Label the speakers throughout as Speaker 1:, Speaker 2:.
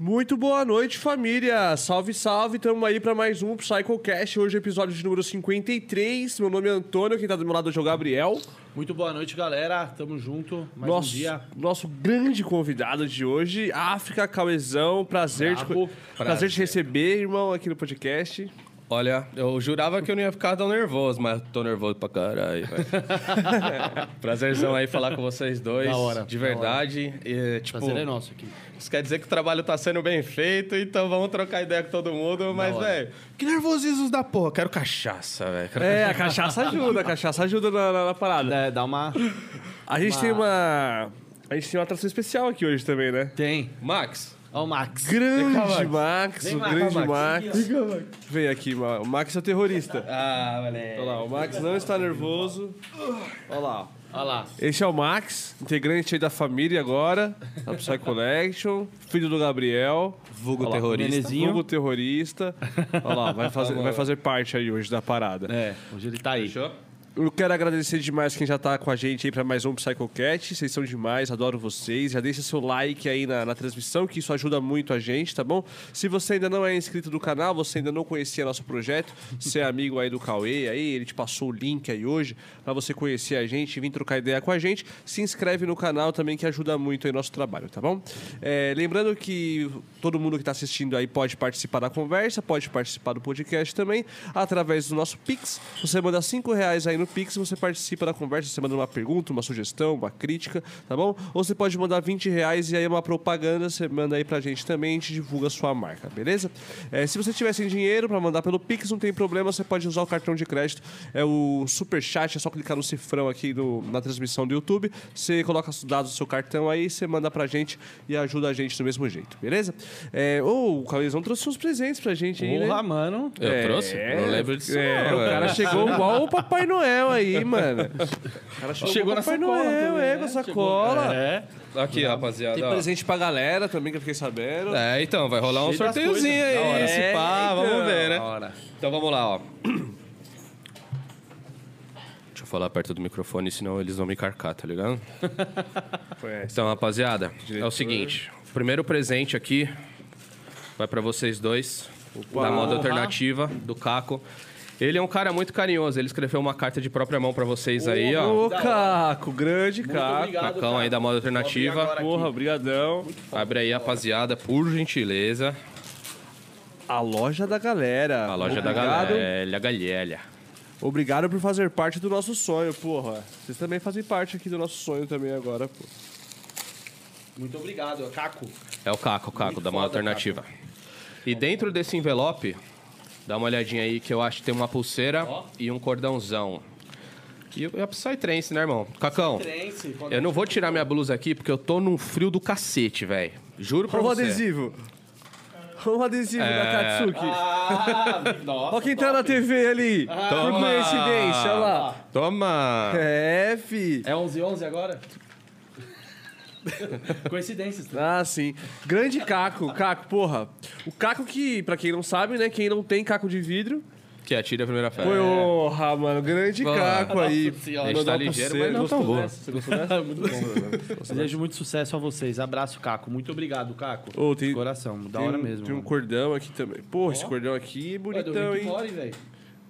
Speaker 1: Muito boa noite, família. Salve, salve. Tamo aí pra mais um PsychoCast. Hoje é episódio de número 53. Meu nome é Antônio, quem tá do meu lado hoje é o Gabriel.
Speaker 2: Muito boa noite, galera. Tamo junto. Mais
Speaker 1: nosso,
Speaker 2: um dia.
Speaker 1: nosso grande convidado de hoje, África Cauezão. Prazer, te,
Speaker 2: Brabo.
Speaker 1: prazer te receber, irmão, aqui no podcast.
Speaker 3: Olha, eu jurava que eu não ia ficar tão nervoso, mas tô nervoso pra caralho. velho. Prazerzão aí falar com vocês dois.
Speaker 2: Da hora,
Speaker 3: De
Speaker 2: da
Speaker 3: verdade. E, tipo,
Speaker 2: Prazer é nosso aqui.
Speaker 3: isso quer dizer que o trabalho tá sendo bem feito, então vamos trocar ideia com todo mundo. Mas,
Speaker 2: hora.
Speaker 3: velho, É, que nervosismos da porra. Quero cachaça, velho. Quero-
Speaker 1: É, a cachaça ajuda, a cachaça ajuda na, na- na parada.
Speaker 2: Dá, dá uma.
Speaker 1: A gente tem uma. A gente tem uma atração especial aqui hoje também, né?
Speaker 2: Tem.
Speaker 3: Max,
Speaker 2: Ó, o Max.
Speaker 1: Grande Max,
Speaker 2: Vem
Speaker 1: o
Speaker 2: cá,
Speaker 1: grande
Speaker 2: Max.
Speaker 1: Max. Vem aqui, Ma- o Max é o terrorista.
Speaker 3: Ah, moleque.
Speaker 1: Olha lá, o Max não está nervoso. Olha lá.
Speaker 2: Olha lá.
Speaker 1: Esse é o Max, integrante aí da família agora, da Psy Collection, filho do Gabriel. Vulgo
Speaker 2: terrorista. Benezinho.
Speaker 1: Vulgo terrorista. Olha lá, vai fazer, vai fazer parte aí hoje da parada.
Speaker 2: É, hoje ele tá aí.
Speaker 3: Fechou?
Speaker 1: Eu quero agradecer demais quem já tá com a gente aí para mais um PsychoCat. Vocês são demais, adoro vocês. Já deixa seu like aí na, na transmissão, que isso ajuda muito a gente, tá bom? Se você ainda não é inscrito do canal, você ainda não conhecia nosso projeto, você é amigo aí do Cauê, aí ele te passou o link aí hoje para você conhecer a gente, vir trocar ideia com a gente. Se inscreve no canal também, que ajuda muito aí nosso trabalho, tá bom? É, lembrando que todo mundo que tá assistindo aí pode participar da conversa, pode participar do podcast também, através do nosso Pix. Você manda cinco reais aí no Pix, você participa da conversa, você manda uma pergunta, uma sugestão, uma crítica, tá bom? Ou você pode mandar 20 reais e aí é uma propaganda, você manda aí pra gente também, a gente divulga a sua marca, beleza? É, se você tiver sem dinheiro pra mandar pelo Pix, não tem problema, você pode usar o cartão de crédito, é o Super Chat, é só clicar no cifrão aqui do- na transmissão do YouTube, você coloca os dados do seu cartão aí, você manda pra gente e ajuda a gente do mesmo jeito, beleza? É, ô, o Cauizão trouxe uns presentes pra gente aí, né?
Speaker 2: Porra, mano.
Speaker 3: Eu trouxe? Não lembro disso.
Speaker 1: É,
Speaker 3: não,
Speaker 1: o
Speaker 3: velho.
Speaker 1: cara chegou igual o Papai Noel aí, mano. O cara chegou,
Speaker 2: Chegou
Speaker 1: igual o
Speaker 2: na
Speaker 1: Papai
Speaker 2: sacola
Speaker 1: Noel,
Speaker 2: também,
Speaker 1: é,
Speaker 2: né?
Speaker 1: com a sacola.
Speaker 2: É.
Speaker 3: Aqui, rapaziada.
Speaker 1: Tem
Speaker 3: ó.
Speaker 1: presente pra galera também, que eu fiquei sabendo.
Speaker 3: É, então, vai rolar um
Speaker 2: Cheio das
Speaker 3: sorteiozinho
Speaker 2: coisas.
Speaker 3: aí.
Speaker 2: Da hora.
Speaker 3: se
Speaker 1: É,
Speaker 3: pá,
Speaker 1: então.
Speaker 3: vamos ver, né?
Speaker 1: Da hora.
Speaker 3: Então vamos lá, ó. Deixa eu falar perto do microfone, senão eles vão me carcar, tá ligado?
Speaker 1: Conhece.
Speaker 3: Então, rapaziada, é o seguinte. O primeiro presente aqui vai pra vocês dois, da moda alternativa, do Caco. Ele é um cara muito carinhoso, ele escreveu uma carta de própria mão pra vocês aí, ó.
Speaker 1: Ô, Caco, grande Caco.
Speaker 2: obrigado,
Speaker 3: Cacão aí
Speaker 2: cara.
Speaker 3: da moda alternativa.
Speaker 2: agora é
Speaker 1: Porra, brigadão.
Speaker 3: Abre aí, rapaziada, por gentileza.
Speaker 1: A loja da galera.
Speaker 3: A loja da
Speaker 1: Obrigado.
Speaker 3: galera, é. galera.
Speaker 1: Obrigado por fazer parte do nosso sonho, porra. Vocês também fazem parte aqui do nosso sonho também agora, pô.
Speaker 2: Muito obrigado, Caco.
Speaker 3: É o Caco, o Caco,
Speaker 2: Muito
Speaker 3: da mão
Speaker 2: foda,
Speaker 3: alternativa. E dentro desse envelope, dá uma olhadinha aí que eu acho que tem uma pulseira e um cordãozão. E é Psytrance, né, irmão? Cacão,
Speaker 2: Trense.
Speaker 3: eu não vou tirar minha blusa aqui porque eu tô num frio do cacete, velho. Juro pra
Speaker 1: Olha o
Speaker 3: você.
Speaker 1: adesivo. Olha o adesivo da
Speaker 3: É.
Speaker 1: Katsuki.
Speaker 2: Ah, nossa.
Speaker 1: Olha quem tá na TV ali. Por
Speaker 3: Toma.
Speaker 1: coincidência, olha lá.
Speaker 2: Ah.
Speaker 3: Toma!
Speaker 1: É, fi.
Speaker 2: É 11 11 agora? Coincidências. tá?
Speaker 1: Ah, sim. Grande Caco. Caco, porra. O Caco que, pra quem não sabe, né? Quem não tem caco de vidro.
Speaker 3: Que atira a primeira festa.
Speaker 1: Porra, mano. Grande
Speaker 3: Porra.
Speaker 1: Caco aí.
Speaker 2: É. Nossa Senhora.
Speaker 3: A gente tá
Speaker 1: Mandar um
Speaker 3: ligeiro,
Speaker 1: pulseiro.
Speaker 3: mas não tão
Speaker 1: Gostou
Speaker 3: bom.
Speaker 1: dessa? Você gostou dessa?
Speaker 2: Muito bom. Desejo muito sucesso a vocês. Abraço, Caco. Muito obrigado, Caco.
Speaker 1: Ô, tem-
Speaker 2: De coração, da
Speaker 1: Tem
Speaker 2: hora
Speaker 1: um-
Speaker 2: mesmo.
Speaker 1: Tem um
Speaker 2: mano.
Speaker 1: cordão aqui também. Porra, esse cordão aqui é
Speaker 2: Ué, do
Speaker 1: bonitão,
Speaker 2: Rick
Speaker 1: hein?
Speaker 2: Mori, velho.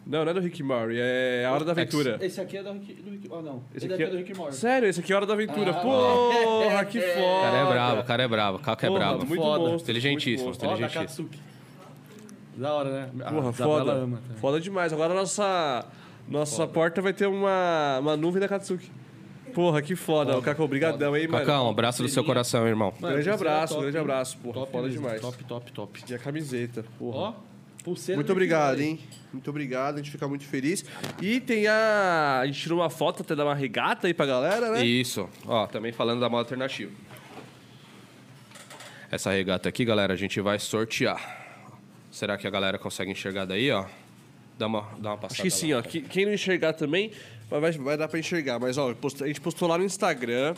Speaker 1: Não, não é do Rick Murray. É A Hora da Aventura.
Speaker 2: Esse aqui é do Rick, do Rick- ah, não.
Speaker 1: Esse
Speaker 2: Esse
Speaker 1: aqui
Speaker 2: daqui
Speaker 1: é-
Speaker 2: é do Rick Mori.
Speaker 1: Sério, esse aqui é a Hora da Aventura.
Speaker 2: Ah.
Speaker 1: Porra, que foda.
Speaker 3: O cara é bravo, o cara é bravo. O Caco é
Speaker 1: Porra,
Speaker 3: bravo.
Speaker 1: Muito
Speaker 2: Foda.
Speaker 1: monstro,
Speaker 3: Inteligentíssimo.
Speaker 1: muito monstro.
Speaker 2: Ó, da
Speaker 3: Inteligente.
Speaker 2: Katsuki. Da hora, né?
Speaker 1: Porra,
Speaker 2: a Isabela
Speaker 1: foda.
Speaker 2: ama também.
Speaker 1: Foda demais. Agora a nossa, nossa porta vai ter uma, uma nuvem da Katsuki. Porra, que foda. O Cacau, brigadão, hein, mano?
Speaker 3: Cacão, um abraço do seu coração, irmão.
Speaker 2: Mano,
Speaker 1: grande
Speaker 2: pulseira
Speaker 1: abraço,
Speaker 2: top,
Speaker 1: grande
Speaker 2: hein?
Speaker 1: abraço, porra.
Speaker 2: Top
Speaker 1: foda
Speaker 2: mesmo,
Speaker 1: demais.
Speaker 2: Top, top, top.
Speaker 1: E a camiseta, porra.
Speaker 2: Ó, pulseira.
Speaker 1: Muito
Speaker 2: do Rick
Speaker 1: obrigado,
Speaker 2: Mori.
Speaker 1: hein? Muito obrigado, a gente fica muito feliz. E tem a. A gente tirou uma foto até dar uma regata aí pra galera, né?
Speaker 3: Isso. Ó, também falando da moda alternativa. Essa regata aqui, galera, a gente vai sortear. Será que a galera consegue enxergar daí, ó? Dá uma, dá uma passada.
Speaker 1: Acho que sim,
Speaker 3: lá.
Speaker 1: ó. Que- quem não enxergar também, vai, vai- vai dar pra enxergar. Mas, ó, post- a gente postou lá no Instagram.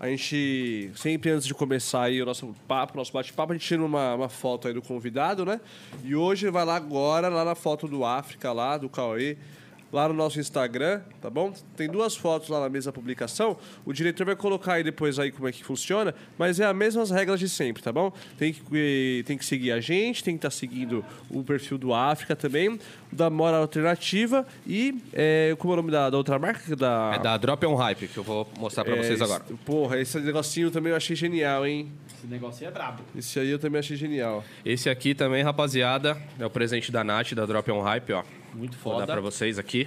Speaker 1: A gente, sempre antes de começar aí o nosso papo, nosso bate-papo, a gente tira uma, uma foto aí do convidado, né? E hoje vai lá agora, lá na foto do África, lá, do Cauê. lá no nosso Instagram, tá bom? Tem duas fotos lá na mesma publicação. O diretor vai colocar aí depois aí como é que funciona, mas é as mesmas regras de sempre, tá bom? Tem que, tem que seguir a gente, tem que estar seguindo o perfil do África também, da Mora Alternativa e é, como é o nome da, da outra marca? Da,
Speaker 3: É da Drop on Hype, que eu vou mostrar pra
Speaker 1: É,
Speaker 3: vocês
Speaker 1: esse-
Speaker 3: agora.
Speaker 1: Porra, esse negocinho também eu achei genial, hein?
Speaker 2: Esse negócio é brabo.
Speaker 1: Esse aí eu também achei genial.
Speaker 3: Esse aqui também, rapaziada, é o presente da Nath, da Drop on Hype, ó.
Speaker 2: Muito
Speaker 3: Vou dar pra
Speaker 2: foda.
Speaker 3: vocês aqui.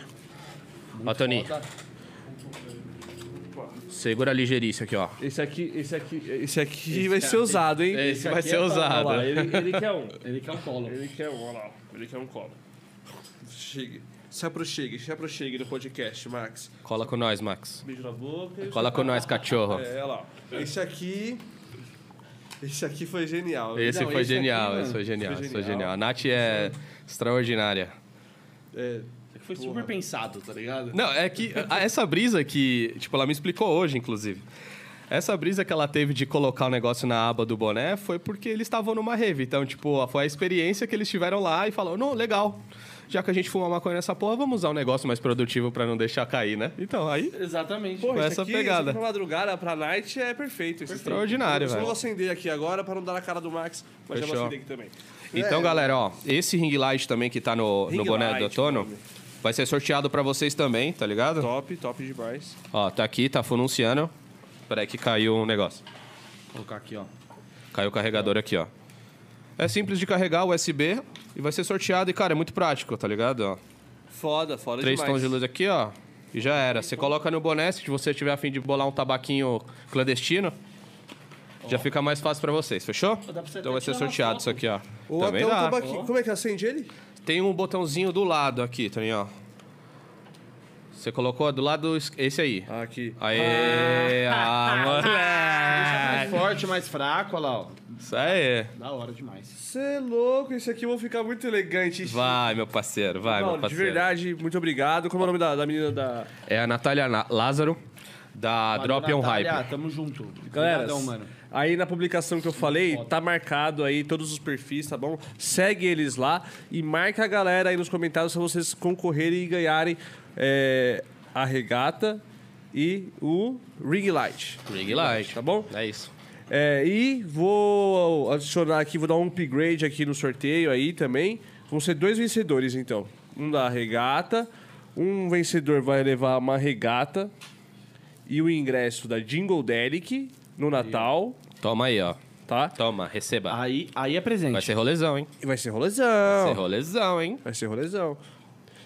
Speaker 3: ó, Toninho, segura a ligeirice aqui, ó.
Speaker 1: Esse aqui, esse aqui, esse aqui vai ser usado, hein?
Speaker 3: É Esse vai ser
Speaker 2: é Olha
Speaker 3: usado.
Speaker 2: lá, ele, ele quer um. Ele quer um colo.
Speaker 1: Ele quer um, olha lá. Ele
Speaker 3: é
Speaker 1: quer um colo. Chegue. Se aproxegue, se aproxegue do podcast, Max.
Speaker 3: Cola com nós, Max.
Speaker 1: Beijo na boca. e-
Speaker 3: Cola com nós, cachorro.
Speaker 1: É, olha lá. Esse aqui. Esse aqui foi genial.
Speaker 3: Esse
Speaker 2: Não,
Speaker 3: foi
Speaker 2: esse
Speaker 3: genial,
Speaker 2: aqui, mano,
Speaker 3: esse foi genial,
Speaker 1: foi
Speaker 3: esse foi
Speaker 1: genial.
Speaker 3: genial. A Nath é extraordinária.
Speaker 1: É,
Speaker 2: Foi super pensado, tá ligado?
Speaker 3: Não, é que a- essa brisa que, tipo, ela me explicou hoje, inclusive. Essa brisa que ela teve de colocar o negócio na aba do boné foi porque eles estavam numa rave. Então, tipo, foi a experiência que eles tiveram lá e falaram: não, legal. Já que a gente fuma maconha nessa porra, vamos usar um negócio mais produtivo pra não deixar cair, né? Então, aí.
Speaker 2: Exatamente.
Speaker 3: Porra,
Speaker 1: Esse
Speaker 3: essa
Speaker 1: aqui,
Speaker 3: pegada.
Speaker 1: esse aqui pra madrugada, pra night, é perfeito. esse aqui.
Speaker 3: Extraordinário,
Speaker 1: Eu só
Speaker 3: velho.
Speaker 1: vou acender aqui agora pra não dar na cara do Max, mas já vou
Speaker 3: Fechou.
Speaker 1: acender aqui também.
Speaker 3: Então,
Speaker 1: É.
Speaker 3: galera, ó, esse ring light também que tá no, no
Speaker 1: Ring
Speaker 3: boné
Speaker 1: light,
Speaker 3: do outono
Speaker 1: mano.
Speaker 3: vai ser sorteado pra vocês também, tá ligado?
Speaker 1: Top, top demais.
Speaker 3: Ó, tá aqui, tá fununciando. Peraí que caiu um negócio.
Speaker 2: Vou colocar aqui, ó.
Speaker 3: Caiu o carregador aqui, ó. É simples de carregar o USB e vai ser sorteado. E, cara, é muito prático, tá ligado? Ó,
Speaker 1: Foda, foda
Speaker 3: três
Speaker 1: demais.
Speaker 3: tons de luz aqui, ó. E já era. Você coloca no boné, se você tiver a fim de bolar um tabaquinho clandestino, já fica mais fácil pra vocês, fechou?
Speaker 2: dá pra você até
Speaker 3: Então vai ser
Speaker 2: tirar uma foto.
Speaker 3: sorteado isso aqui, ó.
Speaker 1: Ou
Speaker 3: Também
Speaker 1: até um
Speaker 3: dá.
Speaker 1: tabaquinho. Como é que acende ele?
Speaker 3: Tem um botãozinho do lado aqui, Toninho, ó. Você colocou do lado es- esse aí.
Speaker 1: Ah, aqui.
Speaker 3: Aê, ah, moleque.
Speaker 2: Mais forte, mais fraco, olha lá, ó.
Speaker 3: Isso aí.
Speaker 2: Da hora demais.
Speaker 1: Você é louco, esse aqui eu vou ficar muito elegante.
Speaker 3: Vai, meu parceiro, vai,
Speaker 1: Mano,
Speaker 3: meu
Speaker 1: de
Speaker 3: parceiro.
Speaker 1: verdade, muito obrigado. Como é o nome da, da menina da.
Speaker 3: É a Natália Na- Lázaro, da Drop on
Speaker 2: Natália,
Speaker 3: Hype.
Speaker 2: tamo junto.
Speaker 1: Galera,
Speaker 2: Obrigadão, mano.
Speaker 1: aí na publicação que eu falei, tá marcado aí todos os perfis, tá bom? Segue eles lá e marca a galera aí nos comentários pra vocês concorrerem e ganharem é, a regata e o ring light.
Speaker 3: Ring Light.
Speaker 1: Tá bom?
Speaker 3: É isso.
Speaker 1: É, e vou adicionar aqui, vou dar um upgrade aqui no sorteio aí também. Vão ser dois vencedores, então. Um da regata, um vencedor vai levar uma regata e o ingresso da Jingle Derek no Natal,
Speaker 3: Toma aí, ó.
Speaker 1: tá?
Speaker 3: Toma, receba.
Speaker 2: Aí, aí é presente.
Speaker 3: Vai ser rolezão, hein?
Speaker 1: E vai ser rolezão.
Speaker 3: Vai ser rolezão, hein?
Speaker 1: Vai ser rolezão.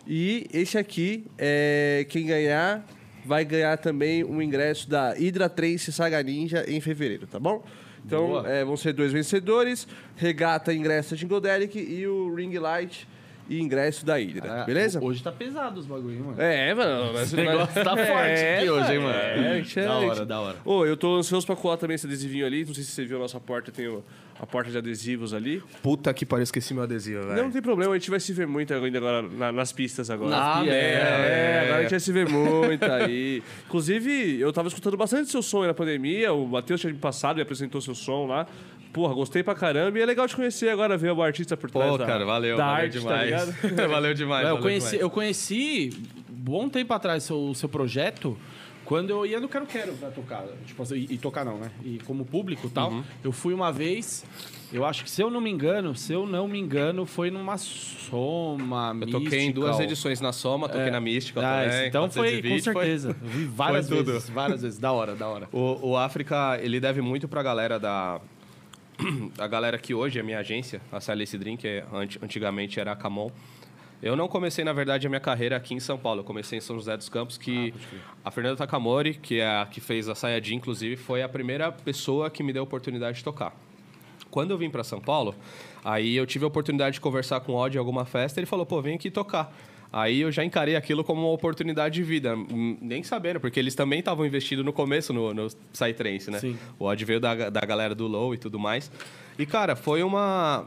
Speaker 1: E esse aqui, é, quem ganhar, vai ganhar também um ingresso da Hydra Trace Saga Ninja em fevereiro, tá bom? Então,
Speaker 2: Boa.
Speaker 1: é, vão ser dois vencedores. Regata, ingresso da Jingle Derek e o Ring Light e ingresso da Hydra,
Speaker 2: Ah,
Speaker 1: beleza?
Speaker 2: Hoje tá pesado os bagulho, hein, mano.
Speaker 1: É, mano. Mas
Speaker 2: Esse negócio tá forte aqui hoje, hein, mano.
Speaker 1: É, gente, é,
Speaker 2: Da hora,
Speaker 1: gente.
Speaker 2: da hora.
Speaker 1: Ô, eu tô ansioso pra colar também esse adesivinho ali. Não sei se você viu a nossa porta, tem o- a porta de adesivos ali.
Speaker 3: Puta que pariu, esqueci meu adesivo,
Speaker 1: Não, não tem problema, a gente vai se ver muito ainda agora na- nas pistas agora.
Speaker 3: Ah,
Speaker 2: Nas pistas.
Speaker 1: é, agora a gente vai se ver muito aí. Inclusive, eu tava escutando bastante seu som aí na pandemia, o Matheus tinha me passado e apresentou seu som lá. Porra, gostei pra caramba e é legal te conhecer agora, ver o artista por trás
Speaker 3: Pô,
Speaker 1: da,
Speaker 3: cara, valeu,
Speaker 1: da
Speaker 3: valeu
Speaker 1: arte, tá
Speaker 3: demais.
Speaker 1: ligado?
Speaker 3: valeu demais.
Speaker 2: eu,
Speaker 3: valeu
Speaker 2: conheci,
Speaker 3: demais.
Speaker 2: eu conheci bom tempo atrás seu, seu projeto quando eu ia no Quero Quero pra tocar. Tipo, assim, e, e tocar não, né? E como público e tal.
Speaker 3: Uhum.
Speaker 2: Eu fui uma vez. Eu acho que, se eu não me engano, se eu não me engano, foi numa soma.
Speaker 3: Eu toquei em duas
Speaker 2: Mystical.
Speaker 3: edições na Soma, toquei na Mística
Speaker 2: Ah,
Speaker 3: também.
Speaker 2: então foi, com
Speaker 3: 420, foi-
Speaker 2: certeza. Eu vi várias
Speaker 3: foi tudo.
Speaker 2: vezes, várias vezes. Da hora, da hora.
Speaker 3: O, o África, ele deve muito pra galera da... A galera que hoje é minha agência, a Salice Drink, é, anti- antigamente era a Camon. Eu não comecei, na verdade, a minha carreira aqui em São Paulo. Eu comecei em São José dos Campos,
Speaker 2: Ah,
Speaker 3: que a Fernanda Takamori, que é a que fez a Sayajin, inclusive, foi a primeira pessoa que me deu a oportunidade de tocar. Quando eu vim pra São Paulo, aí eu tive a oportunidade de conversar com o Odd em alguma festa, ele falou, pô, vem aqui tocar. Aí eu já encarei aquilo como uma oportunidade de vida, hum, nem sabendo, porque eles também estavam investindo no começo no, no Psytrance, né?
Speaker 2: Sim.
Speaker 3: O Odd veio da, da galera do Low e tudo mais. E, cara, foi uma.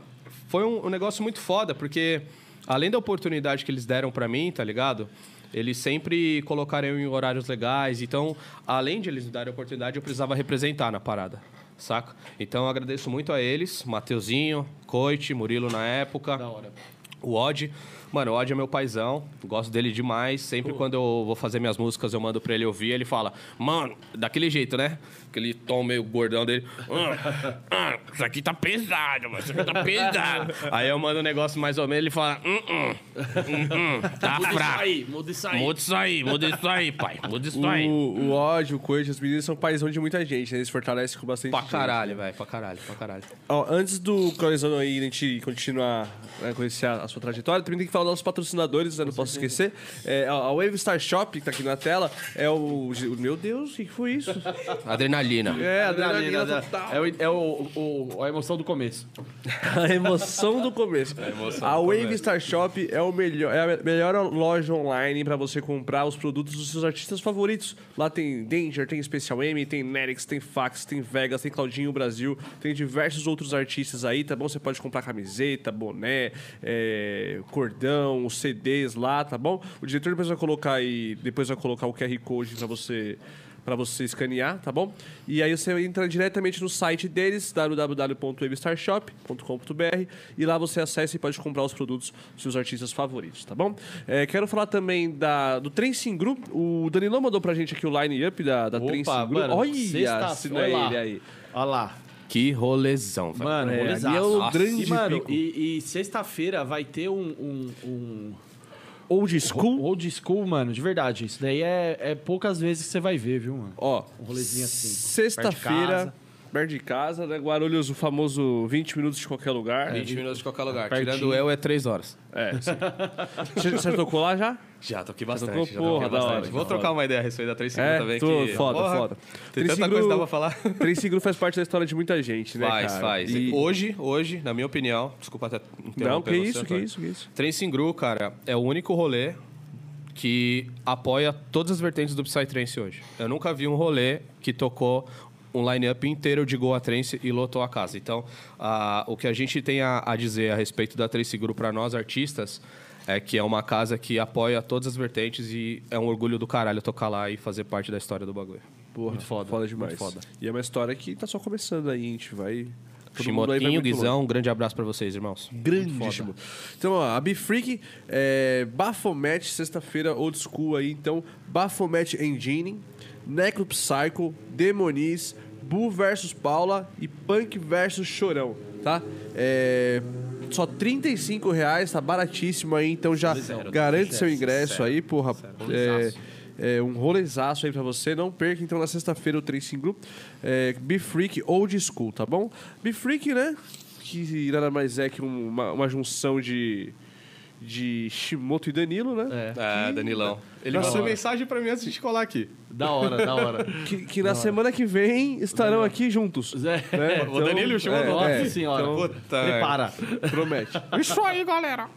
Speaker 3: Foi um, um negócio muito foda, porque além da oportunidade que eles deram pra mim, tá ligado? Eles sempre colocaram eu em horários legais. Então, além de eles me darem a oportunidade, eu precisava representar na parada, saca? Então, eu agradeço muito a eles, Mateuzinho, Coit, Murilo na época
Speaker 2: Da hora.
Speaker 3: O Odd, mano, o Odd é meu paizão, gosto dele demais. Sempre quando eu vou fazer minhas músicas, eu mando pra ele ouvir, ele fala, mano, daquele jeito, né? Aquele tom meio gordão dele. "Ah, ah, isso aqui tá pesado, mano, isso aqui tá pesado. Aí eu mando um negócio mais ou menos, ele fala, hum, hum, hum, hum, tá
Speaker 2: Muda isso
Speaker 3: fraco.
Speaker 2: aí, muda isso aí.
Speaker 3: Muda isso aí, muda isso aí, pai, muda isso
Speaker 1: O,
Speaker 3: aí.
Speaker 1: o ódio, o coelho, os meninos são paizão de muita gente, né? Eles fortalecem com bastante
Speaker 3: Pra
Speaker 1: gente.
Speaker 3: caralho, velho, pra caralho, pra caralho.
Speaker 1: Ó, antes do Corizano aí a gente continuar né, com esse- a sua trajetória, também tem que falar dos nossos patrocinadores, né, não posso esquecer. É, a- a Wave Star Shop, que tá aqui na tela, é o. Meu Deus, o que que foi isso?
Speaker 3: Adrenalina.
Speaker 1: É, a adrenalina
Speaker 2: Adrenalina, adrenalina.
Speaker 1: total.
Speaker 2: É, o, é o- o- a emoção do começo.
Speaker 1: A emoção do começo. A, Wave Star Shop é, o melhor, é a melhor loja online para você comprar os produtos dos seus artistas favoritos. Lá tem Danger, tem Special M, tem Nerix, tem Fax, tem Vegas, tem Claudinho Brasil, tem diversos outros artistas aí, tá bom? Você pode comprar camiseta, boné, é, cordão, os CDs lá, tá bom? O diretor depois vai colocar aí, depois vai colocar o QR Code para você para você escanear, tá bom? E aí você entra diretamente no site deles, www.webstarshop.com.br, e lá você acessa e pode comprar os produtos dos seus artistas favoritos, tá bom? É, quero falar também da, do Tracing Group. O Danilão mandou pra gente aqui o line-up da, da Tracing
Speaker 2: Opa,
Speaker 1: Group.
Speaker 2: mano,
Speaker 1: Olha,
Speaker 2: sexta-feira,
Speaker 1: se não é
Speaker 2: olha lá.
Speaker 1: ele aí.
Speaker 2: Olha lá.
Speaker 3: Que rolezão, velho.
Speaker 2: Mano,
Speaker 1: É,
Speaker 2: rolezaço.
Speaker 1: ali é o
Speaker 2: Nossa.
Speaker 1: grande
Speaker 2: e, mano,
Speaker 1: pico.
Speaker 2: E, e sexta-feira vai ter um, um, um
Speaker 1: Old School.
Speaker 2: old school, mano, de verdade. Isso daí é, é poucas vezes que você vai ver, viu, mano?
Speaker 1: Ó,
Speaker 2: Um rolezinho assim, perto de
Speaker 1: Sexta-feira,
Speaker 2: casa.
Speaker 1: perto de casa, né? Guarulhos, o famoso 20 minutos de qualquer lugar.
Speaker 3: 20 minutos de qualquer lugar.
Speaker 2: é Pertinho.
Speaker 3: Tirando eu, é 3 horas.
Speaker 1: É. sim. Você, você tocou lá já?
Speaker 3: Já, toquei
Speaker 1: tocou?
Speaker 3: bastante. já
Speaker 1: Porra,
Speaker 3: toquei
Speaker 1: da
Speaker 3: bastante.
Speaker 1: hora,
Speaker 3: Vou
Speaker 1: da
Speaker 3: trocar uma ideia a respeito da 350
Speaker 1: É,
Speaker 3: também.
Speaker 1: tô,
Speaker 3: que,
Speaker 1: foda,
Speaker 3: porra,
Speaker 1: foda.
Speaker 3: Tem
Speaker 1: Três
Speaker 3: tanta
Speaker 1: Seguro-
Speaker 3: coisa que dá pra falar.
Speaker 1: Três Seguro faz parte da história de muita gente, né,
Speaker 3: Faz,
Speaker 1: cara?
Speaker 3: faz.
Speaker 1: E-
Speaker 3: Hoje, hoje, na minha opinião, desculpa até
Speaker 1: Não,
Speaker 3: interromper
Speaker 1: que
Speaker 3: você,
Speaker 1: isso, que
Speaker 3: Antônio.
Speaker 1: isso, que isso.
Speaker 3: Trem Singru, cara, é o único rolê que apoia todas as vertentes do Psytrance hoje. Eu nunca vi um rolê que tocou um line-up inteiro de Goa Trance e lotou a casa. Então, ah, o que a gente tem a, a dizer a respeito da Trem Singru para nós artistas é que é uma casa que apoia todas as vertentes e é um orgulho do caralho tocar lá e fazer parte da história do bagulho.
Speaker 1: Porra, muito foda, foda demais.
Speaker 3: muito foda.
Speaker 1: E é uma história que tá só começando aí, a gente vai... todo mundo aí vai
Speaker 3: Chimotinho,
Speaker 1: muito longe.
Speaker 3: Guizão, um grande abraço para vocês, irmãos.
Speaker 1: Grandíssimo. Então, ó, a Bifreak, é, Baphomet, sexta-feira, old school aí. Então, Baphomet Engine, Necropsycho, Demoniz, Boo versus Paula e Punk versus Chorão, tá? É, só R$ 35 reais, tá baratíssimo aí. Então, já garante seu ingresso aí, porra. É, é um rolezaço aí pra você. Não perca, então, na sexta-feira, o Tracing Group. É, Bifreak Old School, tá bom? Bifreak, né? que nada mais é que um- uma, uma junção de, de Shimoto e Danilo,
Speaker 2: É.
Speaker 1: né?
Speaker 3: Ah, Danilão. Ele
Speaker 1: Nossa,
Speaker 3: mandou
Speaker 1: eu-
Speaker 3: mensagem para mim antes de colar aqui.
Speaker 2: Da hora, da hora.
Speaker 1: Que, que na semana que vem estarão aqui juntos.
Speaker 2: Zé.
Speaker 1: É,
Speaker 3: O Danilo e o Shimoto.
Speaker 2: Nossa
Speaker 1: é,
Speaker 2: senhora.
Speaker 3: então- Puta.
Speaker 2: Prepara.
Speaker 1: Promete.
Speaker 3: Isso aí, galera.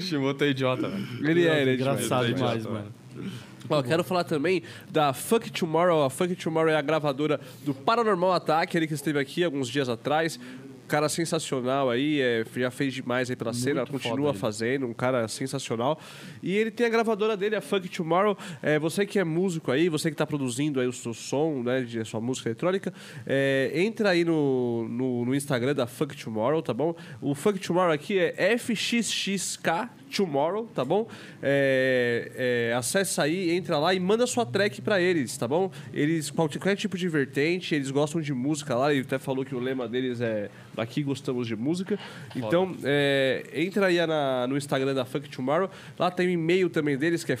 Speaker 3: Shimoto é idiota, velho.
Speaker 1: Ele é, ele é
Speaker 2: Engraçado
Speaker 1: demais.
Speaker 2: demais,
Speaker 3: idiota,
Speaker 2: mano.
Speaker 1: Ó, quero falar também da Funk Tomorrow. A Funk Tomorrow é a gravadora do Paranormal Ataque, ele que esteve aqui alguns dias atrás. Um Cara sensacional aí, é, já fez demais aí pela cena, continua fazendo, um cara sensacional. E ele tem a gravadora dele, a Funk Tomorrow. É, você que é músico aí, você que está produzindo aí o seu som, né, de a sua música eletrônica, é, entra aí no, no, no Instagram da Funk Tomorrow, tá bom? O Funk Tomorrow aqui é FXXK Tomorrow, tá bom? É, é, acessa aí, entra lá e manda sua track pra eles, tá bom? Eles, qual- qualquer tipo de vertente, eles gostam de música lá, ele até falou que o lema deles é daqui gostamos de música. Então, é, entra aí na- no Instagram da Funk Tomorrow, lá tem o e-mail também deles, que é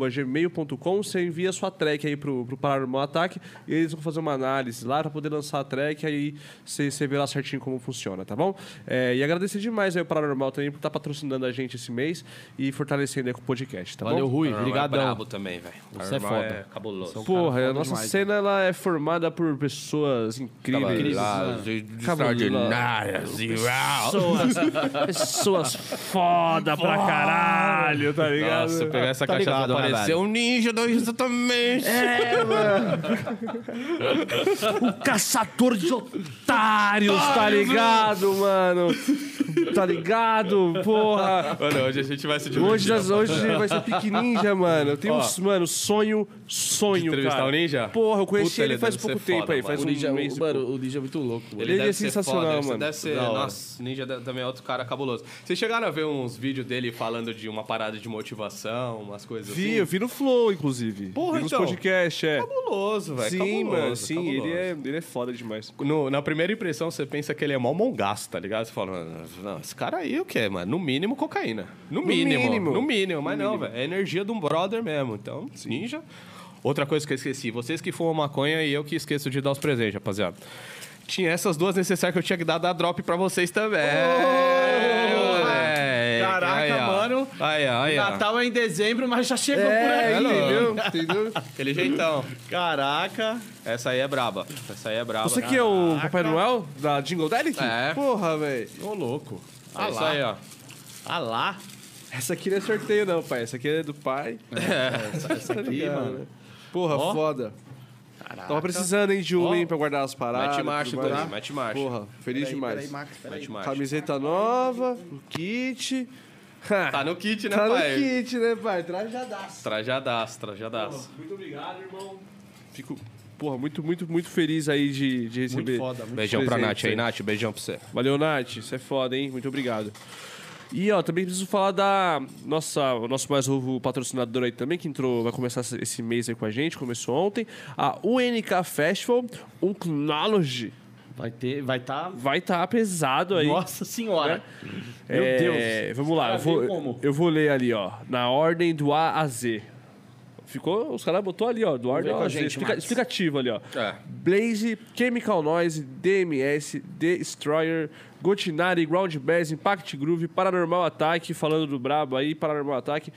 Speaker 1: funktomorrow.gmail.com, você envia sua track aí pro, pro Paranormal Ataque e eles vão fazer uma análise lá pra poder lançar a track, aí você você vê lá certinho como funciona, tá bom? É, e agradecer demais aí o Paranormal também por estar patrocinando a gente esse mês e fortalecendo aí com o podcast, tá
Speaker 2: Valeu,
Speaker 1: bom?
Speaker 2: Rui.
Speaker 3: É
Speaker 2: Obrigadão.
Speaker 3: brabo também, velho.
Speaker 2: Você é foda.
Speaker 3: É cabuloso.
Speaker 1: Porra,
Speaker 2: Cara,
Speaker 1: a nossa
Speaker 2: foda demais,
Speaker 1: cena ela é formada por pessoas incríveis.
Speaker 3: Cabuladas,
Speaker 1: Cabulosas.
Speaker 3: extraordinárias. e uau.
Speaker 1: Pessoas, pessoas foda pra caralho, tá ligado?
Speaker 3: Nossa, pegar essa
Speaker 2: Tá
Speaker 3: cachaça
Speaker 2: ligado, né,
Speaker 3: parecer
Speaker 2: velho?
Speaker 3: um ninja do exatamente.
Speaker 1: Caçador de otários, tá ligado, mano? Tá ligado, porra?
Speaker 3: Mano, hoje a gente vai se divertir.
Speaker 1: Hoje, é das, hoje vai ser pique ninja, mano. Eu tenho
Speaker 3: Ó.
Speaker 1: uns, mano, sonho, sonho,
Speaker 3: De entrevistar
Speaker 1: cara.
Speaker 3: o ninja?
Speaker 1: Porra, eu conheci
Speaker 3: Puta,
Speaker 1: ele
Speaker 3: ele
Speaker 1: faz
Speaker 3: deve ser
Speaker 1: pouco tempo
Speaker 3: foda,
Speaker 1: aí,
Speaker 3: mano.
Speaker 1: faz
Speaker 2: O
Speaker 1: um
Speaker 2: ninja,
Speaker 1: mês.
Speaker 2: o, mano, o ninja é muito louco. mano.
Speaker 1: Ele é sensacional,
Speaker 3: foda,
Speaker 1: mano.
Speaker 3: Deve ser,
Speaker 2: Da hora.
Speaker 3: nossa, Ninja da- também é outro cara cabuloso. Vocês chegaram a ver uns vídeos dele falando de uma parada de motivação, umas coisas
Speaker 1: Vi,
Speaker 3: assim?
Speaker 1: eu vi no Flow, inclusive.
Speaker 3: Porra,
Speaker 1: vi nos
Speaker 3: então.
Speaker 1: podcast, é.
Speaker 3: Cabuloso, velho. Tá
Speaker 1: sim,
Speaker 3: cabuloso,
Speaker 1: mano, sim,
Speaker 3: cabuloso.
Speaker 1: Ele, é, ele é foda demais.
Speaker 3: No- na primeira impressão, você pensa que ele é mó mongaço, tá ligado? Você fala, "Mano, não, esse cara aí o que é, mano? No mínimo, cocaína. No mínimo. No
Speaker 1: mínimo.
Speaker 3: mínimo, mas não, velho. É a energia de um brother mesmo. Então, ninja. Outra coisa que eu esqueci. Vocês que fumam maconha e eu que esqueço de dar os presentes, rapaziada. Tinha essas duas necessárias que eu tinha que dar da drop pra vocês também. moleque.
Speaker 2: Caraca,
Speaker 3: ó.
Speaker 2: mano.
Speaker 3: Aí, ó, aí, ó.
Speaker 2: Natal é em dezembro, mas já
Speaker 3: É,
Speaker 2: chegou por aqui.
Speaker 1: entendeu? entendeu?
Speaker 3: Aquele jeitão.
Speaker 2: Caraca.
Speaker 3: Essa aí é braba. Essa aí é braba.
Speaker 1: Você que é o Papai Noel da Jingle Delic?
Speaker 3: É.
Speaker 1: Porra, velho.
Speaker 2: Ô, louco.
Speaker 3: É isso aí, ó.
Speaker 2: Ah lá.
Speaker 1: Essa aqui não é sorteio, não, pai. Essa aqui é do pai.
Speaker 3: É,
Speaker 1: Tá né?
Speaker 2: Essa aqui, mano.
Speaker 1: Porra,
Speaker 2: Ó.
Speaker 1: foda. Tava precisando, hein, de um, hein, pra guardar as paradas.
Speaker 3: Mete
Speaker 1: tudo
Speaker 3: marcha,
Speaker 1: mais.
Speaker 3: Guri, mete marcha.
Speaker 1: Porra, Tá feliz demais.
Speaker 3: Mete marcha.
Speaker 1: Camiseta nova, o kit. Ha,
Speaker 3: Tá no kit, né,
Speaker 1: tá no
Speaker 3: pai?
Speaker 1: kit, né, pai? Trajadaço.
Speaker 3: Trajadaço, trajadaço.
Speaker 1: Muito obrigado, irmão. Fico, porra, muito, muito, muito feliz aí de, de receber.
Speaker 2: Muito foda, muito
Speaker 3: Beijão pra Nath
Speaker 1: presente
Speaker 3: aí, né? Nath. Beijão pra você.
Speaker 1: Valeu, Nath. Isso é foda, hein? Muito obrigado. E, ó, também preciso falar da nossa, o nosso mais novo patrocinador aí também, que entrou, vai começar esse- esse mês aí com a gente, começou ontem, a UNK Festival Unknology.
Speaker 2: Vai ter, vai tá...
Speaker 1: Vai estar pesado aí.
Speaker 2: Nossa senhora. É.
Speaker 1: Meu Deus. Vamos lá, eu
Speaker 2: Os caras
Speaker 1: vou,
Speaker 2: veem como?
Speaker 1: eu vou ler ali, ó, na ordem do A a Z. Ficou? Os caras botou ali, ó, do ordem A
Speaker 2: ver com
Speaker 1: a
Speaker 2: a
Speaker 1: Z.
Speaker 2: gente,
Speaker 1: explica-
Speaker 2: Max.
Speaker 1: explicativo ali, ó.
Speaker 3: É.
Speaker 1: Blaze, Chemical Noise, DMS, Destroyer, Gotinari, Ground Bass, Impact Groove, Paranormal Attack, falando do brabo aí, Paranormal Attack,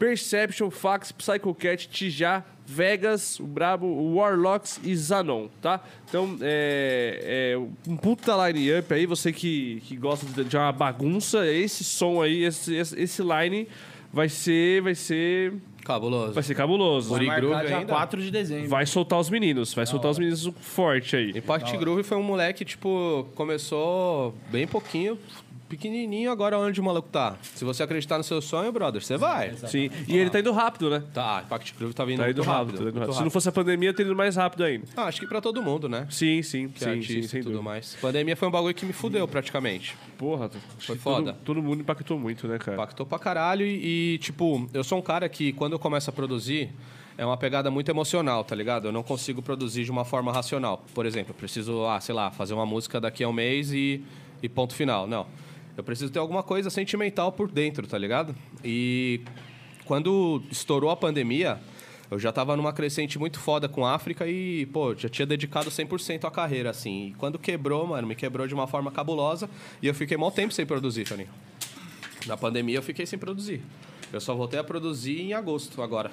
Speaker 1: Perception, Fax, Psycho Cat, Tijá, Vegas, o brabo, Warlocks e Zanon, tá? Então, é, é um puta line-up aí, você que, que gosta de, de uma bagunça, esse som aí, esse, esse, esse line vai ser, vai ser,
Speaker 3: Cabuloso.
Speaker 1: vai ser cabuloso. né?
Speaker 3: Por
Speaker 2: Vai
Speaker 3: Groove
Speaker 2: marcar dia
Speaker 3: ainda?
Speaker 2: 4 de dezembro.
Speaker 1: Vai soltar os meninos, vai soltar os meninos forte aí.
Speaker 3: Impact Groove foi um moleque, tipo, começou bem pouquinho, pequenininho, agora onde o maluco tá. Se você acreditar no seu sonho, brother, você vai.
Speaker 1: Sim, e ele tá indo rápido, né?
Speaker 3: Tá, Impact Groove tá vindo
Speaker 1: Tá
Speaker 3: muito
Speaker 1: indo rápido, tá indo
Speaker 3: muito
Speaker 1: rápido. Se não fosse a pandemia, teria ido mais rápido ainda.
Speaker 3: Ah, acho que pra todo mundo, né?
Speaker 1: Sim, sim,
Speaker 3: Que é
Speaker 1: sim,
Speaker 3: artista
Speaker 1: sim, sem
Speaker 3: e tudo
Speaker 1: dúvida.
Speaker 3: mais. Pandemia foi um bagulho que me fudeu praticamente.
Speaker 1: Porra, acho que todo-
Speaker 3: foda.
Speaker 1: Todo, mundo impactou muito, né, cara?
Speaker 3: Impactou pra caralho e, e, tipo, eu sou um cara que, quando eu começo a produzir, é uma pegada muito emocional, tá ligado? Eu não consigo produzir de uma forma racional. Por exemplo, eu preciso, ah, sei lá, fazer uma música daqui a um mês e, e ponto final. Não. Eu preciso ter alguma coisa sentimental por dentro, tá ligado? E quando estourou a pandemia, eu já tava numa crescente muito foda com a África e, pô, já tinha dedicado 100% à carreira, assim. E quando quebrou, mano, me quebrou de uma forma cabulosa e eu fiquei mó tempo sem produzir, Toninho. Na pandemia eu fiquei sem produzir. Eu só voltei a produzir em agosto agora.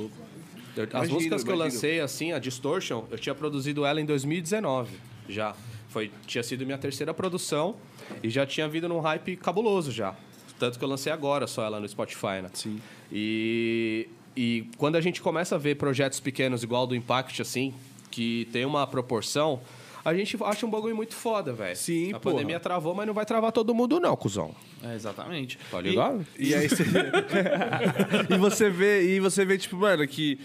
Speaker 3: Eu- as
Speaker 1: Imagino,
Speaker 3: músicas que eu
Speaker 1: imagino.
Speaker 3: lancei, assim, a Distortion, eu tinha produzido ela em 2019 já. Foi, tinha sido minha terceira produção e já tinha vindo num hype cabuloso já. Tanto que eu lancei agora só ela no Spotify, né? Sim. E, e quando a gente começa a ver projetos pequenos igual do Impact, assim, que tem uma proporção, a gente acha um bagulho muito foda, velho.
Speaker 1: Sim,
Speaker 3: A
Speaker 1: porra.
Speaker 3: pandemia travou, mas não vai travar todo mundo não, cuzão.
Speaker 2: É, exatamente.
Speaker 3: Tá ligado?
Speaker 1: E aí você... e você vê, e você vê, tipo, mano, que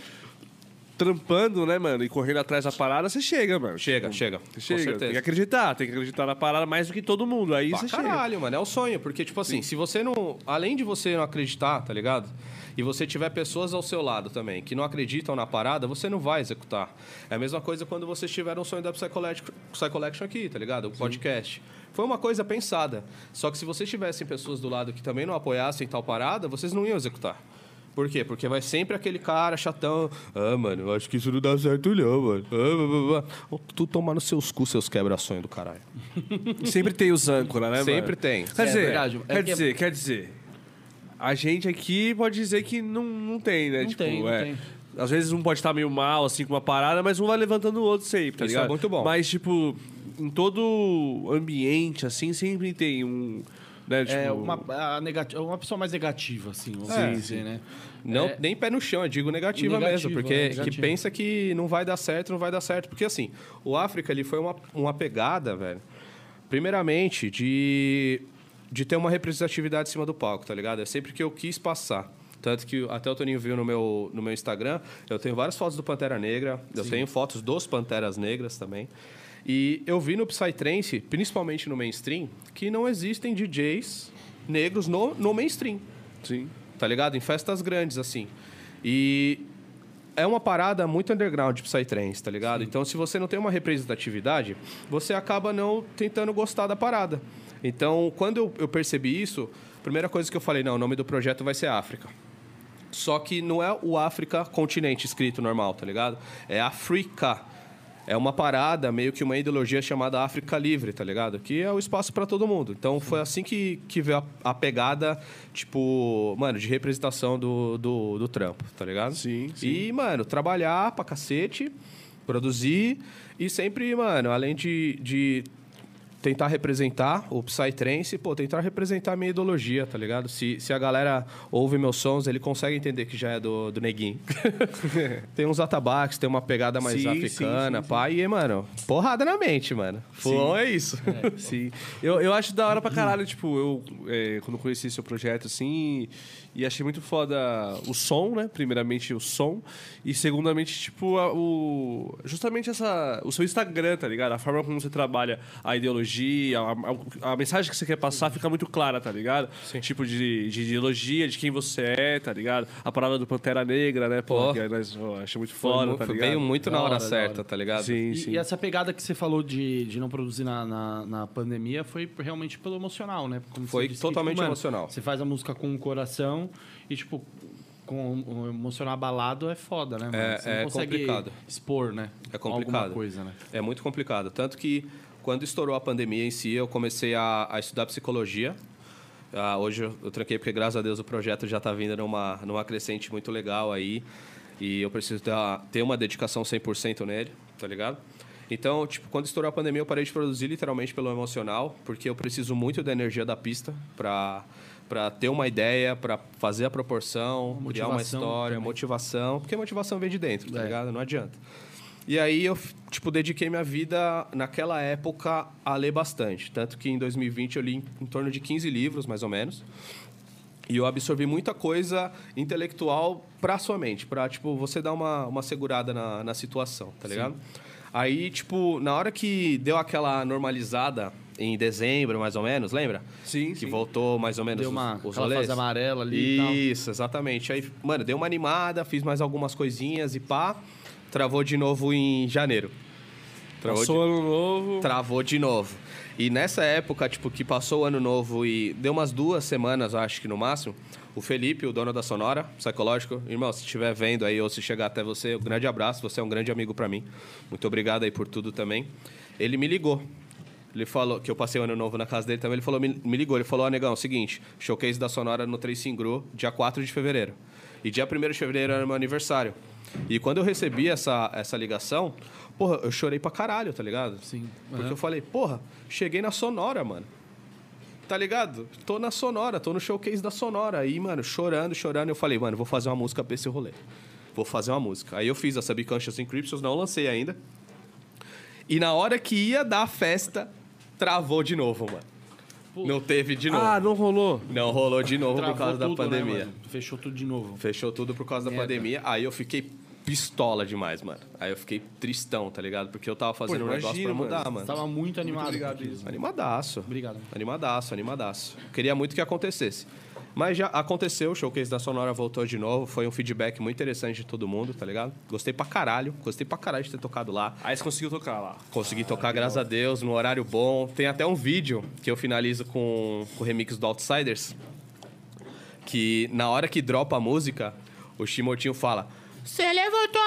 Speaker 1: trampando, né, mano, e correndo atrás da parada, você chega, mano. Tipo,
Speaker 3: Chega, chega.
Speaker 1: Você
Speaker 3: Com
Speaker 1: chega, tem que
Speaker 3: certeza.
Speaker 1: acreditar, tem que acreditar na parada mais do que todo mundo. Aí
Speaker 3: Pra
Speaker 1: você chega.
Speaker 3: caralho, mano. É o sonho. Porque, tipo assim, se você não. Além de você não acreditar, tá ligado? E você tiver pessoas ao seu lado também que não acreditam na parada, você não vai executar. É a mesma coisa quando vocês tiveram o sonho da Psycollect- Psycollection aqui, tá ligado? O podcast. Foi uma coisa pensada. Só que se vocês tivessem pessoas do lado que também não apoiassem tal parada, vocês não iam executar. Por quê? Porque vai sempre aquele cara chatão. Ah, mano, eu acho que isso não dá certo, não, mano. Ah, blá, blá, blá." Ô, Tu tomar nos seus cu, seus quebra-sonho do caralho.
Speaker 1: Sempre tem os âncora, né, mano?
Speaker 3: Sempre tem.
Speaker 1: Quer
Speaker 2: É
Speaker 1: dizer,
Speaker 2: verdade. É
Speaker 1: quer
Speaker 2: que-
Speaker 1: dizer, quer dizer. A gente aqui pode dizer que não, não tem, né?
Speaker 2: Não
Speaker 1: tipo,
Speaker 2: tem, não
Speaker 1: é.
Speaker 2: tem.
Speaker 1: Às vezes um pode estar meio mal, assim, com uma parada, mas um vai levantando o outro sempre, tá
Speaker 3: Isso
Speaker 1: ligado?
Speaker 3: é muito bom.
Speaker 1: Mas, tipo, em todo ambiente, assim, sempre tem um. Né, tipo,
Speaker 2: É uma, a negativa, uma pessoa mais negativa, assim, vamos
Speaker 3: Sim,
Speaker 2: dizer, né?
Speaker 3: Não,
Speaker 2: É.
Speaker 3: Nem pé no chão, eu digo negativa
Speaker 2: Negativo,
Speaker 3: mesmo. Porque
Speaker 2: é, negativo.
Speaker 3: que pensa que não vai dar certo, não vai dar certo. Porque assim, o África ele foi uma, uma pegada, velho. Primeiramente, de de ter uma representatividade em cima do palco, tá ligado? É sempre que eu quis passar. Tanto que até o Toninho viu no meu, no meu Instagram, eu tenho várias fotos do Pantera Negra, eu tenho fotos dos Panteras Negras também. E eu vi no Psytrance, principalmente no mainstream, que não existem DJs negros no, no mainstream. Sim. Tá ligado? Em festas grandes, assim. E é uma parada muito underground Psytrance, tá ligado? Então, se você não tem uma representatividade, você acaba não tentando gostar da parada. Então, quando eu, eu percebi isso, a primeira coisa que eu falei, não, o nome do projeto vai ser África. Só que não é o África continente escrito normal, tá ligado? É África. É uma parada, meio que uma ideologia chamada África Livre, tá ligado? Que é o espaço pra todo mundo. Então foi assim que, que veio a, a pegada, tipo, mano, de representação do, do, do trampo, tá ligado?
Speaker 1: Sim, sim.
Speaker 3: E, mano, trabalhar pra cacete, produzir e sempre, mano, além de, de tentar representar o Psytrance, pô, tentar representar a minha ideologia, tá ligado? Se, se a galera ouve meus sons, ele consegue entender que já é do, do neguinho. tem uns atabaques, tem uma pegada mais
Speaker 1: Sim,
Speaker 3: africana, pá, e, mano, porrada na mente, mano. Fulão é isso.
Speaker 1: Sim. Eu, eu acho da hora pra caralho, tipo, eu é, quando conheci seu projeto, assim, e achei muito foda o som, né? Primeiramente o som, e segundamente, tipo, a- o. Justamente essa. O seu Instagram, tá ligado? A forma como você trabalha a ideologia, a, a- a mensagem que você quer passar fica muito clara, tá ligado? Tipo, de, de ideologia, de quem você é, tá ligado? A parada do Pantera Negra, né? Pô,
Speaker 3: Pô.
Speaker 1: que nós eu achei muito
Speaker 3: Foi
Speaker 1: foda,
Speaker 3: mu-
Speaker 1: tá
Speaker 3: foi-
Speaker 1: ligado?
Speaker 3: Veio muito na
Speaker 2: Da
Speaker 3: hora,
Speaker 2: hora, da
Speaker 3: certa,
Speaker 2: hora.
Speaker 3: tá ligado?
Speaker 1: Sim,
Speaker 2: E,
Speaker 1: sim.
Speaker 2: e essa pegada que você falou de, de não produzir na, na, na pandemia foi realmente pelo emocional, né? Como você
Speaker 3: Foi
Speaker 2: disse,
Speaker 3: totalmente emocional.
Speaker 2: Você faz a música com o coração e, tipo, com o o emocional abalado é foda, né? Mano?
Speaker 3: É-
Speaker 2: você não
Speaker 3: é
Speaker 2: consegue
Speaker 3: complicado.
Speaker 2: expor, né?
Speaker 3: É complicado.
Speaker 2: Alguma coisa, né?
Speaker 3: É muito complicado. Tanto que quando estourou a pandemia em si, eu comecei a, a estudar psicologia. Ah, hoje eu, eu tranquei porque, graças a Deus, o projeto já está vindo numa, numa crescente muito legal aí. E eu preciso dar- ter uma dedicação 100% nele, tá ligado? Então, tipo, quando estourou a pandemia, eu parei de produzir literalmente pelo emocional, porque eu preciso muito da energia da pista para para ter uma ideia, para fazer a proporção,
Speaker 2: Uma
Speaker 3: criar uma
Speaker 2: motivação
Speaker 3: história,
Speaker 2: também.
Speaker 3: motivação, porque motivação vem de dentro, tá
Speaker 2: É.
Speaker 3: ligado? Não adianta. E aí eu, tipo, dediquei minha vida naquela época a ler bastante. Tanto que em 2020 eu li em, em torno de 15 livros, mais ou menos. E eu absorvi muita coisa intelectual pra sua mente, pra, tipo, você dar uma, uma segurada na, na situação, tá ligado? Aí, tipo, na hora que deu aquela normalizada em dezembro, mais ou menos, lembra?
Speaker 1: Sim,
Speaker 3: Que
Speaker 1: sim.
Speaker 3: voltou mais ou menos
Speaker 2: Deu
Speaker 3: os-
Speaker 2: uma
Speaker 3: os
Speaker 2: aquela
Speaker 3: rolês.
Speaker 2: fase amarela ali e tal.
Speaker 3: Isso, exatamente. Aí, mano, deu uma animada, fiz mais algumas coisinhas e pá. Travou de novo em janeiro. Travou,
Speaker 1: Passou ano novo.
Speaker 3: de... Travou de novo. E nessa época, tipo, que passou o ano novo e deu umas duas semanas, acho que no máximo, o Felipe, o dono da Sonora, psicológico, irmão, se estiver vendo aí ou se chegar até você, um grande abraço, você é um grande amigo pra mim. Muito obrigado aí por tudo também. Ele me ligou. Ele falou que eu passei o ano novo na casa dele também. Ele falou, me, me ligou, ele falou: Ó, negão, é seguinte, showcase da Sonora no 3 Singru, dia 4 de fevereiro. E dia 1 de fevereiro era meu aniversário. E quando eu recebi essa, essa ligação, porra, eu chorei pra caralho, tá ligado?
Speaker 2: Sim.
Speaker 3: Porque
Speaker 2: Aham.
Speaker 3: eu falei, porra, cheguei na Sonora, mano. Tá ligado? Tô na Sonora, tô no showcase da Sonora. Aí, mano, chorando, chorando. Eu falei, mano, vou fazer uma música pra esse rolê. Vou fazer uma música. Aí eu fiz a Subconscious Encryptions, não lancei ainda. E na hora que ia dar a festa, travou de novo, mano. Não teve de novo.
Speaker 1: Ah, não rolou.
Speaker 3: não rolou de novo
Speaker 2: Travou
Speaker 3: por causa da
Speaker 2: tudo, né,
Speaker 3: pandemia.
Speaker 2: mano? Fechou tudo de novo.
Speaker 3: Fechou tudo por causa da
Speaker 2: Merda.
Speaker 3: pandemia. Aí eu fiquei pistola demais, mano. Aí eu fiquei tristão, tá ligado? Porque eu tava fazendo um negócio
Speaker 1: imagino,
Speaker 3: pra mudar,
Speaker 1: mano.
Speaker 3: mano.
Speaker 2: Tava muito animado.
Speaker 1: obrigado,
Speaker 2: com
Speaker 1: Isa.
Speaker 2: aquilo.
Speaker 3: Animadaço.
Speaker 2: Obrigado.
Speaker 3: Animadaço, animadaço. Queria muito que acontecesse. Mas já aconteceu, o showcase da Sonora voltou de novo. Foi um feedback muito interessante de todo mundo, tá ligado? Gostei pra caralho. Gostei pra caralho de ter tocado lá.
Speaker 1: Aí você conseguiu tocar lá.
Speaker 3: Consegui tocar, graças a Deus, no horário bom. Tem até um vídeo que eu finalizo com, com o remix do Outsiders. Que na hora que dropa a música, o Timotinho fala. Você levantou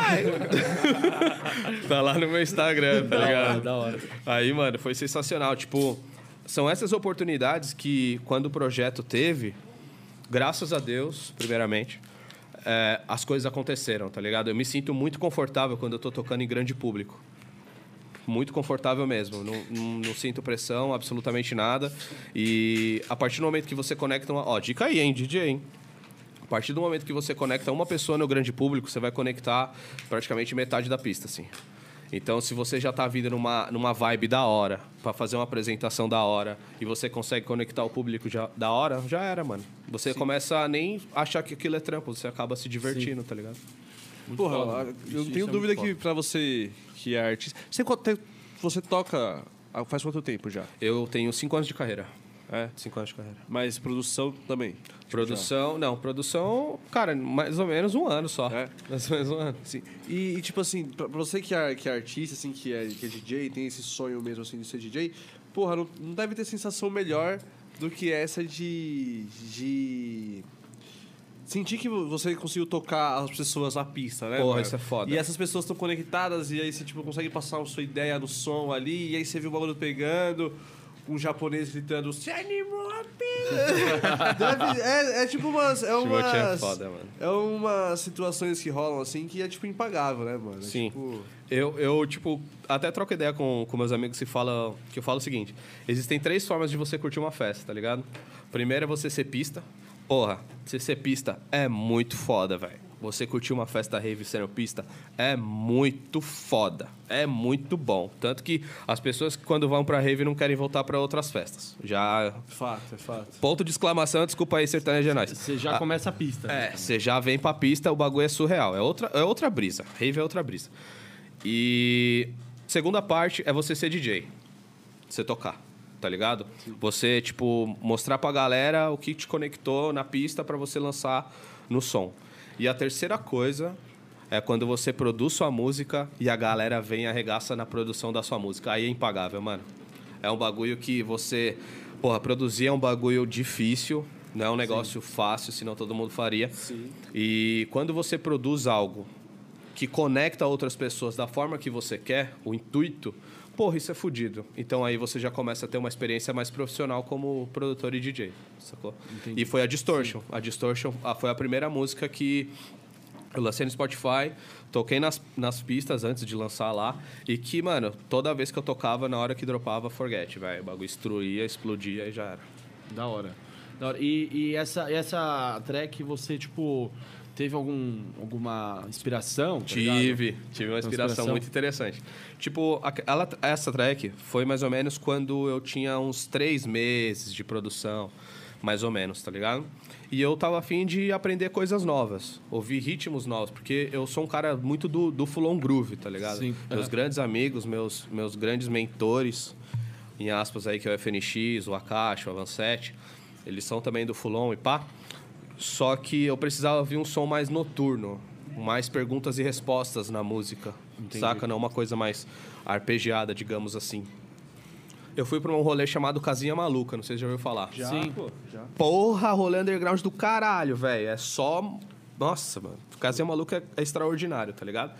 Speaker 3: a galera, hein, caralho! tá lá no meu Instagram, tá ligado? Da hora. Aí, mano, foi sensacional. Tipo, são essas oportunidades que quando o projeto teve, graças a Deus, primeiramente, é, as coisas aconteceram, tá ligado? Eu me sinto muito confortável quando eu tô tocando em grande público. Muito confortável mesmo. Não, não- não sinto pressão, absolutamente nada. E a partir do momento que você conecta uma. Ó, dica aí, hein, DJ, hein? A partir do momento que você conecta uma pessoa no grande público, você vai conectar praticamente metade da pista, assim. Então, se você já tá vindo numa, numa vibe da hora, pra fazer uma apresentação da hora, e você consegue conectar o público já, da hora, já era, mano. Você começa a nem achar que aquilo é trampo, você acaba se divertindo, tá ligado?
Speaker 1: Porra, eu não tenho dúvida que pra você que é artista. Você, quanto tempo você toca ah, faz quanto tempo já?
Speaker 3: Eu tenho cinco anos de carreira.
Speaker 1: É.
Speaker 3: Cinco anos de carreira.
Speaker 1: Mas produção também.
Speaker 3: produção, não, produção, cara, mais ou menos um ano só.
Speaker 1: É?
Speaker 3: Mais ou menos um ano.
Speaker 1: Sim. E, e, tipo assim, pra pra você que é, que é artista, assim, que é, que é DJ, tem esse sonho mesmo assim de ser DJ, porra, não, não deve ter sensação melhor do que essa de. de. Sentir que vo- você conseguiu tocar as pessoas na pista, né?
Speaker 3: Porra,
Speaker 1: mano?
Speaker 3: isso é foda.
Speaker 1: E essas pessoas estão conectadas e aí você tipo, consegue passar a sua ideia no som ali, e aí você vê o bagulho pegando, um japonês gritando, se animou a pista! Deve- é, é tipo umas. É
Speaker 3: Timothy
Speaker 1: umas,
Speaker 3: é foda, mano.
Speaker 1: é umas situações que rolam assim que é tipo impagável, né, mano? É,
Speaker 3: Sim.
Speaker 1: tipo,
Speaker 3: Eu, eu, tipo, até troco ideia com, com meus amigos e fala que eu falo o seguinte: existem três formas de você curtir uma festa, tá ligado? Primeiro é você ser pista. Porra, você ser pista é muito foda, velho. Você curtir uma festa rave sendo pista é muito foda. É muito bom. Tanto que as pessoas que quando vão pra rave não querem voltar pra outras festas. Já.
Speaker 1: fato, é fato.
Speaker 3: Ponto de exclamação, desculpa aí, sertanejo é nóis.
Speaker 2: Você já
Speaker 3: Ah,
Speaker 2: começa a pista. né?
Speaker 3: é, você já vem pra pista, o bagulho é surreal. É outra, é outra brisa. Rave é outra brisa. E segunda parte é você ser DJ. Você tocar, tá ligado? Você, tipo, mostrar pra galera o que te conectou na pista pra você lançar no som. E a terceira coisa é quando você produz sua música e a galera vem e arregaça na produção da sua música. Aí é impagável, mano. É um bagulho que você. Porra, produzir é um bagulho difícil. Não é um negócio fácil, senão todo mundo faria. Sim. E quando você produz algo que conecta outras pessoas da forma que você quer, o intuito, porra, isso é fudido. Então aí você já começa a ter uma experiência mais profissional como produtor e DJ, sacou? E foi a Distortion. A Distortion ah, foi a primeira música que eu lancei no Spotify, toquei nas, nas pistas antes de lançar lá. E que, mano, toda vez que eu tocava, na hora que dropava, forget, velho. O bagulho destruía, explodia e já era.
Speaker 2: Da hora. Da hora. E, e essa, e essa track, você, tipo, teve algum, alguma inspiração? tá ligado?
Speaker 3: Tive, tive uma inspiração
Speaker 2: Inspiração.
Speaker 3: muito interessante. Tipo, a- ela- essa track foi mais ou menos quando eu tinha uns três meses de produção, mais ou menos, tá ligado? E eu tava afim de aprender coisas novas, ouvir ritmos novos, porque eu sou um cara muito do, do full-on groove, tá ligado?
Speaker 2: Sim.
Speaker 3: Meus grandes amigos, meus, meus grandes mentores, em aspas aí, que é o FNX, o Akash, o Avanset, eles são também do full-on e pá. Só que eu precisava ouvir um som mais noturno, mais perguntas e respostas na música. Saca? Não uma coisa mais arpejada, digamos assim. Eu fui pra um rolê chamado Casinha Maluca, não sei se já ouviu falar. Já.
Speaker 2: Sim.
Speaker 3: Porra, rolê underground do caralho, velho. É só. Nossa, mano. Casinha Maluca é extraordinário, tá ligado?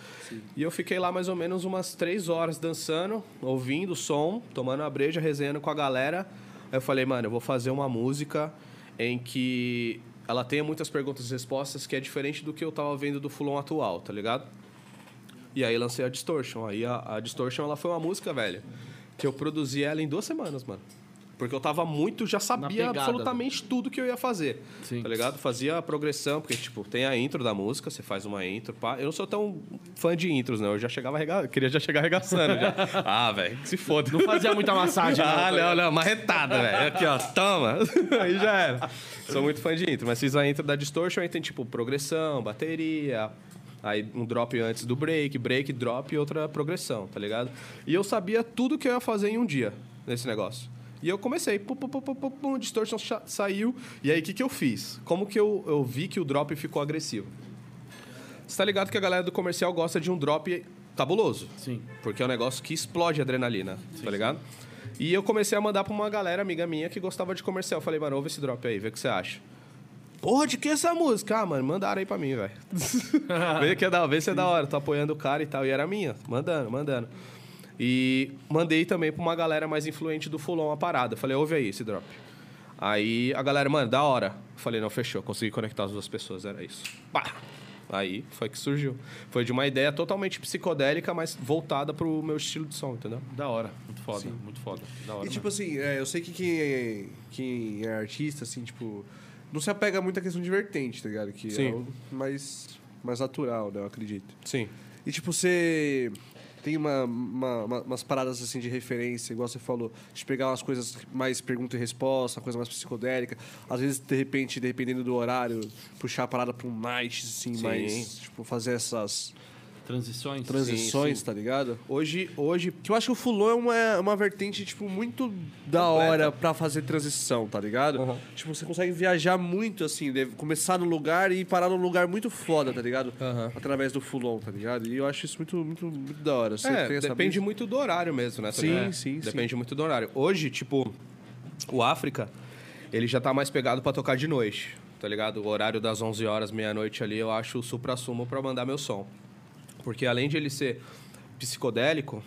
Speaker 3: E eu fiquei lá mais ou menos umas três horas dançando, ouvindo o som, tomando a breja, resenhando com a galera. Aí eu falei, mano, eu vou fazer uma música em que ela tenha muitas perguntas e respostas, que é diferente do que eu tava vendo do Fulon atual, tá ligado? E aí lancei a Distortion. Aí a, a Distortion ela foi uma música, velho, que eu produzi ela em duas semanas, mano. Porque eu tava muito, já sabia
Speaker 2: pegada,
Speaker 3: absolutamente tudo que eu ia fazer.
Speaker 2: Sim.
Speaker 3: Tá ligado? Fazia a progressão, porque, tipo, tem a intro da música, você faz uma intro, pá. Eu não sou tão fã de intros, não. Eu já chegava arrega... queria já chegar arregaçando. já. Ah, velho, que se foda.
Speaker 2: Não fazia muita massagem, não,
Speaker 3: Ah,
Speaker 2: tá
Speaker 3: não, não, marretada, velho. Aqui, ó, toma. Aí já era. Sou muito fã de intro, mas fiz a intro da Distortion, aí tem tipo progressão, bateria, aí um drop antes do break, break, drop e outra progressão, tá ligado? E eu sabia tudo que eu ia fazer em um dia nesse negócio. E eu comecei, pum, pum, pum, pum, pum, pum, distortion cha- saiu. E aí, o que, que eu fiz? Como que eu, eu vi que o drop ficou agressivo? Você tá ligado que a galera do comercial gosta de um drop tabuloso.
Speaker 2: Sim.
Speaker 3: Porque é um negócio que explode a adrenalina, tá ligado? E eu comecei a mandar pra uma galera, amiga minha, que gostava de comercial. Falei, mano, ouve esse drop aí, vê o que você acha. Porra, de que essa música? Ah, mano, mandaram aí pra mim, velho. vê que é da hora, vê se é da hora. Tô apoiando o cara e tal. E era minha, mandando, mandando. E mandei também pra uma galera mais influente do Fulon a parada. Falei, ouve aí esse drop. Aí a galera, mano, da hora. Falei, não, fechou. Consegui conectar as duas pessoas, era isso. Pá! Aí foi que surgiu. Foi de uma ideia totalmente psicodélica, mas voltada pro meu estilo de som, entendeu?
Speaker 2: Da hora. Muito foda, muito foda. Da hora.
Speaker 1: E tipo assim, é, eu sei que quem é, quem é artista, assim, tipo, não se apega muito à questão de vertente, tá ligado? Que
Speaker 3: Sim.
Speaker 1: é algo mais, mais natural, né? Eu acredito.
Speaker 3: Sim.
Speaker 1: E tipo, você. tem uma, uma- uma- umas paradas assim de referência, igual você falou, de pegar umas coisas mais pergunta e resposta, uma coisa mais psicodélica. Às vezes, de repente, dependendo do horário, puxar a parada pra um night, assim, mais. Tipo, fazer essas
Speaker 2: Transições.
Speaker 1: transições, tá ligado?
Speaker 3: Hoje, hoje
Speaker 1: Que eu acho que o Fulon é uma, uma vertente, tipo, muito da hora pra fazer transição, tá ligado? Tipo, você consegue viajar muito, assim, deve começar num lugar e parar num lugar muito foda, tá ligado? Através do Fulon, tá ligado? E eu acho isso muito, muito, muito da hora. Você
Speaker 3: é,
Speaker 1: tem essa
Speaker 3: depende
Speaker 1: brisa?
Speaker 3: muito do horário mesmo, né?
Speaker 1: Sim,
Speaker 3: É,
Speaker 1: sim, sim.
Speaker 3: Depende muito do horário. Hoje, tipo, o África, ele já tá mais pegado pra tocar de noite, tá ligado? O horário das 11 horas, meia-noite ali, eu acho o supra-sumo pra mandar meu som. Porque além de ele ser psicodélico,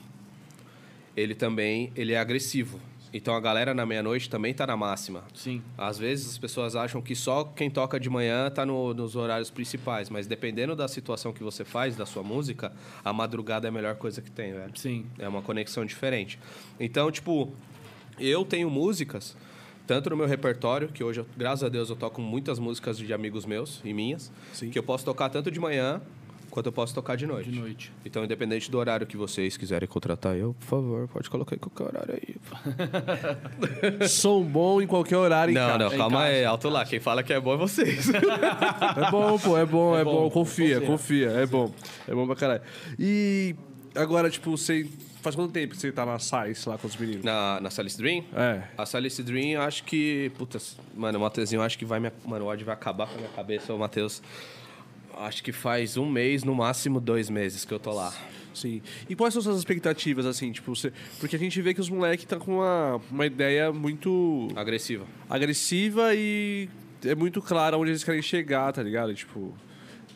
Speaker 3: ele também ele é agressivo. Então a galera na meia-noite também tá na máxima.
Speaker 2: Sim.
Speaker 3: Às vezes as pessoas acham que só quem toca de manhã tá no- nos horários principais, mas dependendo da situação que você faz, da sua música, a madrugada é a melhor coisa que tem, velho.
Speaker 2: Sim.
Speaker 3: É uma conexão diferente. Então, tipo, eu tenho músicas, tanto no meu repertório, que hoje, eu- graças a Deus, eu toco muitas músicas de amigos meus e minhas, que eu posso tocar tanto de manhã quanto eu posso tocar de noite.
Speaker 2: De noite.
Speaker 3: Então, independente do horário que vocês quiserem contratar eu, por favor, pode colocar aí qualquer horário aí.
Speaker 1: Som bom em qualquer horário,
Speaker 3: Não,
Speaker 1: cara.
Speaker 3: não, calma aí, alto lá. Quem fala que é bom é vocês.
Speaker 1: É bom, pô, é bom, é, bom. Confia, confia, É bom. É bom pra caralho. E agora, tipo, você. Faz quanto tempo que você tá na SAI, sei lá, com os meninos?
Speaker 3: Na, na Salice Dream?
Speaker 1: É.
Speaker 3: A Salice Dream, eu acho que. Putz, mano, o Matheusinho, eu acho que vai. Me, mano, o ódio vai acabar com a minha cabeça, o Matheus. Acho que faz um mês, no máximo dois meses que eu tô lá.
Speaker 1: Sim. E quais são suas expectativas, assim, tipo, você... porque a gente vê que os moleques estão com uma, uma ideia muito
Speaker 3: Agressiva.
Speaker 1: agressiva e é muito clara onde eles querem chegar, tá ligado? Tipo.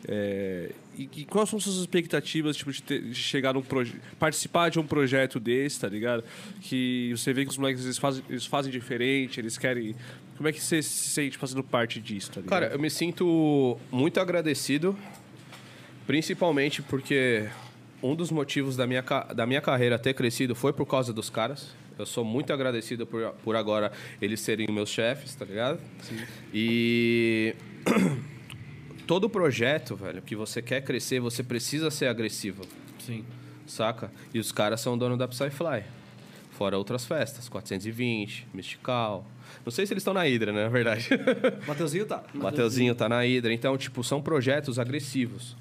Speaker 1: é, E, e quais são suas expectativas, tipo, de, ter- de chegar num projeto. participar de um projeto desse, tá ligado? Que você vê que os moleques eles fazem, eles fazem diferente, eles querem. Como é que você se sente fazendo parte disso, tá ligado?
Speaker 3: Cara, eu me sinto muito agradecido, principalmente porque um dos motivos da minha, ca- da minha carreira ter crescido foi por causa dos caras. Eu sou muito agradecido por, por agora eles serem meus chefes, tá ligado? Sim. E todo projeto, velho, que você quer crescer, você precisa ser agressivo
Speaker 2: Sim.
Speaker 3: saca? E os caras são dono da Psyfly. Fora outras festas, 420, Mystical. Não sei se eles estão na Hydra, né, na verdade.
Speaker 1: Mateuzinho tá.
Speaker 3: Mateuzinho tá na Hydra. Então, tipo, são projetos agressivos.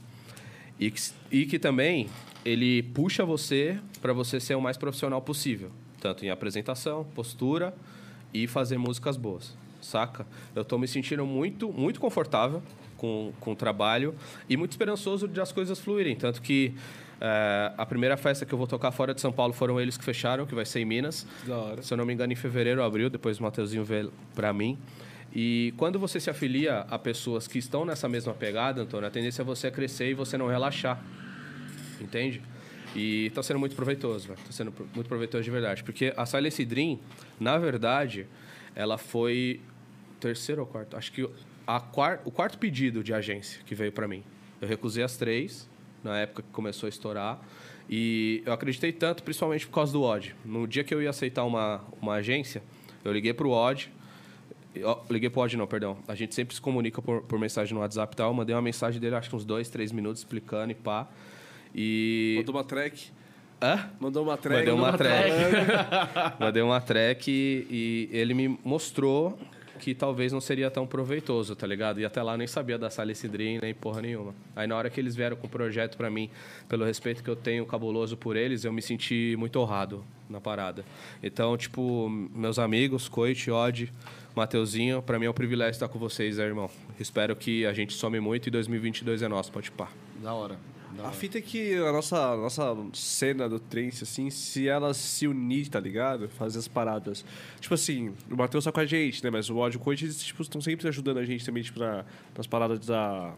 Speaker 3: E que, e que também ele puxa você para você ser o mais profissional possível. Tanto em apresentação, postura e fazer músicas boas, saca? Eu tô me sentindo muito, muito confortável com, com o trabalho e muito esperançoso de as coisas fluírem. Tanto que eh, a primeira festa que eu vou tocar fora de São Paulo foram eles que fecharam, que vai ser em Minas.
Speaker 1: Da hora.
Speaker 3: Se eu não me engano, em fevereiro ou abril, depois o Mateuzinho vê pra mim. E quando você se afilia a pessoas que estão nessa mesma pegada, Antônio, a tendência é você crescer e você não relaxar. Entende? E tá sendo muito proveitoso, velho. Tá sendo pro- muito proveitoso de verdade. Porque a Silence Dream, na verdade, ela foi o terceiro ou quarto? Acho que a quar- o quarto pedido de agência que veio pra mim. Eu recusei as três, na época que começou a estourar. E eu acreditei tanto, principalmente por causa do Odd. No dia que eu ia aceitar uma, uma agência, eu liguei pro Odd. Eu liguei pro Odd, não, perdão. A gente sempre se comunica por, por mensagem no WhatsApp e tal. Eu mandei uma mensagem dele, acho que uns dois, três minutos, explicando e pá. E.
Speaker 1: Mandou uma track.
Speaker 3: Hã?
Speaker 1: Mandou uma track.
Speaker 3: Mandei uma track. Mandei uma track e, e ele me mostrou que talvez não seria tão proveitoso, tá ligado? E até lá eu nem sabia da Salice Dream, nem porra nenhuma. Aí na hora que eles vieram com o projeto pra mim, pelo respeito que eu tenho cabuloso por eles, eu me senti muito honrado na parada. Então, tipo, meus amigos, Coit, Odd, Mateuzinho, pra mim é um privilégio estar com vocês, né, irmão? Espero que a gente some muito e 2022 é nosso, pode pá.
Speaker 2: Da hora. Da
Speaker 1: A
Speaker 2: hora.
Speaker 1: fita é que a nossa, nossa cena do trance, assim, se ela se unir, tá ligado? Fazer as paradas. Tipo assim, o Matheus tá com a gente, né? Mas o ódio coach, eles tipo, estão sempre ajudando a gente também, tipo, na- nas paradas da.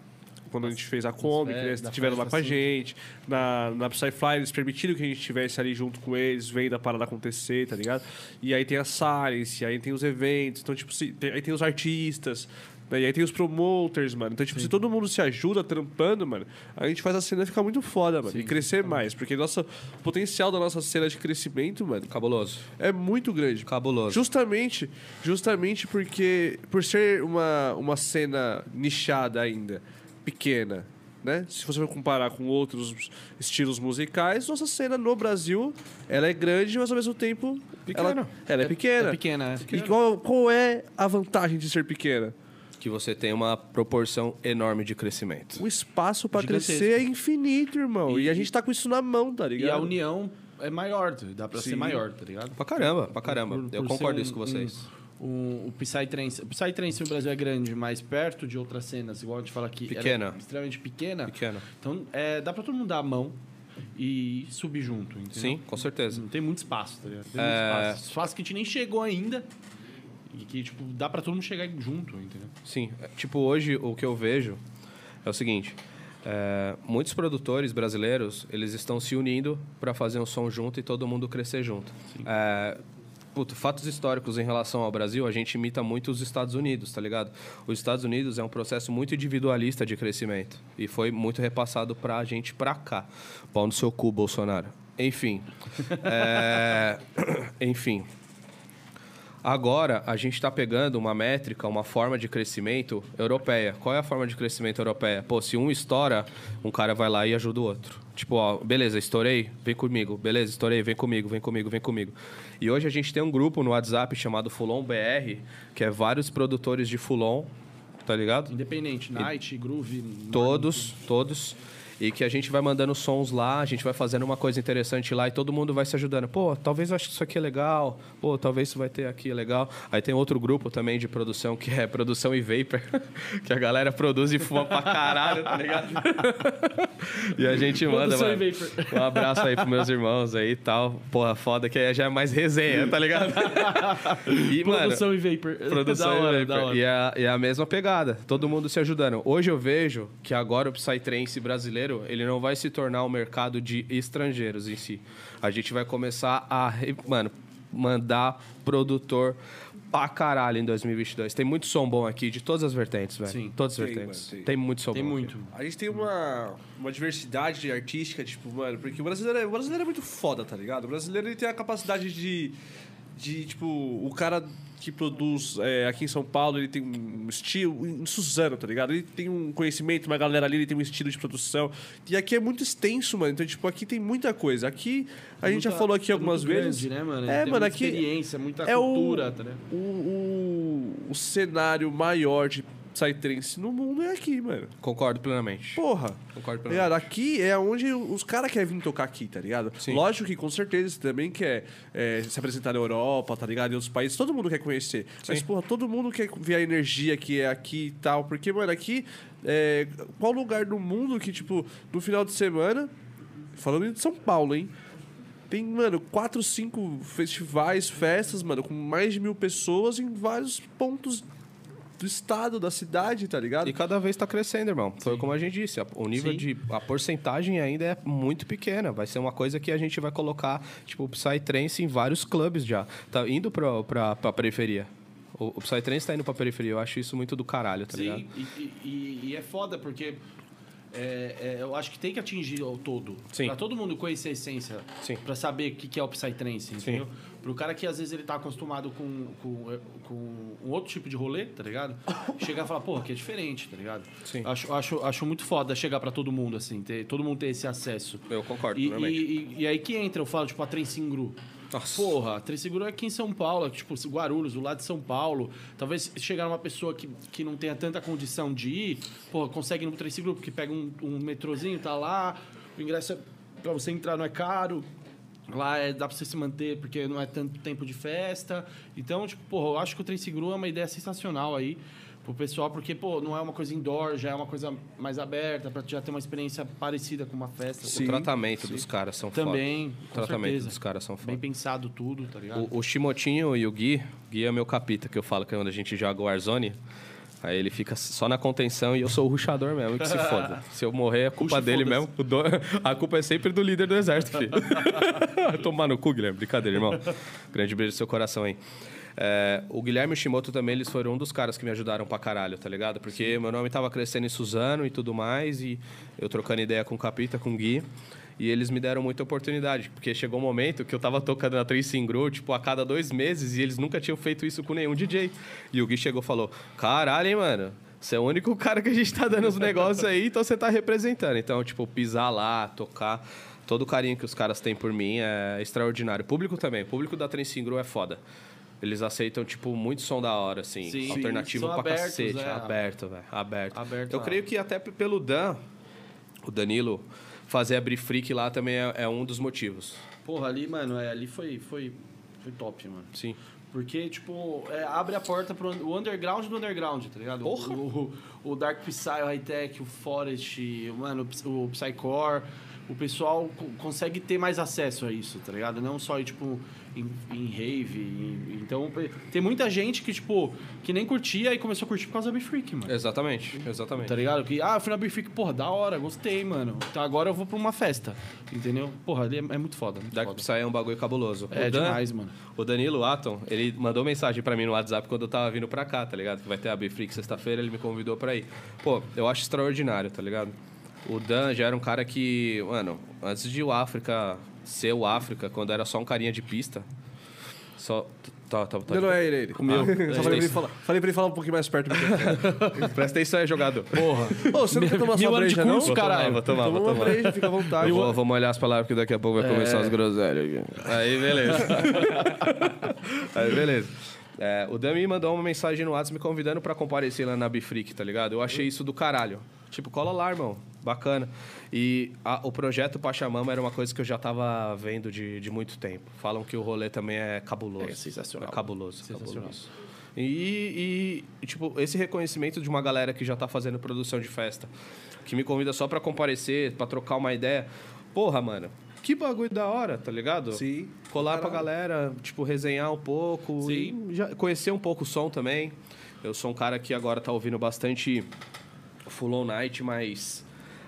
Speaker 1: Quando a gente fez a Comic,
Speaker 2: festas,
Speaker 1: eles
Speaker 2: da
Speaker 1: estiveram lá
Speaker 2: festa,
Speaker 1: com a
Speaker 2: sim.
Speaker 1: gente. Na, na Psyfly, eles permitiram que a gente estivesse ali junto com eles, vendo a parada acontecer, tá ligado? E aí tem a Silence, aí tem os eventos, então, tipo, se- tem- aí tem os artistas, né? E aí tem os promoters, mano. Então, tipo, se todo mundo se ajuda trampando, mano, a gente faz a cena ficar muito foda, mano. e crescer mais. Porque nossa, o potencial da nossa cena de crescimento, mano,
Speaker 3: Cabuloso.
Speaker 1: é muito grande.
Speaker 3: Cabuloso.
Speaker 1: Justamente, justamente porque por ser uma, uma cena nichada ainda, pequena, né? Se você for comparar com outros estilos musicais, nossa cena no Brasil, ela é grande, mas ao mesmo tempo...
Speaker 2: Pequena.
Speaker 1: Ela, ela é, pequena.
Speaker 2: É pequena, é.
Speaker 1: E qual, qual é a vantagem de ser pequena?
Speaker 3: Que você tem uma proporção enorme de crescimento.
Speaker 1: O espaço pra
Speaker 2: Gigantesco.
Speaker 1: crescer é infinito, irmão. E, a gente tá com isso na mão, tá ligado?
Speaker 2: E a união é maior, dá pra ser
Speaker 1: Sim.
Speaker 2: maior, tá ligado?
Speaker 3: Pra caramba, pra caramba.
Speaker 2: Por-
Speaker 3: Eu
Speaker 2: por
Speaker 3: concordo
Speaker 2: ser
Speaker 3: isso com
Speaker 2: um-
Speaker 3: vocês.
Speaker 2: um- um- o Psytrance. O Psytrance no Brasil é grande, mas perto de outras cenas, igual a gente fala aqui. ela
Speaker 3: Pequena.
Speaker 2: É extremamente pequena.
Speaker 3: Pequena.
Speaker 2: Então, é, dá pra todo mundo dar a mão e subir junto, entendeu?
Speaker 3: Sim, com certeza.
Speaker 2: Não tem muito espaço, tá ligado? Tem
Speaker 3: É.
Speaker 2: muito espaço. Espaço que a gente nem chegou ainda. E que, tipo, dá pra todo mundo chegar junto, entendeu?
Speaker 3: Sim. É, Tipo, hoje o que eu vejo é o seguinte. é, muitos produtores brasileiros, eles estão se unindo para fazer um som junto e todo mundo crescer junto. É, puto, fatos históricos em relação ao Brasil, a gente imita muito os Estados Unidos, tá ligado? Os Estados Unidos é um processo muito individualista de crescimento e foi muito repassado pra gente pra cá. Pau no seu cu, Bolsonaro. Enfim. É, enfim. Agora, a gente está pegando uma métrica, uma forma de crescimento europeia. Qual é a forma de crescimento europeia? Pô, se um estoura, um cara vai lá e ajuda o outro. Tipo, ó, beleza, estourei, vem comigo. Beleza, estourei, vem comigo, vem comigo, vem comigo. E hoje a gente tem um grupo no WhatsApp chamado Fulon BR, que é vários produtores de Fulon, tá ligado?
Speaker 2: Independente, Night, Groove...
Speaker 3: Todos, todos. E que a gente vai mandando sons lá, a gente vai fazendo uma coisa interessante lá e todo mundo vai se ajudando. Pô, talvez eu ache que isso aqui é legal. Pô, talvez isso vai ter aqui é legal. Aí tem outro grupo também de produção que é produção e vapor, que a galera produz e fuma pra caralho, tá ligado? e a gente manda,
Speaker 2: Produção e
Speaker 3: mano. Um abraço aí pros meus irmãos aí e tal. Porra, foda que aí já é mais resenha, tá ligado? E, mano,
Speaker 2: Produção e Vapor.
Speaker 3: Produção
Speaker 2: da hora,
Speaker 3: e
Speaker 2: da
Speaker 3: vapor.
Speaker 2: hora.
Speaker 3: E é, e é a mesma pegada. Todo mundo se ajudando. Hoje eu vejo que agora o Psytrance brasileiro, ele não vai se tornar um mercado de estrangeiros em si. A gente vai começar a, re- mano, mandar produtor pra caralho em 2022. Tem muito som bom aqui, de todas as vertentes, velho.
Speaker 2: Sim.
Speaker 3: Todas as
Speaker 1: Tem,
Speaker 3: vertentes.
Speaker 1: mano, tem.
Speaker 3: tem. muito som
Speaker 2: Tem
Speaker 3: bom. aqui.
Speaker 2: muito.
Speaker 1: A gente tem uma, uma diversidade artística, tipo, mano, porque o brasileiro, é, o brasileiro é muito foda, tá ligado? O brasileiro ele tem a capacidade de, de tipo, o cara que produz é, aqui em São Paulo, ele tem um estilo, em Suzano, tá ligado? Ele tem um conhecimento, uma galera ali, ele tem um estilo de produção. E aqui é muito extenso, mano, então, tipo, aqui tem muita coisa. Aqui, a gente já
Speaker 2: Muita-
Speaker 1: falou aqui
Speaker 2: é
Speaker 1: algumas
Speaker 2: muito
Speaker 1: vezes.
Speaker 2: grande, né, mano?
Speaker 1: É,
Speaker 2: Tem
Speaker 1: mano,
Speaker 2: muita
Speaker 1: aqui
Speaker 2: experiência, muita
Speaker 1: é o-
Speaker 2: cultura, tá ligado?
Speaker 1: o, o, o cenário maior de Psytrance no mundo é aqui, mano.
Speaker 3: Concordo plenamente.
Speaker 1: Porra.
Speaker 3: Concordo plenamente.
Speaker 1: Ligado? Aqui é onde os caras querem vir tocar aqui, tá ligado? Lógico que com certeza você também quer é, se apresentar na Europa, tá ligado? Em outros países, todo mundo quer conhecer. Mas, porra, todo mundo quer ver a energia que é aqui e tal. Porque, mano, aqui. é, qual lugar do mundo que, tipo, no final de semana. Falando de São Paulo, hein? Tem, mano, quatro, cinco festivais, festas, mano, com mais de mil pessoas em vários pontos do estado, da cidade, tá ligado?
Speaker 3: E cada vez está crescendo, irmão. Foi como a gente disse, a- o nível
Speaker 2: Sim.
Speaker 3: de. A porcentagem ainda é muito pequena. Vai ser uma coisa que a gente vai colocar, tipo, o Psytrance em vários clubes já. Tá indo pra, pra, pra periferia. O, o Psytrance tá indo pra periferia. Eu acho isso muito do caralho, tá ligado?
Speaker 2: Sim, e, e- e- e é foda porque é, é, eu acho que tem que atingir ao todo.
Speaker 3: Sim.
Speaker 2: Pra todo mundo conhecer a essência.
Speaker 3: Sim.
Speaker 2: Pra saber o que que é o Psytrance, entendeu? Pro cara que às vezes ele tá acostumado com, com, com um outro tipo de rolê, tá ligado? Chegar e falar, porra, que é diferente, tá ligado?
Speaker 3: Sim.
Speaker 2: Acho, acho, acho muito foda chegar pra todo mundo, assim, ter, todo mundo ter esse acesso.
Speaker 3: Eu concordo,
Speaker 2: E,
Speaker 3: plenamente.
Speaker 2: e- e- e aí que entra, eu falo, tipo, a Trensingru.
Speaker 3: Nossa.
Speaker 2: Porra, a Trensingru é aqui em São Paulo, é, tipo, Guarulhos, o lado de São Paulo. Talvez chegar uma pessoa que, que não tenha tanta condição de ir, porra, consegue ir no Trensingru, porque pega um, um metrozinho, tá lá, o ingresso é, pra você entrar não é caro. Lá é- dá pra você se manter, porque não é tanto tempo de festa. Então, tipo, porra, eu acho que o Trensingru é uma ideia sensacional aí pro pessoal, porque, pô, não é uma coisa indoor, já é uma coisa mais aberta, pra já ter uma experiência parecida com uma festa.
Speaker 3: O tratamento dos caras são
Speaker 2: Também,
Speaker 3: foda.
Speaker 2: com
Speaker 3: O tratamento
Speaker 2: certeza.
Speaker 3: dos caras são
Speaker 2: Bem
Speaker 3: foda.
Speaker 2: pensado tudo, tá ligado?
Speaker 3: O, o Chimotinho e o Gui, o Gui é meu capita, que eu falo que é quando a gente joga o Warzone. Aí ele fica só na contenção e eu sou o ruxador mesmo, que se foda. Se eu morrer, é
Speaker 2: Ruxa
Speaker 3: culpa
Speaker 2: e
Speaker 3: dele
Speaker 2: foda-se.
Speaker 3: mesmo. O do- A culpa é sempre do líder do exército, filho. Vai Tomar no cu, Guilherme. Brincadeira, irmão. Grande beijo no seu coração aí. É, o Guilherme e o Shimoto também, eles foram um dos caras que me ajudaram pra caralho, tá ligado? Porque meu nome tava crescendo em Suzano e tudo mais, e eu trocando ideia com o Capita, com o Gui. E eles me deram muita oportunidade, porque chegou um momento que eu tava tocando na Tracing Grow, tipo, a cada dois meses, e eles nunca tinham feito isso com nenhum DJ. E o Gui chegou e falou: Caralho, hein, mano? Você é o único cara que a gente tá dando os negócios aí, então você tá representando. Então, tipo, pisar lá, tocar. Todo o carinho que os caras têm por mim é extraordinário. O público também. O público da Trensingru é foda. Eles aceitam, tipo, muito som da hora, assim.
Speaker 2: Sim.
Speaker 3: alternativo
Speaker 2: São
Speaker 3: pra
Speaker 2: abertos,
Speaker 3: cacete.
Speaker 2: é.
Speaker 3: Aberto, velho. Aberto.
Speaker 2: Aberto,
Speaker 3: Eu
Speaker 2: é.
Speaker 3: creio que até p- pelo Dan, o Danilo, fazer abrir freak lá também é, é um dos motivos.
Speaker 2: Porra, ali, mano, é, ali foi, foi, foi top, mano.
Speaker 3: Sim.
Speaker 2: Porque, tipo, é, abre a porta pro un- o underground do underground, tá ligado?
Speaker 3: Porra!
Speaker 2: O, o- o Dark Psy, o High Tech, o Forest, o- mano, o Ps- o Psycore. O pessoal co- consegue ter mais acesso a isso, tá ligado? Não só, tipo, em, em rave. em- então, pe- tem muita gente que, tipo, que nem curtia e começou a curtir por causa da Be Freak, mano.
Speaker 3: Exatamente, exatamente.
Speaker 2: Tá ligado? Que, ah, eu fui na Be Freak, porra, da hora, gostei, mano. Então agora eu vou pra uma festa, entendeu? Porra, ali é, é muito foda, muito
Speaker 3: Dark
Speaker 2: foda.
Speaker 3: Psy é um bagulho cabuloso.
Speaker 2: É
Speaker 3: o, Dan-
Speaker 2: demais, mano.
Speaker 3: o Danilo Atom, ele mandou mensagem pra mim no WhatsApp quando eu tava vindo pra cá, tá ligado? Que vai ter a Bifreak sexta-feira, ele me convidou pra ir. Pô, eu acho extraordinário, tá ligado? O Dan já era um cara que, mano, antes de o África ser o África, quando era só um carinha de pista, só. Tá, tá, tá.
Speaker 1: Não, não é ele, é ele.
Speaker 3: O meu.
Speaker 1: Eu só falei pra, ele falar, falei pra ele falar um pouquinho mais perto do microfone.
Speaker 3: Presta atenção aí, jogador.
Speaker 2: Porra.
Speaker 1: Ô, você não quer tomar
Speaker 2: Mil
Speaker 1: sua
Speaker 2: anos de
Speaker 1: breja, não?
Speaker 2: curso, caralho.
Speaker 3: Vou tomar,
Speaker 1: Toma
Speaker 3: vou
Speaker 1: uma
Speaker 3: tomar.
Speaker 1: um breja, fica à vontade. É.
Speaker 3: Eu vou- vamos olhar as palavras, porque daqui a pouco vai começar as groselhas aqui. Aí, beleza. Aí, beleza. É, o Dami mandou uma mensagem no WhatsApp me convidando pra comparecer lá na Bifreak, tá ligado? Eu achei isso do caralho. Tipo, cola lá, irmão. Bacana. E a- o projeto Pachamama era uma coisa que eu já tava vendo de, de muito tempo. Falam que o rolê também é cabuloso.
Speaker 2: É sensacional.
Speaker 3: É cabuloso.
Speaker 2: Sensacional.
Speaker 3: cabuloso. E, e, tipo, esse reconhecimento de uma galera que já tá fazendo produção de festa, que me convida só pra comparecer, pra trocar uma ideia. Porra, mano, que bagulho da hora, tá ligado?
Speaker 1: Sim.
Speaker 3: Colar pra galera, tipo, resenhar um pouco.
Speaker 2: Sim.
Speaker 3: e já conhecer um pouco o som também. Eu sou um cara que agora tá ouvindo bastante Full On Night, mas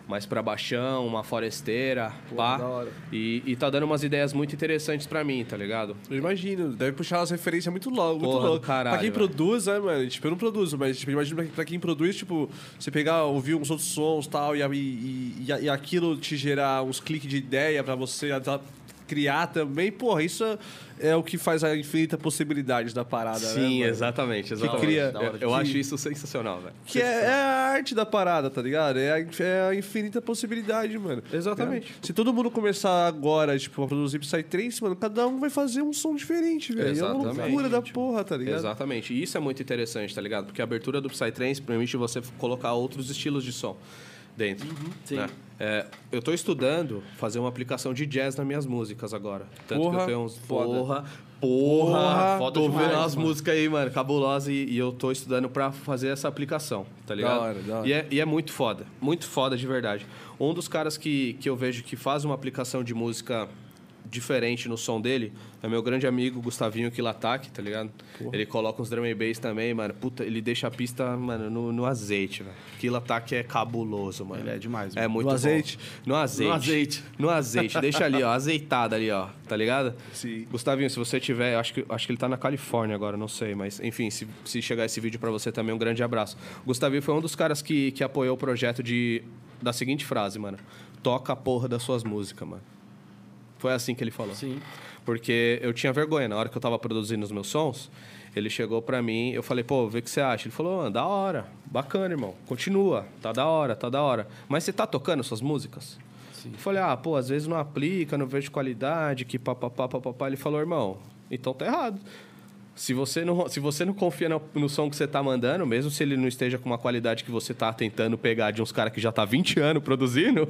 Speaker 3: mais pra baixão, uma foresteira, pá.
Speaker 1: da hora.
Speaker 3: E, e tá dando umas ideias muito interessantes pra mim, tá ligado?
Speaker 1: Eu imagino, deve puxar umas referências muito logo, muito
Speaker 3: Porra do
Speaker 1: louco.
Speaker 3: caralho,
Speaker 1: pra quem
Speaker 3: velho.
Speaker 1: produz, né, mano? Tipo, eu não produzo, mas tipo, imagino pra, pra quem produz, tipo, você pegar, ouvir uns outros sons tal, e, e, e, e aquilo te gerar uns cliques de ideia pra você ata- criar também, porra, isso é, é o que faz a infinita possibilidade da parada, né?
Speaker 3: Sim,
Speaker 1: mano?
Speaker 3: exatamente, exatamente.
Speaker 1: cria-
Speaker 3: Da hora,
Speaker 1: que-
Speaker 3: eu acho isso sensacional, velho.
Speaker 1: Que é, é a arte da parada, tá ligado? É a, é a infinita possibilidade, mano.
Speaker 3: Exatamente.
Speaker 1: Se todo mundo começar agora, tipo, a produzir Psytrance, mano, cada um vai fazer um som diferente, velho. É uma
Speaker 3: Exatamente.
Speaker 1: loucura da porra, tá ligado?
Speaker 3: Exatamente. E isso é muito interessante, tá ligado? Porque a abertura do Psytrance permite você f- colocar outros estilos de som dentro.
Speaker 1: Uhum,
Speaker 2: sim.
Speaker 3: né? É, eu tô estudando fazer uma aplicação de jazz nas minhas músicas agora. Tanto que
Speaker 1: Porra,
Speaker 3: eu tenho uns...
Speaker 1: foda.
Speaker 3: Porra, porra,
Speaker 2: foda
Speaker 3: tô
Speaker 2: demais,
Speaker 3: vendo umas
Speaker 2: mano.
Speaker 3: músicas aí, mano, cabulosa. E, e eu tô estudando pra fazer essa aplicação, tá ligado?
Speaker 1: hora, da hora.
Speaker 3: E é, e é muito foda, muito foda de verdade. Um dos caras que, que eu vejo que faz uma aplicação de música diferente no som dele é meu grande amigo Gustavinho Kilatac, tá ligado? Ele coloca uns drum and bass também, mano. Puta, ele deixa a pista, mano, no, no azeite, velho. Kilatac é cabuloso, mano.
Speaker 2: Ele é demais,
Speaker 3: É
Speaker 2: mano.
Speaker 3: muito
Speaker 1: No
Speaker 3: bom.
Speaker 1: azeite?
Speaker 3: No azeite.
Speaker 2: No azeite.
Speaker 3: No azeite. Deixa ali, ó, azeitada ali, ó. Tá ligado?
Speaker 1: Sim.
Speaker 3: Gustavinho, se você tiver, eu acho que, acho que ele tá na Califórnia agora, não sei, mas enfim, se, se chegar esse vídeo pra você também, um grande abraço. Gustavinho foi um dos caras que, que apoiou o projeto de da seguinte frase, mano. Toca a porra das suas músicas, mano. Foi assim que ele falou.
Speaker 2: Sim.
Speaker 3: Porque eu tinha vergonha. Na hora que eu tava produzindo os meus sons, ele chegou pra mim, eu falei, pô, vê o que você acha. Ele falou, ah, da hora, bacana, irmão. Continua, tá da hora, tá da hora. Mas você tá tocando suas músicas? Sim. Eu falei, ah, pô, às vezes não aplica, não vejo qualidade, que papapá, papapá. Ele falou, irmão, então tá errado. Se você não, se você não confia no, no som que você tá mandando, mesmo se ele não esteja com uma qualidade que você tá tentando pegar de uns caras que já tá 20 anos produzindo,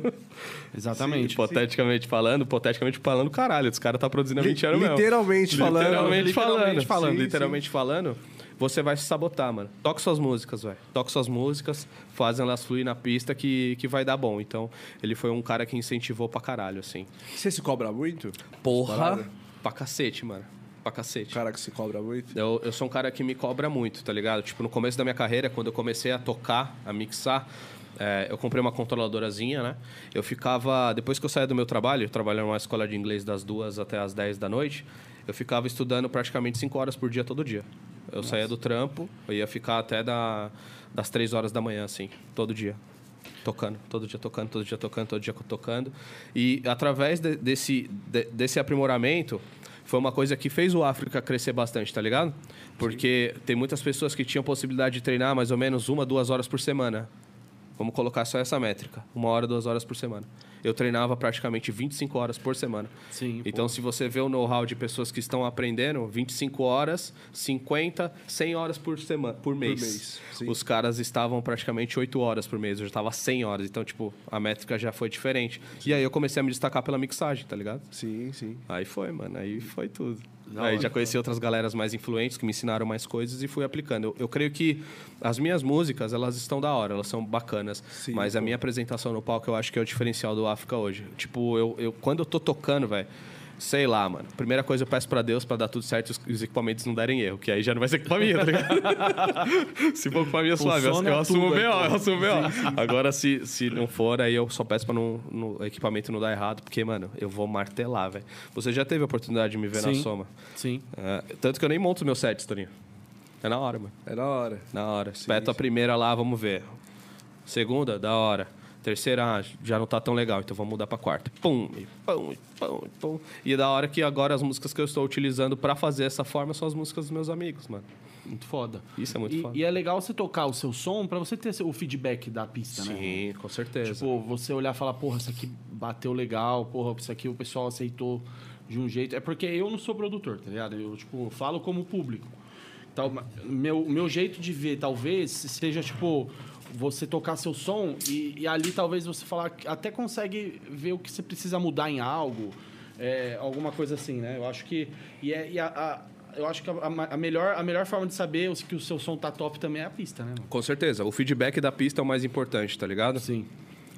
Speaker 2: Exatamente.
Speaker 3: hipoteticamente falando, hipoteticamente falando, caralho, esse cara tá produzindo há 20 anos mesmo.
Speaker 1: Literalmente falando.
Speaker 3: Literalmente falando.
Speaker 2: Literalmente falando.
Speaker 3: Sim, literalmente falando, você vai se sabotar, mano. Toca suas músicas, velho. Toca suas músicas, fazem elas fluir na pista que, que vai dar bom. Então, ele foi um cara que incentivou pra caralho, assim.
Speaker 1: Você se cobra muito?
Speaker 3: Porra! Pra cacete, mano. Pra cacete.
Speaker 1: Cara que se cobra muito.
Speaker 3: Eu, eu sou um cara que me cobra muito, tá ligado? Tipo, no começo da minha carreira, quando eu comecei a tocar, a mixar, é, eu comprei uma controladorazinha, né? Eu ficava. Depois que eu saía do meu trabalho, eu trabalhava numa escola de inglês das duas até as 10 da noite, eu ficava estudando praticamente 5 horas por dia, todo dia. Eu saía do trampo, eu ia ficar até da, das 3 horas da manhã, assim, todo dia tocando, todo dia tocando, todo dia tocando, todo dia tocando. E através de- desse, de- desse aprimoramento, foi uma coisa que fez o África crescer bastante, tá ligado? Porque tem muitas pessoas que tinham possibilidade de treinar mais ou menos uma, duas horas por semana. Vamos colocar só essa métrica. Uma hora, duas horas por semana. Eu treinava praticamente 25 horas por semana.
Speaker 2: Sim, pô.
Speaker 3: Então, se você vê o know-how de pessoas que estão aprendendo, 25 horas, 50, 100 horas por semana, por mês.
Speaker 1: mês, sim.
Speaker 3: Os caras estavam praticamente 8 horas por mês. Eu já estava 100 horas. Então, tipo, a métrica já foi diferente. E aí eu comecei a me destacar pela mixagem, tá ligado?
Speaker 1: Sim, sim.
Speaker 3: Aí foi, mano. Aí foi tudo. aí já conheci outras galeras mais influentes que me ensinaram mais coisas e fui aplicando. Eu, eu creio que as minhas músicas, elas estão da hora, elas são bacanas. mas a minha apresentação no palco eu acho que é o diferencial do África hoje. Tipo, eu, eu quando eu tô tocando, velho. Sei lá, mano. Primeira coisa eu peço pra Deus pra dar tudo certo e os- os equipamentos não darem erro, que aí já não vai ser culpa minha, tá ligado? se for culpa minha, suave. Eu,
Speaker 2: sono é
Speaker 3: eu assumo
Speaker 2: tudo,
Speaker 3: bem,
Speaker 2: então.
Speaker 3: ó, eu assumo bem, ó. Agora, se, se não for, aí eu só peço pra não, no equipamento não dar errado, porque, mano, eu vou martelar, velho. Você já teve a oportunidade de me ver
Speaker 2: Sim.
Speaker 3: na soma.
Speaker 2: Sim.
Speaker 3: É, tanto que eu nem monto meus sets, Toninho. É na hora, mano.
Speaker 1: É da hora.
Speaker 3: Na hora. Espeta a primeira lá, vamos ver. Segunda, da hora. Terceira, ah, já não tá tão legal, então vamos mudar pra quarta. Pum, e pum, e pum, e pum. E é da hora que agora as músicas que eu estou utilizando pra fazer essa forma são as músicas dos meus amigos, mano.
Speaker 2: Muito foda.
Speaker 3: Isso é muito
Speaker 2: e,
Speaker 3: foda.
Speaker 2: E é legal você tocar o seu som pra você ter o feedback da pista, né?
Speaker 3: Sim, com certeza.
Speaker 2: Tipo, você olhar e falar, porra, isso aqui bateu legal, porra, isso aqui o pessoal aceitou de um jeito. É porque eu não sou produtor, tá ligado? Eu, tipo, falo como público. Tal, ma- meu, meu jeito de ver, talvez, seja, tipo, você tocar seu som e, e ali talvez você falar, que até consegue ver o que você precisa mudar em algo, é, alguma coisa assim, né? Eu acho que. E, é- e a- a- eu acho que a, a- a melhor, a melhor forma de saber os- que o seu som tá top também é a pista, né? mano?
Speaker 3: Com certeza. O feedback da pista é o mais importante, tá ligado?
Speaker 2: Sim.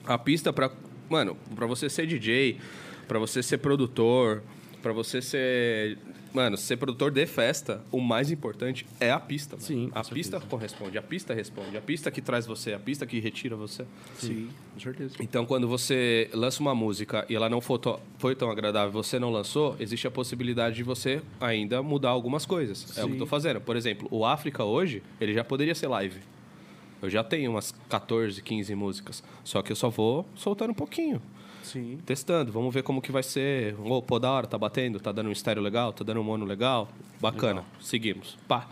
Speaker 3: A pista pra. Mano, pra você ser DJ, pra você ser produtor, pra você ser. Mano, ser produtor de festa, o mais importante é a pista. mano.
Speaker 2: Sim, com
Speaker 3: A pista corresponde, a pista responde, a pista que traz você, a pista que retira você.
Speaker 1: Sim, com certeza.
Speaker 3: Então, quando você lança uma música e ela não for to- foi tão agradável, você não lançou, existe a possibilidade de você ainda mudar algumas coisas. É o que eu tô fazendo. Por exemplo, o África hoje, ele já poderia ser live. Eu já tenho umas 14, 15 músicas. Só que eu só vou soltando um pouquinho.
Speaker 1: Sim.
Speaker 3: Testando, vamos ver como que vai ser. Ô, pô, da hora, tá batendo, tá dando um estéreo legal, tá dando um mono legal. Bacana, seguimos. Pá.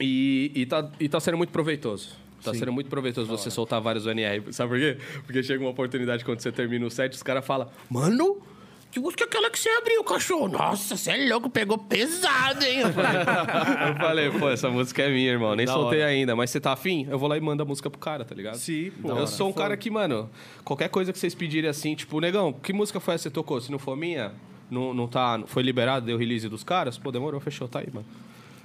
Speaker 3: E, e, tá, e tá sendo muito proveitoso. Tá sendo muito proveitoso você soltar vários ONR. Sabe por quê? Porque chega uma oportunidade quando você termina o set, os caras falam, mano. Que música é aquela que você abriu, cachorro? Nossa, você é louco, pegou pesado, hein? Eu falei, eu falei, pô, essa música é minha, irmão. Nem soltei ainda, mas você tá afim? Eu vou lá e mando a música pro cara, tá ligado?
Speaker 1: Sim, pô.
Speaker 3: Eu sou um cara que, mano, qualquer coisa que vocês pedirem assim, tipo, negão, que música foi essa que você tocou? Se não for minha, não, não tá. Foi liberado, deu release dos caras? Pô, demorou, fechou, tá aí, mano.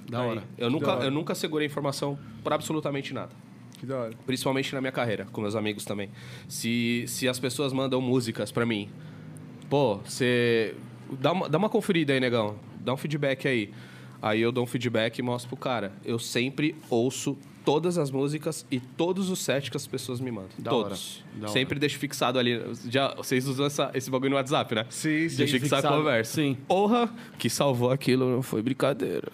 Speaker 2: Da hora.
Speaker 3: Eu nunca, eu nunca segurei informação pra absolutamente nada.
Speaker 1: Que da hora.
Speaker 3: Principalmente na minha carreira, com meus amigos também. Se, se as pessoas mandam músicas pra mim, pô, você. Dá uma, dá uma conferida aí, negão. Dá um feedback aí. Aí eu dou um feedback e mostro pro cara. Eu sempre ouço todas as músicas e todos os sets que as pessoas me mandam.
Speaker 2: Da
Speaker 3: todos.
Speaker 2: hora, da hora.
Speaker 3: sempre deixo fixado ali. Já, vocês usam essa- esse bagulho no WhatsApp, né?
Speaker 1: Sim, sim.
Speaker 3: Deixa fixar a
Speaker 2: Fixado,
Speaker 3: conversa.
Speaker 2: sim.
Speaker 3: Porra, que salvou aquilo, não foi brincadeira.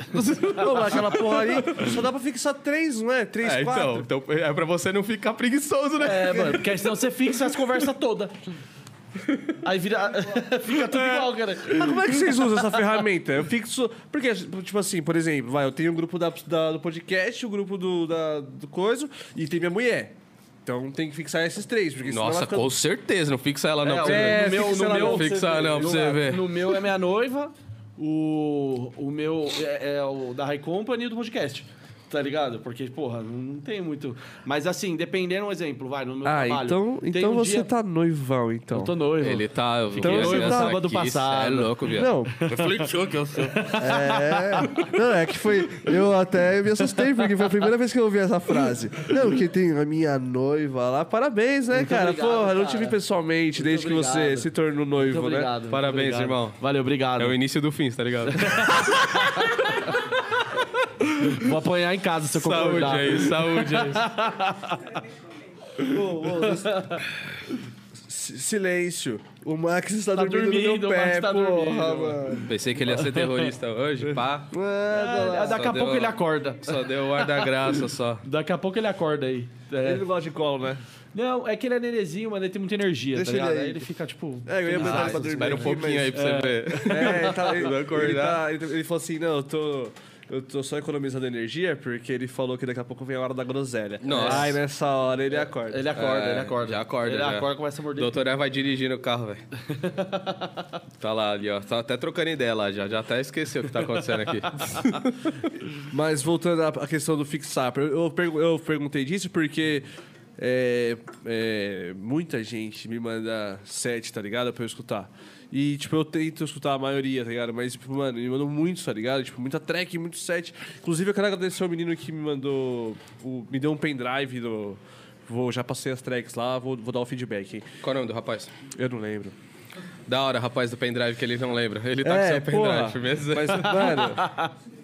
Speaker 1: Não, mas aquela porra ali só dá pra fixar três, não é? Três,
Speaker 3: É, então,
Speaker 1: quatro.
Speaker 3: então, é pra você não ficar preguiçoso, né?
Speaker 2: É, mano, porque senão você fixa as conversas todas. Aí vira. Fica tudo igual, cara.
Speaker 1: Mas como é que vocês usam essa ferramenta? Eu fixo. Porque, tipo assim, por exemplo, vai, eu tenho o grupo da, da- do podcast, o grupo do, da, do coisa, e tem minha mulher. Então tem que fixar esses três, porque senão
Speaker 3: Nossa,
Speaker 1: ela fica-
Speaker 3: com certeza, não fixa ela não. pra você
Speaker 1: é,
Speaker 3: ver.
Speaker 1: no meu-
Speaker 3: fixa
Speaker 1: no
Speaker 3: ela
Speaker 1: meu-
Speaker 3: não, fixa ela não, pra você ver.
Speaker 2: No meu é minha noiva, o, o meu é, é o da High Company e do podcast. Tá ligado? Porque, porra, não tem muito. Mas assim, dependendo, um exemplo, vai, no meu
Speaker 1: Ah,
Speaker 2: trabalho.
Speaker 1: então,
Speaker 2: tem
Speaker 1: então
Speaker 2: um
Speaker 1: você
Speaker 2: dia-
Speaker 1: tá noivão, então.
Speaker 2: Eu tô noivo.
Speaker 3: Ele tá... eu vi
Speaker 2: Então,
Speaker 3: essa
Speaker 2: eu
Speaker 3: criança
Speaker 2: tava do
Speaker 3: aqui, cê
Speaker 2: passado.
Speaker 3: É louco, viado.
Speaker 1: Não,
Speaker 3: Refletiu que eu sou.
Speaker 1: é. Não, é que foi. Eu até me assustei, porque foi a primeira vez que eu ouvi essa frase. Não, que tem a minha noiva lá. Parabéns, né, cara?
Speaker 2: obrigado,
Speaker 1: Porra, não te
Speaker 2: cara.
Speaker 1: vi pessoalmente desde que você
Speaker 2: obrigado.
Speaker 1: se tornou
Speaker 2: Muito
Speaker 1: noivo,
Speaker 2: obrigado.
Speaker 1: né?
Speaker 2: muito
Speaker 3: Parabéns,
Speaker 2: obrigado.
Speaker 3: irmão.
Speaker 2: Valeu, obrigado.
Speaker 3: É o início do fim, tá ligado?
Speaker 2: Vou apanhar em casa se eu
Speaker 3: saúde
Speaker 2: concordar.
Speaker 3: aí, saúde aí.
Speaker 1: Si- Silêncio. O Max está
Speaker 2: Tá
Speaker 1: dormindo,
Speaker 2: dormindo,
Speaker 1: no meu
Speaker 2: o Max
Speaker 1: pé,
Speaker 2: tá
Speaker 1: porra,
Speaker 2: dormindo,
Speaker 1: mano.
Speaker 3: Pensei que ele ia ser terrorista hoje, pá.
Speaker 1: Mano, lá.
Speaker 2: Ah, Daqui
Speaker 3: Só
Speaker 2: a
Speaker 3: deu
Speaker 2: pouco
Speaker 3: uma-
Speaker 2: ele acorda.
Speaker 3: Só deu o ar da graça, só.
Speaker 2: Daqui a pouco ele acorda aí. É.
Speaker 1: Ele não gosta de colo, né?
Speaker 2: Não, é que ele é nenezinho, mano, ele tem muita energia,
Speaker 1: Deixa
Speaker 2: tá
Speaker 1: ele
Speaker 2: ligado?
Speaker 1: aí.
Speaker 2: ele fica, tipo...
Speaker 1: É, eu ia mandar ele pra dormir.
Speaker 3: Espera um
Speaker 1: aqui,
Speaker 3: pouquinho
Speaker 1: mas-
Speaker 3: aí pra você ver.
Speaker 1: É, ele, tá, ele,
Speaker 3: Vai acordar.
Speaker 1: ele tá- ele- ele falou assim: não, eu tô. Eu tô só economizando energia porque ele falou que daqui a pouco vem a hora da groselha.
Speaker 3: Nossa.
Speaker 1: Ai, nessa hora ele acorda.
Speaker 2: Ele acorda,
Speaker 3: É,
Speaker 2: ele acorda.
Speaker 3: já acorda,
Speaker 2: Ele
Speaker 3: já.
Speaker 2: acorda e começa a morder.
Speaker 3: Doutor Eva vai dirigindo o carro, velho. tá lá ali, ó. Tá até trocando ideia lá já. Já até esqueceu o que tá acontecendo aqui.
Speaker 1: Mas voltando à à questão do fixar, eu, eu pergu- eu perguntei disso porque é, é, muita gente me manda set, tá ligado? Pra eu escutar. E, tipo, eu tento escutar a maioria, tá ligado? Mas, tipo, mano, me mandam muitos, tá ligado? Tipo, muita track, muito set. Inclusive, eu quero agradecer ao menino que me mandou. o- me deu um pendrive do. Vou, já passei as tracks lá, vou, vou dar o feedback, hein?
Speaker 3: Qual é o nome do rapaz?
Speaker 1: Eu não lembro.
Speaker 3: Da hora, rapaz do pendrive que ele não lembra. Ele tá com seu pendrive
Speaker 1: É, porra.
Speaker 3: mesmo.
Speaker 1: Mas, mano,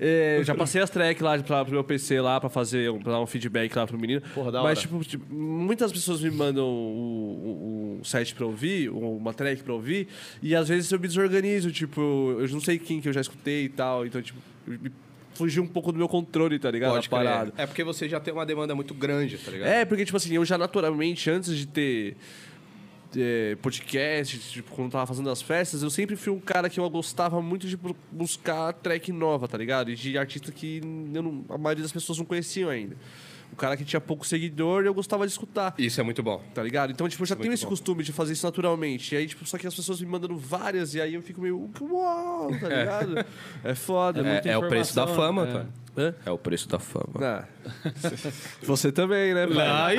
Speaker 1: é, eu já passei as tracks lá pra, pro meu PC lá pra fazer um, pra dar um feedback lá pro menino.
Speaker 2: Porra, da
Speaker 1: Mas,
Speaker 2: hora.
Speaker 1: tipo, tipo, muitas pessoas me mandam o, o, o site pra ouvir, ou uma track pra ouvir, e às vezes eu me desorganizo, tipo, eu não sei quem que eu já escutei e tal, então, tipo, me fugiu um pouco do meu controle, tá ligado?
Speaker 3: Pode
Speaker 1: A parada.
Speaker 3: crer. É porque você já tem uma demanda muito grande, tá ligado?
Speaker 1: É, porque, tipo assim, eu já naturalmente, antes de ter é, podcast, tipo, quando eu tava fazendo as festas, eu sempre fui um cara que eu gostava muito de bu- buscar track nova, tá ligado? E de artista que eu não- a maioria das pessoas não conheciam ainda. Um cara que tinha pouco seguidor, eu gostava de escutar.
Speaker 3: Isso é muito bom.
Speaker 1: Tá ligado? Então, tipo, eu já
Speaker 3: é Muito
Speaker 1: tenho esse
Speaker 3: bom.
Speaker 1: costume de fazer isso naturalmente. E aí, tipo, só que as pessoas me mandando várias, e aí eu fico meio. Uau, tá ligado? É, foda.
Speaker 3: É,
Speaker 1: muito-
Speaker 3: é o preço da fama,
Speaker 2: né?
Speaker 3: tá?
Speaker 1: Hã?
Speaker 3: É o preço da fama.
Speaker 1: Ah. Você também, né, pai?
Speaker 3: Aí...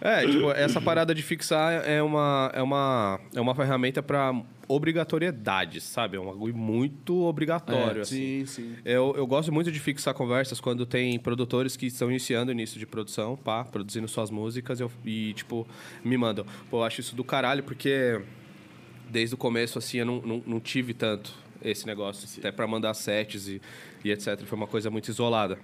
Speaker 3: é, tipo, essa parada de fixar é uma, é uma, é uma ferramenta pra obrigatoriedade, sabe? É um bagulho muito obrigatório, assim.
Speaker 1: é. Sim, sim.
Speaker 3: Eu, eu gosto muito de fixar conversas quando tem produtores que estão iniciando o início de produção, pá, produzindo suas músicas eu- e, tipo, me mandam. Pô, eu acho isso do caralho, porque desde o começo, assim, eu não, não, não tive tanto esse negócio, até pra mandar sets e, e etc. Foi uma coisa muito isolada.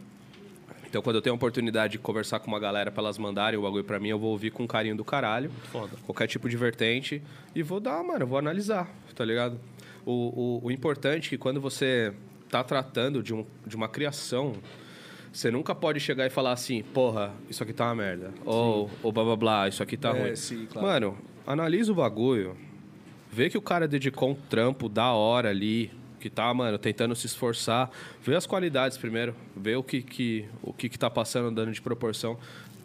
Speaker 3: Então, quando eu tenho a oportunidade de conversar com uma galera pra elas mandarem o bagulho pra mim, eu vou ouvir com carinho do caralho. Foda. Qualquer tipo de vertente. E vou dar, mano, eu vou analisar, tá ligado? O, o, o importante é que quando você tá tratando de, um, de uma criação, você nunca pode chegar e falar assim, porra, isso aqui tá uma merda. Ou, ou blá blá blá, isso aqui tá
Speaker 1: É,
Speaker 3: ruim.
Speaker 1: sim, claro.
Speaker 3: Mano, analisa o bagulho. Vê que o cara dedicou um trampo da hora ali, que tá, mano, tentando se esforçar. Vê as qualidades primeiro. Vê o que, que, o que, que tá passando, dando de proporção.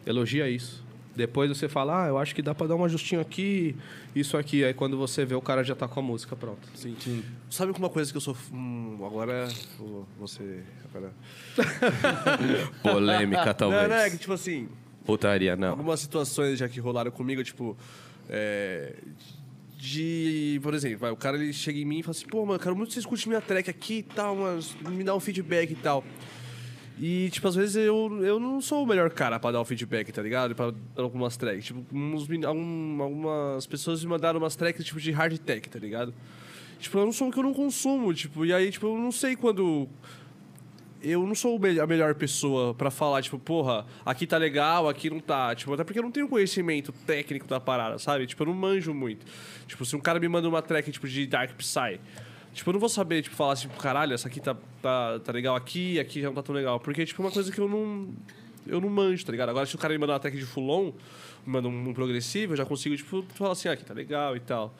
Speaker 3: Elogia isso. Depois você fala, ah, eu acho que dá pra dar um ajustinho aqui, isso aqui. Aí quando você vê, o cara já tá com a música pronta.
Speaker 1: Sabe uma coisa que eu sou. Hum, agora. vou- Você. Agora.
Speaker 3: Polêmica,
Speaker 1: Não, não, é que tipo assim.
Speaker 3: Putaria, não.
Speaker 1: Algumas situações já que rolaram comigo, tipo. é, de. Por exemplo, vai, o cara ele chega em mim e fala assim: pô, mano, eu quero muito que você escute minha track aqui e tal, mano, me dá um feedback e tal. E, tipo, às vezes eu, eu não sou o melhor cara pra dar o feedback, tá ligado? Pra dar algumas tracks. Tipo, uns men- algum- algumas pessoas me mandaram umas tracks, tipo, de hard tech, tá ligado? Tipo, eu não sou o que eu não consumo, tipo, e aí, tipo, eu não sei quando. Eu não sou o mel- a melhor pessoa pra falar, tipo, porra, aqui tá legal, aqui não tá. Tipo, até porque eu não tenho conhecimento técnico da parada, sabe? Tipo, eu não manjo muito. Tipo, se um cara me manda uma track, tipo, de Dark Psy, tipo, eu não vou saber, tipo, falar assim, caralho, essa aqui tá, tá, tá legal aqui, aqui já não tá tão legal. Porque, tipo, é uma coisa que eu não. Eu não manjo, tá ligado? Agora, se o cara me mandar uma track de Fulon, me manda um, um progressivo, eu já consigo, tipo, falar assim, ah, aqui tá legal e tal.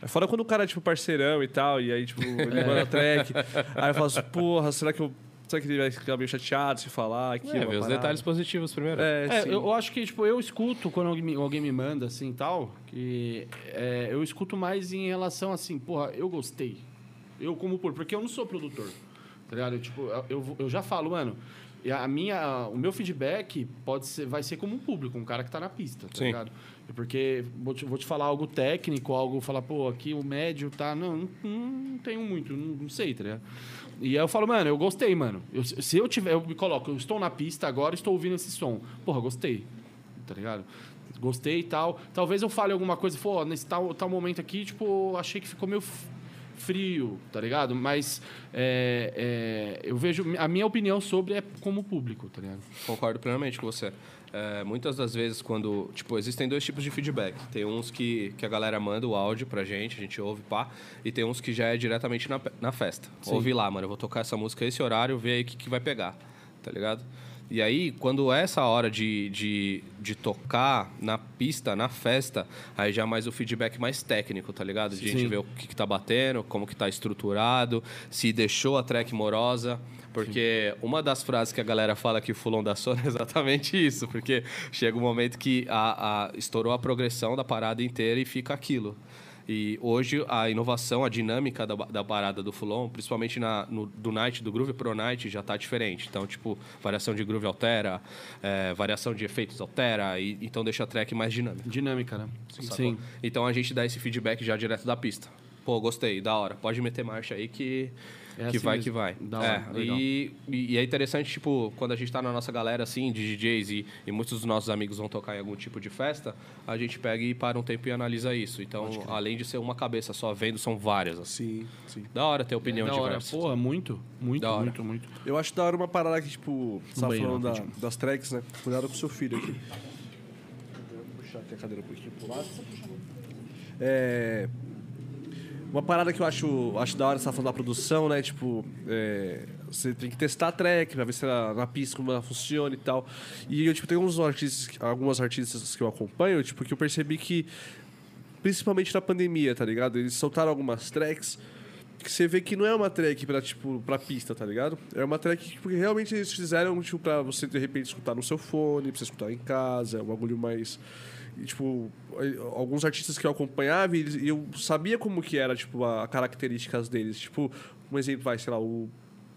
Speaker 1: É fora quando o cara é, tipo, parceirão e tal, e aí, tipo,
Speaker 3: É.
Speaker 1: ele manda track. Aí eu falo assim, porra, será que eu. Será que ele vai ficar meio chateado se falar aqui?
Speaker 3: É,
Speaker 1: uma
Speaker 3: vê os
Speaker 1: parada?
Speaker 3: detalhes positivos primeiro.
Speaker 1: É,
Speaker 2: É,
Speaker 1: sim.
Speaker 2: eu, eu acho que, tipo, eu escuto quando alguém me, alguém me manda, assim, tal, que é, eu escuto mais em relação, assim, porra, eu gostei. Eu como por, porque eu não sou produtor, tá ligado? Eu, tipo, eu- eu, eu já falo, mano, e a minha, o meu feedback pode ser, vai ser como um público, um cara que tá na pista, tá
Speaker 3: Sim.
Speaker 2: ligado? Porque vou te, vou te falar algo técnico, algo, falar, pô, aqui o médio tá, não, não, não tenho muito, não, não sei, tá ligado? E aí eu falo, mano, eu gostei, mano. Eu- se eu tiver, eu me coloco, eu estou na pista agora, estou ouvindo esse som. Porra, gostei. Tá ligado? Gostei e tal. Talvez eu fale alguma coisa, pô, nesse tal, tal momento aqui, tipo, achei que ficou meio f- frio, tá ligado? Mas é, é, eu vejo, a minha opinião sobre é como público, tá ligado?
Speaker 3: Concordo plenamente com você. É, muitas das vezes, quando. Tipo, existem dois tipos de feedback. Tem uns que, que a galera manda o áudio pra gente, a gente ouve, pá. E tem uns que já é diretamente na, pe- na festa. Ouve lá, mano, eu vou tocar essa música esse horário, vê aí o que, que vai pegar, tá ligado? E aí, quando é essa hora de, de, de tocar na pista, na festa, aí já é mais o feedback mais técnico, tá ligado? De a gente ver o que, que tá batendo, como que tá estruturado, se deixou a track morosa. Porque uma das frases que a galera fala que o fulon da Sona é exatamente isso. Porque chega um momento que a, a- estourou a progressão da parada inteira e fica aquilo. E hoje a inovação, a dinâmica da, da parada do Fulon, principalmente na, no, do Night, do Groove pro Night, já tá diferente. Então, tipo, variação de groove altera, eh, variação de efeitos altera, e, então deixa a track mais dinâmica.
Speaker 2: Dinâmica, né?
Speaker 3: sacou?
Speaker 2: Sim.
Speaker 3: Então a gente dá esse feedback já direto da pista. Pô, gostei, da hora. Pode meter marcha aí que,
Speaker 2: É
Speaker 3: que
Speaker 2: assim
Speaker 3: vai,
Speaker 2: mesmo.
Speaker 3: que vai.
Speaker 2: Da hora,
Speaker 3: É,
Speaker 2: legal.
Speaker 3: E, e é interessante, tipo, quando a gente tá na nossa galera, assim, de DJs e, e muitos dos nossos amigos vão tocar em algum tipo de festa, a gente pega e para um tempo e analisa isso. Então, além de ser uma cabeça só vendo, são várias.
Speaker 1: Sim,
Speaker 3: assim.
Speaker 1: sim.
Speaker 3: Da hora ter opinião
Speaker 2: É, da hora.
Speaker 3: diversa.
Speaker 2: Porra, muito, muito,
Speaker 3: Da hora.
Speaker 2: muito, muito.
Speaker 1: Eu acho da hora uma parada que, tipo, você tava
Speaker 2: banheiro,
Speaker 1: falando da- das tracks, né? Cuidado com o seu filho aqui. Vou puxar aqui a cadeira um pouquinho pro lado. É. Uma parada que eu acho, acho da hora, você tá falando da produção, né? Tipo, é, você tem que testar a track pra ver se ela, na pista como ela funciona e tal. E eu, tipo, tem alguns artistas, algumas artistas que eu acompanho, tipo, que eu percebi que, principalmente na pandemia, tá ligado? Eles soltaram algumas tracks que você vê que não é uma track pra, tipo, pra pista, tá ligado? É uma track tipo, que realmente eles fizeram, tipo, pra você, de repente, escutar no seu fone, pra você escutar em casa, é um bagulho mais... E, tipo, eh, alguns artistas que eu acompanhava e eles- e eu sabia como que era, tipo, a a características deles. Tipo, um exemplo vai, sei lá, o...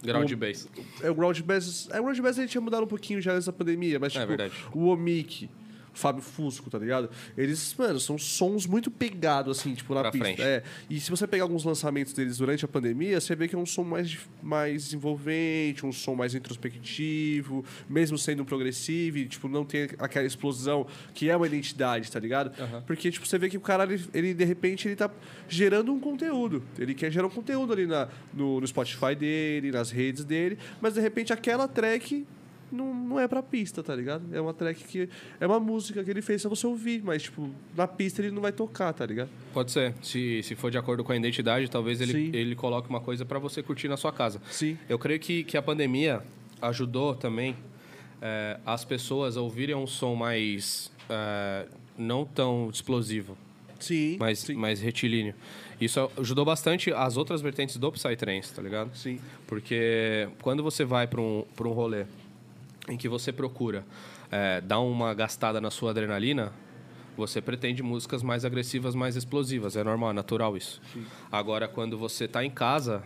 Speaker 3: Ground
Speaker 1: o-
Speaker 3: bass.
Speaker 1: é, o Ground Bass. É, o Ground Bass ele tinha mudado um pouquinho já antes da pandemia, mas
Speaker 3: É
Speaker 1: tipo,
Speaker 3: verdade.
Speaker 1: o Omic, o Fábio Fusco, tá ligado? Eles, mano, são sons muito pegados, assim, tipo, na
Speaker 3: Pra
Speaker 1: pista.
Speaker 3: frente.
Speaker 1: É. E se você pegar alguns lançamentos deles durante a pandemia, você vê que é um som mais, dif- mais envolvente, um som mais introspectivo, mesmo sendo um progressivo, e, tipo, não tem aquela explosão que é uma identidade, tá ligado? Porque, tipo, você vê que o cara, ele, ele, de repente, ele tá gerando um conteúdo. Ele quer gerar um conteúdo ali na, no, no Spotify dele, nas redes dele, mas, de repente, aquela track não, não é pra pista, tá ligado? É uma track que... É uma música que ele fez pra você ouvir, mas, tipo, na pista ele não vai tocar, tá ligado?
Speaker 3: Pode ser. Se, se for de acordo com a identidade, talvez
Speaker 1: Sim.
Speaker 3: ele, ele coloque uma coisa pra você curtir na sua casa.
Speaker 1: Sim.
Speaker 3: Eu creio que, que a pandemia ajudou também eh, as pessoas a ouvirem um som mais. eh, não tão explosivo,
Speaker 1: Sim,
Speaker 3: mas
Speaker 1: sim.
Speaker 3: mais retilíneo. Isso ajudou bastante as outras vertentes do Psytrance, tá ligado?
Speaker 1: Sim.
Speaker 3: Porque quando você vai para um, pra um rolê em que você procura eh, dar uma gastada na sua adrenalina, você pretende músicas mais agressivas, mais explosivas. É normal, é natural isso. Agora, quando você tá em casa,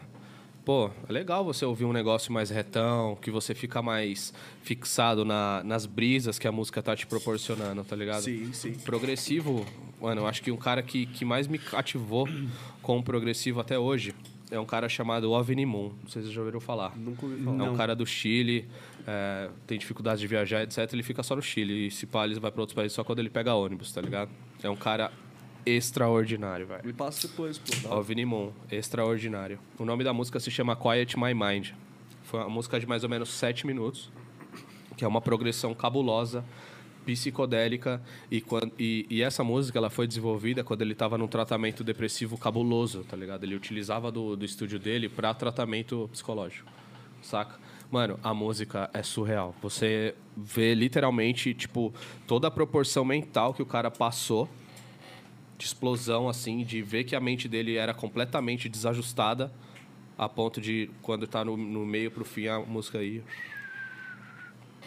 Speaker 3: pô, é legal você ouvir um negócio mais retão, que você fica mais fixado na- nas brisas que a música tá te proporcionando, tá ligado?
Speaker 1: Sim, sim.
Speaker 3: Progressivo, mano, eu acho que um cara que, que mais me cativou com o progressivo até hoje é um cara chamado OVNI Moon. Não sei se vocês já ouviram falar. Nunca ouvi falar. É um cara do Chile, é, tem dificuldade de viajar, etc. Ele fica só no Chile. E se pá, ele vai pra outros países só quando ele pega ônibus, tá ligado? É um cara extraordinário, velho.
Speaker 1: Me passa depois, pô. dá-
Speaker 3: OVNI Moon, extraordinário. O nome da música se chama Quiet My Mind. Foi uma música de mais ou menos 7 minutos, que é uma progressão cabulosa, psicodélica. E, quan- e- e essa música ela foi desenvolvida quando ele estava num tratamento depressivo cabuloso, tá ligado? Ele utilizava do, do estúdio dele para tratamento psicológico, saca? Mano, a música é surreal. Você vê literalmente, tipo, toda a proporção mental que o cara passou de explosão, assim, de ver que a mente dele era completamente desajustada, a ponto de, quando tá no, no meio pro fim, a música ir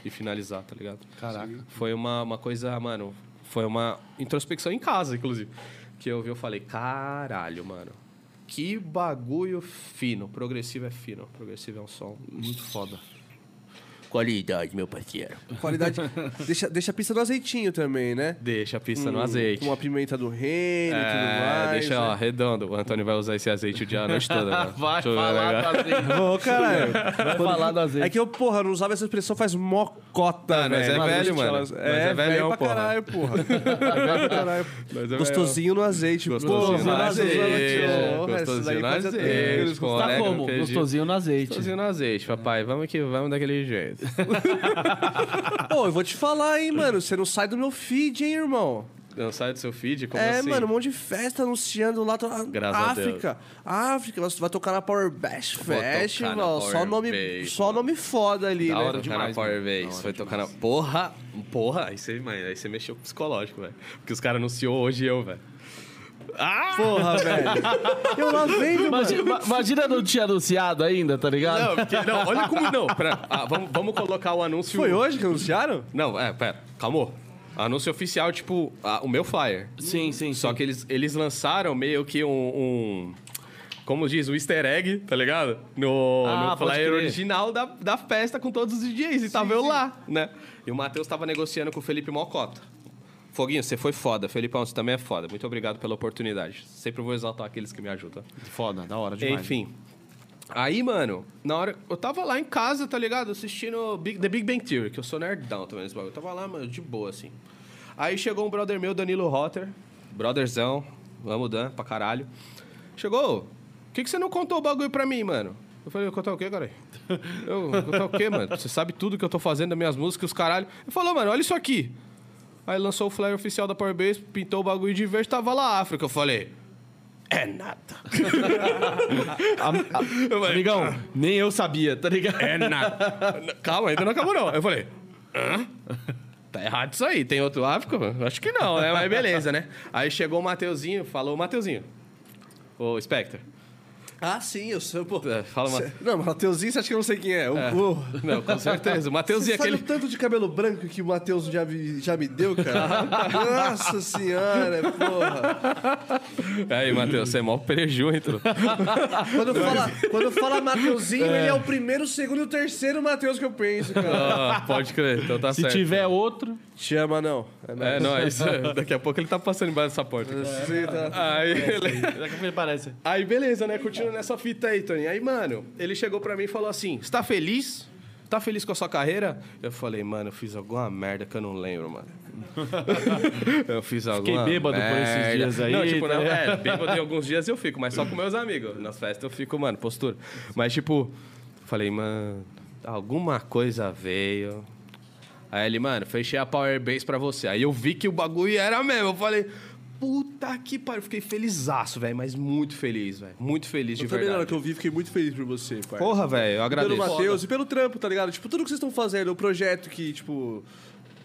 Speaker 3: e finalizar, tá ligado?
Speaker 2: Caraca.
Speaker 3: Foi uma, uma coisa, mano, foi uma introspecção em casa, inclusive, que eu vi eu falei, caralho, mano, que bagulho fino, progressivo é fino, progressivo é um som muito foda. Qualidade, meu parceiro.
Speaker 1: Qualidade. deixa, deixa a pista do azeitinho também, né?
Speaker 3: Deixa a pista no
Speaker 1: Com-
Speaker 3: azeite.
Speaker 1: Com a pimenta do reino e tudo
Speaker 3: É,
Speaker 1: mais.
Speaker 3: deixa, ó,
Speaker 1: né?
Speaker 3: redondo. O Antônio vai usar esse azeite o dia a noite toda. né?
Speaker 2: Vai
Speaker 3: Deixa eu ver o
Speaker 2: falar
Speaker 3: negócio.
Speaker 2: do azeite.
Speaker 1: Ô, caralho.
Speaker 2: Vai falar do azeite.
Speaker 1: É que eu, porra, não usava essa expressão faz mocota,
Speaker 3: Ah,
Speaker 1: velho.
Speaker 3: nós é
Speaker 1: Mas
Speaker 3: velho,
Speaker 1: deixa eu te
Speaker 3: mano.
Speaker 1: falar-
Speaker 3: Nós
Speaker 1: É,
Speaker 3: é
Speaker 1: velho
Speaker 3: velhão,
Speaker 1: pra
Speaker 3: porra.
Speaker 1: caralho, porra. É velho pra caralho.
Speaker 3: Mas é
Speaker 1: Gostosinho no azeite.
Speaker 3: Gostosinho
Speaker 1: porra,
Speaker 3: no azeite,
Speaker 1: porra,
Speaker 3: gostosinho
Speaker 1: isso daí
Speaker 3: no
Speaker 1: faz até
Speaker 3: azeite,
Speaker 1: anos que eu
Speaker 3: pô.
Speaker 2: Tá
Speaker 3: orégano,
Speaker 2: como?
Speaker 3: queijo.
Speaker 2: Gostosinho no azeite.
Speaker 3: Gostosinho no azeite, papai. Vamos que vamos daquele jeito.
Speaker 1: Pô, eu vou te falar, hein, mano. Você não sai do meu feed, hein, irmão.
Speaker 3: Dançar do seu feed? Como
Speaker 1: é,
Speaker 3: assim?
Speaker 1: mano, um monte de festa anunciando lá. to-
Speaker 3: Graças a Deus.
Speaker 1: África. África, você vai tocar na Power Bash
Speaker 3: Vou tocar na
Speaker 1: Festival.
Speaker 3: Power
Speaker 1: Só nome,
Speaker 3: Bass,
Speaker 1: só nome foda ali,
Speaker 3: Da
Speaker 1: né?
Speaker 3: hora tocar na
Speaker 2: demais,
Speaker 3: Power Base. Foi tocar na. Porra! Porra! Aí você, mano, aí você mexeu com o psicológico, velho. Porque os caras anunciou hoje eu, velho. Ah!
Speaker 1: Porra, velho. Eu lá vendo, mano.
Speaker 2: Imagina, ma- imagina não tinha anunciado ainda, tá
Speaker 1: Ah.
Speaker 2: ligado?
Speaker 3: Não, porque, não, olha como. Não, pera. Ah, vamos, vamos colocar o anúncio.
Speaker 1: Foi hoje que anunciaram?
Speaker 3: Não, é, pera. Calmou. Anúncio oficial, tipo, ah, o meu flyer.
Speaker 2: Sim, sim.
Speaker 3: Só que eles, eles lançaram meio que um. um- como diz, um easter egg, tá ligado? No,
Speaker 2: Ah,
Speaker 3: no
Speaker 2: pode
Speaker 3: flyer
Speaker 2: crer.
Speaker 3: original da, da festa com todos os DJs. E tava eu lá, né? E o Matheus tava negociando com o Felipe Mocota. Foguinho, você foi foda. Felipão, você também é foda. Muito obrigado pela oportunidade. Sempre vou exaltar aqueles que me ajudam.
Speaker 2: Foda, da hora demais. né?
Speaker 3: Enfim. Aí, mano, na hora. Eu tava lá em casa, tá ligado? Assistindo Big- The Big Bang Theory, que eu sou nerdão também nesse bagulho. Eu tava lá, mano, de boa, assim. Aí chegou um brother meu, Danilo Rotter. Brotherzão. Amo o Dan pra caralho. Chegou. Por que, que você não contou o bagulho pra mim, mano? Eu falei, contar o quê, cara? Eu, contar o quê, mano? Você sabe tudo que eu tô fazendo das minhas músicas, os caralho. Ele falou, mano, olha isso aqui. Aí lançou o flyer oficial da Power Base, pintou o bagulho de verde, tava lá a África. Eu falei, é nada. Eu falei,
Speaker 2: Amigão, nem eu sabia, tá ligado?
Speaker 3: é nada. Calma, ainda não acabou, não. Eu falei, hã? Tá errado isso aí. Tem outro África? mano? Acho que não, né? Mas beleza, né? Aí chegou o Mateuzinho, falou, Mateuzinho. Ô, Spectre.
Speaker 1: Ah, sim, eu sou, pô.
Speaker 3: É, Fala, Mateuzinho.
Speaker 1: Não, Mateuzinho, você acha que eu não sei quem é? O, o-
Speaker 3: Não, com certeza. O
Speaker 1: Você
Speaker 3: Mateuzinho, é
Speaker 1: sabe
Speaker 3: aquele.
Speaker 1: o tanto de cabelo branco que o Matheus já me, já me deu, cara? Nossa senhora, é porra.
Speaker 3: Aí, Matheus, você é mó preju, hein, truta?
Speaker 1: Quando
Speaker 3: é
Speaker 1: fala, quando fala Mateuzinho, ele é o primeiro, o segundo e o terceiro Matheus que eu penso, cara.
Speaker 3: Ah, pode crer, então tá
Speaker 2: Se
Speaker 3: certo.
Speaker 2: tiver né? outro.
Speaker 1: Chama, não. É, não.
Speaker 3: É, nóis. Daqui a pouco ele tá passando embaixo dessa porta.
Speaker 1: Você tá-
Speaker 2: É.
Speaker 3: Aí, ele...
Speaker 2: Será que parece?
Speaker 3: Aí, beleza, né? Continuando nessa fita aí, Tony. Aí, mano, ele chegou pra mim e falou assim: Você tá feliz? Tá feliz com a sua carreira? Eu falei, mano, eu fiz alguma merda que eu não lembro, mano. eu fiz alguma
Speaker 2: bêbado por esses
Speaker 3: merda.
Speaker 2: dias aí,
Speaker 3: Não, tipo,
Speaker 2: tá
Speaker 3: não,
Speaker 2: ligado?
Speaker 3: é, bêbado em alguns dias eu fico, mas só com meus amigos. Nas festas eu fico, mano, postura. Mas, tipo, falei, mano, alguma coisa veio. Aí ele, mano, fechei a Power Base pra você. Aí eu vi que o bagulho era mesmo. Eu falei, puta que pariu. Eu Fiquei felizaço, velho, mas muito feliz, velho. Muito feliz de
Speaker 1: Eu também, na hora
Speaker 3: verdade.
Speaker 1: que eu vi, fiquei muito feliz por você, parça.
Speaker 3: Porra, velho, eu
Speaker 1: pelo
Speaker 3: agradeço.
Speaker 1: Matheus e pelo trampo, tá ligado? Tipo, tudo que vocês estão fazendo, o projeto que, tipo,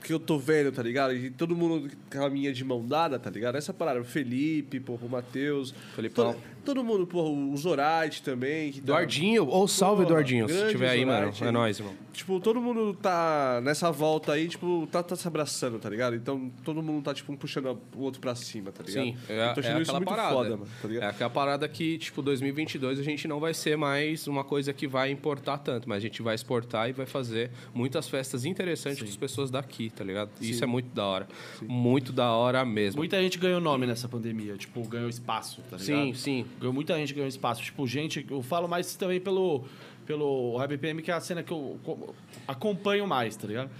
Speaker 1: que eu tô vendo, tá ligado? E todo mundo caminha de mão dada, tá ligado? Essa parada, o Felipe, porra, o Matheus.
Speaker 3: Felipão.
Speaker 1: Todo, todo mundo, porra, o Zorate também. Que tá-
Speaker 3: Eduardinho, ou salve,
Speaker 1: Porra,
Speaker 3: Eduardinho, se
Speaker 1: grande
Speaker 3: tiver aí, mano.
Speaker 1: Zorate
Speaker 3: É
Speaker 1: aí.
Speaker 3: nóis, irmão.
Speaker 1: Tipo, todo mundo tá nessa volta aí, tipo, tá, tá se abraçando, tá ligado? Então todo mundo tá, tipo, um puxando o outro pra cima, tá ligado?
Speaker 3: Sim, é,
Speaker 1: Eu tô achando
Speaker 3: é
Speaker 1: isso
Speaker 3: aquela
Speaker 1: muito
Speaker 3: parada.
Speaker 1: foda, mano, tá ligado?
Speaker 3: É aquela parada que, tipo, 2022 a gente não vai ser mais uma coisa que vai importar tanto, mas a gente vai exportar e vai fazer muitas festas interessantes com as pessoas daqui, tá ligado? E Isso é muito da hora. Muito da hora mesmo.
Speaker 2: Muita gente ganhou nome nessa pandemia, tipo, ganhou espaço, tá ligado?
Speaker 3: sim, sim.
Speaker 2: Ganhou, muita gente ganhou espaço. Tipo, gente, eu falo mais também pelo, pelo RBPM, que é a cena que eu co- acompanho mais, tá ligado?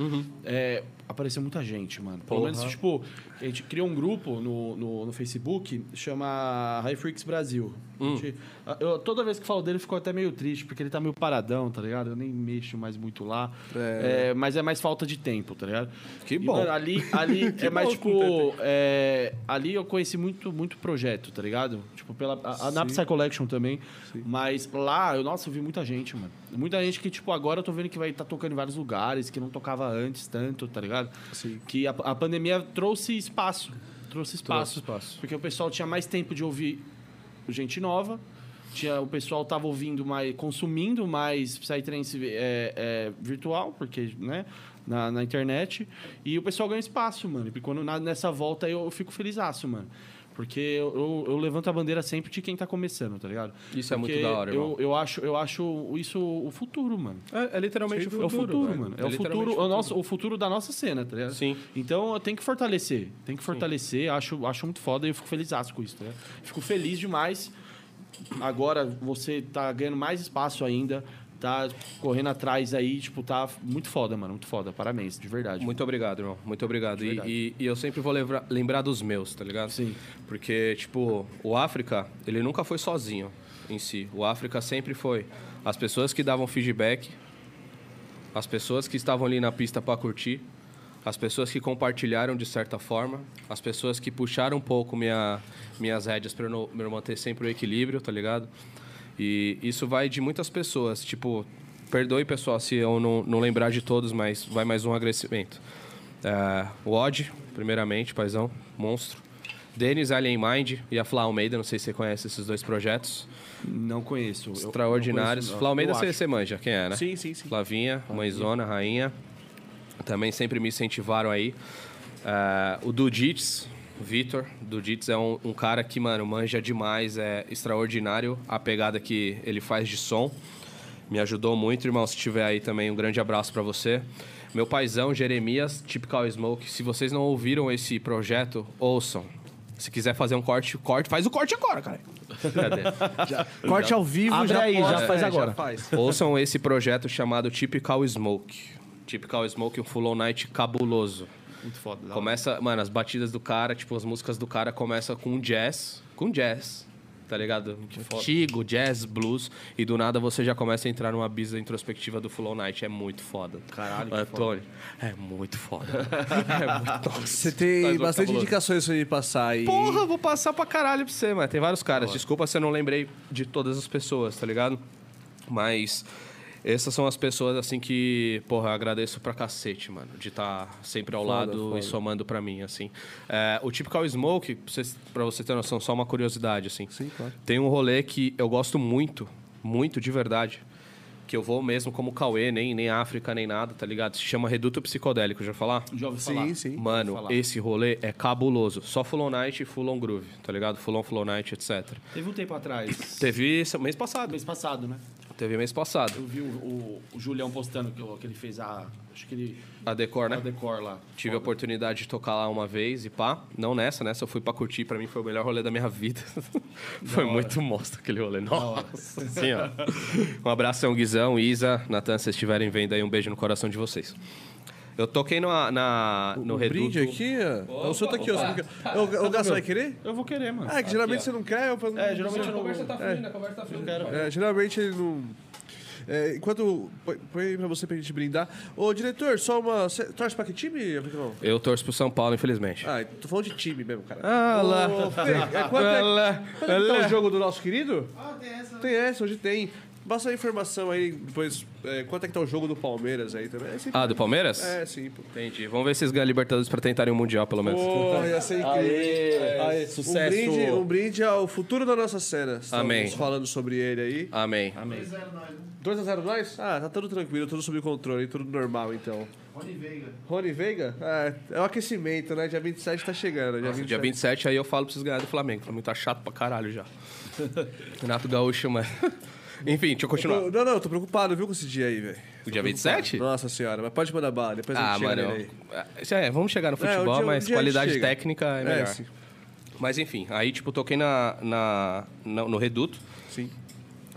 Speaker 2: É, apareceu muita gente, mano. Pelo menos, tipo, a gente criou um grupo no, no, no Facebook, chama High Freaks Brasil. A gente- eu, toda vez que falo dele, eu fico até meio triste, porque ele tá meio paradão, tá ligado? Eu nem mexo mais muito lá. É, mas é mais falta de tempo, tá ligado?
Speaker 3: Que
Speaker 2: E,
Speaker 3: bom.
Speaker 2: mano, ali ali é mais,
Speaker 1: bom que não tem
Speaker 2: tipo, é, ali eu conheci muito, muito projeto, tá ligado? Tipo, pela, a, a Napsa Collection também. Mas lá, eu, nossa, eu vi muita gente, mano. Muita gente que, tipo, agora eu tô vendo que vai estar tocando em vários lugares, que não tocava antes tanto, tá ligado?
Speaker 1: Sim.
Speaker 2: Que a, a pandemia trouxe espaço. Trouxe espaço.
Speaker 3: espaço.
Speaker 2: Porque o pessoal tinha mais tempo de ouvir gente nova. Tinha, o pessoal tava ouvindo mais, consumindo mais Psytrance é, é, virtual, porque, né? Na, na internet. E o pessoal ganha espaço, mano. E quando na- nessa volta aí eu, eu fico felizaço, mano. Porque eu, eu- eu levanto a bandeira sempre de quem tá começando, tá ligado?
Speaker 3: Isso é muito
Speaker 2: Porque
Speaker 3: da hora, irmão.
Speaker 2: eu, eu acho Eu acho isso o futuro, mano.
Speaker 3: É, é literalmente
Speaker 2: É o futuro,
Speaker 3: velho.
Speaker 2: mano. É, o
Speaker 3: literalmente
Speaker 2: futuro, O, nosso, o futuro da nossa cena, tá ligado?
Speaker 3: Sim.
Speaker 2: Então tem que fortalecer. Tem que fortalecer. Acho, acho muito foda e eu fico feliz com isso, tá ligado? Fico feliz demais. Agora você tá ganhando mais espaço ainda. Tá correndo atrás aí, tipo, tá muito foda, mano. Muito foda. Parabéns, de verdade.
Speaker 3: Muito obrigado, irmão. Muito obrigado. E,
Speaker 2: verdade.
Speaker 3: e- e eu sempre vou lembra- lembrar dos meus, tá ligado?
Speaker 2: Sim.
Speaker 3: Porque, tipo, o África, ele nunca foi sozinho em si. O África sempre foi as pessoas que davam feedback, as pessoas que estavam ali na pista pra curtir, as pessoas que compartilharam de certa forma, as pessoas que puxaram um pouco minha, minhas rédeas para eu, eu manter sempre o equilíbrio, tá ligado? E isso vai de muitas pessoas. Tipo, perdoe pessoal se eu não, não lembrar de todos, mas vai mais um agradecimento. É, o Odd, primeiramente, paizão, monstro. Denis Alien Mind e a Fla Almeida, não sei se você conhece esses dois projetos.
Speaker 2: Não conheço. Eu-
Speaker 3: Extraordinários.
Speaker 2: não conheço, não.
Speaker 3: Fla Almeida
Speaker 2: Eu
Speaker 3: você,
Speaker 2: acho.
Speaker 3: você manja quem é, né?
Speaker 1: Sim, sim, sim.
Speaker 3: Flavinha, mãezona, rainha. Também sempre me incentivaram aí. Ah, o Dudits, o Vitor. Dudits é um, um cara que, mano, manja demais, é extraordinário a pegada que ele faz de som. Me ajudou muito, irmão. Se tiver aí também, um grande abraço pra você. Meu paizão, Jeremias, Typical Smoke. Se vocês não ouviram esse projeto, ouçam. Se quiser fazer um corte, corte, faz o corte agora, cara. Cadê?
Speaker 4: Corte ao vivo
Speaker 2: Abre
Speaker 4: já
Speaker 2: aí,
Speaker 4: pode.
Speaker 2: já faz
Speaker 1: É,
Speaker 2: agora.
Speaker 1: Já faz.
Speaker 3: Ouçam esse projeto chamado Typical Smoke. Typical Smoke, um Full On Night cabuloso.
Speaker 2: Muito foda. da hora.
Speaker 3: Começa, mano, as batidas do cara, tipo, as músicas do cara começam com jazz. Com jazz, tá ligado? Antigo, jazz, blues. E do nada você já começa a entrar numa brisa introspectiva do Full On Night. É muito foda. Caralho, Antônio, é muito foda. é muito... Nossa.
Speaker 1: Você tem
Speaker 3: Faz o
Speaker 1: bastante
Speaker 3: cabuloso.
Speaker 1: indicações pra me passar aí.
Speaker 3: Porra, vou passar pra caralho pra você, mano. Tem vários caras. Desculpa se eu não lembrei de todas as pessoas, tá ligado? Mas essas são as pessoas, assim, que, porra, eu agradeço pra cacete, mano. De estar sempre ao lado e somando pra mim, assim. É, o Typical Smoke, pra vocês- pra você ter noção, só uma curiosidade, assim. Sim, claro. Tem um rolê que eu gosto muito, muito de verdade. Que eu vou mesmo como Cauê, nem, nem África, nem nada, tá ligado? Se chama Reduto Psicodélico, já ouviu falar?
Speaker 2: Já ouvi falar.
Speaker 1: Sim, sim.
Speaker 3: Mano, esse rolê é cabuloso. Só Full On Night e Full On Groove, tá ligado? Full On, Full On Night, etc.
Speaker 2: Teve um tempo atrás,
Speaker 3: Teve esse- mês passado.
Speaker 2: mês passado, né?
Speaker 3: Teve mês passado.
Speaker 2: Eu vi o, o- o Julião postando que, o- que ele fez a. Acho que ele.
Speaker 3: A Decor, né?
Speaker 2: A decor lá.
Speaker 3: Tive a oportunidade de tocar lá uma vez e pá. Não nessa, nessa eu fui pra curtir. Pra mim foi o melhor rolê da minha vida. foi muito monstro aquele rolê. Nossa senhora. Um abração, Guizão, Isa, Natan, se vocês estiverem vendo aí, um beijo no coração de vocês. Eu toquei na, na- no
Speaker 1: Um
Speaker 3: Reduto...
Speaker 1: brinde aqui? ó. o senhor tá aqui, ó. Você não quer- O, o Gasso vai querer?
Speaker 2: Eu vou querer, mano.
Speaker 1: Ah, é que geralmente você não quer. Eu... falo-
Speaker 2: É, geralmente eu não.
Speaker 5: tá fluindo, a conversa tá fluindo.
Speaker 1: É, geralmente ele não. É, enquanto. Põe, põe aí pra você pra gente brindar. Ô, diretor, só uma. Cê torce pra que time, Vitão?
Speaker 3: Eu torço pro São Paulo, infelizmente.
Speaker 1: Ah, tô falando de time mesmo, cara.
Speaker 3: Ah, lá. Ah,
Speaker 1: Ô, Fê, é, quanto é, quanto é que tá o jogo do nosso querido? Ah, tem essa. Tem essa, hoje tem. Passa a informação aí depois. é, quanto é que tá o jogo do Palmeiras aí também? É, sim,
Speaker 3: Ah, do Palmeiras?
Speaker 1: é, sim pô.
Speaker 3: Entendi. Vamos ver se eles ganham a Libertadores pra tentarem o Mundial, pelo menos.
Speaker 1: Pô, ia ser incrível.
Speaker 4: Aê,
Speaker 1: Um
Speaker 4: sucesso.
Speaker 1: brinde, um brinde ao futuro da nossa cena. Estamos
Speaker 3: Amém.
Speaker 1: falando sobre ele aí.
Speaker 3: Amém.
Speaker 1: 2x0 nós? Ah, tá tudo tranquilo, tudo sob controle, tudo normal então. Rony Veiga. Rony Veiga? Ah, é o aquecimento, né? Dia 27 tá chegando. Dia 27.
Speaker 3: Dia 27 aí eu falo pra vocês ganharem do Flamengo. O Flamengo tá chato pra caralho já. Renato Gaúcho, mano. Enfim, deixa eu continuar.
Speaker 1: Tô- Não, não, eu tô preocupado, viu, com esse dia aí, velho.
Speaker 3: O dia 27?
Speaker 1: Nossa senhora, mas pode mandar bala, depois a
Speaker 3: Ah,
Speaker 1: gente chega
Speaker 3: mano.
Speaker 1: nele aí.
Speaker 3: eu- Isso é, vamos chegar no
Speaker 1: É, um
Speaker 3: futebol,
Speaker 1: dia- um dia
Speaker 3: mas
Speaker 1: a gente
Speaker 3: qualidade
Speaker 1: chega.
Speaker 3: técnica é melhor.
Speaker 1: sim,
Speaker 3: Mas enfim, aí tipo, toquei na, na- na- no Reduto.
Speaker 1: sim.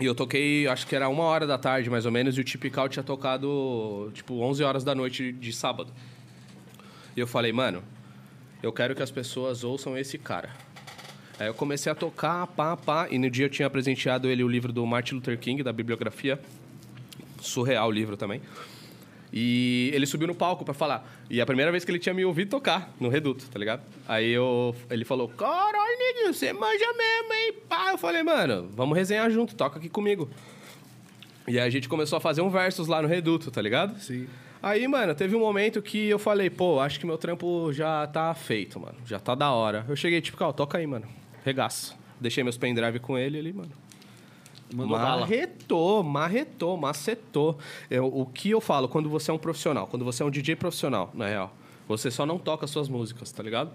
Speaker 3: E eu toquei, acho que era uma hora da tarde, mais ou menos, e o Tipical tinha tocado, tipo, 11 horas da noite de sábado. E eu falei, mano, eu quero que as pessoas ouçam esse cara. Aí eu comecei a tocar, pá, pá, e no dia eu tinha presenteado ele o livro do Martin Luther King, da bibliografia. Surreal o livro também. E ele subiu no palco pra falar. E é a primeira vez que ele tinha me ouvido tocar no Reduto, tá ligado? Aí eu, ele falou: Caralho, neguinho, você manja mesmo, hein? Pá, eu falei, mano, vamos resenhar junto, toca aqui comigo. E aí a gente começou a fazer um versus lá no Reduto, tá ligado? Sim. Aí, mano, teve um momento que eu falei, pô, acho que meu trampo já tá feito, mano. Já tá da hora. Eu cheguei, tipo, cara, toca aí, mano. Regaço. Deixei meus pendrive com ele ali, mano.
Speaker 2: Mandou bala.
Speaker 3: Marretou, marretou, macetou. Eu- o que eu falo quando você é um profissional, quando você é um DJ profissional, na real, você só não toca suas músicas, tá ligado?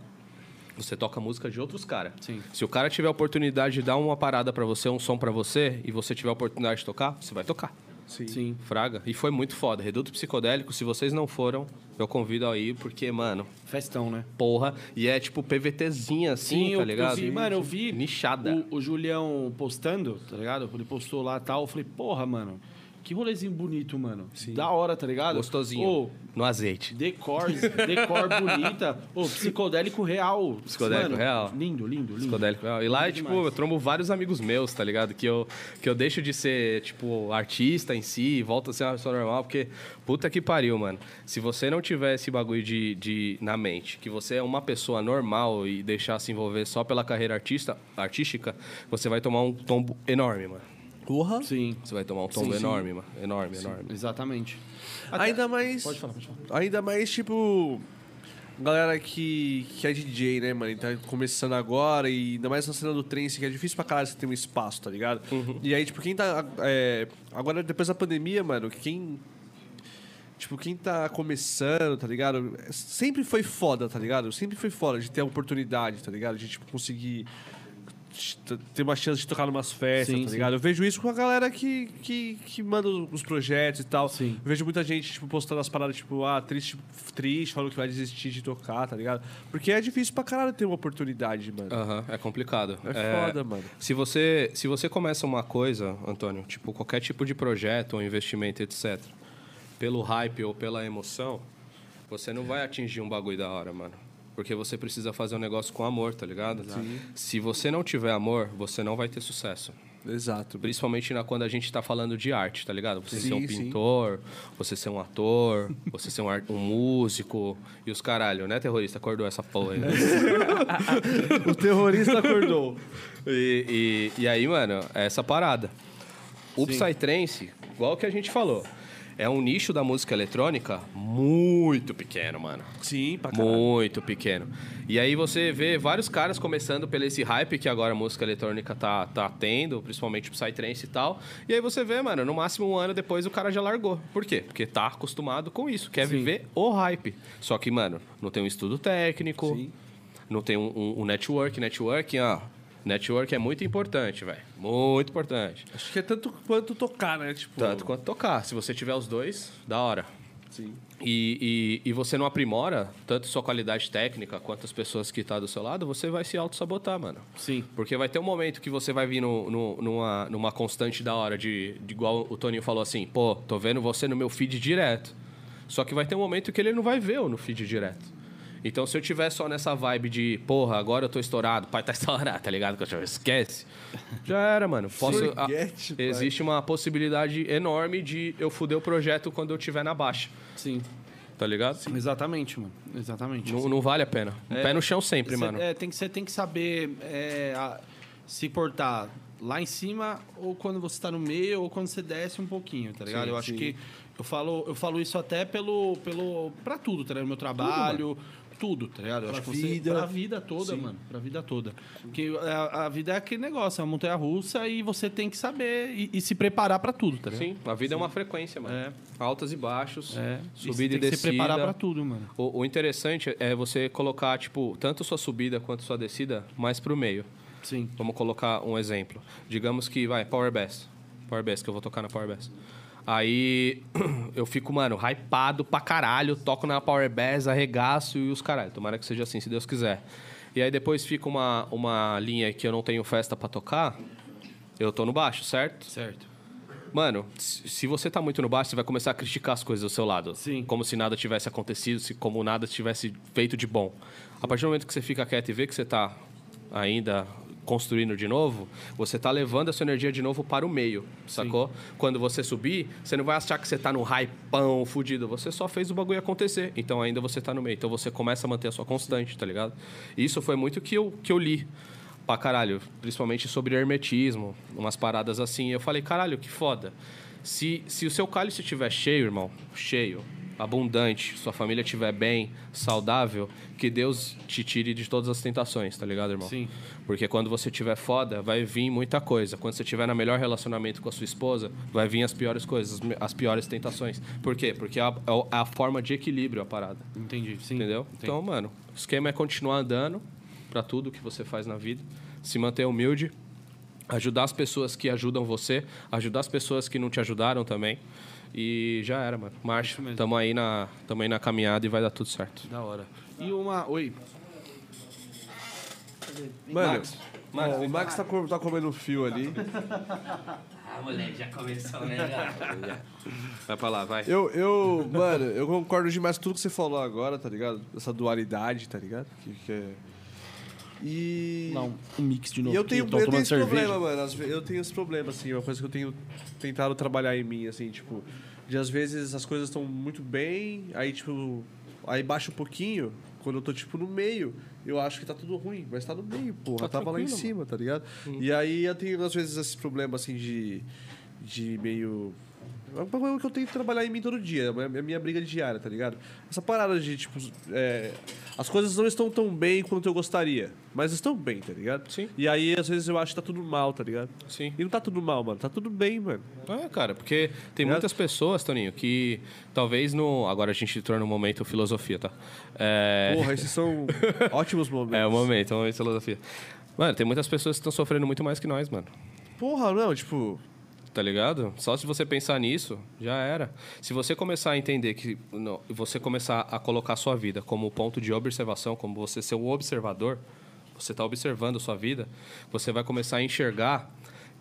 Speaker 3: Você toca música de outros caras. Se o cara tiver a oportunidade de dar uma parada pra você, um som pra você, e você tiver a oportunidade de tocar, você vai tocar.
Speaker 2: Sim.
Speaker 3: Fraga. E foi muito foda. Reduto Psicodélico, se vocês não foram, eu convido aí, porque, mano,
Speaker 2: Festão, né?
Speaker 3: porra. E é tipo PVTzinha assim,
Speaker 2: Sim, eu-
Speaker 3: tá
Speaker 2: eu
Speaker 3: ligado?
Speaker 2: vi, mano, eu vi
Speaker 3: Nichada.
Speaker 2: O, o Julião postando, tá ligado? Ele postou lá e tal. Eu falei, porra, mano. Que rolezinho bonito, mano. Da hora, tá ligado?
Speaker 3: Gostosinho.
Speaker 2: Ô,
Speaker 3: No azeite.
Speaker 2: decor, decor bonita. Ô, psicodélico real.
Speaker 3: Psicodélico
Speaker 2: Mano,
Speaker 3: real.
Speaker 2: Lindo, lindo, lindo.
Speaker 3: Psicodélico. E lá, tipo, eu trombo vários amigos meus, tá ligado? Que eu, que eu deixo de ser, tipo, artista em si e volto a ser uma pessoa normal, porque puta que pariu, mano. Se você não tiver esse bagulho de, de, na mente, que você é uma pessoa normal e deixar se envolver só pela carreira artista, artística, você vai tomar um tombo enorme, mano.
Speaker 1: Porra.
Speaker 2: Sim.
Speaker 3: Você vai tomar um tombo
Speaker 2: Sim, sim.
Speaker 3: enorme, mano. Enorme, enorme.
Speaker 2: Exatamente.
Speaker 1: Ainda mais.
Speaker 2: Pode falar, pode falar.
Speaker 1: Ainda mais, tipo. Galera que, que é DJ, né, mano? E tá começando agora, e ainda mais na cena do trance, que é difícil pra caralho você ter um espaço, tá ligado?
Speaker 2: Uhum.
Speaker 1: E aí, tipo, quem tá. é, agora, depois da pandemia, mano, quem. Tipo, quem tá começando, tá ligado? Sempre foi foda, tá ligado? Sempre foi foda de ter a oportunidade, tá ligado? De, tipo, conseguir t- ter uma chance de tocar numas festas,
Speaker 2: Sim,
Speaker 1: tá
Speaker 2: sim.
Speaker 1: ligado? Eu vejo isso com a galera que, que, que manda os projetos e tal.
Speaker 2: Sim.
Speaker 1: Eu vejo muita gente, tipo, postando as paradas, tipo, ah, triste, triste, falando que vai desistir de tocar, tá ligado? Porque é difícil pra caralho ter uma oportunidade, mano.
Speaker 3: Aham, é complicado.
Speaker 1: É foda, mano.
Speaker 3: Se você, se você começa uma coisa, Antônio, tipo qualquer tipo de projeto ou investimento, etc., pelo hype ou pela emoção, você não vai atingir um bagulho da hora, mano. Porque você precisa fazer um negócio com amor, tá ligado? Se você não tiver amor, você não vai ter sucesso.
Speaker 1: Exato.
Speaker 3: Principalmente na, quando a gente tá falando de arte, tá ligado? Você
Speaker 1: Sim,
Speaker 3: ser um
Speaker 1: sim.
Speaker 3: pintor, você ser um ator, você ser um, ar- um músico e os caralho, né, terrorista? Acordou essa porra aí. né?
Speaker 1: O terrorista acordou.
Speaker 3: E, e- e aí, mano, é essa parada. O Psytrance, igual que a gente falou, é um nicho da música eletrônica muito pequeno, mano.
Speaker 1: Sim, pra caralho.
Speaker 3: Muito pequeno. E aí você vê vários caras começando pelo esse hype que agora a música eletrônica tá, tá tendo, principalmente o Psytrance e tal. E aí você vê, mano, no máximo um ano depois o cara já largou. Por quê? Porque tá acostumado com isso, quer viver o hype. Só que, mano, não tem um estudo técnico, não tem um, um- um network, networking, ó. Network é muito importante, velho. Muito importante.
Speaker 1: Acho que é tanto quanto tocar, né? Tipo,
Speaker 3: Tanto quanto tocar. Se você tiver os dois, da hora.
Speaker 1: Sim.
Speaker 3: E, e, e você não aprimora tanto sua qualidade técnica quanto as pessoas que estão do seu lado, você vai se auto-sabotar, mano.
Speaker 2: Sim.
Speaker 3: Porque vai ter um momento que você vai vir no- no- numa, numa constante da hora, de, de igual o Toninho falou assim: pô, tô vendo você no meu feed direto. Só que vai ter um momento que ele não vai ver eu no feed direto. Então, se eu tiver só nessa vibe de, porra, agora eu tô estourado, o pai tá estourado, tá ligado? Que eu já esquece. Já era, mano. Posso, a-
Speaker 1: Forget, pai.
Speaker 3: existe uma possibilidade enorme de eu fuder o projeto quando eu tiver na baixa,
Speaker 2: Sim.
Speaker 3: tá ligado?
Speaker 2: Exatamente, mano. Exatamente.
Speaker 3: Não, não vale a pena. Um pé no chão sempre,
Speaker 2: Cê-
Speaker 3: mano.
Speaker 2: é, tem que, você tem que saber é, a- se portar lá em cima ou quando você tá no meio ou quando você desce um pouquinho, tá ligado? eu acho que eu falo, eu falo isso até pelo pelo para tudo, tá ligado? Meu trabalho, tudo, tá ligado? Eu acho que você,
Speaker 4: vida.
Speaker 2: pra vida toda, mano, pra vida toda. Porque a, a vida é aquele negócio, é uma montanha russa e você tem que saber e, e se preparar pra tudo, tá ligado?
Speaker 3: Sim, a vida é uma frequência, mano.
Speaker 2: É.
Speaker 3: Altas e baixos,
Speaker 2: É,
Speaker 3: subida e,
Speaker 2: você tem que
Speaker 3: descida.
Speaker 2: se preparar pra tudo, mano.
Speaker 3: O, o interessante é você colocar, tipo, tanto sua subida quanto sua descida mais pro meio.
Speaker 2: Sim.
Speaker 3: Vamos colocar um exemplo. Digamos que vai, Power Bass. Power Bass, que eu vou tocar na Power Bass. Aí eu fico, mano, hypado pra caralho, toco na Power Bass, arregaço e os caralho. Tomara que seja assim, se Deus quiser. E aí depois fica uma, uma linha que eu não tenho festa pra tocar, eu tô no baixo, certo?
Speaker 2: Certo.
Speaker 3: Mano, se se você tá muito no baixo, você vai começar a criticar as coisas do seu lado.
Speaker 2: Sim.
Speaker 3: Como se nada tivesse acontecido, se como nada tivesse feito de bom. A partir do momento que você fica quieto e vê que você tá ainda construindo de novo, você tá levando a sua energia de novo para o meio, sacou? Quando você subir, você não vai achar que você tá no hypão fudido, você só fez o bagulho acontecer. Então ainda você tá no meio. Então você começa a manter a sua constante, tá ligado? E Isso foi muito que eu, que eu li pra caralho, principalmente sobre hermetismo, umas paradas assim. Eu falei, caralho, que foda. Se, se o seu cálice estiver cheio, irmão, cheio, abundante, sua família estiver bem, saudável, que Deus te tire de todas as tentações, tá ligado, irmão?
Speaker 2: Sim.
Speaker 3: Porque quando você tiver foda, vai vir muita coisa. Quando você tiver no melhor relacionamento com a sua esposa, vai vir as piores coisas, as me- as piores tentações. Por quê? Porque é a, é a forma de equilíbrio a parada.
Speaker 2: Entendi. Sim.
Speaker 3: Entendeu? Então, mano, o esquema é continuar andando pra tudo que você faz na vida, se manter humilde, ajudar as pessoas que ajudam você, ajudar as pessoas que não te ajudaram também. E já era, mano. Marcha,
Speaker 2: mesmo.
Speaker 3: tamo aí, na, tamo aí na caminhada e vai dar tudo certo.
Speaker 2: Da hora. E uma, oi,
Speaker 1: Mano, ó, o Max tá, co- tá comendo um fio ali.
Speaker 5: Ah, moleque, já começou, né? Vai pra lá, vai.
Speaker 1: Eu, eu, mano, eu concordo demais com tudo que você falou agora, tá ligado? Essa dualidade, tá ligado? Que, que é... E.
Speaker 2: Não, um mix de novo.
Speaker 1: E eu tenho,
Speaker 2: tô
Speaker 1: eu tenho
Speaker 2: tomando
Speaker 1: esse problema, mano. às ve- Eu tenho esse problema, assim, uma coisa que eu tenho tentado trabalhar em mim, assim, tipo, de às vezes as coisas estão muito bem, aí, tipo, aí baixa um pouquinho, quando eu tô, tipo, no meio, eu acho que tá tudo ruim, mas tá no meio, porra, tava lá em cima, tá ligado? E aí eu tenho, às vezes, esse problema, assim, de, de meio. É um problema que eu tenho que trabalhar em mim todo dia. É a minha- minha briga diária, tá ligado? Essa parada de, tipo, é, as coisas não estão tão bem quanto eu gostaria. Mas estão bem, tá ligado?
Speaker 3: Sim.
Speaker 1: E aí, às vezes, eu acho que tá tudo mal, tá ligado?
Speaker 3: Sim.
Speaker 1: E não tá tudo mal, mano. Tá tudo bem, mano.
Speaker 3: É, cara, porque tem muitas pessoas, Toninho, que talvez no. Agora a gente torna um momento filosofia, tá? É...
Speaker 1: Porra, esses são ótimos momentos.
Speaker 3: É, um momento, um momento de filosofia. Mano, tem muitas pessoas que estão sofrendo muito mais que nós, mano.
Speaker 1: Porra, não, tipo...
Speaker 3: Tá ligado? Só se você pensar nisso, já era. Se você começar a entender que. Não, você começar a colocar sua vida como ponto de observação, como você ser um observador, você tá observando sua vida, você vai começar a enxergar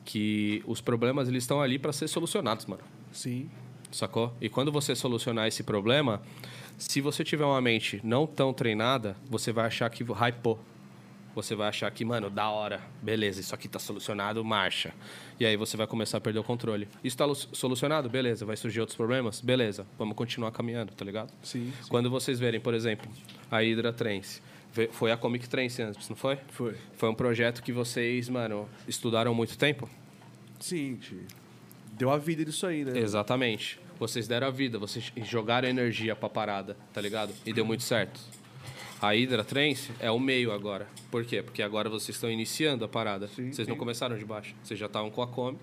Speaker 3: que os problemas eles estão ali para ser solucionados, mano.
Speaker 1: Sim.
Speaker 3: Sacou? E quando você solucionar esse problema, se você tiver uma mente não tão treinada, você vai achar que hypou. Você vai achar que, mano, da hora, beleza, isso aqui tá solucionado, marcha. E aí você vai começar a perder o controle. Isso tá lu- solucionado? Beleza. Vai surgir outros problemas? Beleza. Vamos continuar caminhando, tá ligado?
Speaker 1: Sim, sim.
Speaker 3: Quando vocês verem, por exemplo, a Hydra Trance. Ve- Foi a Comic Trance antes, não foi?
Speaker 1: Foi.
Speaker 3: Foi um projeto que vocês, mano, estudaram muito tempo?
Speaker 1: Sim, tio. Deu a vida nisso aí, né?
Speaker 3: Exatamente. Vocês deram a vida, vocês jogaram energia pra parada, tá ligado? E deu muito certo. A Hydra Trance é o meio agora. Por quê? Porque agora vocês estão iniciando a parada. vocês não começaram de baixo. Vocês já estavam com a Comic.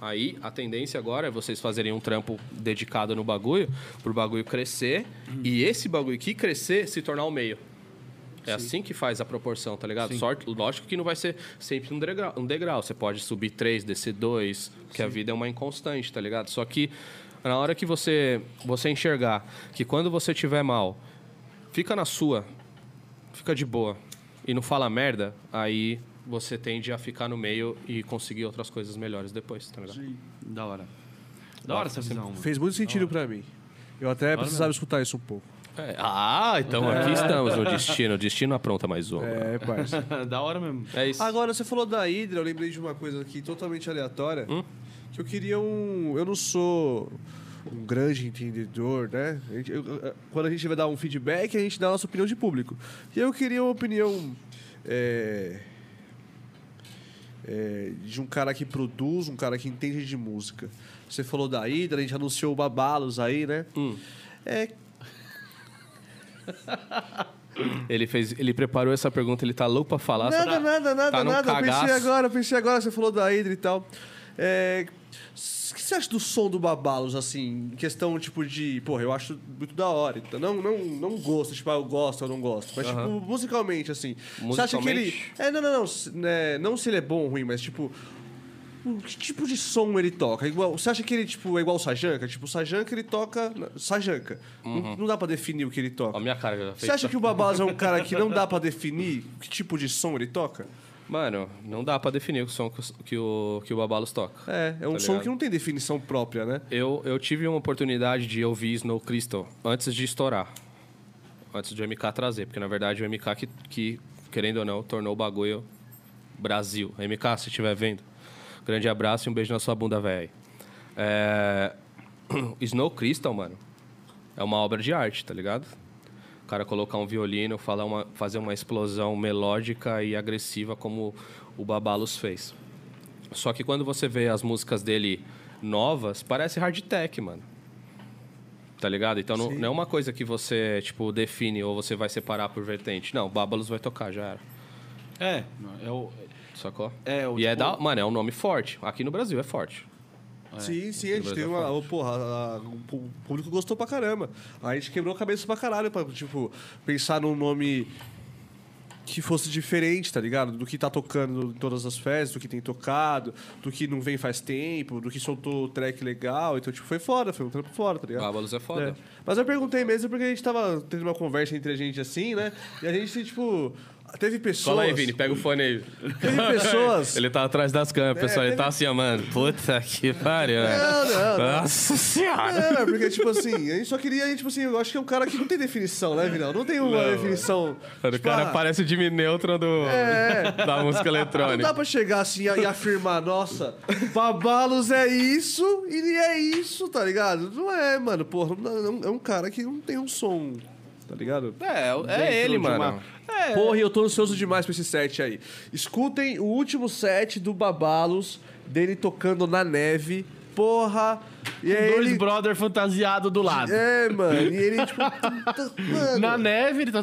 Speaker 3: Aí a tendência agora é vocês fazerem um trampo dedicado no bagulho, pro bagulho crescer. E esse bagulho que crescer se tornar o meio. É assim que faz a proporção, tá ligado? Sorte, lógico que não vai ser sempre um degrau, um degrau. Você pode subir três, descer dois, porque a vida é uma inconstante, tá ligado? Só que na hora que você você enxergar que quando você tiver mal, fica na sua, fica de boa e não fala merda, aí você tende a ficar no meio e conseguir outras coisas melhores depois, tá ligado?
Speaker 2: Da hora. Da hora essa visão, mano.
Speaker 1: Fez muito sentido pra mim. Eu até precisava escutar isso um pouco.
Speaker 3: É, Ah, então aqui estamos no destino. O destino apronta mais uma. É,
Speaker 1: É, parça.
Speaker 2: da hora mesmo.
Speaker 3: isso.
Speaker 1: Agora, você falou da Hydra, eu lembrei de uma coisa aqui totalmente aleatória. Que eu queria um. Eu não sou um grande entendedor, né? A gente- eu- eu- quando a gente vai dar um feedback, a gente dá a nossa opinião de público. E eu queria uma opinião. é, é, de um cara que produz, um cara que entende de música. Você falou da Hydra, a gente anunciou o Babalos aí, né? É,
Speaker 3: Ele fez, ele preparou essa pergunta, ele tá louco pra falar. só
Speaker 1: Nada,
Speaker 3: pra-
Speaker 1: nada, nada,
Speaker 3: tá num
Speaker 1: nada. Eu pensei
Speaker 3: cagaço.
Speaker 1: agora, eu pensei agora, você falou da Hydra e tal. É, s- O que você acha do som do Babalos, assim, em questão, tipo, de... Porra, eu acho muito da hora. Então, não, não, não gosto, tipo, ah, eu gosto ou não gosto. Mas, tipo, musicalmente, assim... Você acha que ele...
Speaker 3: Musicalmente?
Speaker 1: É, não, não, não. s- né, não se ele é bom ou ruim, mas, tipo... o Que tipo de som ele toca? Igual, você acha que ele tipo, é igual o Sajanka? Tipo, o Sajanka ele toca. Sajanka.
Speaker 3: Uhum.
Speaker 1: Não, não dá pra definir o que ele toca.
Speaker 3: Ó, minha cara já fez.
Speaker 1: Você acha que o Babás é um cara que não dá pra definir que tipo de som ele toca?
Speaker 3: Mano, não dá pra definir o som que o- que o, que o Babalos toca.
Speaker 1: É, é um
Speaker 3: Tá
Speaker 1: som
Speaker 3: ligado?
Speaker 1: que não tem definição própria, né?
Speaker 3: Eu, eu tive uma oportunidade de ouvir Snow Crystal antes de estourar. Antes do MK trazer, porque na verdade o MK que, que querendo ou não, tornou o bagulho Brasil. MK, se estiver vendo, grande abraço e um beijo na sua bunda, velho. É... Snow Crystal, mano, é uma obra de arte, tá ligado? O cara colocar um violino, falar uma- fazer uma explosão melódica e agressiva como o Babalos fez. Só que quando você vê as músicas dele novas, parece hard tech, mano. Tá ligado? Então não, não é uma coisa que você, tipo, define ou você vai separar por vertente. Não, Babalos vai tocar, já era.
Speaker 2: É, é o.
Speaker 3: Sacou?
Speaker 2: É, o
Speaker 3: E é
Speaker 2: tipo-
Speaker 3: da. Mano, é um nome forte. Aqui no Brasil é forte.
Speaker 1: Sim, sim, a gente
Speaker 3: Brasil
Speaker 1: teve
Speaker 3: é
Speaker 1: uma. oh, porra, a- a- o pu- o público gostou pra caramba. A gente quebrou a cabeça pra caralho pra, tipo, pensar num nome que fosse diferente, tá ligado? Do que tá tocando em todas as festas, do que tem tocado, do que não vem faz tempo, do que soltou track legal. Então, tipo, foi foda, foi um trampo fora, tá ligado?
Speaker 3: Babalos é foda.
Speaker 1: É. Mas eu perguntei mesmo porque a gente tava tendo uma conversa entre a gente assim, né? E a gente, tipo. Teve pessoas.
Speaker 3: Cola aí, Vini, pega o fone aí.
Speaker 1: Teve pessoas. É, um-
Speaker 3: Ele tá atrás das câmeras, pessoal. Ele tá assim, ó, mano. Puta que pariu,
Speaker 1: Não,
Speaker 3: velho.
Speaker 1: não, não.
Speaker 3: Nossa senhora.
Speaker 1: É, mas porque, tipo assim, a gente só queria, tipo assim, eu acho que é um cara que não tem definição, né, Vinão? Não tem uma definição.
Speaker 3: Mano,
Speaker 1: tipo,
Speaker 3: o cara
Speaker 1: ah,
Speaker 3: parece o Jimmy Neutron do,
Speaker 1: É.
Speaker 3: da música
Speaker 1: Não dá
Speaker 3: eletrônica.
Speaker 1: pra chegar assim e afirmar, nossa, babalos é isso e é isso, tá ligado? Não é, mano, porra, não- não- é um cara que não tem um som, tá ligado?
Speaker 3: É, é ele, mano.
Speaker 2: É.
Speaker 1: Porra, e eu tô ansioso demais pra esse set aí. Escutem o último set do Babalos, dele tocando na neve. Porra! E é
Speaker 2: Dois
Speaker 1: ele...
Speaker 2: brother fantasiado do lado.
Speaker 1: É, mano. E ele, tipo. tá- mano,
Speaker 2: Na neve, ele tá.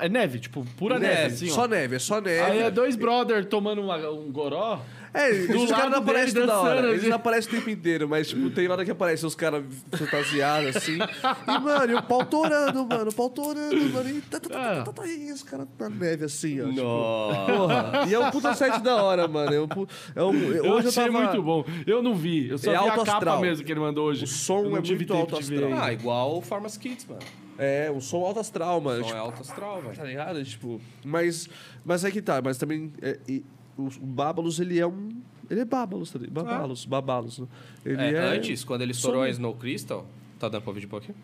Speaker 2: É, é neve, tipo, pura neve, assim, ó.
Speaker 1: só neve, é só
Speaker 2: Aí
Speaker 1: neve.
Speaker 2: é dois brother tomando uma- um goró.
Speaker 1: É, os caras
Speaker 2: lado
Speaker 1: não aparecem
Speaker 2: dele
Speaker 1: toda hora.
Speaker 2: dançando,
Speaker 1: Eles
Speaker 2: assim.
Speaker 1: não aparecem o tempo inteiro, mas tipo, tem hora que aparecem os caras fantasiados assim. E, mano, e o pau torando, mano. O pau torando, mano. E tá, tá, tá, tá, tá, tá, e os caras na neve assim, ó. tipo,
Speaker 3: Nossa.
Speaker 1: porra. E é um puta set da hora, mano. É um, pu- é um,
Speaker 2: Eu
Speaker 1: hoje
Speaker 2: achei
Speaker 1: eu tava...
Speaker 2: muito bom. Eu não vi. Eu só
Speaker 1: É
Speaker 2: vi
Speaker 1: alto
Speaker 2: a capa
Speaker 1: astral.
Speaker 2: mesmo que ele mandou hoje.
Speaker 1: O som
Speaker 2: Eu não
Speaker 1: é
Speaker 2: tive
Speaker 1: muito
Speaker 2: tempo
Speaker 1: alto
Speaker 2: de ver
Speaker 1: astral.
Speaker 2: ainda.
Speaker 3: Ah, igual o Formas Kids, mano.
Speaker 1: É, um som alto astral, mano.
Speaker 3: Não
Speaker 1: tipo,
Speaker 3: é alto astral, velho.
Speaker 1: Tá ligado? Tipo, mas, mas é que tá, mas também é, e o, o Bábalos, ele é um. Ele é Bábalos, tá ligado? Babalos, Babalos. Né? Ele
Speaker 3: É,
Speaker 1: é,
Speaker 3: Antes, quando ele estourou
Speaker 1: Som.
Speaker 3: a Snow Crystal... Tá dando pra ouvir de pouquinho?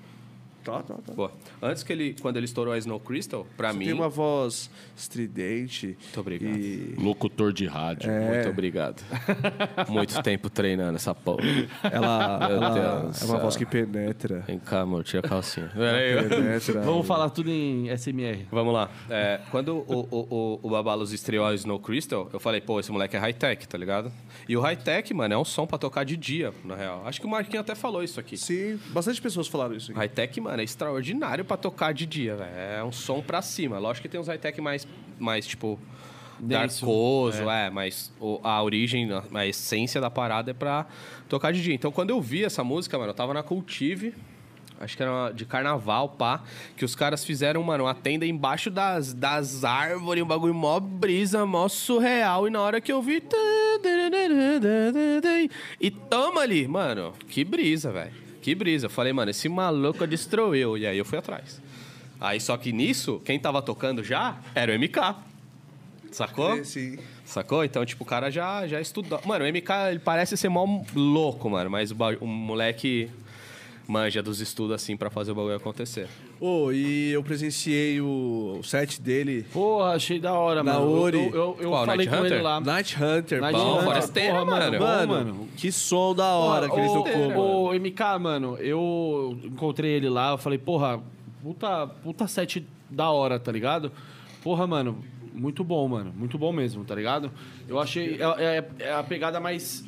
Speaker 1: Tá, tá, tá.
Speaker 3: Boa. Antes que ele... Quando ele estourou a Snow Crystal, pra mim...
Speaker 1: Tem uma voz estridente.
Speaker 3: Muito obrigado.
Speaker 1: E
Speaker 6: Locutor de rádio.
Speaker 3: tipo,
Speaker 1: É.
Speaker 3: Muito obrigado. Muito tempo treinando essa porra.
Speaker 1: ela,
Speaker 3: Meu
Speaker 1: ela
Speaker 3: Deus,
Speaker 1: é uma
Speaker 3: ah.
Speaker 1: voz que penetra.
Speaker 3: Vem cá, amor, tira a calcinha. Pera aí.
Speaker 1: é penetra.
Speaker 2: Vamos falar tudo em SMR.
Speaker 3: Vamos lá. É, quando o, o, o, o Babalos estreou a Snow Crystal, eu falei, pô, esse moleque é high-tech, tá ligado? E o high-tech, mano, é um som pra tocar de dia, na real. Acho que o Marquinhos até falou isso aqui.
Speaker 1: Sim, bastante pessoas falaram isso
Speaker 3: O
Speaker 1: aqui.
Speaker 3: High-tech, mano, é extraordinário pra tocar de dia, velho. É um som pra cima. Lógico que tem uns high-tech mais, mais, tipo,
Speaker 2: Denso.
Speaker 3: darkoso, é, mas o- a origem, a- a essência da parada é pra tocar de dia. Então, quando eu vi essa música, mano, eu tava na Cultive, acho que era uma- de carnaval, pá, que os caras fizeram, mano, uma tenda embaixo das, das árvores, um bagulho mó brisa, mó surreal, e na hora que eu vi... E toma ali, mano, que brisa, velho. Que brisa. Eu falei, mano, esse maluco destruiu. E aí eu fui atrás. Aí só que nisso, quem tava tocando já era o MK. Sacou?
Speaker 1: Sim.
Speaker 3: Sacou? Então, tipo, o cara já, já estudou. Mano, o MK ele parece ser mó louco, mano, mas o, ba- o moleque manja dos estudos assim pra fazer o bagulho acontecer.
Speaker 1: Oh, e eu presenciei o, o set dele.
Speaker 2: Porra, achei da hora, mano. Eu-
Speaker 1: Naori.
Speaker 2: Eu, eu, eu
Speaker 3: Qual,
Speaker 2: falei
Speaker 3: Night
Speaker 2: com
Speaker 3: Hunter?
Speaker 2: ele lá.
Speaker 1: Night Hunter,
Speaker 2: Night
Speaker 1: pau.
Speaker 3: Bom,
Speaker 2: Hunter.
Speaker 3: foresteiro,
Speaker 2: Porra, mano,
Speaker 3: mano.
Speaker 2: bom.
Speaker 1: Mano,
Speaker 2: mano.
Speaker 1: que som da hora que ele
Speaker 2: Ô,
Speaker 1: tocou,
Speaker 2: ô,
Speaker 1: mano.
Speaker 2: ô, MK, mano, eu encontrei ele lá, eu falei, porra, puta, puta set da hora, tá ligado? Porra, mano, muito bom, mano. Muito bom mesmo, tá ligado? Eu achei. É, é- é a pegada mais.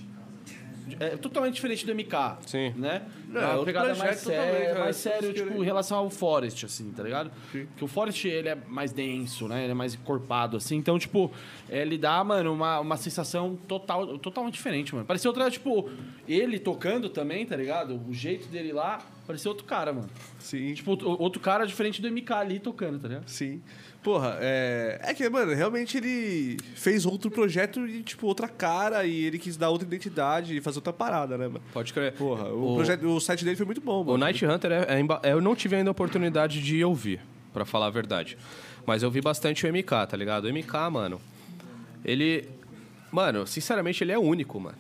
Speaker 2: É totalmente diferente do MK.
Speaker 3: Sim.
Speaker 2: Né?
Speaker 1: Não,
Speaker 2: é
Speaker 1: é
Speaker 2: uma
Speaker 1: outro
Speaker 2: pegada
Speaker 1: projeto
Speaker 2: mais,
Speaker 1: totalmente,
Speaker 2: séria,
Speaker 1: né?
Speaker 2: mais sério,
Speaker 1: Isso que
Speaker 2: tipo,
Speaker 1: ele-
Speaker 2: em relação ao Forest, assim, tá ligado? Porque o Forest, ele é mais denso, né? Ele é mais encorpado, assim. Então, tipo, ele dá, mano, uma, uma sensação total, totalmente diferente, mano. Parecia outra, tipo, ele tocando também, tá ligado? O jeito dele lá, parecia outro cara, mano.
Speaker 1: Sim.
Speaker 2: Tipo, o- outro cara diferente do MK ali tocando, tá ligado?
Speaker 1: Sim. Porra, é... é que, mano, realmente ele fez outro projeto e, tipo, outra cara e ele quis dar outra identidade e fazer outra parada, né, mano?
Speaker 3: Pode crer.
Speaker 1: Porra, o, projeto, o site dele foi muito bom, né?
Speaker 3: O
Speaker 1: mano.
Speaker 3: Night Hunter, é, é emba- eu não tive ainda a oportunidade de ouvir, pra falar a verdade. Mas eu vi bastante o MK, tá ligado? O MK, mano, ele. Mano, sinceramente, ele é único, mano.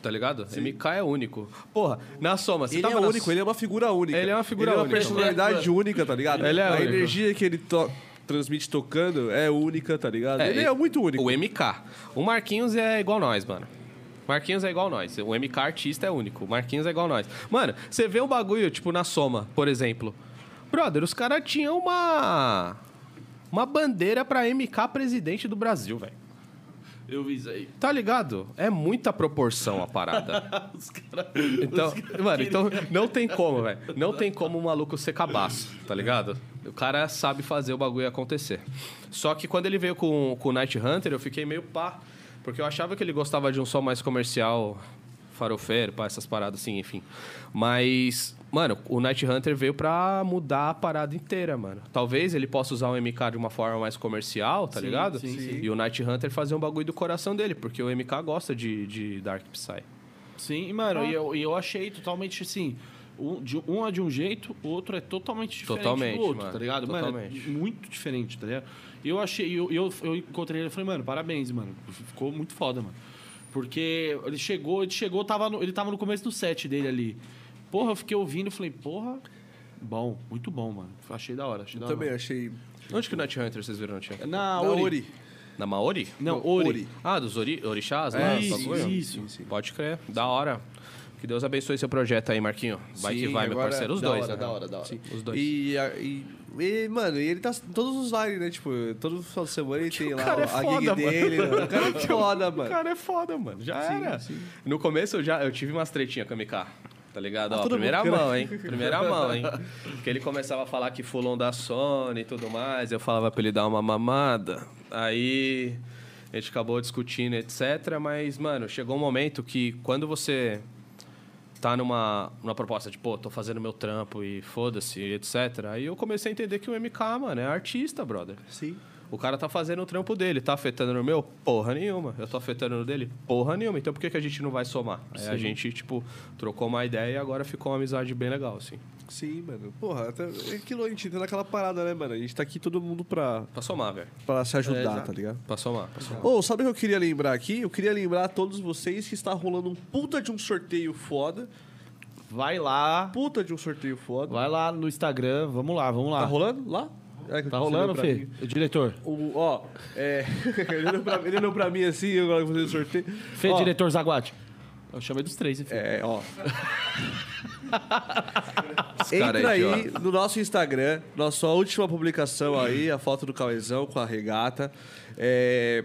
Speaker 3: Tá ligado? MK é único. Porra, na soma, você
Speaker 1: Ele
Speaker 3: tava
Speaker 1: é
Speaker 3: na
Speaker 1: único, ele é uma figura única.
Speaker 3: Ele é uma figura
Speaker 1: Ele é uma
Speaker 3: única.
Speaker 1: personalidade única, tá ligado?
Speaker 3: Ele é
Speaker 1: A
Speaker 3: único.
Speaker 1: energia que ele to- transmite tocando é única, tá ligado? ele, é muito único.
Speaker 3: O MK. O Marquinhos é igual nós, mano. Marquinhos é igual nós. O MK artista é único. O Marquinhos é igual nós. Mano, você vê o bagulho, tipo, na soma, por exemplo. Brother, os caras tinham uma. Uma bandeira pra MK presidente do Brasil, velho.
Speaker 2: Eu vi isso aí.
Speaker 3: Tá ligado? É muita proporção a parada.
Speaker 2: Os caras.
Speaker 3: Então, mano, então não tem como, velho. Não tem como o maluco ser cabaço, tá ligado? O cara sabe fazer o bagulho acontecer. Só que quando ele veio com, com o Night Hunter, eu fiquei meio pá. Porque eu achava que ele gostava de um som mais comercial, farofeiro, pá, essas paradas assim, enfim. Mas, mano, o Night Hunter veio pra mudar a parada inteira, mano. Talvez ele possa usar o MK de uma forma mais comercial, tá ligado?
Speaker 2: sim, sim.
Speaker 3: E o Night Hunter fazer um bagulho do coração dele, porque o MK gosta de, de Dark Psy.
Speaker 2: Sim, e, mano, e eu, e eu achei totalmente assim. Um, de, um é de um jeito, o outro é totalmente diferente
Speaker 3: Totalmente,
Speaker 2: do outro,
Speaker 3: mano.
Speaker 2: tá ligado? Mano,
Speaker 3: Totalmente.
Speaker 2: é muito diferente, tá ligado? E eu achei, e eu, eu, eu encontrei ele e falei, mano, parabéns, mano. Ficou muito foda, mano. Porque ele chegou, ele chegou, tava no- ele tava no começo do set dele ali. Porra, eu fiquei ouvindo e falei, porra, bom, muito bom, mano. Achei da hora, achei da hora.
Speaker 1: Também achei.
Speaker 3: Onde que o Night Hunter vocês viram? Tinha?
Speaker 2: mano. Na,
Speaker 1: Da
Speaker 2: Ori.
Speaker 1: Ori.
Speaker 3: Na Maori?
Speaker 2: Não, Ori.
Speaker 1: Ori.
Speaker 3: Ah, dos ori orixás? né?
Speaker 2: É,
Speaker 3: lá,
Speaker 2: isso,
Speaker 3: essas coisas?
Speaker 2: isso.
Speaker 3: Pode crer. Da hora. Que Deus abençoe seu projeto aí, Marquinho. Vai
Speaker 1: Sim,
Speaker 3: que vai, meu
Speaker 1: agora-
Speaker 3: parceiro. Os
Speaker 2: da
Speaker 3: dois,
Speaker 2: hora,
Speaker 3: né?
Speaker 2: da hora, da hora.
Speaker 3: Sim, Os dois.
Speaker 1: E, a- e, e, mano, e ele tá em todos os lives, né? Tipo, todo final de semana ele tem lá
Speaker 3: cara é
Speaker 1: a gig
Speaker 3: foda,
Speaker 1: dele. Mano. O cara é foda, mano.
Speaker 3: Cara, é foda, mano. Já era. No começo eu já eu tive umas tretinhas com a MK. Tá ligado? Ó, primeira mão, hein? Primeira mão, hein? Porque ele começava a falar que fulon da Sony e tudo mais. Eu falava pra ele dar uma mamada. Aí a gente acabou discutindo, etc. Mas, mano, chegou um momento que quando você tá numa, numa proposta de, pô, tô fazendo meu trampo e foda-se, etc. Aí eu comecei a entender que o MK, mano, é artista, brother.
Speaker 1: Sim.
Speaker 3: O cara tá fazendo o trampo dele, tá afetando no meu? Porra nenhuma. Eu tô afetando no dele? Porra nenhuma. Então por que, que a gente não vai somar? Aí a gente, tipo, trocou uma ideia e agora ficou uma amizade bem legal, assim.
Speaker 1: Sim, mano. Porra, até, é aquilo a gente tem naquela parada, né, mano? A gente tá aqui todo mundo pra,
Speaker 3: Pra somar, velho.
Speaker 1: pra
Speaker 2: É,
Speaker 1: se ajudar, tá ligado?
Speaker 3: Pra somar. Pra somar.
Speaker 1: Ô, sabe o que eu queria lembrar aqui? Eu queria lembrar a todos vocês que está rolando um puta de um sorteio foda.
Speaker 2: Vai lá,
Speaker 1: Puta de um sorteio foda.
Speaker 2: vai lá no Instagram, vamos lá, vamos lá.
Speaker 1: Tá rolando lá? É que eu
Speaker 2: Tá
Speaker 1: tô
Speaker 2: rolando,
Speaker 1: olhando pra
Speaker 2: Fê?
Speaker 1: mim.
Speaker 2: O diretor.
Speaker 1: O, ó, é, ele, olhou pra, ele olhou pra mim assim, agora que eu vou fazer o sorteio.
Speaker 2: Fê,
Speaker 1: Ó,
Speaker 2: diretor Zaguate. Eu chamei dos três, enfim.
Speaker 1: É, ó.
Speaker 3: cara
Speaker 1: Entra
Speaker 3: aí,
Speaker 1: aí, no nosso Instagram, nossa última publicação aí, a foto do Cauezão com a regata. É,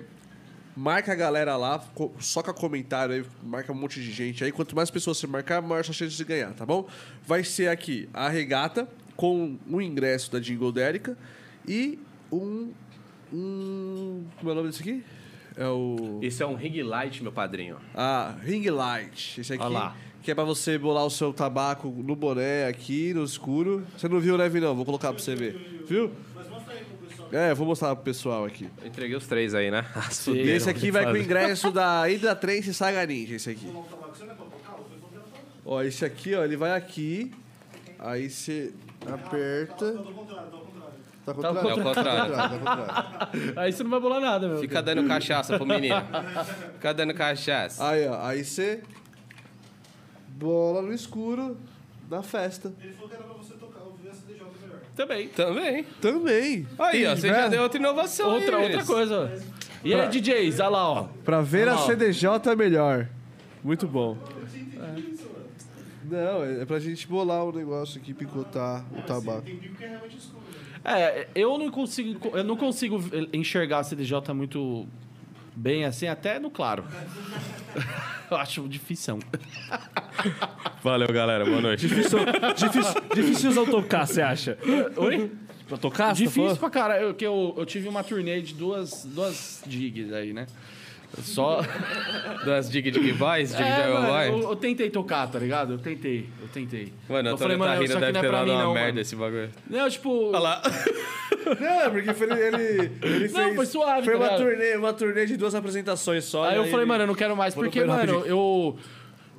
Speaker 1: marca a galera lá, co- soca comentário aí, marca um monte de gente aí. Quanto mais pessoas você marcar, maior sua chance de ganhar, tá bom? Vai ser aqui a regata com um ingresso da Jingle Dérica e um. um como é o nome disso aqui? É o.
Speaker 3: Isso é um ring light, meu padrinho.
Speaker 1: Ah, Ring Light. Esse aqui.
Speaker 2: Olha lá.
Speaker 1: Que é pra você bolar o seu tabaco no boné aqui, no escuro. Você não viu, né, Vinão? Vou colocar pra você ver. Viu? É, vou mostrar pro pessoal aqui.
Speaker 3: Eu Entreguei os três aí, né?
Speaker 1: E esse aqui vai com o ingresso da Hidra Trance Saga Ninja, esse aqui. Ó, esse aqui, ó, ele vai aqui. Aí você aperta.
Speaker 7: Tá contrário.
Speaker 3: É o contrário.
Speaker 7: Tá contrário.
Speaker 2: Aí você não vai bolar nada, meu.
Speaker 3: Fica dando cachaça pro menino. Fica dando cachaça.
Speaker 1: Aí, ó, aí você bola no escuro da festa.
Speaker 2: Também.
Speaker 3: Também.
Speaker 1: Também.
Speaker 3: Aí, ó, você já deu outra inovação.
Speaker 2: né? Outra,
Speaker 3: aí,
Speaker 2: outra
Speaker 3: Iris.
Speaker 2: coisa. E aí, DJs, olha lá, ó.
Speaker 1: Pra ver a CDJ é melhor. Muito bom. Não, é é pra gente bolar o negócio aqui, picotar o tabaco.
Speaker 2: É, eu não consigo, eu não consigo enxergar a CDJ muito bem assim, até no claro. eu acho difícil.
Speaker 3: Valeu, galera. Boa noite.
Speaker 4: Difícil, difícil, dificilzão tocar, você acha?
Speaker 2: Oi?
Speaker 4: Pra tocar? você tá
Speaker 2: Difícil
Speaker 4: falando?
Speaker 2: pra cara. Eu, que eu, eu tive uma turnê de duas, duas gigs aí, né? Só.
Speaker 3: Das Dig Dig Boys, Dig
Speaker 2: É,
Speaker 3: Dig
Speaker 2: mano,
Speaker 3: Boys.
Speaker 2: É, eu, eu tentei tocar, tá ligado? Eu tentei, eu tentei.
Speaker 3: Mano,
Speaker 2: eu
Speaker 3: a Antônio tá
Speaker 2: isso
Speaker 3: rindo,
Speaker 2: aqui
Speaker 3: deve
Speaker 2: não
Speaker 3: ter
Speaker 2: é pra
Speaker 3: dado
Speaker 2: mim,
Speaker 3: uma
Speaker 2: não,
Speaker 3: merda
Speaker 2: mano.
Speaker 3: esse bagulho.
Speaker 2: Não, tipo,
Speaker 1: Não, porque foi, ele, ele fez...
Speaker 2: Não, foi suave,
Speaker 1: Foi
Speaker 2: tá
Speaker 1: uma
Speaker 2: ligado?
Speaker 1: turnê, uma turnê de duas apresentações só.
Speaker 2: Aí
Speaker 1: e
Speaker 2: eu falei,
Speaker 1: ele-
Speaker 2: mano, eu não quero mais,
Speaker 1: Vou no
Speaker 2: porque,
Speaker 1: banheiro
Speaker 2: mano,
Speaker 1: rapidinho.
Speaker 2: eu.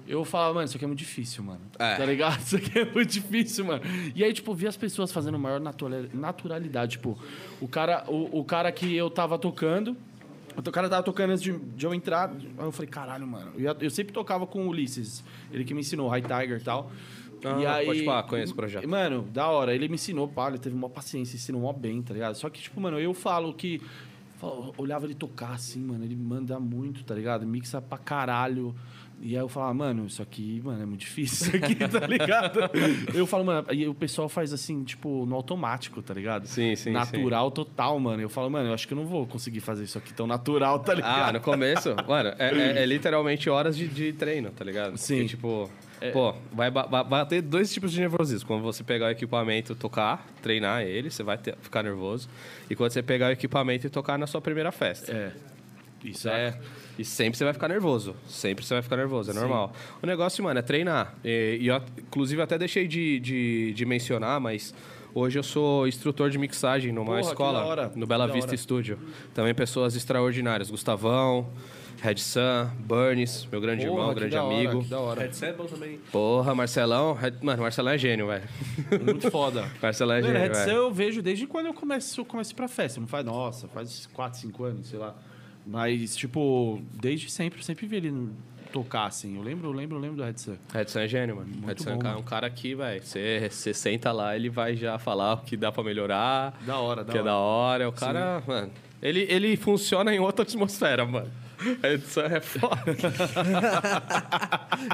Speaker 2: Eu falava, mano, isso aqui é muito difícil, mano.
Speaker 3: É.
Speaker 2: Tá ligado? Isso aqui é muito difícil, mano. E aí, tipo, vi as pessoas fazendo maior natura- naturalidade. Tipo, o cara, o, o cara que eu tava tocando. O cara tava tocando antes de, de eu entrar. Aí eu falei, caralho, mano. Eu, ia- eu sempre tocava com o Ulisses. Ele que me ensinou, High Tiger e tal. e
Speaker 3: Ah,
Speaker 2: aí,
Speaker 3: pode pá, conheço o projeto.
Speaker 2: Mano, da hora. Ele me ensinou, pá, ele teve uma paciência, ensinou mó bem, tá ligado? Só que, tipo, mano, eu falo que. falo- Olhava ele tocar assim, mano. Ele manda muito, tá ligado? Mixa pra caralho. E aí eu falava, mano, isso aqui, mano, é muito difícil isso aqui, tá ligado? eu falo, mano, e o pessoal faz assim, tipo, no automático, tá ligado?
Speaker 3: Sim, sim,
Speaker 2: Natural total, mano. Eu falo, mano, eu acho que eu não vou conseguir fazer isso aqui tão natural, tá ligado?
Speaker 3: Ah, no começo, mano, é, é- é literalmente horas de, de treino, tá ligado?
Speaker 2: Sim.
Speaker 3: Porque, tipo, pô, vai, ba- ba- vai ter dois tipos de nervosismo. Quando você pegar o equipamento, tocar, treinar ele, você vai ter- ficar nervoso. E quando você pegar o equipamento e tocar na sua primeira festa.
Speaker 2: É. Isso
Speaker 3: Isso
Speaker 2: é.
Speaker 3: é. E sempre você vai ficar nervoso. Sempre você vai ficar nervoso, é normal. O negócio, mano, é treinar. E, e eu, at- inclusive, até deixei de, de, de mencionar, mas hoje eu sou instrutor de mixagem numa
Speaker 2: Porra, que da
Speaker 3: escola,
Speaker 2: hora,
Speaker 3: no Bela
Speaker 2: que da
Speaker 3: Vista
Speaker 2: hora.
Speaker 3: Studio. Também pessoas extraordinárias. Gustavão, Red Sun, Burns, meu grande
Speaker 2: Porra,
Speaker 3: irmão,
Speaker 2: que
Speaker 3: grande
Speaker 2: da hora,
Speaker 3: amigo.
Speaker 2: que da hora.
Speaker 1: Red Sun é bom também.
Speaker 3: Porra, Marcelão. Red- Mano, Marcelão é gênio, velho.
Speaker 2: tipo, Muito foda.
Speaker 3: Marcelão é
Speaker 2: Mano,
Speaker 3: gênio.
Speaker 2: Red Sun
Speaker 3: velho.
Speaker 2: eu vejo desde quando eu começo, começo pra festa. Não faz, nossa, faz 4, 5 anos, sei lá. Mas, tipo, desde sempre, eu sempre vi ele no- tocar, assim. Eu lembro, eu lembro, eu lembro do Red Sun.
Speaker 3: Redson é gênio, mano. Redson é um
Speaker 2: bom,
Speaker 3: cara- um cara que, velho, você você senta lá, ele vai já falar o que dá pra melhorar,
Speaker 2: Da hora,
Speaker 3: o
Speaker 2: da
Speaker 3: que é
Speaker 2: hora.
Speaker 3: da hora. O cara, mano, ele, ele funciona em outra atmosfera, mano. Redson é foda.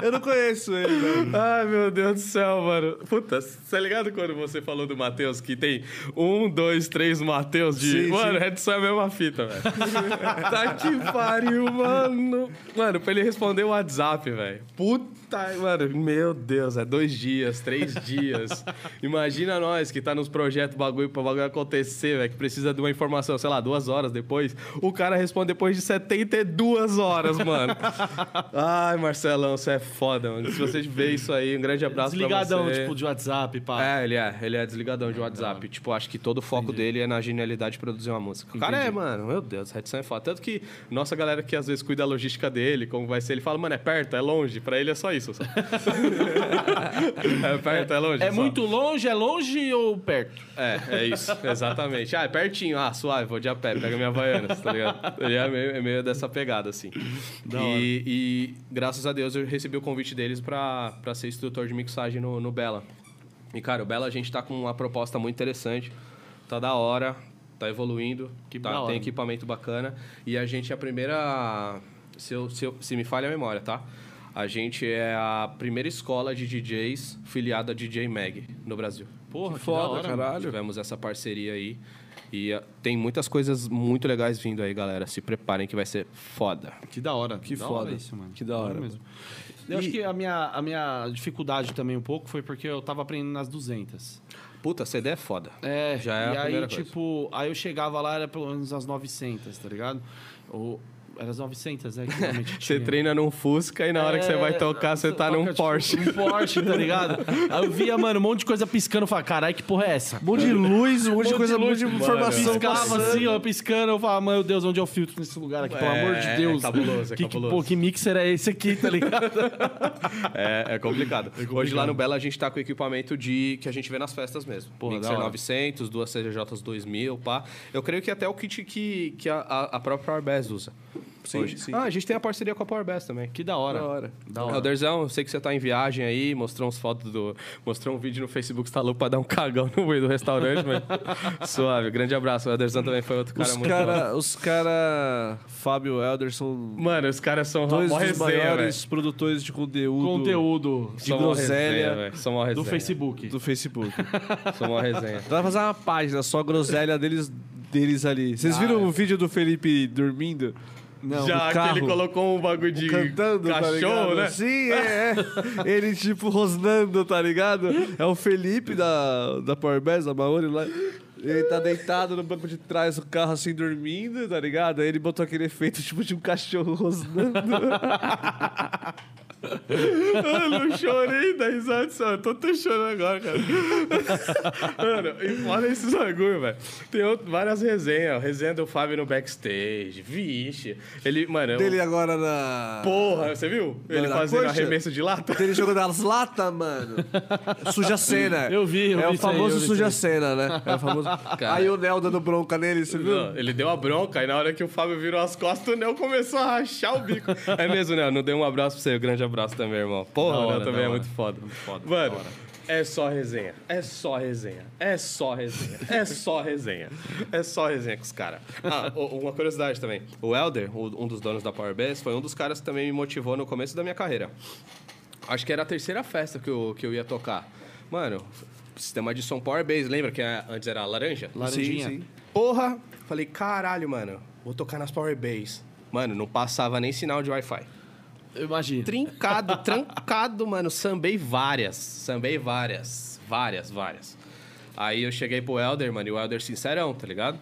Speaker 4: Eu não conheço ele, velho.
Speaker 3: Ai, meu Deus do céu, mano. Puta, você tá ligado quando você falou do Matheus que tem um, dois, três Matheus de.
Speaker 4: Sim,
Speaker 3: mano, Redson é a mesma fita, velho. tá que pariu, mano. Mano, pra ele responder o WhatsApp, velho. Puta, mano, meu Deus, é dois dias, três dias. Imagina nós que tá nos projetos bagulho pra bagulho acontecer, velho, que precisa de uma informação, sei lá, duas horas depois. O cara responde depois de 72 horas, mano. Ai, Marcelão, você é foda, mano. Se você vê isso aí, um grande abraço
Speaker 2: Desligadão,
Speaker 3: pra você.
Speaker 2: tipo, de WhatsApp, pá.
Speaker 3: É, ele é, ele é desligadão de WhatsApp. Tipo, acho que todo o foco dele é na genialidade de produzir uma música. O cara é, mano, meu Deus, Redson é foda. Tanto que nossa galera que às vezes cuida da logística dele, como vai ser, ele fala, mano, é perto, é longe. Pra ele é só isso. só. é perto, é longe.
Speaker 2: É
Speaker 3: só.
Speaker 2: muito longe, é longe ou perto?
Speaker 3: É, é isso, exatamente. Ah, é pertinho. Ah, suave, vou de a pé, pega minha Havaianas, tá ligado? Ele é meio, é meio dessa pegada, assim. E, e graças a Deus eu recebi o convite deles pra, pra ser instrutor de mixagem no, no Bela. E, cara, o Bela a gente tá com uma proposta muito interessante. Tá da hora, tá evoluindo,
Speaker 2: Que
Speaker 3: tá,
Speaker 2: da hora.
Speaker 3: tem equipamento bacana. E a gente é a primeira. Se, eu- se eu- se me falha a memória, tá? A gente é a primeira escola de DJs filiada a DJ Mag no Brasil.
Speaker 2: Porra, que, foda, da hora, mano.
Speaker 3: Tivemos essa parceria aí. E ah, tem muitas coisas muito legais vindo aí, galera. Se preparem que vai ser foda.
Speaker 2: Que da hora. Que
Speaker 4: foda.
Speaker 2: é isso, mano.
Speaker 4: Que da hora,
Speaker 2: mesmo. Eu acho que a minha, a minha dificuldade também um pouco foi porque eu tava aprendendo nas 200.
Speaker 3: Puta, CD é foda.
Speaker 2: É,
Speaker 3: Já é a
Speaker 2: e aí,
Speaker 3: primeira coisa.
Speaker 2: tipo, aí eu chegava lá, era pelo menos as 900, tá ligado? Ou era as 900, né? que realmente
Speaker 3: Você
Speaker 2: tinha.
Speaker 3: treina num Fusca e na hora que você
Speaker 2: É,
Speaker 3: vai tocar, você tá
Speaker 2: toca,
Speaker 3: num
Speaker 2: tipo,
Speaker 3: Porsche.
Speaker 2: Um Porsche, tá ligado? Aí eu via, mano, um monte de coisa piscando. Eu falava, caralho, que porra é essa?
Speaker 4: Um monte de luz, um monte de coisa, um monte de
Speaker 2: Mano,
Speaker 4: informação.
Speaker 2: Piscava
Speaker 4: passando.
Speaker 2: assim, ó, piscando. Eu falava, meu Deus, onde é o filtro nesse lugar aqui? Pelo
Speaker 3: É,
Speaker 2: amor de
Speaker 3: é
Speaker 2: Deus.
Speaker 3: cabuloso, é
Speaker 2: que,
Speaker 3: cabuloso.
Speaker 2: Que, pô, que mixer é esse aqui, tá ligado?
Speaker 3: É, é complicado. Hoje lá no Bela a gente tá com equipamento de que a gente vê nas festas mesmo.
Speaker 2: Porra, da
Speaker 3: Mixer
Speaker 2: hora.
Speaker 3: 900, duas CGJs 2000, pá. Eu creio que até o kit que, que a, a a própria Powerbass usa.
Speaker 4: Sim,
Speaker 3: hoje.
Speaker 4: sim.
Speaker 3: Ah, a gente tem a parceria com a Powerbass também.
Speaker 2: Que da hora.
Speaker 4: Da hora.
Speaker 2: Da hora.
Speaker 3: Elderzão, eu sei que você tá em viagem aí, mostrou uns fotos do. Mostrou um vídeo no Facebook, que você tá louco pra dar um cagão no meio do restaurante, mas. Suave, grande abraço. O Elderzão também foi outro cara é
Speaker 4: Os
Speaker 3: muito
Speaker 4: cara, os cara, Fábio Elderson,
Speaker 3: bom. Mano, os caras são
Speaker 4: dois
Speaker 3: mó
Speaker 4: dos
Speaker 3: resenha,
Speaker 4: maiores produtores de conteúdo,
Speaker 2: Conteúdo
Speaker 3: velho.
Speaker 4: de
Speaker 3: São mó
Speaker 4: groselha
Speaker 3: resenha, velho. São mó resenha.
Speaker 2: do Facebook.
Speaker 4: do Facebook.
Speaker 3: São mó resenha.
Speaker 4: Dá pra fazer uma página só groselha deles, deles ali. Vocês viram o vídeo do Felipe dormindo? Não,
Speaker 3: Já
Speaker 4: no
Speaker 3: que
Speaker 4: carro,
Speaker 3: ele colocou um bagulho de
Speaker 4: cantando, tá
Speaker 3: cachorro,
Speaker 4: ligado?
Speaker 3: né?
Speaker 4: Sim, é, é. Ele tipo rosnando, tá ligado? É o Felipe da, da Powerbass, da Maori lá. Ele tá deitado no banco de trás do carro, assim, dormindo, tá ligado? Aí ele botou aquele efeito tipo de um cachorro rosnando.
Speaker 3: Mano, eu chorei da risada só. Eu tô até chorando agora, cara. Mano, e fora esses bagulho, velho. Tem outro- várias resenhas. ó. Resenha do Fábio no backstage. Vixe. Ele, mano. eu-
Speaker 4: Dele agora na.
Speaker 3: Porra, você viu? Ele
Speaker 4: na
Speaker 3: fazendo
Speaker 4: coxa?
Speaker 3: arremesso de lata.
Speaker 4: Dele jogando das latas, mano. Suja cena.
Speaker 2: Eu vi, eu
Speaker 4: É
Speaker 2: vi
Speaker 4: o
Speaker 2: isso aí, eu
Speaker 4: famoso
Speaker 2: vi
Speaker 4: suja cena, né? É o famoso. Aí o Nel dando bronca nele, você viu?
Speaker 3: Não, ele deu a bronca e na hora que o Fábio virou as costas, o Neo começou a rachar o bico. É mesmo, Neo, não dei um abraço pra você, um grande abraço também, irmão. Porra,
Speaker 2: Da
Speaker 3: o
Speaker 2: hora,
Speaker 3: Neo também
Speaker 2: da
Speaker 3: é
Speaker 2: hora.
Speaker 3: muito foda. Mano, é só resenha, é só resenha, é só resenha, é só resenha, é só resenha com os caras. Ah, o- uma curiosidade também. O Elder, o- um dos donos da Powerbase, foi um dos caras que também me motivou no começo da minha carreira. Acho que era a terceira festa que eu, que eu ia tocar. Mano, sistema de som Powerbase, lembra que a- antes era laranja?
Speaker 2: Laranjinha.
Speaker 3: Porra! Falei, caralho, mano, vou tocar nas Power Bays. Mano, não passava nem sinal de Wi-Fi.
Speaker 2: Eu imagino.
Speaker 3: Trincado, trancado, mano. Sambei várias. Sambei várias. Várias, várias. Aí eu cheguei pro Elder, mano, e o Elder sincerão, tá ligado?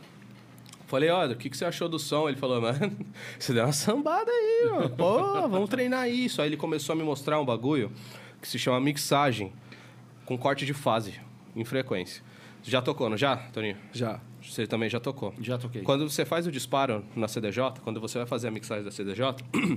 Speaker 3: Falei, olha, o que, que você achou do som? Ele falou, mano, você deu uma sambada aí, mano. Pô, vamos treinar isso. Aí ele começou a me mostrar um bagulho que se chama mixagem com corte de fase em frequência. Já tocou, não já, Toninho?
Speaker 1: Já.
Speaker 3: Você também já tocou.
Speaker 2: Já toquei.
Speaker 3: Quando você faz o disparo na CDJ, quando você vai fazer a mixagem da CDJ,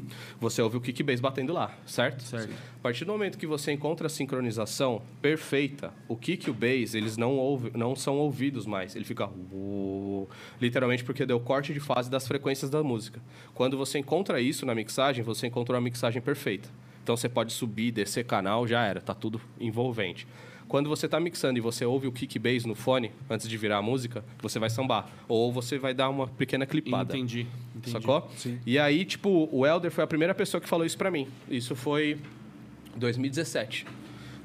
Speaker 3: você ouve o kick bass batendo lá, certo?
Speaker 2: Certo.
Speaker 3: A partir do momento que você encontra a sincronização perfeita, o kick e o bass, eles não, ouve- não são ouvidos mais. Ele fica... uou, Literalmente porque deu corte de fase das frequências da música. Quando você encontra isso na mixagem, você encontrou a mixagem perfeita. Então você pode subir, descer canal, já era, tá tudo envolvente. Quando você tá mixando e você ouve o kick bass no fone antes de virar a música, você vai sambar. Ou você vai dar uma pequena clipada.
Speaker 2: Entendi. entendi.
Speaker 3: Sacou? E aí, tipo, o Elder foi a primeira pessoa que falou isso pra mim. Isso foi 2017.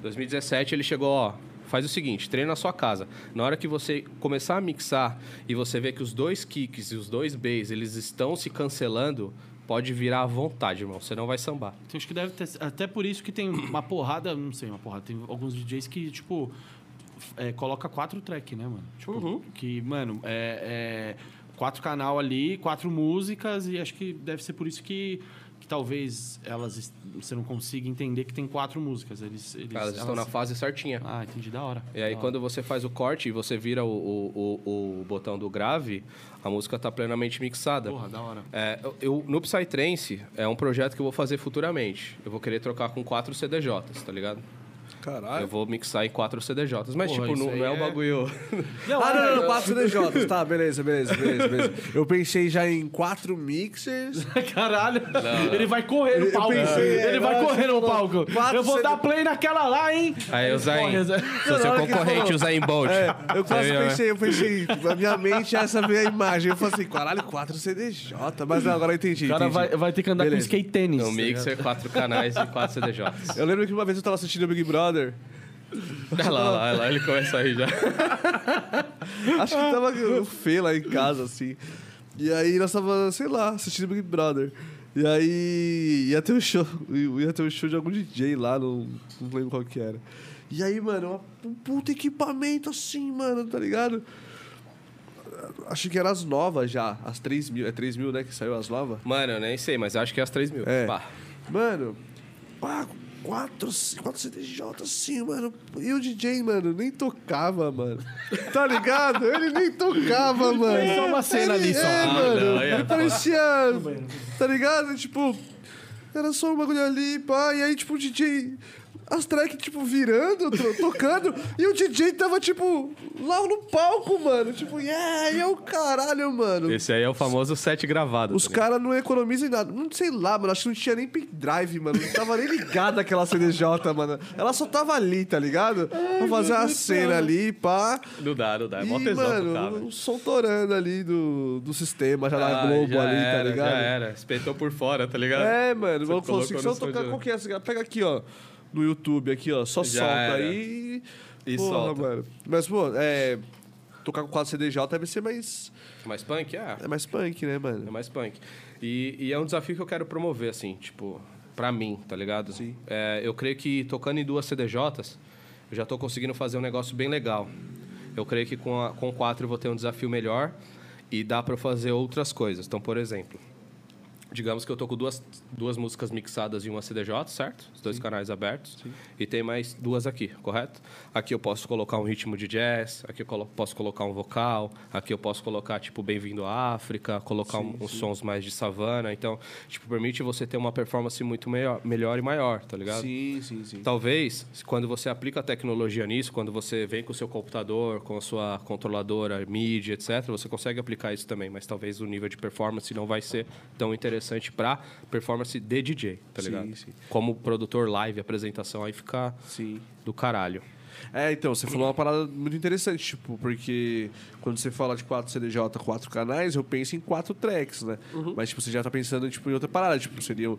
Speaker 3: 2017 ele chegou, ó, faz o seguinte, treina na sua casa. Na hora que você começar a mixar e você ver que os dois kicks e os dois bass, eles estão se cancelando, pode virar à vontade, irmão. Você não vai sambar.
Speaker 2: Então, acho que deve ter. Até por isso que tem uma porrada, não sei, uma porrada. Tem alguns DJs que, tipo, f- é, coloca quatro track, né, mano? Tipo,
Speaker 3: Uhum.
Speaker 2: que, mano, é, é Quatro canal ali, quatro músicas, e acho que deve ser por isso que, que talvez elas est- você não consiga entender que tem quatro músicas. Eles, eles,
Speaker 3: Elas estão na É. fase certinha.
Speaker 2: Ah, entendi, da hora.
Speaker 3: E aí,
Speaker 2: Da
Speaker 3: quando você faz o corte e você vira o, o- o- o botão do grave, a música tá plenamente mixada.
Speaker 2: hora. Porra, da hora.
Speaker 3: É, eu- eu, no Psytrance, é um projeto que eu vou fazer futuramente. Eu vou querer trocar com quatro CDJs, tá ligado?
Speaker 1: Caralho.
Speaker 3: Eu vou mixar em quatro CDJs. Mas,
Speaker 2: Porra,
Speaker 3: tipo,
Speaker 2: isso
Speaker 3: não,
Speaker 2: aí
Speaker 3: não é um
Speaker 2: é-
Speaker 3: bagulho...
Speaker 1: ah, não, não, não, quatro CDJs. Tá, beleza, beleza, beleza, beleza. Eu pensei já em quatro mixers.
Speaker 2: Caralho, ele vai correr no palco.
Speaker 1: pensei,
Speaker 2: ele
Speaker 1: é,
Speaker 2: vai
Speaker 1: não,
Speaker 2: correr no
Speaker 1: tipo,
Speaker 2: palco.
Speaker 1: quatro,
Speaker 2: Eu vou
Speaker 1: cê-
Speaker 2: dar play naquela lá, hein?
Speaker 3: Aí,
Speaker 2: Ele
Speaker 3: Zayn,
Speaker 2: corre, Zayn.
Speaker 3: Sou seu
Speaker 1: na hora que
Speaker 3: concorrente,
Speaker 1: falou-
Speaker 3: usa em Bolt.
Speaker 1: É, eu quase
Speaker 3: Entendeu, né?
Speaker 1: pensei, eu pensei, na minha mente essa é a minha imagem. Eu falei assim, caralho, quatro CDJ. Mas não, agora eu entendi.
Speaker 2: O cara
Speaker 1: entendi.
Speaker 2: vai, vai ter que andar
Speaker 1: Beleza.
Speaker 2: com skate tênis. tá
Speaker 3: Um mixer, quatro canais e quatro CDJs.
Speaker 1: Eu lembro que uma vez eu tava assistindo o Big Brother.
Speaker 3: Olha lá, olha lá, olha lá, ele começa aí já.
Speaker 1: Acho que tava o Fê lá em casa, assim. E aí nós tava, sei lá, assistindo Big Brother. E aí ia ter um show, ia ter um show de algum DJ lá, não, não lembro qual que era. E aí, mano, uma- um puta equipamento assim, mano, tá ligado? Acho que era as novas já, as 3 mil, é 3 mil, né, que saiu as novas?
Speaker 3: Mano, eu nem sei, mas acho que é as 3 mil.
Speaker 1: É.
Speaker 3: Pá.
Speaker 1: Mano, pá, quatro, quatro CDJ assim, mano. E o DJ, mano, nem tocava, mano. Tá ligado? Ele nem tocava, mano.
Speaker 2: fez só uma cena
Speaker 1: Ele-
Speaker 2: ali, só.
Speaker 1: É,
Speaker 2: Ah,
Speaker 1: mano.
Speaker 3: não, aí é
Speaker 1: ele
Speaker 3: foda.
Speaker 1: parecia. Tá ligado? Tipo. Era só um bagulho ali, pá. E aí, tipo, o DJ. As tracks, tipo, virando, to- tocando. e o DJ tava, tipo, lá no palco, mano. Tipo, yeah, e é o caralho, mano.
Speaker 3: Esse aí é o famoso set gravado.
Speaker 1: Os
Speaker 3: tá ligado?
Speaker 1: caras não economizam em nada. Não sei lá, mano. Acho que não tinha nem pendrive, mano. Não tava nem ligada aquela CDJ, mano. Ela só tava ali, tá ligado?
Speaker 3: É,
Speaker 1: Vamos fazer uma cena ali, pá.
Speaker 3: Não dá, não dá. É mó
Speaker 1: e,
Speaker 3: tesão
Speaker 1: mano,
Speaker 3: tocar, velho.
Speaker 1: o som torando ali do, do sistema, já na
Speaker 3: Ah,
Speaker 1: Globo
Speaker 3: já
Speaker 1: ali,
Speaker 3: era,
Speaker 1: tá ligado?
Speaker 3: Já era, espetou por fora, tá ligado?
Speaker 1: É, mano.
Speaker 3: Você
Speaker 1: Vamos falar assim,
Speaker 3: colocou
Speaker 1: se eu
Speaker 3: no
Speaker 1: tocar
Speaker 3: som de-
Speaker 1: qual que é essa cara? Pega aqui, ó. No YouTube, aqui, ó. Só
Speaker 3: Já
Speaker 1: solta
Speaker 3: era.
Speaker 1: aí.
Speaker 3: E
Speaker 1: Porra,
Speaker 3: solta.
Speaker 1: mano. Mas, pô, é. Tocar com 4 CDJ deve ser mais.
Speaker 3: Mais punk? É.
Speaker 1: É mais punk, né, mano?
Speaker 3: É mais punk. E, e é um desafio que eu quero promover, assim, tipo, pra mim, tá ligado? Sim. eu creio que tocando em duas CDJs, eu já tô conseguindo fazer um negócio bem legal. Eu creio que com, a, com quatro eu vou ter um desafio melhor e dá pra eu fazer outras coisas. Então, por exemplo, digamos que eu tô com duas, duas músicas mixadas em uma CDJ, certo? Os dois canais abertos. E tem mais duas aqui, correto? Aqui eu posso colocar um ritmo de jazz, aqui eu colo- posso colocar um vocal, aqui eu posso colocar, tipo, Bem-vindo à África, colocar um- uns sons mais de savana. Então, tipo, permite você ter uma performance muito melhor, melhor e maior, tá ligado?
Speaker 1: Sim, sim, sim.
Speaker 3: Talvez, quando você aplica a tecnologia nisso, quando você vem com o seu computador, com a sua controladora, mídia, etc., você consegue aplicar isso também, mas talvez o nível de performance não vai ser tão interessante para performance de DJ, tá
Speaker 1: Sim,
Speaker 3: ligado?
Speaker 1: sim.
Speaker 3: Como produtor live, apresentação, aí fica
Speaker 1: Sim.
Speaker 3: do caralho.
Speaker 1: É, então, você falou uma parada muito interessante, tipo, porque quando você fala de 4 CDJ, 4 canais, eu penso em 4 tracks, né?
Speaker 3: Uhum.
Speaker 1: Mas, tipo, você já tá pensando, tipo, em outra parada, tipo, seriam,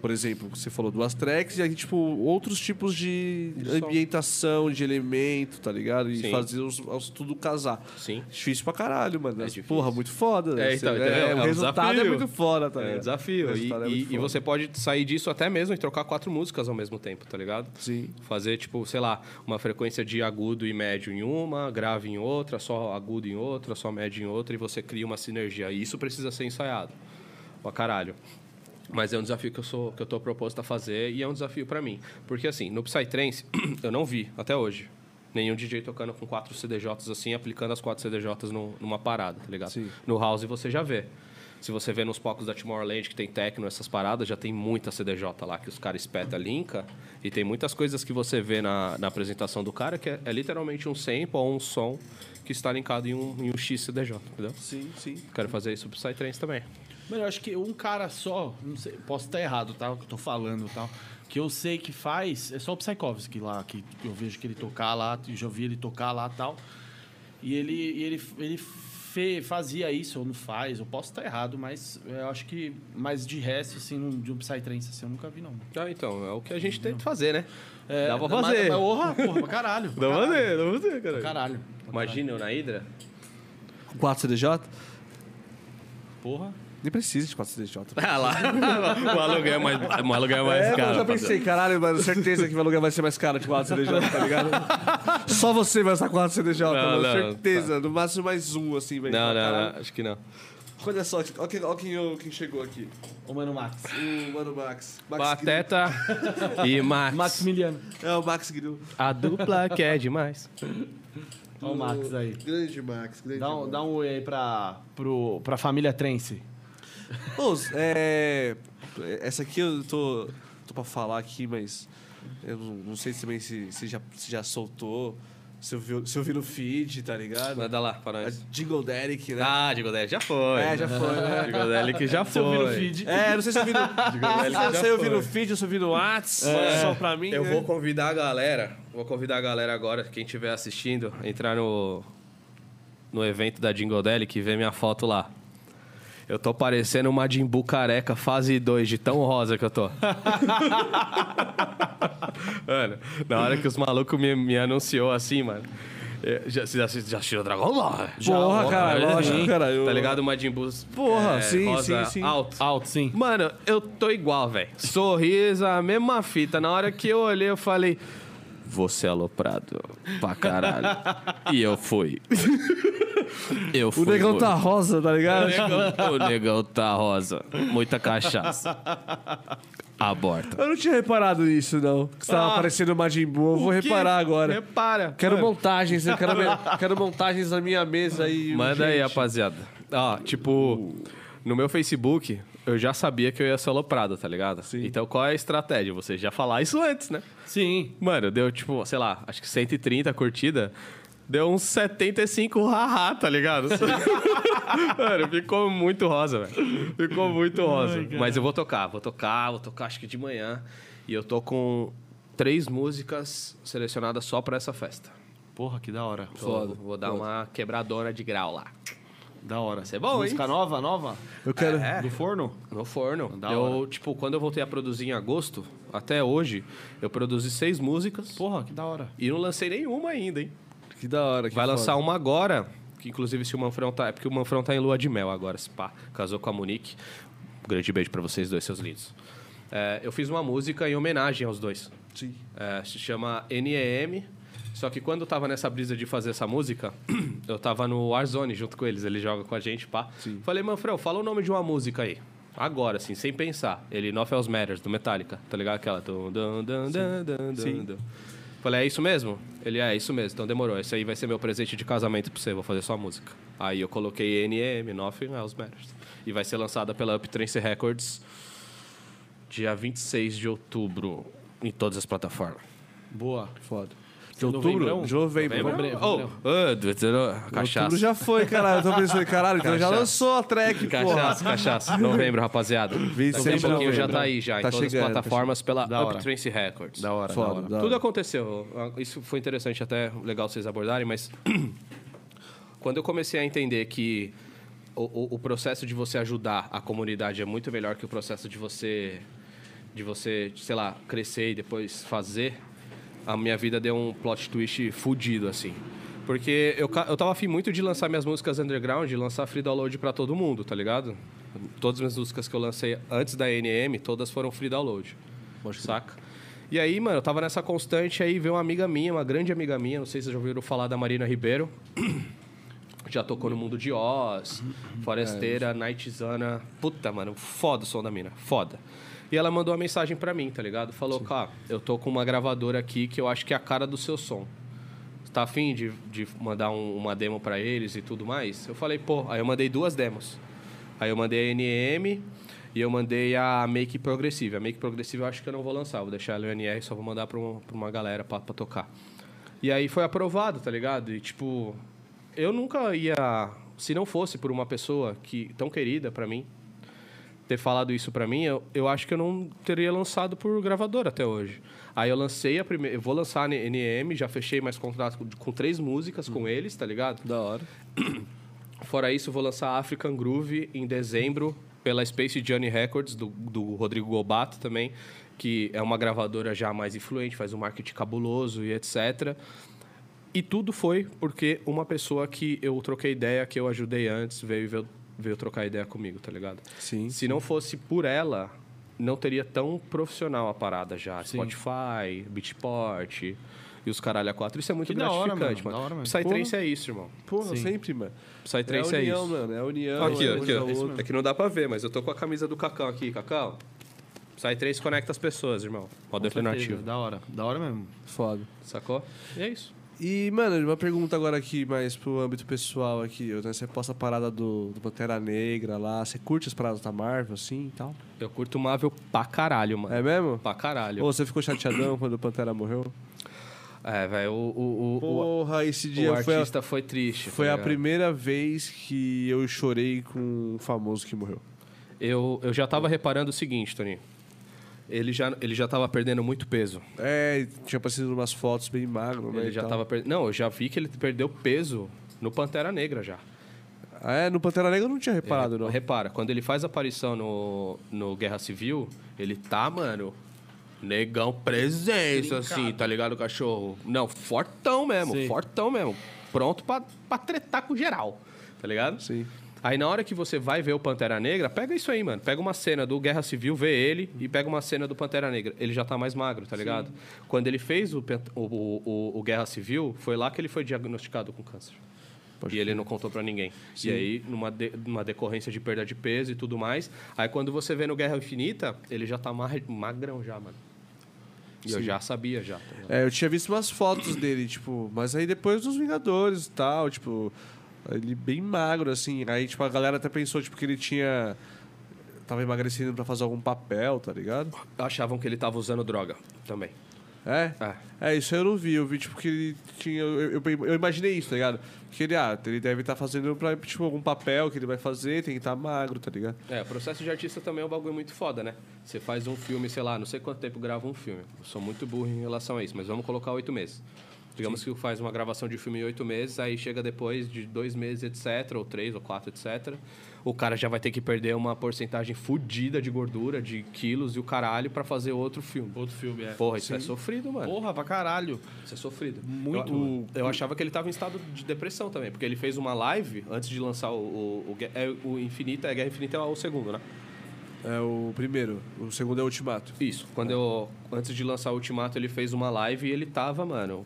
Speaker 1: por exemplo, você falou duas tracks e aí, tipo, outros tipos de ambientação, de elemento, tá ligado? E
Speaker 3: Sim.
Speaker 1: fazer os, os- tudo casar.
Speaker 3: Sim. É
Speaker 1: Difícil pra caralho, mano. Mas,
Speaker 3: difícil.
Speaker 1: Porra, muito foda. né?
Speaker 3: É, então,
Speaker 1: Você-
Speaker 3: entendeu? É
Speaker 1: o
Speaker 3: um
Speaker 1: resultado é
Speaker 3: desafio.
Speaker 1: muito foda, tá
Speaker 3: É
Speaker 1: ligado?
Speaker 3: um desafio.
Speaker 1: O
Speaker 3: E,
Speaker 1: resultado é
Speaker 3: e-
Speaker 1: muito
Speaker 3: e
Speaker 1: foda.
Speaker 3: você pode sair disso até mesmo e trocar quatro músicas ao mesmo tempo, tá ligado?
Speaker 1: Sim.
Speaker 3: Fazer, tipo, sei lá, uma frequência de agudo e médio em uma, grave em outra, só agudo em outra, só médio em outra, e você cria uma sinergia. E isso precisa ser ensaiado. Pra caralho. Mas é um desafio que eu, sou, que eu tô proposto a fazer e é um desafio pra mim. Porque, assim, no Psytrance, eu não vi até hoje. nenhum DJ tocando com quatro CDJs assim, aplicando as quatro CDJs no- numa parada, tá ligado? No house você já vê. Se você vê nos palcos da Tomorrowland que tem techno, essas paradas, já tem muita CDJ lá que os caras espeta linka. E tem muitas coisas que você vê na, na apresentação do cara que é, é literalmente um sample ou um som que está linkado em um, em um X CDJ, entendeu?
Speaker 1: Sim, sim.
Speaker 3: Quero fazer isso pro Psytrance também.
Speaker 2: Mano, eu acho que um cara só, não sei, posso estar errado, tá? O que eu tô falando e tal. Que eu sei que faz, é só o Psykovski lá, que eu vejo que ele tocar lá, eu já vi ele tocar lá e tal. E ele, e ele, ele fe- fazia isso, ou não faz, eu posso estar errado, mas eu acho que. Mas de resto, assim, num- de um Psytrance assim, eu nunca vi, não.
Speaker 3: Ah, então, é o que a gente tenta fazer, né?
Speaker 2: É,
Speaker 3: Dá pra
Speaker 2: mas-
Speaker 3: fazer.
Speaker 2: Mas, porra, porra, pra caralho. Pra caralho,
Speaker 3: fazer, dá fazer,
Speaker 2: pra
Speaker 3: cara.
Speaker 2: caralho.
Speaker 3: Imagina eu na Hydra.
Speaker 1: Com 4 CDJ?
Speaker 2: Porra.
Speaker 1: Nem precisa de 4 CDJ.
Speaker 3: Ah lá, o aluguel é mais, o aluguel é mais
Speaker 1: É,
Speaker 3: caro.
Speaker 1: eu já
Speaker 3: rapaziada.
Speaker 1: pensei, caralho, mano, certeza que o aluguel vai ser mais caro de 4 CDJ, tá ligado? Só você vai estar com 4 CDJ, mano,
Speaker 3: não, tá.
Speaker 1: certeza. No máximo mais um, assim, velho.
Speaker 3: Não,
Speaker 1: Caralho.
Speaker 3: não, não, acho que não.
Speaker 1: Olha só, olha quem, olha quem, eu- quem chegou aqui.
Speaker 2: Ô, mano, Max.
Speaker 1: O Mano Max. Max
Speaker 3: Pateta e Max.
Speaker 2: Maximiliano.
Speaker 1: Grill. É o Max Grill.
Speaker 3: A dupla que é demais.
Speaker 2: Ó, o Max aí.
Speaker 8: Grande Max, grande
Speaker 2: Dá um, dá um oi aí pra, pro, pra família Trense.
Speaker 1: Os, é. Essa aqui eu tô. tô pra falar aqui, mas. Eu não, não sei também se, se, já, se já soltou. Se eu, vi, se eu vi no feed, tá ligado?
Speaker 3: Manda lá, para
Speaker 1: A
Speaker 3: nós.
Speaker 1: Jingle Derek, né?
Speaker 3: Ah, Digodelic já foi.
Speaker 1: É, já foi, né?
Speaker 3: Digodelic já foi.
Speaker 1: É, não sei se eu vi no. não sei se eu vi no feed, ou se eu vi no Whats. Manda só pra mim.
Speaker 3: Eu
Speaker 1: né?
Speaker 3: vou convidar a galera, vou convidar a galera agora, quem estiver assistindo, a entrar no, no evento da Jingle Delic e ver minha foto lá. Eu tô parecendo uma Jimbu careca fase 2 de tão rosa que eu tô. mano, na hora que os malucos me, me anunciou assim, mano. eh, Já, vocês assist- já assistiram Dragon Ball? né?
Speaker 1: Porra, cara, lógico,
Speaker 3: sim.
Speaker 1: cara, eu-
Speaker 3: Tá ligado? Uma Jimbu. é,
Speaker 1: Porra, sim,
Speaker 3: rosa
Speaker 1: sim, sim.
Speaker 3: Alto.
Speaker 2: Alto, sim.
Speaker 3: Mano, eu tô igual, velho. Sorriso, a mesma fita. Na hora que eu olhei, eu falei. Você é aloprado pra caralho. e eu fui. Eu fui.
Speaker 1: O negão
Speaker 3: mano.
Speaker 1: tá rosa, tá ligado?
Speaker 3: O negão tá rosa. Muita cachaça. Aborta.
Speaker 1: Eu não tinha reparado nisso, não. Que você tava aparecendo o Majin Buu. Eu vou reparar agora.
Speaker 3: Repara.
Speaker 1: Quero montagens, eu quero, me- quero montagens na minha mesa aí.
Speaker 3: Manda aí,
Speaker 1: gente.
Speaker 3: rapaziada. Ó, tipo, no meu Facebook, eu já sabia que eu ia ser aloprado, tá ligado? Então qual é a estratégia? Você já falar isso antes, né?
Speaker 2: Sim.
Speaker 3: Mano, deu tipo, sei lá, acho que 130 curtida. Deu uns 75 haha, tá ligado? Mano, ficou muito rosa, velho. Ficou muito rosa. Mas eu vou tocar, vou tocar, vou tocar acho que de manhã. E eu tô com três músicas selecionadas só pra essa festa.
Speaker 2: Porra, que da hora.
Speaker 3: Tô- vou dar uma quebradona de grau lá.
Speaker 2: Da hora.
Speaker 3: Isso é bom, hein?
Speaker 2: Música nova, nova?
Speaker 1: Eu quero.
Speaker 3: É.
Speaker 2: Do forno?
Speaker 3: No forno.
Speaker 2: Da
Speaker 3: eu, tipo, quando eu voltei a produzir em agosto, até hoje, eu produzi seis músicas.
Speaker 2: Porra, que da hora.
Speaker 3: E não lancei nenhuma ainda, hein?
Speaker 1: Que da hora. Que
Speaker 3: Vai
Speaker 1: foda.
Speaker 3: lançar uma agora, que inclusive se o Manfrão tá. É porque o Manfrão tá em lua de mel agora, se pá. Casou com a Monique. Um grande beijo pra vocês dois, seus lindos. É, eu fiz uma música em homenagem aos dois. Sim. se chama NEM. Só que quando eu tava nessa brisa de fazer essa música, eu tava no Warzone junto com eles. Ele joga com a gente, pá. Falei, Manfrão, fala o nome de uma música aí. Agora, assim, sem pensar. Ele, Nothing Matters, do Metallica. Tá ligado? Aquela... Dun, dun, dun, dun, dun, dun, dun. Falei, é isso mesmo? Ele, é isso mesmo, então demorou. Esse aí vai ser meu presente de casamento pra você, vou fazer só a música. Aí eu coloquei NM, Nothing Else Matters. E vai ser lançada pela Uptrance Records dia 26 de outubro em todas as plataformas.
Speaker 2: Boa.
Speaker 1: Foda.
Speaker 2: De outubro?
Speaker 1: De novembro.
Speaker 2: Novembbre-
Speaker 3: Oh, oh, do- do-
Speaker 1: Outubro
Speaker 3: cachaça.
Speaker 1: já foi, caralho. Eu tô pensando, caralho, então já
Speaker 3: Cachaça.
Speaker 1: lançou a track, porra.
Speaker 3: Cachaça, cachaça. Novembro, rapaziada.
Speaker 1: 26
Speaker 3: Daqui a
Speaker 1: de
Speaker 3: pouquinho já
Speaker 1: novembro.
Speaker 3: tá aí, já,
Speaker 1: Tá
Speaker 3: em todas
Speaker 1: chegando,
Speaker 3: as
Speaker 1: tá
Speaker 3: plataformas
Speaker 2: Da
Speaker 3: pela
Speaker 2: hora.
Speaker 3: Uptrance Records.
Speaker 2: Da hora,
Speaker 1: Foda,
Speaker 2: da hora.
Speaker 1: da
Speaker 3: Tudo
Speaker 1: hora.
Speaker 3: aconteceu. Ah, Isso foi interessante, até legal vocês abordarem, mas quando eu comecei a entender que o, o- o processo de você ajudar a comunidade é muito melhor que o processo de você, de você, sei lá, crescer e depois fazer, a minha vida deu um plot twist fudido, assim. Porque eu, ca- eu tava afim muito de lançar minhas músicas underground, lançar free download pra todo mundo, tá ligado? Todas as minhas músicas que eu lancei antes da NM, todas foram free download. Saca? E aí, mano, eu tava nessa constante aí, veio uma amiga minha, uma grande amiga minha, não sei se vocês já ouviram falar da Marina Ribeiro. Já tocou no mundo de Oz, Foresteira, Nightzana. Puta, mano, foda o som da mina, foda. E ela mandou uma mensagem pra mim, tá ligado? Falou, cara, eu tô com uma gravadora aqui que eu acho que é a cara do seu som. tá afim de, de mandar um- uma demo pra eles e tudo mais? Eu falei, pô, aí eu mandei duas demos. Aí eu mandei a NM e eu mandei a Make Progressiva. A Make Progressiva eu acho que eu não vou lançar, vou deixar ela no NR, só vou mandar pra, um- pra uma galera pra, pra tocar. E aí foi aprovado, tá ligado? E tipo, eu nunca ia. Se não fosse por uma pessoa que tão querida pra mim, ter falado isso pra mim, eu, eu acho que eu não teria lançado por gravador até hoje. Aí eu lancei a primeira. Eu vou lançar a NM, já fechei mais contrato com, com três músicas com eles, tá ligado?
Speaker 1: Da hora.
Speaker 3: Fora isso, eu vou lançar African Groove em dezembro pela Space Journey Records, do, do Rodrigo Gobato também, que é uma gravadora já mais influente, faz um marketing cabuloso e etc. E tudo foi porque uma pessoa que eu troquei ideia, que eu ajudei antes, veio, veio, veio trocar ideia comigo, tá ligado?
Speaker 1: Sim.
Speaker 3: Se não fosse por ela, não teria tão profissional a parada já. Spotify, Beatport e os caralho a quatro. Isso é muito
Speaker 2: Que da hora,
Speaker 3: gratificante,
Speaker 2: mano. Da hora mesmo.
Speaker 3: Psytrance é isso, irmão.
Speaker 1: Porra, sempre, mano. é
Speaker 3: Psytrance é,
Speaker 1: união,
Speaker 3: isso.
Speaker 1: mano. É união.
Speaker 3: Aqui,
Speaker 1: é
Speaker 3: ó, aqui,
Speaker 1: coisa
Speaker 3: ó.
Speaker 1: outra.
Speaker 3: É que não dá pra ver, mas eu tô com a camisa do Cacau aqui, Cacau. Sai três conecta as pessoas, irmão. Modo alternativo.
Speaker 2: Da hora. Da hora mesmo.
Speaker 1: Foda.
Speaker 3: Sacou? E é isso.
Speaker 1: E, mano, uma pergunta agora aqui, mais pro âmbito pessoal aqui. né? Você posta a parada do, do Pantera Negra lá. Você curte as paradas da Marvel, assim e tal?
Speaker 3: Eu curto Marvel pra caralho, mano.
Speaker 1: É mesmo?
Speaker 3: Pra caralho.
Speaker 1: Ou você ficou chateadão quando o Pantera morreu?
Speaker 3: É, velho, o, o, o, o,
Speaker 1: Porra, esse
Speaker 3: o
Speaker 1: dia foi a,
Speaker 3: artista foi triste.
Speaker 1: foi
Speaker 3: tá
Speaker 1: a
Speaker 3: ligado?
Speaker 1: primeira vez que eu chorei com um famoso que morreu.
Speaker 3: Eu, eu já tava reparando o seguinte, Toninho. Ele já, ele já tava perdendo muito peso.
Speaker 1: É, tinha aparecido umas fotos bem magro, né?
Speaker 3: Ele
Speaker 1: e
Speaker 3: já
Speaker 1: tal.
Speaker 3: tava per... Não, eu já vi que ele perdeu peso no Pantera Negra já.
Speaker 1: Ah, É, no Pantera Negra eu não tinha reparado,
Speaker 3: Ele-
Speaker 1: não.
Speaker 3: Repara, quando ele faz aparição no, no Guerra Civil, ele tá, mano. Negão presença, assim, tá ligado, cachorro? Não, fortão mesmo, fortão mesmo. Pronto pra, pra tretar com geral, tá ligado?
Speaker 1: Sim.
Speaker 3: Aí na hora que você vai ver o Pantera Negra, pega isso aí, mano. Pega uma cena do Guerra Civil, vê ele, e pega uma cena do Pantera Negra. Ele já tá mais magro, tá ligado? Quando ele fez o, Pent- o, o- o- o Guerra Civil, foi lá que ele foi diagnosticado com câncer. e ele não contou pra ninguém. E aí, numa, de- numa decorrência de perda de peso e tudo mais. Aí quando você vê no Guerra Infinita, ele já tá mar- magrão já, mano. E eu já sabia já. tá ligado?
Speaker 1: É, eu tinha visto umas fotos dele, tipo, mas aí depois dos Vingadores e tal, tipo, ele bem magro, assim. Aí, tipo, a galera até pensou, tipo, que ele tinha. Tava emagrecendo pra fazer algum papel, tá ligado?
Speaker 3: Achavam que ele tava usando droga também.
Speaker 1: É?
Speaker 3: Ah.
Speaker 1: É, isso eu não vi. Eu vi, tipo, que ele tinha. Eu, eu, eu imaginei isso, tá ligado? Que ele, ah, ele deve estar fazendo pra, tipo, algum papel que ele vai fazer, tem que estar magro, tá ligado?
Speaker 3: É, processo de artista também é um bagulho muito foda, né? Você faz um filme, sei lá, não sei quanto tempo grava um filme. Eu sou muito burro em relação a isso, mas vamos colocar oito meses. Digamos que faz uma gravação de filme em oito meses, aí chega depois de dois meses, etc., ou três, ou quatro, etc. O cara já vai ter que perder uma porcentagem fodida de gordura, de quilos e o caralho, pra fazer outro filme.
Speaker 2: Outro filme, é.
Speaker 3: Porra, isso é sofrido, mano.
Speaker 2: Porra, pra caralho.
Speaker 3: Isso é sofrido.
Speaker 2: Muito.
Speaker 3: Eu, o- eu achava que ele estava em estado de depressão também, porque ele fez uma live antes de lançar o. O, o, Gue- é, o Infinita, é Guerra Infinita é o segundo, né?
Speaker 1: É o primeiro. O segundo é o Ultimato.
Speaker 3: Isso. Quando eu. Antes de lançar o Ultimato, ele fez uma live e ele tava, mano,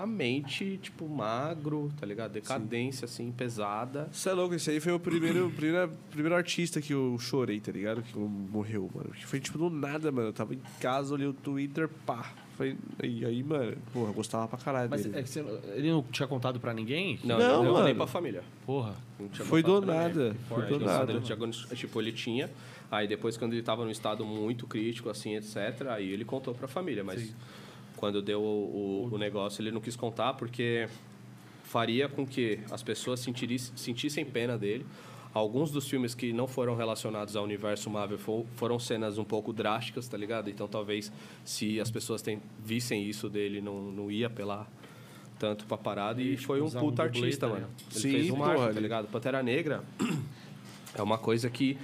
Speaker 3: completamente, tipo, magro, tá ligado? Decadência, assim, pesada.
Speaker 1: Você é louco, esse aí foi o primeiro, primeira, primeiro artista que eu chorei, tá ligado? Que morreu, mano. Porque foi tipo do nada, mano. Eu tava em casa, olhei o Twitter, pá. Falei, e aí, mano, porra, eu gostava pra caralho
Speaker 2: Mas
Speaker 1: dele.
Speaker 2: é que você- ele não tinha contado pra ninguém?
Speaker 3: Não,
Speaker 1: Não,
Speaker 3: não,
Speaker 1: mano.
Speaker 3: nem pra família.
Speaker 2: Porra.
Speaker 3: Não tinha
Speaker 1: Foi do
Speaker 3: botado né? pra
Speaker 1: nada.
Speaker 3: ninguém.
Speaker 1: Foi
Speaker 3: Aí,
Speaker 1: do
Speaker 3: assim, ele só
Speaker 1: nada.
Speaker 3: deu diagnóstico- Tipo, ele tinha. Aí depois, quando ele tava num estado muito crítico, assim, etc., aí ele contou pra família. Mas quando deu o, o- o negócio, ele não quis contar porque faria com que as pessoas sentiri- sentissem pena dele. Alguns dos filmes que não foram relacionados ao universo Marvel fo- foram cenas um pouco drásticas, tá ligado? Então talvez se as pessoas tem, vissem isso dele, não, não ia apelar tanto pra parada. E,
Speaker 1: tipo,
Speaker 3: foi um
Speaker 2: usar um
Speaker 3: puta
Speaker 2: dublê,
Speaker 3: artista,
Speaker 2: tá
Speaker 3: mano.
Speaker 2: ligado?
Speaker 3: Ele
Speaker 1: Sim,
Speaker 3: fez um
Speaker 1: porra,
Speaker 3: marco,
Speaker 1: ele-
Speaker 3: tá ligado? Pantera Negra é uma coisa que,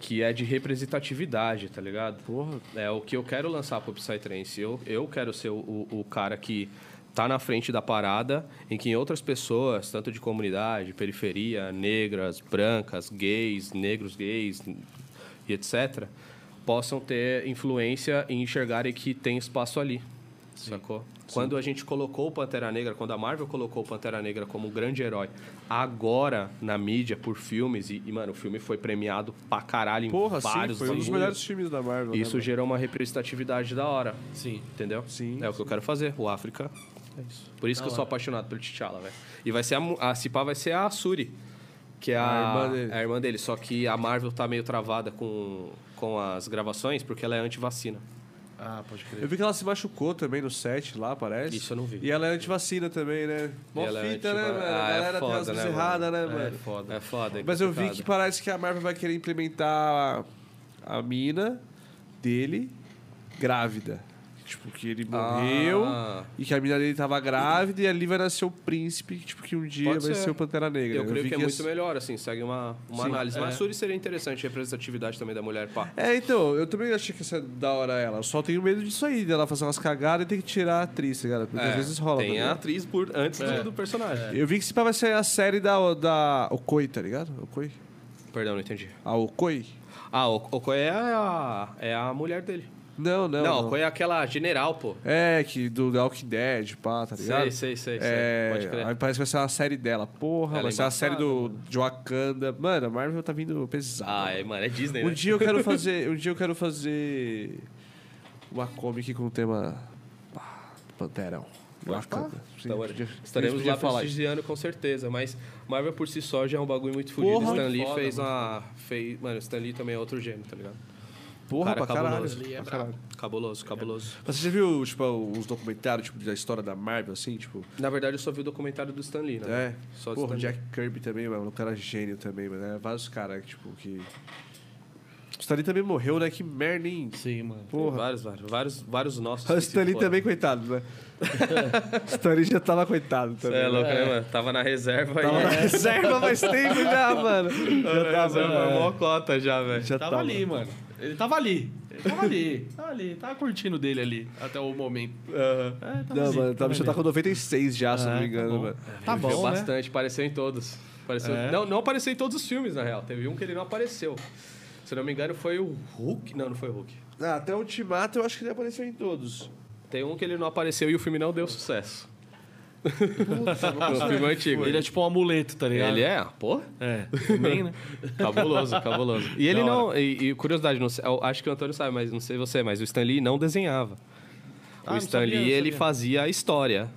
Speaker 3: que é de representatividade, tá ligado? Porra. É o que eu quero lançar pro Psytrance. Eu, eu quero ser o, o, o cara que tá na frente da parada, em que outras pessoas, tanto de comunidade, periferia, negras, brancas, gays, negros gays e etc., possam ter influência e enxergarem que tem espaço ali. Sacou? Quando a gente colocou o Pantera Negra, quando a Marvel colocou o Pantera Negra como um grande herói, agora na mídia, por filmes, e, e, mano, o filme foi premiado pra caralho em
Speaker 1: Porra, sim,
Speaker 3: vários
Speaker 1: foi um dos
Speaker 3: bagulhos.
Speaker 1: melhores filmes da Marvel. né,
Speaker 3: Isso gerou uma representatividade da hora.
Speaker 2: Sim.
Speaker 3: Entendeu?
Speaker 1: Sim,
Speaker 3: É o que eu quero fazer. O África Por isso que eu sou apaixonado pelo T'Challa, velho. E vai ser a, mu- a Cipá vai ser a Suri, que é a,
Speaker 1: irmã dele.
Speaker 3: a irmã dele. Só que a Marvel tá meio travada com, com as gravações porque ela é antivacina.
Speaker 2: Ah, pode crer.
Speaker 1: Eu vi que ela se machucou também no set lá, parece.
Speaker 3: Isso eu não vi.
Speaker 1: E ela é antivacina também, né? Mó
Speaker 3: E ela é
Speaker 1: fita,
Speaker 3: antiva-
Speaker 1: né, velho?
Speaker 3: Ah,
Speaker 1: a
Speaker 3: é
Speaker 1: galera
Speaker 3: foda,
Speaker 1: tem umas
Speaker 3: né,
Speaker 1: erradas, né,
Speaker 3: É
Speaker 1: mano?
Speaker 3: foda. É foda. é
Speaker 1: Mas eu vi
Speaker 3: complicado.
Speaker 1: que tipo, parece que a Marvel vai querer implementar a, a mina dele grávida. Tipo, que ele morreu
Speaker 3: Ah.
Speaker 1: e que a mina dele tava grávida e ali vai nascer o príncipe, que, tipo, que um dia
Speaker 3: Pode
Speaker 1: vai
Speaker 3: ser.
Speaker 1: ser o Pantera Negra.
Speaker 3: Eu, creio
Speaker 1: vi
Speaker 3: que, é muito
Speaker 1: essa-
Speaker 3: melhor, assim, segue uma, uma análise. Mas
Speaker 2: é.
Speaker 3: a Suri seria interessante, representatividade também da mulher, pá.
Speaker 1: É, então, eu também achei que ia ser da hora ela. Eu só tenho medo disso aí, dela fazer umas cagadas e ter que tirar a atriz, tá ligado? Porque às
Speaker 3: É,
Speaker 1: vezes rola.
Speaker 3: Tem
Speaker 1: também. É.
Speaker 3: a é. atriz por, antes
Speaker 2: É.
Speaker 3: do, do personagem.
Speaker 1: Eu vi que esse pá vai ser a série da, da Okoi, tá ligado? Okoi?
Speaker 3: Perdão, não entendi.
Speaker 1: A Okoi?
Speaker 3: Ah, o Okoye é a, é a mulher dele.
Speaker 1: Não, não. não.
Speaker 3: Não, não. Okoye é aquela general, pô.
Speaker 1: É, que do The Walking Dead, pá, tá ligado?
Speaker 3: Sei, sei, sei, sei.
Speaker 1: É,
Speaker 3: Pode crer.
Speaker 1: Aí parece que vai ser uma série dela. Porra,
Speaker 3: Ela
Speaker 1: vai
Speaker 3: é
Speaker 1: ser uma série
Speaker 3: embaçada,
Speaker 1: do de Wakanda. Mano, a Marvel tá vindo pesado.
Speaker 3: Ah, é, mano, é Disney,
Speaker 1: um
Speaker 3: né?
Speaker 1: dia eu quero fazer. Um dia eu quero fazer uma comic com o tema. pá, Panterão. Wakanda. Sim,
Speaker 3: Então, olha,
Speaker 1: podia-
Speaker 3: estaremos
Speaker 1: podia
Speaker 3: lá prestigiando com certeza, mas Marvel por si só já é um bagulho muito fudido.
Speaker 1: Porra,
Speaker 3: Stan
Speaker 1: muito
Speaker 3: Lee
Speaker 1: foda,
Speaker 3: fez uma. Fez, mano, Stan Lee também é outro gênio, tá ligado?
Speaker 1: Porra,
Speaker 3: Cara,
Speaker 1: pra
Speaker 3: cabuloso. É.
Speaker 1: caralho.
Speaker 2: Ele é
Speaker 1: pra caralho.
Speaker 3: Cabuloso, cabuloso.
Speaker 1: Mas você já viu, tipo, uns documentários tipo, da história da Marvel, assim, tipo.
Speaker 3: Na verdade, eu só vi o documentário do Stan Lee, né?
Speaker 1: É.
Speaker 3: Só do
Speaker 1: Porra, o
Speaker 3: Stan
Speaker 1: Jack Kirby também, mano. Um cara gênio também, mano. né? Vários caras, tipo, que. O Stanley também morreu, né? Que merda, hein?
Speaker 2: Sim, mano.
Speaker 1: Porra.
Speaker 3: Vários, vários, vários, vários nossos.
Speaker 1: O
Speaker 3: que se
Speaker 1: Stanley
Speaker 3: foram. É,
Speaker 1: também, coitado, né? o Stanley já tava coitado
Speaker 3: Cê
Speaker 1: também.
Speaker 3: É
Speaker 1: né?
Speaker 3: louco, né, mano? Tava na reserva
Speaker 1: Tava na
Speaker 3: aí.
Speaker 1: reserva mais tempo já, mano. Já tava,
Speaker 3: Reserva,
Speaker 1: mano.
Speaker 3: mó cota já, velho.
Speaker 1: Já
Speaker 2: Tava ali, mano. Tá Ele tava ali. Ele tava ali. tava ali. Tava curtindo dele ali até o momento. É, tava
Speaker 1: Não,
Speaker 2: ali,
Speaker 1: mano, tava, já tá com 96 já, se eu não me
Speaker 2: É, tá
Speaker 1: engano,
Speaker 2: bom.
Speaker 1: mano.
Speaker 2: Tá
Speaker 3: Viu
Speaker 2: bom, né?
Speaker 3: bastante, apareceu em todos. Apareceu-
Speaker 2: É.
Speaker 3: não, não apareceu em todos os filmes, na real. Teve um que ele não apareceu. Se eu não me engano, foi o Hulk. Não, não foi o Hulk.
Speaker 1: Ah, até o Ultimato eu acho que ele apareceu em todos.
Speaker 3: Tem um que ele não apareceu e o filme não deu sucesso. o filme antigo.
Speaker 2: Ele é tipo um amuleto, tá ligado?
Speaker 3: Ele é, pô,
Speaker 2: É. Também, né?
Speaker 3: cabuloso, cabuloso. E ele não, e, e curiosidade, não sei- eu acho que o Antônio sabe, mas não sei você, mas o Stan Lee não desenhava.
Speaker 2: Ah,
Speaker 3: o
Speaker 2: não
Speaker 3: Stan
Speaker 2: sabia,
Speaker 3: Lee,
Speaker 2: não
Speaker 3: ele
Speaker 2: sabia.
Speaker 3: fazia a história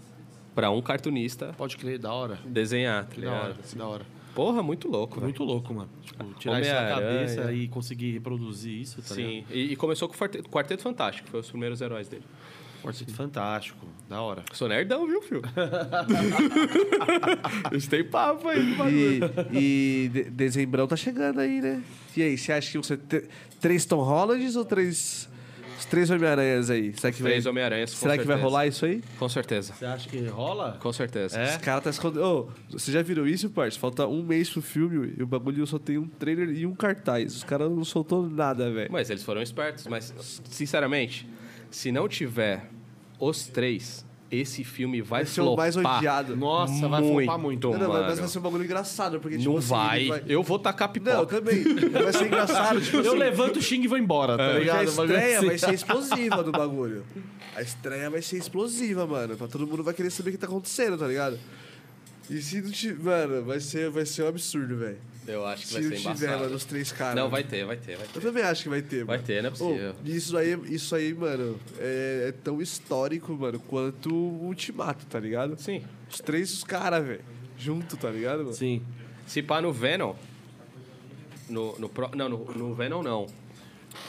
Speaker 3: pra um cartunista
Speaker 2: Pode crer, da hora.
Speaker 3: desenhar, tá
Speaker 2: Da hora,
Speaker 3: ligado?
Speaker 2: da hora.
Speaker 3: Porra, muito louco, velho.
Speaker 2: É. Muito louco, mano. Tipo, tirar isso da
Speaker 3: Homem-Aranha.
Speaker 2: cabeça e conseguir reproduzir isso, tá ligado?
Speaker 3: Sim, e, e começou com o Quarteto, Quarteto Fantástico, foi os primeiros heróis dele.
Speaker 2: Pode ser fantástico. Da hora.
Speaker 3: Sou nerdão, viu, filho? A gente tem papo aí.
Speaker 1: E, e de- dezembrão tá chegando aí, né? E aí, você acha que você ter três Tom Hollands ou três. Os três Homem-Aranhas aí? Será que,
Speaker 3: Três
Speaker 1: vai,
Speaker 3: Homem-Aranhas, com
Speaker 1: será que vai
Speaker 3: certeza.
Speaker 1: rolar isso aí?
Speaker 3: Com certeza,
Speaker 2: Você acha que rola?
Speaker 3: com certeza.
Speaker 2: É?
Speaker 1: Os caras tá escondendo. Ô, você já virou isso, parça? Falta um mês pro filme e o bagulho só tem um trailer e um cartaz. Os caras não soltou nada, velho.
Speaker 3: Mas eles foram espertos, mas, sinceramente, se não tiver os três, esse filme vai
Speaker 1: Vai ser é o mais
Speaker 3: flopar
Speaker 1: odiado.
Speaker 2: Nossa, vai flopar muito.
Speaker 1: Não, não,
Speaker 3: mano.
Speaker 1: mas vai ser um bagulho engraçado, porque tipo
Speaker 3: Não
Speaker 1: assim,
Speaker 3: vai.
Speaker 1: ele
Speaker 3: Eu vou tacar
Speaker 1: Não,
Speaker 3: pipoca.
Speaker 1: também. Vai ser engraçado, tipo
Speaker 2: Eu
Speaker 1: assim.
Speaker 2: levanto o xing e vou embora, tá
Speaker 1: Porque
Speaker 2: ligado?
Speaker 1: a
Speaker 2: Mas
Speaker 1: É. estreia
Speaker 2: assim-
Speaker 1: vai ser explosiva do bagulho. A estreia vai ser explosiva, mano. Pra todo mundo vai querer saber o que tá acontecendo, tá ligado? E se não tiver. Mano, vai ser, vai ser um absurdo, velho.
Speaker 3: Eu acho que
Speaker 1: Se
Speaker 3: vai
Speaker 1: não
Speaker 3: ser
Speaker 1: tiver,
Speaker 3: embaçado.
Speaker 1: mano, os três caras.
Speaker 3: não, vai ter, vai ter, vai
Speaker 1: Eu
Speaker 3: ter.
Speaker 1: também acho que vai ter,
Speaker 3: Vai
Speaker 1: mano.
Speaker 3: ter, não é possível.
Speaker 1: Ô, isso, aí, isso aí, mano, é, é tão histórico, mano, quanto o Ultimato, tá ligado?
Speaker 3: Sim.
Speaker 1: Os três, os caras, velho. Junto, tá ligado, mano?
Speaker 2: Sim.
Speaker 3: Se pá no Venom. No, no, pro- não, no, no Venom não.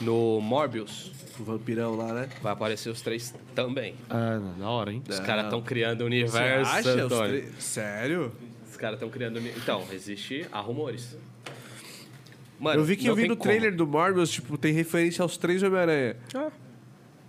Speaker 3: No Morbius.
Speaker 1: O vampirão lá, né?
Speaker 3: Vai aparecer os três também.
Speaker 2: Ah, da hora, hein?
Speaker 3: Os caras estão criando o universo.
Speaker 1: acha? Os
Speaker 3: Antônio.
Speaker 1: três- Sério?
Speaker 3: Os caras estão criando. uni- Então, existe. Há rumores. Mano,
Speaker 1: eu vi que
Speaker 3: não
Speaker 1: eu vi
Speaker 3: tem
Speaker 1: no
Speaker 3: como.
Speaker 1: trailer do Marvels, tipo, tem referência aos três Homem-Aranha.
Speaker 3: Ah.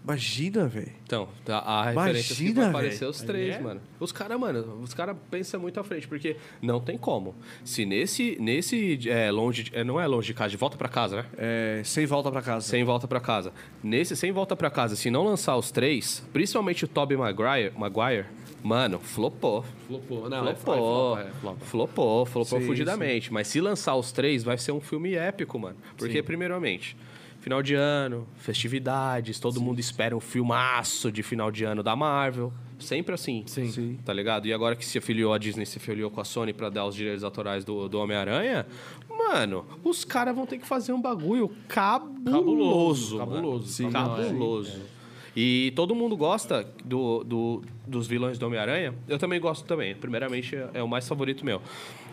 Speaker 1: Imagina, velho.
Speaker 3: Então, tá, a referência que
Speaker 1: Imagina,
Speaker 3: vai aparecer
Speaker 1: velho.
Speaker 3: os três,
Speaker 2: É.
Speaker 3: mano. Os caras, mano, os caras pensam muito à frente, porque não tem como. Se nesse. nesse é, longe. de- é, não é longe de casa, de volta pra casa, né?
Speaker 1: É, sem volta pra casa.
Speaker 3: Sem volta pra casa. Nesse sem volta pra casa, se não lançar os três, principalmente o Tobey Maguire, Maguire mano, flopou.
Speaker 2: Flopou. Não, é
Speaker 3: Flopou,
Speaker 2: flop, é flop.
Speaker 3: flopou, flopou
Speaker 1: Sim,
Speaker 3: fudidamente. Mas se lançar os três, vai ser um filme épico, mano. Porque, primeiramente, final de ano, festividades, todo mundo espera um filmaço de final de ano da Marvel. Sempre assim.
Speaker 2: Sim.
Speaker 3: Tá ligado? E agora que se afiliou a Disney, se afiliou com a Sony pra dar os direitos autorais do, do Homem-Aranha, mano, os caras vão ter que fazer um bagulho
Speaker 2: Cabuloso,
Speaker 3: cabuloso. mano.
Speaker 2: cabuloso.
Speaker 3: Sim.
Speaker 2: Tá bom,
Speaker 3: Cabuloso. E todo mundo gosta do, do- dos vilões do Homem-Aranha. Eu também gosto também. Primeiramente, é o mais favorito meu.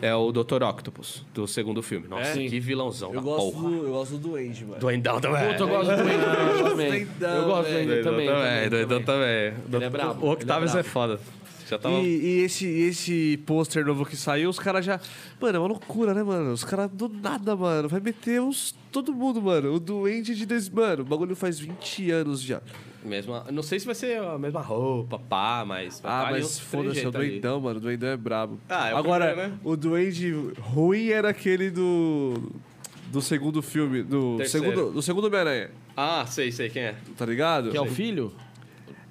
Speaker 3: É o Dr. Octopus, do segundo filme. Nossa, que vilãozão da
Speaker 1: Eu gosto,
Speaker 3: porra.
Speaker 1: do, eu gosto do Duende, mano.
Speaker 3: Doendão também.
Speaker 2: Puta, eu gosto do Ender também.
Speaker 1: Doidão,
Speaker 2: Eu gosto do Ender
Speaker 3: Doidão
Speaker 2: também.
Speaker 3: também. Doidão também.
Speaker 2: Ele é brabo,
Speaker 3: O
Speaker 2: ele é
Speaker 3: Octavius é,
Speaker 2: brabo.
Speaker 3: foda. Já tava...
Speaker 1: E, e esse, e esse pôster novo que saiu, os caras já. Mano, é uma loucura, né, mano? Os caras do nada, mano. Vai meter uns. Todo mundo, mano. O doente de. Dois... Mano, o bagulho faz 20 anos já.
Speaker 3: Mesma, não sei se vai ser a mesma roupa, pá, mas...
Speaker 1: Ah,
Speaker 3: tá ali
Speaker 1: mas
Speaker 3: uns
Speaker 1: foda-se, é o
Speaker 3: trejeitos ali.
Speaker 1: doidão, mano. O doidão é brabo.
Speaker 3: Ah, é o
Speaker 1: Agora,
Speaker 3: primeiro, né?
Speaker 1: o duende ruim era aquele do. Do segundo filme. Do
Speaker 3: Terceiro.
Speaker 1: segundo, do segundo Homem-Aranha,
Speaker 3: Ah, sei, sei quem é.
Speaker 1: tá ligado?
Speaker 2: Que é o filho?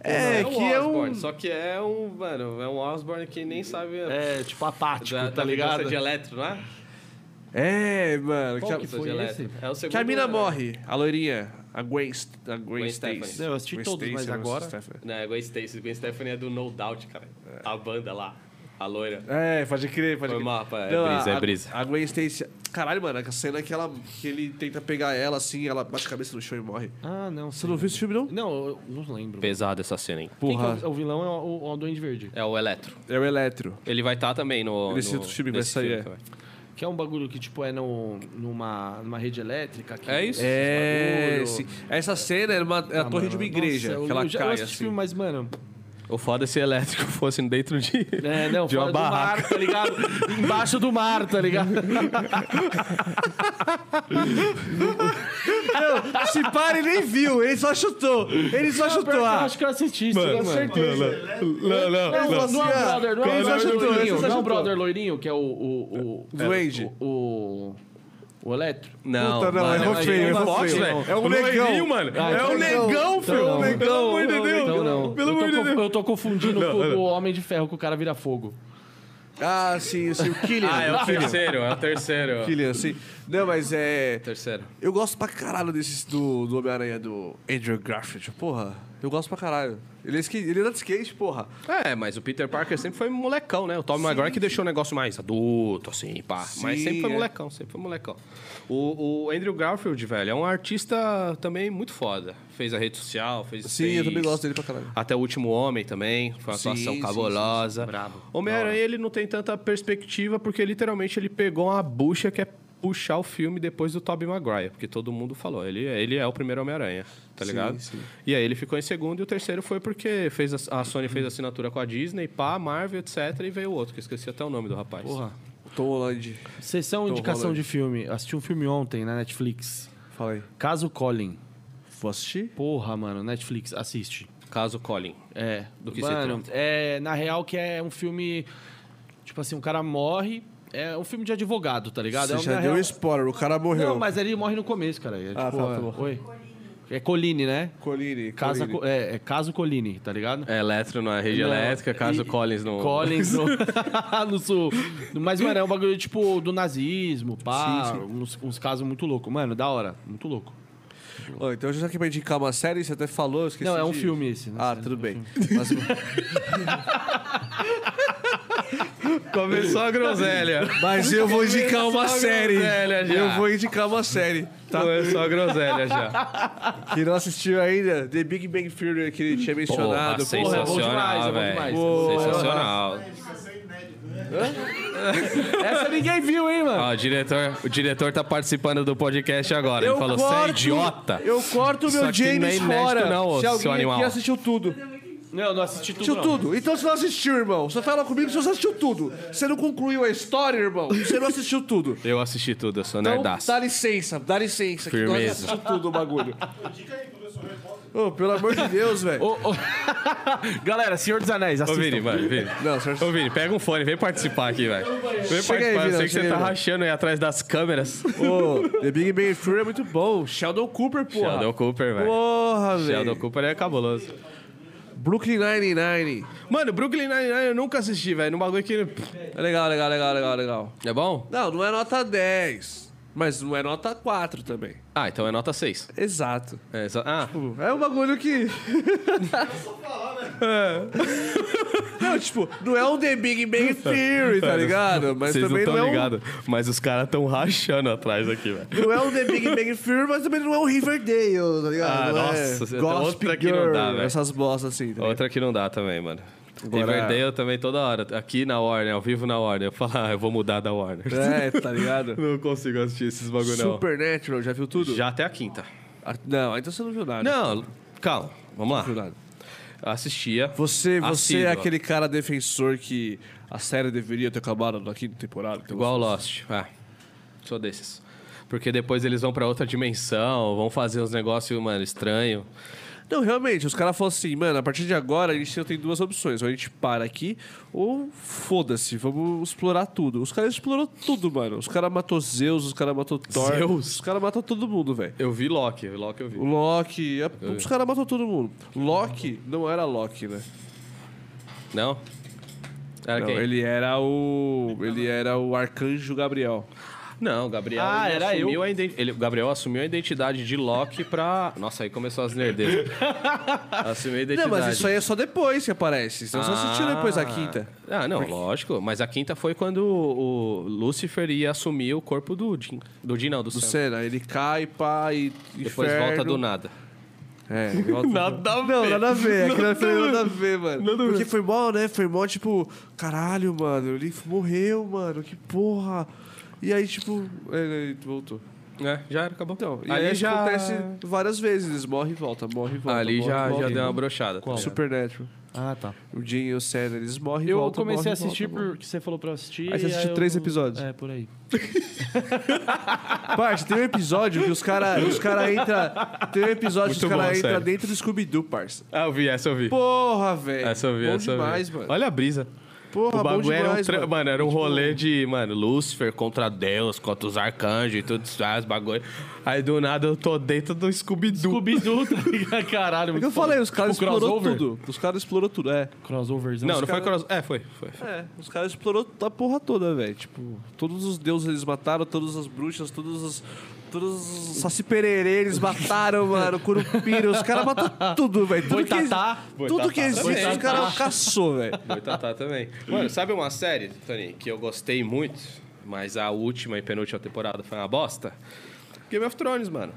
Speaker 1: É,
Speaker 3: o
Speaker 1: que é
Speaker 3: Osborn,
Speaker 1: um.
Speaker 3: Só que é um, mano, é um Osborne que nem sabe... a-
Speaker 2: É, tipo, apático,
Speaker 3: da,
Speaker 2: tá
Speaker 3: da
Speaker 2: ligado?
Speaker 3: vingança de eletro, não é?
Speaker 1: É, mano.
Speaker 2: Qual
Speaker 1: que a-
Speaker 2: que
Speaker 3: Vingança
Speaker 2: foi
Speaker 3: de
Speaker 2: esse?
Speaker 3: Electro. É o segundo,
Speaker 1: Que a mina
Speaker 3: né?
Speaker 1: morre, a loirinha. A Gwen, St- a Gwen,
Speaker 3: Gwen
Speaker 1: Stacy.
Speaker 3: Stefani.
Speaker 2: Não, eu assisti
Speaker 1: Gwen
Speaker 2: todos, mas
Speaker 1: não,
Speaker 2: agora-
Speaker 1: Stefani.
Speaker 3: Não, é Gwen Stacy. Gwen Stephanie é do No Doubt, cara. A banda lá, a loira.
Speaker 1: É, pode crer, pode
Speaker 3: Foi
Speaker 1: crer.
Speaker 3: mal, rapaz. É
Speaker 1: Não,
Speaker 3: brisa,
Speaker 1: a,
Speaker 3: é brisa.
Speaker 1: A Gwen Stacy... Caralho, mano, a cena que, ela, que ele tenta pegar ela, assim, ela bate a cabeça no chão e morre.
Speaker 2: Ah, não.
Speaker 1: Você não viu esse filme, não?
Speaker 2: Não, eu não lembro.
Speaker 3: Pesada essa cena, hein?
Speaker 2: Quem que é
Speaker 1: Porra,
Speaker 2: o- é o vilão é o, o, o Duende Verde.
Speaker 3: É o Eletro.
Speaker 1: é o Eletro.
Speaker 3: Ele vai estar também no...
Speaker 1: Nesse
Speaker 3: no,
Speaker 1: outro filme vai
Speaker 3: nesse
Speaker 1: sair,
Speaker 3: filme
Speaker 1: é.
Speaker 3: também.
Speaker 2: Que é um bagulho que, tipo, é no, numa, numa rede elétrica. que-
Speaker 3: É isso?
Speaker 1: É,
Speaker 2: Esse
Speaker 1: sim.
Speaker 2: bagulho.
Speaker 1: Essa cena é, uma, é a
Speaker 2: Ah,
Speaker 1: torre
Speaker 2: mano,
Speaker 1: de uma igreja,
Speaker 2: nossa, eu-
Speaker 1: que ela
Speaker 2: eu já- eu
Speaker 1: cai,
Speaker 2: assisti
Speaker 1: assim.
Speaker 2: filme, mas, mano...
Speaker 3: O foda é se elétrico fosse dentro de...
Speaker 2: É, não,
Speaker 3: De
Speaker 2: fora
Speaker 3: uma
Speaker 2: do
Speaker 3: barraca.
Speaker 2: mar, tá ligado? Embaixo do mar, tá ligado?
Speaker 1: Se para, ele nem viu, ele só chutou. Ele só
Speaker 2: Pior que eu
Speaker 1: chutou, ah.
Speaker 2: acho que eu assisti isso, né, mano?
Speaker 3: Não, não,
Speaker 2: Não, não, não é o brother, não é
Speaker 1: Ele
Speaker 2: o
Speaker 1: só chutou,
Speaker 2: brother
Speaker 1: ele só
Speaker 2: loirinho. Não é o
Speaker 1: chutou.
Speaker 2: brother loirinho, que é o... o, o
Speaker 1: Duende.
Speaker 2: O, o, o Eletro.
Speaker 3: Não,
Speaker 1: Puta, não,
Speaker 3: mano,
Speaker 1: errou
Speaker 3: mas
Speaker 1: feio,
Speaker 3: é um
Speaker 1: errou
Speaker 3: Fox,
Speaker 1: feio.
Speaker 3: velho.
Speaker 1: É um
Speaker 3: O loirinho,
Speaker 1: negão.
Speaker 3: mano.
Speaker 2: Ah,
Speaker 3: é
Speaker 2: então
Speaker 3: um
Speaker 2: não. Então
Speaker 3: negão, filho.
Speaker 2: não.
Speaker 3: Pelo amor de Deus.
Speaker 2: Então não.
Speaker 3: Pelo
Speaker 2: eu, tô
Speaker 3: amor de
Speaker 2: conf-
Speaker 3: Deus.
Speaker 2: eu tô confundindo com o Homem de Ferro que o cara vira fogo.
Speaker 1: Ah, sim, sim, o Killian.
Speaker 3: Ah, é o terceiro, é o terceiro.
Speaker 1: Killian, sim. Não, mas é...
Speaker 3: Terceiro.
Speaker 1: Eu gosto pra caralho desses do, do Homem-Aranha do Andrew Garfield, porra. Eu gosto pra caralho. Ele é, skate, ele anda de skate, porra.
Speaker 3: É, mas o Peter Parker sempre foi molecão, né? O Tom Maguire que deixou o negócio mais adulto, assim, pá. mas
Speaker 1: Sim,
Speaker 3: sempre foi
Speaker 1: é.
Speaker 3: molecão, sempre foi molecão. O, o Andrew Garfield, velho, é um artista também muito foda. Fez a rede social, fez...
Speaker 1: Sim, eu
Speaker 3: fez-
Speaker 1: também gosto dele pra caralho.
Speaker 3: Até o Último Homem também, foi uma
Speaker 1: Sim,
Speaker 3: atuação
Speaker 1: sim,
Speaker 3: cabulosa. Homem-Aranha, ele não tem tanta perspectiva, porque literalmente ele pegou uma bucha que é puxar o filme depois do Tobey Maguire, porque todo mundo falou, ele, ele é o primeiro Homem-Aranha, tá ligado? E aí ele ficou em segundo, e o terceiro foi porque fez a, a Sony fez assinatura com a Disney, pá, Marvel, etc, e veio o outro, que eu esqueci até o nome do rapaz.
Speaker 2: Porra.
Speaker 1: Tom Holland.
Speaker 2: Sessão indicação
Speaker 1: Holland.
Speaker 2: de filme. Eu Assisti um filme ontem na Netflix.
Speaker 1: Fala aí.
Speaker 2: Caso Colin.
Speaker 1: Vou assistir?
Speaker 2: Porra, mano, Netflix, assiste.
Speaker 3: Caso Colin.
Speaker 2: É. Do
Speaker 3: que se
Speaker 2: mano, É, na real, que é um filme. Tipo assim, um cara morre. É um filme de advogado, tá ligado? é
Speaker 1: Você
Speaker 2: um-
Speaker 1: já
Speaker 2: na
Speaker 1: deu
Speaker 2: real-
Speaker 1: spoiler, o cara morreu.
Speaker 2: Não, mas ele morre no começo, cara. É,
Speaker 1: Ah,
Speaker 2: tipo,
Speaker 1: tá,
Speaker 2: é-
Speaker 1: tá bom.
Speaker 2: Oi. É Colline, né?
Speaker 1: Colline,
Speaker 2: Casa,
Speaker 1: Colline.
Speaker 2: Co- é, é Caso Colline, tá ligado?
Speaker 3: É, Eletro na rede
Speaker 2: Não,
Speaker 3: elétrica, caso
Speaker 2: e-
Speaker 3: Collins no...
Speaker 2: Collins no, no sul. Mas, mano, é um bagulho tipo do nazismo, pá. Uns, uns casos muito loucos. Mano, da hora. Muito louco.
Speaker 1: Ó, então já que pra indicar uma série, você até falou, eu esqueci
Speaker 2: Não, é um
Speaker 1: de-
Speaker 2: filme esse. né?
Speaker 1: Ah, tudo bem. Mas,
Speaker 3: Começou a groselha.
Speaker 1: mas eu vou indicar uma
Speaker 3: Começou,
Speaker 1: série.
Speaker 3: groselha, já.
Speaker 1: Eu vou indicar uma série. Tá?
Speaker 3: Começou a groselha já.
Speaker 1: Que não assistiu ainda, The Big Bang Theory, que ele tinha mencionado.
Speaker 3: Porra,
Speaker 2: é bom demais, é
Speaker 3: sensacional,
Speaker 2: bom
Speaker 3: velho.
Speaker 2: demais.
Speaker 1: Porra.
Speaker 3: Sensacional.
Speaker 2: Essa ninguém viu, hein, mano?
Speaker 3: Ó, Tá, o, diretor, o diretor tá participando do podcast agora.
Speaker 1: Eu
Speaker 3: Ele falou, você é
Speaker 1: corto-
Speaker 3: idiota.
Speaker 1: Eu corto o
Speaker 3: Isso
Speaker 1: meu
Speaker 3: aqui não é
Speaker 1: James
Speaker 3: inédito
Speaker 1: fora.
Speaker 3: não, ô,
Speaker 1: se
Speaker 3: seu
Speaker 1: alguém aqui
Speaker 3: animal.
Speaker 1: assistiu tudo.
Speaker 2: Não, não assisti tudo.
Speaker 1: Assistiu
Speaker 2: não.
Speaker 1: tudo. Então você não assistiu, irmão. Você fala comigo se você assistiu tudo. Você não concluiu a história, irmão. Você não assistiu tudo.
Speaker 3: Eu assisti tudo, eu sou
Speaker 1: Então,
Speaker 3: nerdaço.
Speaker 1: dá licença, dá licença. Que nós
Speaker 3: Firmeza.
Speaker 1: assistiu tudo o bagulho. Ô, pelo amor de Deus, velho.
Speaker 2: Ô, ô. Galera, Senhor dos Anéis,
Speaker 3: Ô,
Speaker 1: tá
Speaker 2: assistam.
Speaker 3: Vini, mano, Vini.
Speaker 1: Não, senhor.
Speaker 3: Ô, Vini, pega um fone, vem participar aqui, velho. Vem
Speaker 1: Chega aí,
Speaker 3: participar, eu
Speaker 1: Vini,
Speaker 3: sei
Speaker 1: chega
Speaker 3: que você
Speaker 1: aí,
Speaker 3: tá
Speaker 1: Vini.
Speaker 3: rachando aí atrás das câmeras.
Speaker 1: Ô, The Big Bang Theory é muito bom. Sheldon Cooper, porra.
Speaker 3: Sheldon Cooper, velho.
Speaker 1: Porra,
Speaker 3: Sheldon
Speaker 1: velho.
Speaker 3: Cooper é cabuloso.
Speaker 1: Brooklyn Nine-Nine.
Speaker 3: Mano, Brooklyn Nine-Nine eu nunca assisti, velho. Num bagulho que...
Speaker 1: É Legal, legal, legal, legal, legal.
Speaker 3: É bom?
Speaker 1: Não, não é nota 10. Mas não é nota 4 também.
Speaker 3: Ah, então é nota 6.
Speaker 1: Exato.
Speaker 3: É, exa- ah,
Speaker 1: É um bagulho que. É. Não, tipo, não é um The Big Bang Theory, tá ligado? Mas
Speaker 3: vocês não
Speaker 1: também não,
Speaker 3: estão
Speaker 1: é um-
Speaker 3: ligados. Mas os caras estão rachando atrás aqui, velho.
Speaker 1: não é um The Big Bang Theory, mas também não é um Riverdale, tá ligado?
Speaker 3: Ah,
Speaker 1: Não é
Speaker 3: nossa, tem
Speaker 1: Gossip
Speaker 3: outra que não
Speaker 1: Girl,
Speaker 3: dá, velho.
Speaker 1: Essas bostas assim, tá ligado?
Speaker 3: Outra que não dá também, mano.
Speaker 1: Agora-
Speaker 3: Riverdale também toda hora. Aqui na Warner, ao vivo na Warner. Eu falo, ah, eu vou mudar da Warner.
Speaker 1: É, tá ligado?
Speaker 3: Não consigo assistir esses bagulho,
Speaker 1: Supernatural, já viu tudo?
Speaker 3: não. Já até a quinta.
Speaker 1: Ah, Não, então você não viu nada.
Speaker 3: Não, calma. Vamos
Speaker 1: Não viu
Speaker 3: lá.
Speaker 1: nada.
Speaker 3: Assistia.
Speaker 1: Você, você é
Speaker 3: Assídua.
Speaker 1: aquele cara defensor que a série deveria ter acabado na quinta temporada. que
Speaker 3: Igual Lost. Ah, sou desses. Porque depois eles vão pra outra dimensão, vão fazer uns negócios, mano, estranho.
Speaker 1: Não, realmente, os caras falam assim, mano, a partir de agora a gente só tem duas opções. Ou a gente para aqui, ou foda-se, vamos explorar tudo. Os caras exploraram tudo, mano. Os caras matou Zeus, os caras matou Thor.
Speaker 3: Zeus?
Speaker 1: Os caras matou todo mundo, velho.
Speaker 3: Eu vi Loki, Loki eu vi.
Speaker 1: O Loki, a- os caras matou todo mundo. Loki não era Loki, né?
Speaker 3: Não? Era
Speaker 1: Não,
Speaker 3: quem?
Speaker 1: ele era o. Ele era o arcanjo Gabriel.
Speaker 3: Não, o Gabriel
Speaker 2: Ah,
Speaker 3: ele
Speaker 2: era
Speaker 3: assumiu
Speaker 2: eu.
Speaker 3: a identi- ele- o Gabriel assumiu a identidade de Loki pra. Nossa, aí começou as nerdeiras. assumiu a
Speaker 1: Não,
Speaker 3: identidade.
Speaker 1: mas isso aí é só depois que aparece. Então só assistiu depois da quinta.
Speaker 3: Ah, não, lógico. Mas a quinta foi quando o, o Lucifer ia assumir o corpo do Jim. Do Jim, não, do,
Speaker 1: Do
Speaker 3: Sam.
Speaker 1: Senna, ele cai, pá, e.
Speaker 3: Depois
Speaker 1: inferno.
Speaker 3: volta do nada.
Speaker 1: É, nada a ver. Não, nada a ver. Aquilo foi nada a ver, mano. Porque foi mal, né? Foi mal, tipo, caralho, mano, ele morreu, mano, que porra. E aí, tipo, ele voltou.
Speaker 3: É, já era, acabou.
Speaker 1: Então, e
Speaker 3: ali
Speaker 1: aí
Speaker 3: já.
Speaker 1: acontece várias vezes. Eles morrem e voltam, morrem e voltam.
Speaker 3: ali
Speaker 1: morrem e
Speaker 3: já,
Speaker 1: voltam.
Speaker 3: já deu uma brochada. tá ligado?
Speaker 1: Supernatural.
Speaker 2: Ah, tá.
Speaker 1: O Jim e o Senna, eles morrem e
Speaker 2: Eu
Speaker 1: voltam. morrem
Speaker 2: comecei a
Speaker 1: e
Speaker 2: assistir
Speaker 1: voltam,
Speaker 2: porque você falou pra eu assistir.
Speaker 1: Aí você
Speaker 2: e
Speaker 1: assistiu
Speaker 2: eu
Speaker 1: três
Speaker 2: não-
Speaker 1: episódios.
Speaker 2: É, por aí.
Speaker 1: Parte, tem um episódio que os caras os cara entram. Tem um episódio que os
Speaker 3: Muito bom,
Speaker 1: caras entram
Speaker 3: sério.
Speaker 1: dentro do Scooby-Doo, parça.
Speaker 3: Ah, eu vi, essa eu vi.
Speaker 1: Porra, velho.
Speaker 3: essa eu vi,
Speaker 1: bom
Speaker 3: essa
Speaker 1: demais,
Speaker 3: eu vi.
Speaker 1: mano.
Speaker 3: Olha a brisa.
Speaker 1: Porra, bom
Speaker 3: o bagulho era um,
Speaker 1: demais,
Speaker 3: tra-
Speaker 1: mano.
Speaker 3: mano, era um rolê de, mano, Lúcifer contra Deus, contra os arcanjos e tudo isso, as bagulho. Aí do nada eu tô dentro do Scooby-Doo.
Speaker 2: Scooby-Doo, tá ligado? Caralho.
Speaker 1: É que eu
Speaker 2: muito
Speaker 3: tipo,
Speaker 1: falei,
Speaker 2: foda.
Speaker 3: um
Speaker 1: os caras
Speaker 2: O
Speaker 1: explorou
Speaker 2: crossover?
Speaker 1: tudo. Os caras explorou tudo, é.
Speaker 2: Crossoverzão.
Speaker 3: não, não
Speaker 2: Os
Speaker 3: foi
Speaker 2: caras-
Speaker 3: cross... É, foi, foi.
Speaker 1: É, os caras explorou a porra toda, velho. Tipo, todos os deuses eles mataram, todas as bruxas, todos os. Todos os Saci Pererê, eles mataram, mano. Curupira, os caras mataram tudo, velho. Tudo, que,
Speaker 2: Boitatá.
Speaker 1: tudo que existe,
Speaker 3: Boitatá.
Speaker 1: os caras caçou, velho.
Speaker 3: Foi Tatá também. Mano, sabe uma série, Tony, que eu gostei muito, mas a última e penúltima temporada foi uma bosta? Game of Thrones, mano.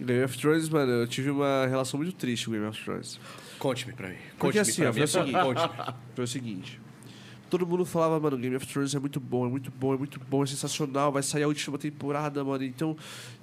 Speaker 1: Game of Thrones, mano, eu tive uma relação muito triste com Game of Thrones.
Speaker 3: Conte-me pra mim. Conte-me
Speaker 1: Porque assim,
Speaker 3: pra
Speaker 1: ó,
Speaker 3: mim. é
Speaker 1: foi o seguinte.
Speaker 3: Conte-me.
Speaker 1: Foi o seguinte. Todo mundo falava, mano, Game of Thrones é muito bom, é muito bom, é muito bom, é sensacional, vai sair a última temporada, mano. Então,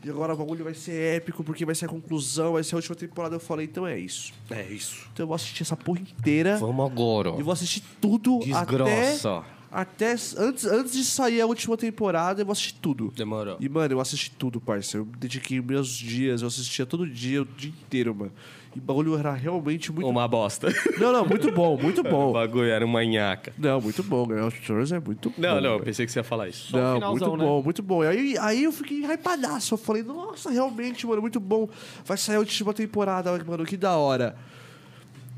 Speaker 1: e agora o bagulho vai ser épico, porque vai ser a conclusão, vai ser a última temporada. Eu falei, então é isso.
Speaker 3: É isso.
Speaker 1: Então eu vou assistir essa porra inteira
Speaker 3: Vamos agora.
Speaker 1: e vou assistir tudo
Speaker 3: Desgrossa.
Speaker 1: até. Até antes, antes de sair a última temporada, eu vou assistir tudo.
Speaker 3: Demorou.
Speaker 1: E, mano, eu assisti tudo, parceiro. Eu dediquei meus dias, eu assistia todo dia, o dia inteiro, mano. E o bagulho era realmente muito.
Speaker 3: Uma bosta.
Speaker 1: Não, não, muito bom, muito
Speaker 3: O
Speaker 1: bom.
Speaker 3: bagulho era uma nhaca.
Speaker 1: Não, muito bom. Game of Thrones é muito bom.
Speaker 3: Não, não, eu
Speaker 1: velho.
Speaker 3: pensei que você ia falar isso.
Speaker 2: o
Speaker 1: Não,
Speaker 2: finalzão,
Speaker 1: muito
Speaker 2: né?
Speaker 1: bom, muito bom. E Aí, aí eu fiquei hypadaço. Eu falei, nossa, realmente, mano, muito bom. Vai sair a última temporada, mano, que da hora.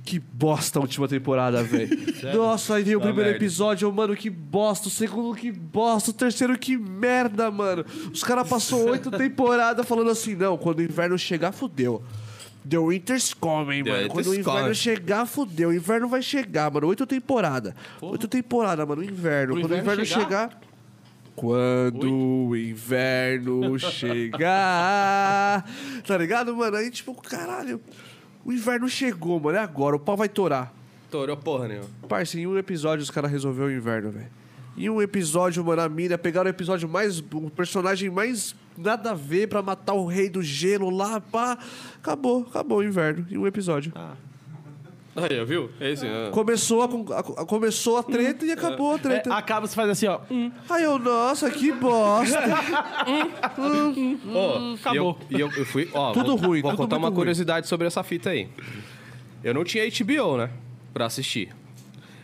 Speaker 1: Que bosta a última temporada, velho.
Speaker 2: é
Speaker 1: Nossa, aí tem o
Speaker 3: Tá
Speaker 1: primeiro
Speaker 3: merda.
Speaker 1: episódio, mano, que bosta. O segundo, que bosta. O terceiro, que merda, mano. Os caras passou
Speaker 2: é
Speaker 1: oito temporadas falando assim, não, quando o inverno chegar, fudeu. The Winter's coming,
Speaker 3: The
Speaker 1: mano. Quando o
Speaker 3: winter's
Speaker 1: inverno
Speaker 3: coming.
Speaker 1: chegar, fudeu. O inverno vai chegar, mano. Oito temporada. Oito temporada, mano. Inverno.
Speaker 2: Pro
Speaker 1: Quando o
Speaker 2: inverno
Speaker 1: inverno
Speaker 2: chegar?
Speaker 1: chegar quando o inverno chegar. Tá ligado, mano? Aí, tipo, caralho. O inverno chegou, mano. É agora. O pau vai torar.
Speaker 3: Torou porra nenhuma.
Speaker 1: Parça, em um episódio os caras resolveram o inverno, velho. Em um episódio, mano, a mina pegaram o episódio mais. O personagem mais nada a ver pra matar o rei do gelo lá, pá. Acabou, acabou o inverno. Em um episódio.
Speaker 3: Aí, viu? É isso. é.
Speaker 1: Começou, a, con- a- a- começou a treta e acabou Então. a
Speaker 2: É,
Speaker 1: treta.
Speaker 2: acaba, você faz assim, ó. Hum,
Speaker 1: Aí eu, nossa, que bosta.
Speaker 3: Ó,
Speaker 2: acabou.
Speaker 3: E eu, e eu- eu fui. Ó,
Speaker 1: Tudo
Speaker 3: vou,
Speaker 1: ruim, tá
Speaker 3: Vou
Speaker 1: tudo
Speaker 3: contar
Speaker 1: muito
Speaker 3: uma
Speaker 1: ruim.
Speaker 3: curiosidade sobre essa fita aí. Eu não tinha HBO, né? Pra assistir.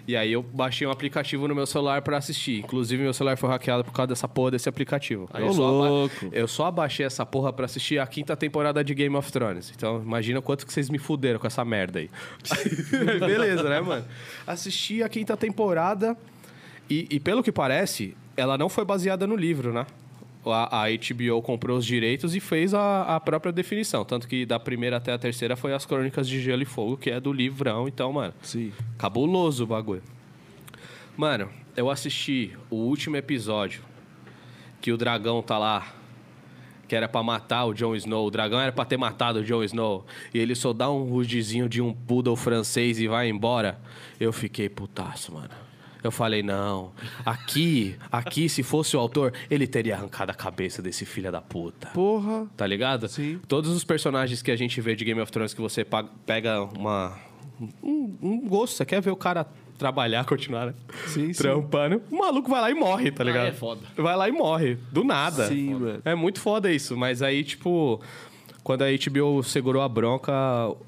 Speaker 3: E aí eu baixei um aplicativo no meu celular pra assistir. Inclusive, meu celular foi hackeado por causa dessa porra desse aplicativo. Aí eu, só aba- eu só abaixei essa porra pra assistir a quinta temporada de Game of Thrones. Então, imagina o quanto que vocês me fuderam com essa merda aí. Beleza, né, mano? Assisti a quinta temporada e, e pelo que parece, ela não foi baseada no livro, né? a, a HBO comprou os direitos e fez a, a própria definição. Tanto que da primeira até a terceira foi as Crônicas de Gelo e Fogo, que é do livrão. Então, mano,
Speaker 1: Sim.
Speaker 3: cabuloso o bagulho. Mano, eu assisti o último episódio que o dragão tá lá. Que era pra matar o Jon Snow. O dragão era pra ter matado o Jon Snow. E ele só dá um rugizinho de um poodle francês e vai embora. Eu fiquei putaço, mano. Eu falei, não. Aqui, aqui, se fosse o autor, ele teria arrancado a cabeça desse filho da puta.
Speaker 1: Porra.
Speaker 3: Tá ligado?
Speaker 1: Sim.
Speaker 3: Todos os personagens que a gente vê de Game of Thrones que você pa- pega uma. Um, um gosto, você quer ver o cara trabalhar, continuar né?
Speaker 1: Sim, sim.
Speaker 3: trampando. O maluco vai lá e morre, tá ligado?
Speaker 2: é foda.
Speaker 3: Vai lá e morre. Do nada.
Speaker 1: Sim, mano.
Speaker 3: É muito foda isso. Mas aí, tipo. Quando a HBO segurou a bronca,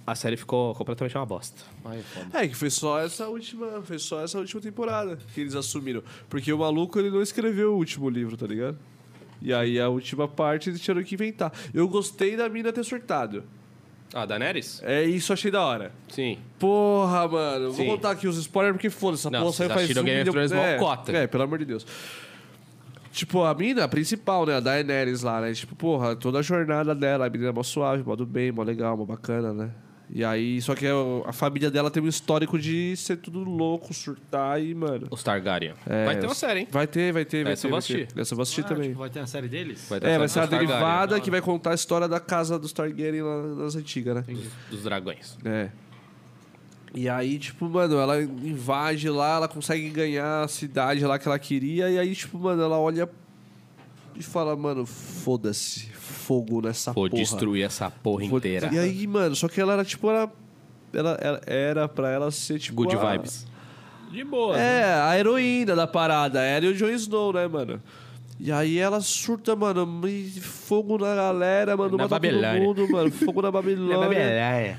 Speaker 3: a série ficou completamente uma bosta.
Speaker 1: É, que foi só essa última, foi só essa última temporada que eles assumiram. Porque o maluco ele não escreveu o último livro, tá ligado? E aí a última parte eles tiveram que inventar. Eu gostei da mina ter surtado.
Speaker 3: Ah, Daenerys?
Speaker 1: É isso, achei da hora.
Speaker 3: Sim.
Speaker 1: Porra, mano.
Speaker 3: Sim.
Speaker 1: Vou contar aqui os spoilers porque foda-se. Essa
Speaker 3: Não,
Speaker 1: porra
Speaker 3: vocês
Speaker 1: saiu faz
Speaker 3: assistiram
Speaker 1: um
Speaker 3: Game of
Speaker 1: milhão-
Speaker 3: Thrones mó
Speaker 1: é,
Speaker 3: cota.
Speaker 1: É, pelo amor de Deus. Tipo, a mina principal, né? A Daenerys lá, né? Tipo, porra, toda a jornada dela, a menina é mó suave, mó do bem, mó legal, mó bacana, né? E aí, só que a- a família dela tem um histórico de ser tudo louco, surtar e, mano.
Speaker 3: Os Targaryen.
Speaker 1: é,
Speaker 3: Vai ter uma série, hein?
Speaker 1: Vai ter, vai ter, vai
Speaker 3: Essa
Speaker 1: ter.
Speaker 3: eu vou
Speaker 1: vai ter.
Speaker 3: assistir.
Speaker 1: Essa eu vou assistir
Speaker 2: Ah,
Speaker 1: também.
Speaker 2: tipo, vai ter uma série deles?
Speaker 3: Vai ter
Speaker 1: É,
Speaker 3: a
Speaker 1: vai ser
Speaker 3: série
Speaker 1: uma
Speaker 3: dos Targaryen, né?
Speaker 1: derivada que vai contar a história da casa dos Targaryen lá nas antigas, né?
Speaker 3: Dos dragões.
Speaker 1: É. E aí, tipo, mano, ela invade lá, ela consegue ganhar a cidade lá que ela queria, e aí, tipo, mano, ela olha e fala, mano, foda-se, fogo nessa
Speaker 3: Vou
Speaker 1: porra.
Speaker 3: destruir essa porra
Speaker 1: Vou-
Speaker 3: inteira.
Speaker 1: E aí, mano, só que ela era, tipo, ela, ela, ela- era pra ela ser, tipo...
Speaker 3: Good
Speaker 1: a-
Speaker 3: vibes.
Speaker 2: De boa.
Speaker 1: É, a heroína da parada, era o Jon Snow, né, mano? E aí ela surta, mano, e fogo na galera, mano,
Speaker 3: Na
Speaker 1: mata
Speaker 3: Babilônia.
Speaker 1: todo mundo, mano, fogo na Babilônia.
Speaker 2: É.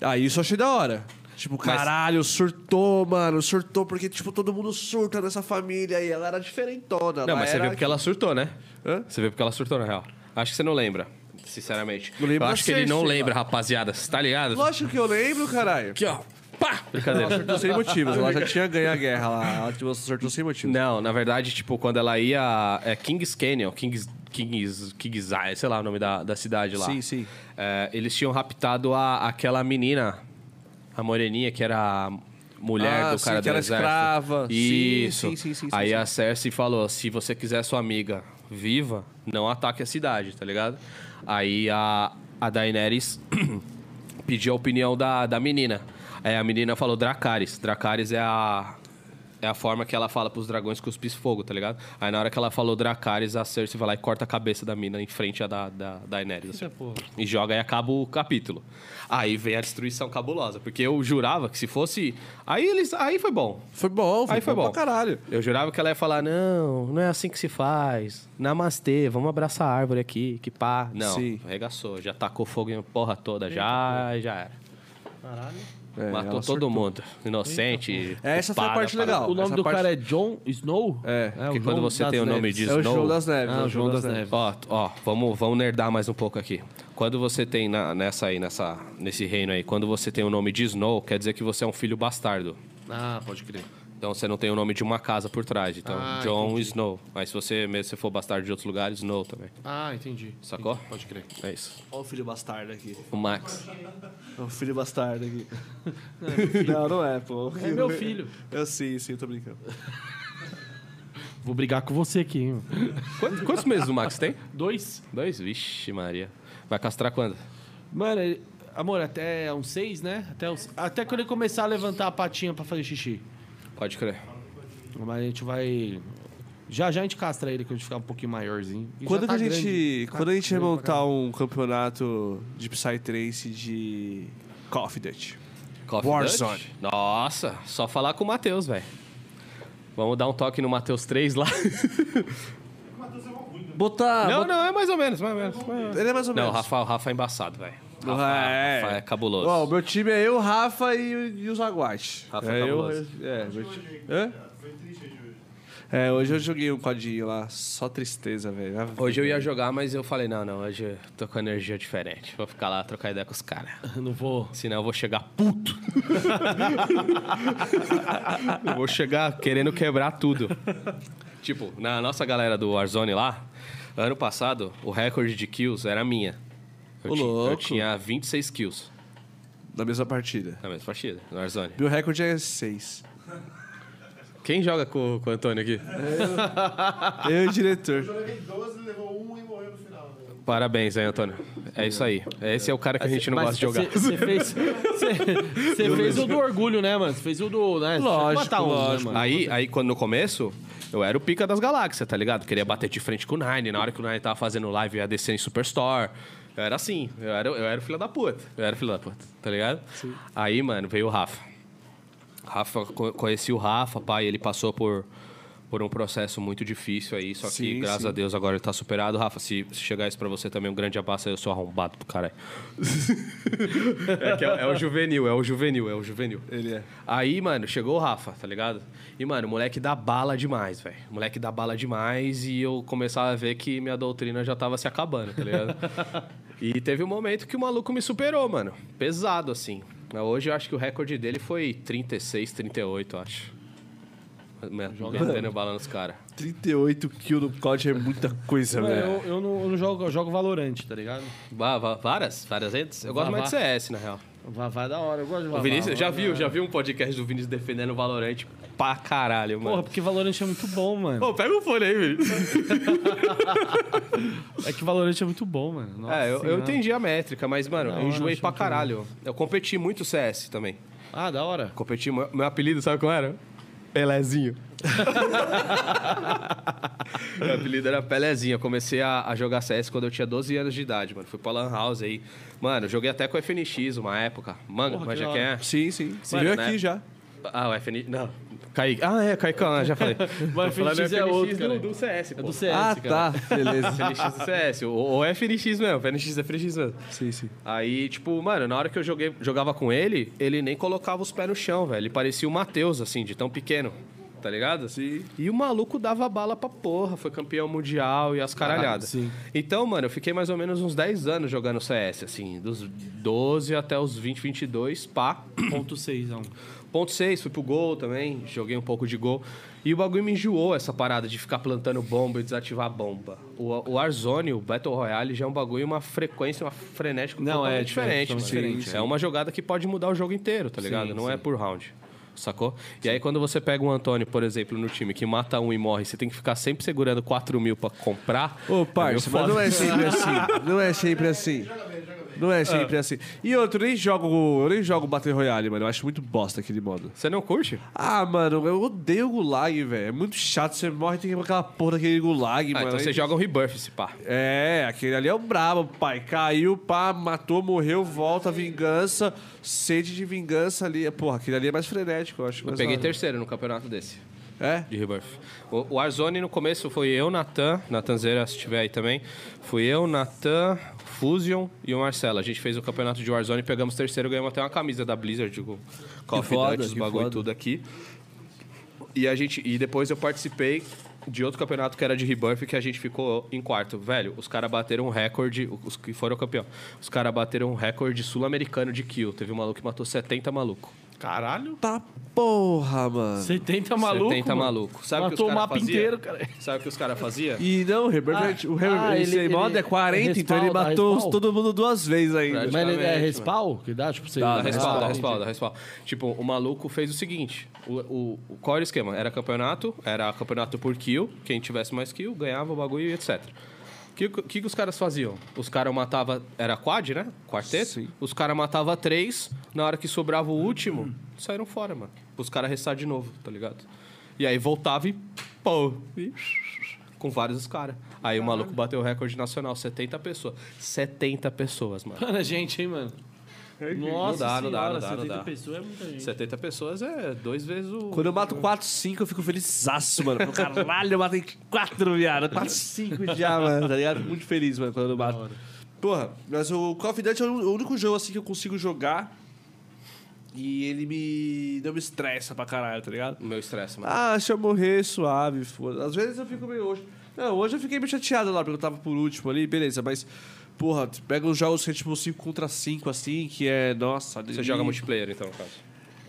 Speaker 1: Ah, isso eu achei da hora. Tipo, caralho, surtou, mano. Surtou porque, tipo, todo mundo surta nessa família e ela era diferentona.
Speaker 3: Não,
Speaker 1: ela
Speaker 3: mas você
Speaker 1: era...
Speaker 3: vê porque ela surtou, né?
Speaker 1: Hã?
Speaker 3: Você vê porque ela surtou, na real. Acho que você não lembra, sinceramente.
Speaker 1: Eu lembro
Speaker 3: Eu
Speaker 1: da
Speaker 3: acho que ele
Speaker 1: Cersei,
Speaker 3: não
Speaker 1: mano.
Speaker 3: lembra, rapaziada. Você tá ligado?
Speaker 1: Lógico que eu lembro, caralho.
Speaker 3: Aqui, ó. Pá!
Speaker 1: Ela
Speaker 3: Brincadeira.
Speaker 1: surtou sem motivos. Ela já tinha ganho a guerra lá. Ela tipo, surtou sem motivos.
Speaker 3: Não, na verdade, tipo, quando ela ia... É King's Canyon, King's... King's... King's Eye, sei lá o nome da, da cidade lá.
Speaker 1: Sim, sim.
Speaker 3: É, eles tinham raptado a, aquela menina, a moreninha, que era a mulher
Speaker 1: Ah,
Speaker 3: do
Speaker 1: sim,
Speaker 3: cara do
Speaker 1: que era
Speaker 3: exército.
Speaker 1: escrava. Sim,
Speaker 3: Isso.
Speaker 1: sim, sim, sim, sim,
Speaker 3: Aí
Speaker 1: sim.
Speaker 3: a Cersei falou, se você quiser sua amiga viva, não ataque a cidade, tá ligado? Aí a, a Daenerys pediu a opinião da, da menina. Aí a menina falou Dracarys. Dracarys é a... É a forma que ela fala pros dragões cuspir fogo, tá ligado? Aí na hora que ela falou Dracarys, a Cersei vai lá e corta a cabeça da mina em frente à da, da, da Daenerys. assim. E joga e acaba o capítulo. Aí vem a destruição cabulosa. Porque eu jurava que se fosse... Aí eles... Aí foi bom.
Speaker 1: Foi bom, foi,
Speaker 3: Aí foi
Speaker 1: bom
Speaker 3: bom.
Speaker 1: pra caralho.
Speaker 3: Eu jurava que ela ia falar, não, não é assim que se faz. Namastê, vamos abraçar a árvore aqui, que pá. Não,
Speaker 1: Sim.
Speaker 3: arregaçou. Já tacou fogo em porra toda, já, e já era.
Speaker 2: Caralho.
Speaker 1: É,
Speaker 3: Matou
Speaker 1: ela
Speaker 3: todo mundo. Inocente.
Speaker 1: Essa foi a
Speaker 3: culpada,
Speaker 1: parte
Speaker 3: tá ligado?
Speaker 1: legal.
Speaker 2: O nome
Speaker 1: essa
Speaker 2: do
Speaker 1: parte-
Speaker 2: cara é John Snow?
Speaker 1: É,
Speaker 2: o
Speaker 3: porque quando
Speaker 2: John
Speaker 3: você
Speaker 2: das
Speaker 3: tem o nome
Speaker 2: Neves.
Speaker 3: de
Speaker 1: É o
Speaker 3: Snow-
Speaker 1: João das Neves.
Speaker 2: Ah,
Speaker 1: é
Speaker 2: o João das Neves.
Speaker 3: Ó, ó, vamos, vamos nerdar mais um pouco aqui. Quando você tem na- nessa aí, nessa, nesse reino aí, quando você tem o nome de Snow, quer dizer que você é um filho bastardo.
Speaker 2: Ah, pode crer.
Speaker 3: Então você não tem o nome de uma casa por trás. Então,
Speaker 2: Ah,
Speaker 3: John Snow. Mas se você mesmo se for bastardo de outros lugares, Snow também.
Speaker 2: Ah, entendi.
Speaker 3: Sacou?
Speaker 2: Entendi, Pode crer.
Speaker 3: É isso.
Speaker 1: Olha o filho bastardo aqui.
Speaker 3: O Max.
Speaker 1: Olha o filho bastardo aqui. não, não é, pô.
Speaker 2: É meu filho.
Speaker 1: Eu sim, sim, eu tô brincando.
Speaker 2: Vou brigar com você aqui, hein?
Speaker 3: Quantos, quantos meses o Max tem?
Speaker 2: Dois?
Speaker 3: Dois? Vixe, Maria. Vai castrar quando?
Speaker 2: Mano, ele- amor, até uns seis, né? Até, uns- até quando ele começar a levantar a patinha pra fazer xixi.
Speaker 3: Pode crer.
Speaker 2: Mas a gente vai. Já já a gente castra ele quando a gente ficar um pouquinho maiorzinho. E
Speaker 1: Quando,
Speaker 2: já tá
Speaker 1: que a gente,
Speaker 2: grande.
Speaker 1: quando a gente
Speaker 2: grande pra
Speaker 1: remontar um campeonato de Psytrance de Confident?
Speaker 3: Coffee
Speaker 1: Warzone.
Speaker 3: Dutch? Nossa, só falar com o Matheus, velho. Vamos dar um toque no Matheus 3 lá.
Speaker 1: Botar.
Speaker 3: não,
Speaker 1: bot-
Speaker 3: não, é mais ou menos, mais ou menos. mais ou menos.
Speaker 1: Ele é mais ou
Speaker 3: Não, o
Speaker 1: menos.
Speaker 3: Rafa, o Rafa é embaçado, velho. O Rafa,
Speaker 1: É.
Speaker 3: Rafa é cabuloso.
Speaker 1: Ó, o meu time é eu, Rafa e, o- e os Aguates.
Speaker 3: Rafa
Speaker 1: é
Speaker 3: tá
Speaker 1: eu.
Speaker 3: guloso.
Speaker 1: É, meu ti- Hã?
Speaker 9: Foi triste aí de hoje.
Speaker 1: é, É, hoje eu joguei um codinho lá, só tristeza, velho. Ah,
Speaker 3: Hoje eu ia jogar, mas eu falei, não, não, hoje eu tô com energia diferente. Vou ficar lá trocar ideia com os caras.
Speaker 2: Não vou.
Speaker 3: Senão eu vou chegar puto. eu vou chegar querendo quebrar tudo. Tipo, na nossa galera do Warzone lá, ano passado, o recorde de kills era minha. Eu,
Speaker 1: Ô,
Speaker 3: ti- eu
Speaker 1: louco.
Speaker 3: tinha 26 kills
Speaker 1: Da mesma partida.
Speaker 3: na mesma partida, no Warzone.
Speaker 1: Meu recorde é 6.
Speaker 3: Quem joga com, com o Antônio aqui?
Speaker 1: Eu e o diretor.
Speaker 6: Joguei 12, levou um e morreu no final. né?
Speaker 3: Parabéns, hein, Antônio. É isso aí. Esse é o cara que a gente não gosta de jogar.
Speaker 2: Você fez, cê- cê fez o do orgulho, né, mano? Você fez o do. Né?
Speaker 1: Lógico,
Speaker 2: matar um,
Speaker 1: lógico.
Speaker 2: Né, mano?
Speaker 3: Aí, aí, quando no começo, eu era o pica das galáxias, tá ligado? Queria bater de frente com o Nine. Na hora que o Nine tava fazendo live, eu ia descer em Superstore. Eu era assim. Eu era, eu era o filho da puta. Eu era o filho da puta, tá ligado? Aí, mano, veio o Rafa. Rafa, co- conheci o Rafa, pai. Ele passou por, por um processo muito difícil aí. Só que,
Speaker 1: Sim,
Speaker 3: graças
Speaker 1: sim.
Speaker 3: a Deus, agora ele tá superado. Rafa, se, se chegar isso pra você também, um grande abraço. aí, Eu sou arrombado pro caralho. É que é, é o juvenil, é o juvenil, é o juvenil.
Speaker 1: Ele é.
Speaker 3: Aí, mano, chegou o Rafa, tá ligado? E, mano, o moleque dá bala demais, velho. O Moleque dá bala demais e eu começava a ver que minha doutrina já tava se acabando, tá ligado? e teve um momento que o maluco me superou, mano. Pesado, assim. Hoje eu acho que o recorde dele foi 36, 38, eu acho. Me- Metendo bala nos caras.
Speaker 1: 38 kills no COD é muita coisa,
Speaker 3: Ah, é
Speaker 2: Mano,
Speaker 1: velho.
Speaker 2: eu, eu não, eu não jogo, eu jogo Valorante, tá ligado?
Speaker 3: Va- va- Várias? Várias redes? Eu gosto
Speaker 2: Vá,
Speaker 3: mais de
Speaker 2: vá.
Speaker 3: CS, na real.
Speaker 2: O Vavá é da hora, eu gosto de Vavá.
Speaker 3: O Vinícius, já
Speaker 2: Vavá.
Speaker 3: viu, já viu um podcast do Vinícius defendendo o Valorante pra caralho, mano.
Speaker 2: Porra, porque Valorante é muito bom, mano.
Speaker 3: Pô, pega o fone aí, Vinícius.
Speaker 2: É que Valorante é muito bom, mano. Nossa
Speaker 3: É, eu, eu
Speaker 2: senhora.
Speaker 3: entendi a métrica, mas, mano,
Speaker 2: Da
Speaker 3: eu
Speaker 2: hora,
Speaker 3: enjoei
Speaker 2: acho
Speaker 3: pra
Speaker 2: muito bom.
Speaker 3: caralho. Eu competi muito CS também.
Speaker 2: Ah, da hora.
Speaker 3: Competi, meu, meu apelido, sabe qual era? Pelezinho. meu apelido era Pelezinho. Eu comecei a, a jogar CS quando eu tinha 12 anos de idade, mano. Fui pra Lan House aí. Mano, eu joguei até com o FNX uma época. Manga,
Speaker 2: Porra,
Speaker 3: mas
Speaker 2: que
Speaker 3: já
Speaker 2: da
Speaker 3: quem é?
Speaker 1: Sim, sim. Você
Speaker 3: Mano,
Speaker 1: veio
Speaker 3: né?
Speaker 1: aqui já.
Speaker 3: Ah, o FNX. Não. Kaique. Ah, é, Caicão, já falei.
Speaker 2: Mas
Speaker 3: Tô falando
Speaker 2: FNX é outro,
Speaker 3: do,
Speaker 2: cara.
Speaker 3: do CS,
Speaker 2: É
Speaker 3: pô.
Speaker 2: do CS,
Speaker 1: ah,
Speaker 2: cara.
Speaker 1: tá. Beleza.
Speaker 3: FNX do CS. O, o FNX mesmo, FNX é FNX mesmo.
Speaker 1: sim, sim.
Speaker 3: Aí, tipo, mano, na hora que eu joguei- jogava com ele, ele nem colocava os pés no chão, velho. Ele parecia o Matheus, assim, de tão pequeno. Tá ligado? Sim. E o maluco dava bala pra porra, foi campeão mundial e as caralhadas.
Speaker 2: sim.
Speaker 3: Então, mano, eu fiquei mais ou menos uns 10 anos jogando CS, assim, dos 12 até os 20, 22, pá.
Speaker 2: Ponto 6 a 1.
Speaker 3: Ponto 6, fui pro gol também, joguei um pouco de gol. E o bagulho me enjoou essa parada de ficar plantando bomba e desativar bomba. O, o Warzone, o Battle Royale, já é um bagulho, uma frequência, uma frenética
Speaker 2: Não,
Speaker 3: totalmente
Speaker 2: é diferente,
Speaker 3: diferente. mano.
Speaker 2: totalmente
Speaker 3: É uma jogada que pode mudar o jogo inteiro, tá ligado? Não é por round. Sacou? E aí, quando você pega um Antônio, por exemplo, no time que mata um e morre, você tem que ficar sempre segurando 4 mil pra comprar.
Speaker 1: Ô, parça, mas não é sempre assim. Não é sempre assim. Não é
Speaker 3: Ah.
Speaker 1: sempre assim. E outro, eu nem jogo, eu nem jogo Battle Royale, mano. Eu acho muito bosta aquele modo.
Speaker 3: Você não curte?
Speaker 1: Ah, mano, eu odeio gulag, velho. É muito chato. Você morre e tem que ir pra aquela porra daquele gulag,
Speaker 3: Ah,
Speaker 1: mano.
Speaker 3: então você
Speaker 1: Aí-
Speaker 3: joga um rebuff, se pá.
Speaker 1: É, aquele ali é o brabo, pai. Caiu, pá, matou, morreu, volta, vingança. Sede de vingança ali. Porra, aquele ali é mais frenético, eu acho.
Speaker 3: Eu
Speaker 1: mais
Speaker 3: peguei
Speaker 1: da hora.
Speaker 3: terceiro no campeonato desse.
Speaker 1: É?
Speaker 3: de rebuff. O, o Arzoni no começo foi eu, Natan, Natanzeira, se tiver aí também. Fui eu, Natan, Fusion e o Marcelo. A gente fez o campeonato de Warzone, pegamos terceiro, ganhamos até uma camisa da Blizzard, o Call of
Speaker 1: foda,
Speaker 3: Duty, os
Speaker 1: que
Speaker 3: bagulho
Speaker 1: foda.
Speaker 3: tudo aqui. E, a gente, e depois eu participei de outro campeonato que era de rebuff, que a gente ficou em quarto. Velho, os caras bateram um recorde, os que foram campeão, os caras bateram um recorde sul-americano de kill. Teve um maluco que matou 70 maluco.
Speaker 2: Caralho.
Speaker 1: Tá porra, mano.
Speaker 2: 70 maluco.
Speaker 3: 70
Speaker 2: mano.
Speaker 3: maluco. Sabe o que os
Speaker 2: Matou o
Speaker 3: cara
Speaker 2: mapa
Speaker 3: fazia?
Speaker 2: inteiro, cara.
Speaker 3: Sabe o que os caras faziam?
Speaker 1: E não, o Herbert,
Speaker 2: Ah,
Speaker 1: o Herbert,
Speaker 2: ah,
Speaker 1: esse
Speaker 2: ele-
Speaker 1: modo
Speaker 2: ele-
Speaker 1: é 40, então ele
Speaker 2: respalda,
Speaker 1: matou
Speaker 2: respalda.
Speaker 1: todo mundo duas vezes ainda.
Speaker 2: Mas ele é
Speaker 3: Praticamente,
Speaker 2: respawn? Que dá, tipo, você...
Speaker 3: Dá,
Speaker 2: Ah,
Speaker 3: respalda,
Speaker 2: entendi.
Speaker 3: respalda, respalda. Tipo, o maluco fez o seguinte: o, o, o- qual era o esquema? Era campeonato, era campeonato por kill, quem tivesse mais kill ganhava o bagulho e etc. O que, que, que os caras faziam? Os caras matavam. Era quad, né? Quarteto? Os caras matavam três, na hora que sobrava o último, saíram fora, mano. Os caras restar de novo, tá ligado? E aí voltava e. pô! E, com vários caras. Aí o maluco bateu o recorde nacional, 70 pessoas. 70 pessoas, mano.
Speaker 2: Mano, é gente, hein, mano. Nossa
Speaker 3: dá, não dá,
Speaker 2: senhora,
Speaker 3: não dá, não
Speaker 2: 70
Speaker 3: dá.
Speaker 2: pessoas é muita gente.
Speaker 3: 70 pessoas é dois vezes o.
Speaker 1: Quando eu mato 4, 5, eu fico felizaço, mano. Falo, Caralho, eu matei 4, viado. 4, 5 já, mano, tá ligado? Fico Muito feliz, mano, quando eu mato. Porra, mas o Call of Duty é o único jogo assim que eu consigo jogar E ele me. Não me estressa pra caralho, tá ligado?
Speaker 3: Meu estresse, mano.
Speaker 1: Ah, se eu morrer, suave, foda. Às vezes eu fico meio hoje. Não, hoje eu fiquei meio chateado lá, porque eu tava por último ali, beleza, mas. Porra, tu pega os jogos que é tipo 5 contra 5, assim, que é. Nossa,
Speaker 3: Você joga multiplayer, então, no caso.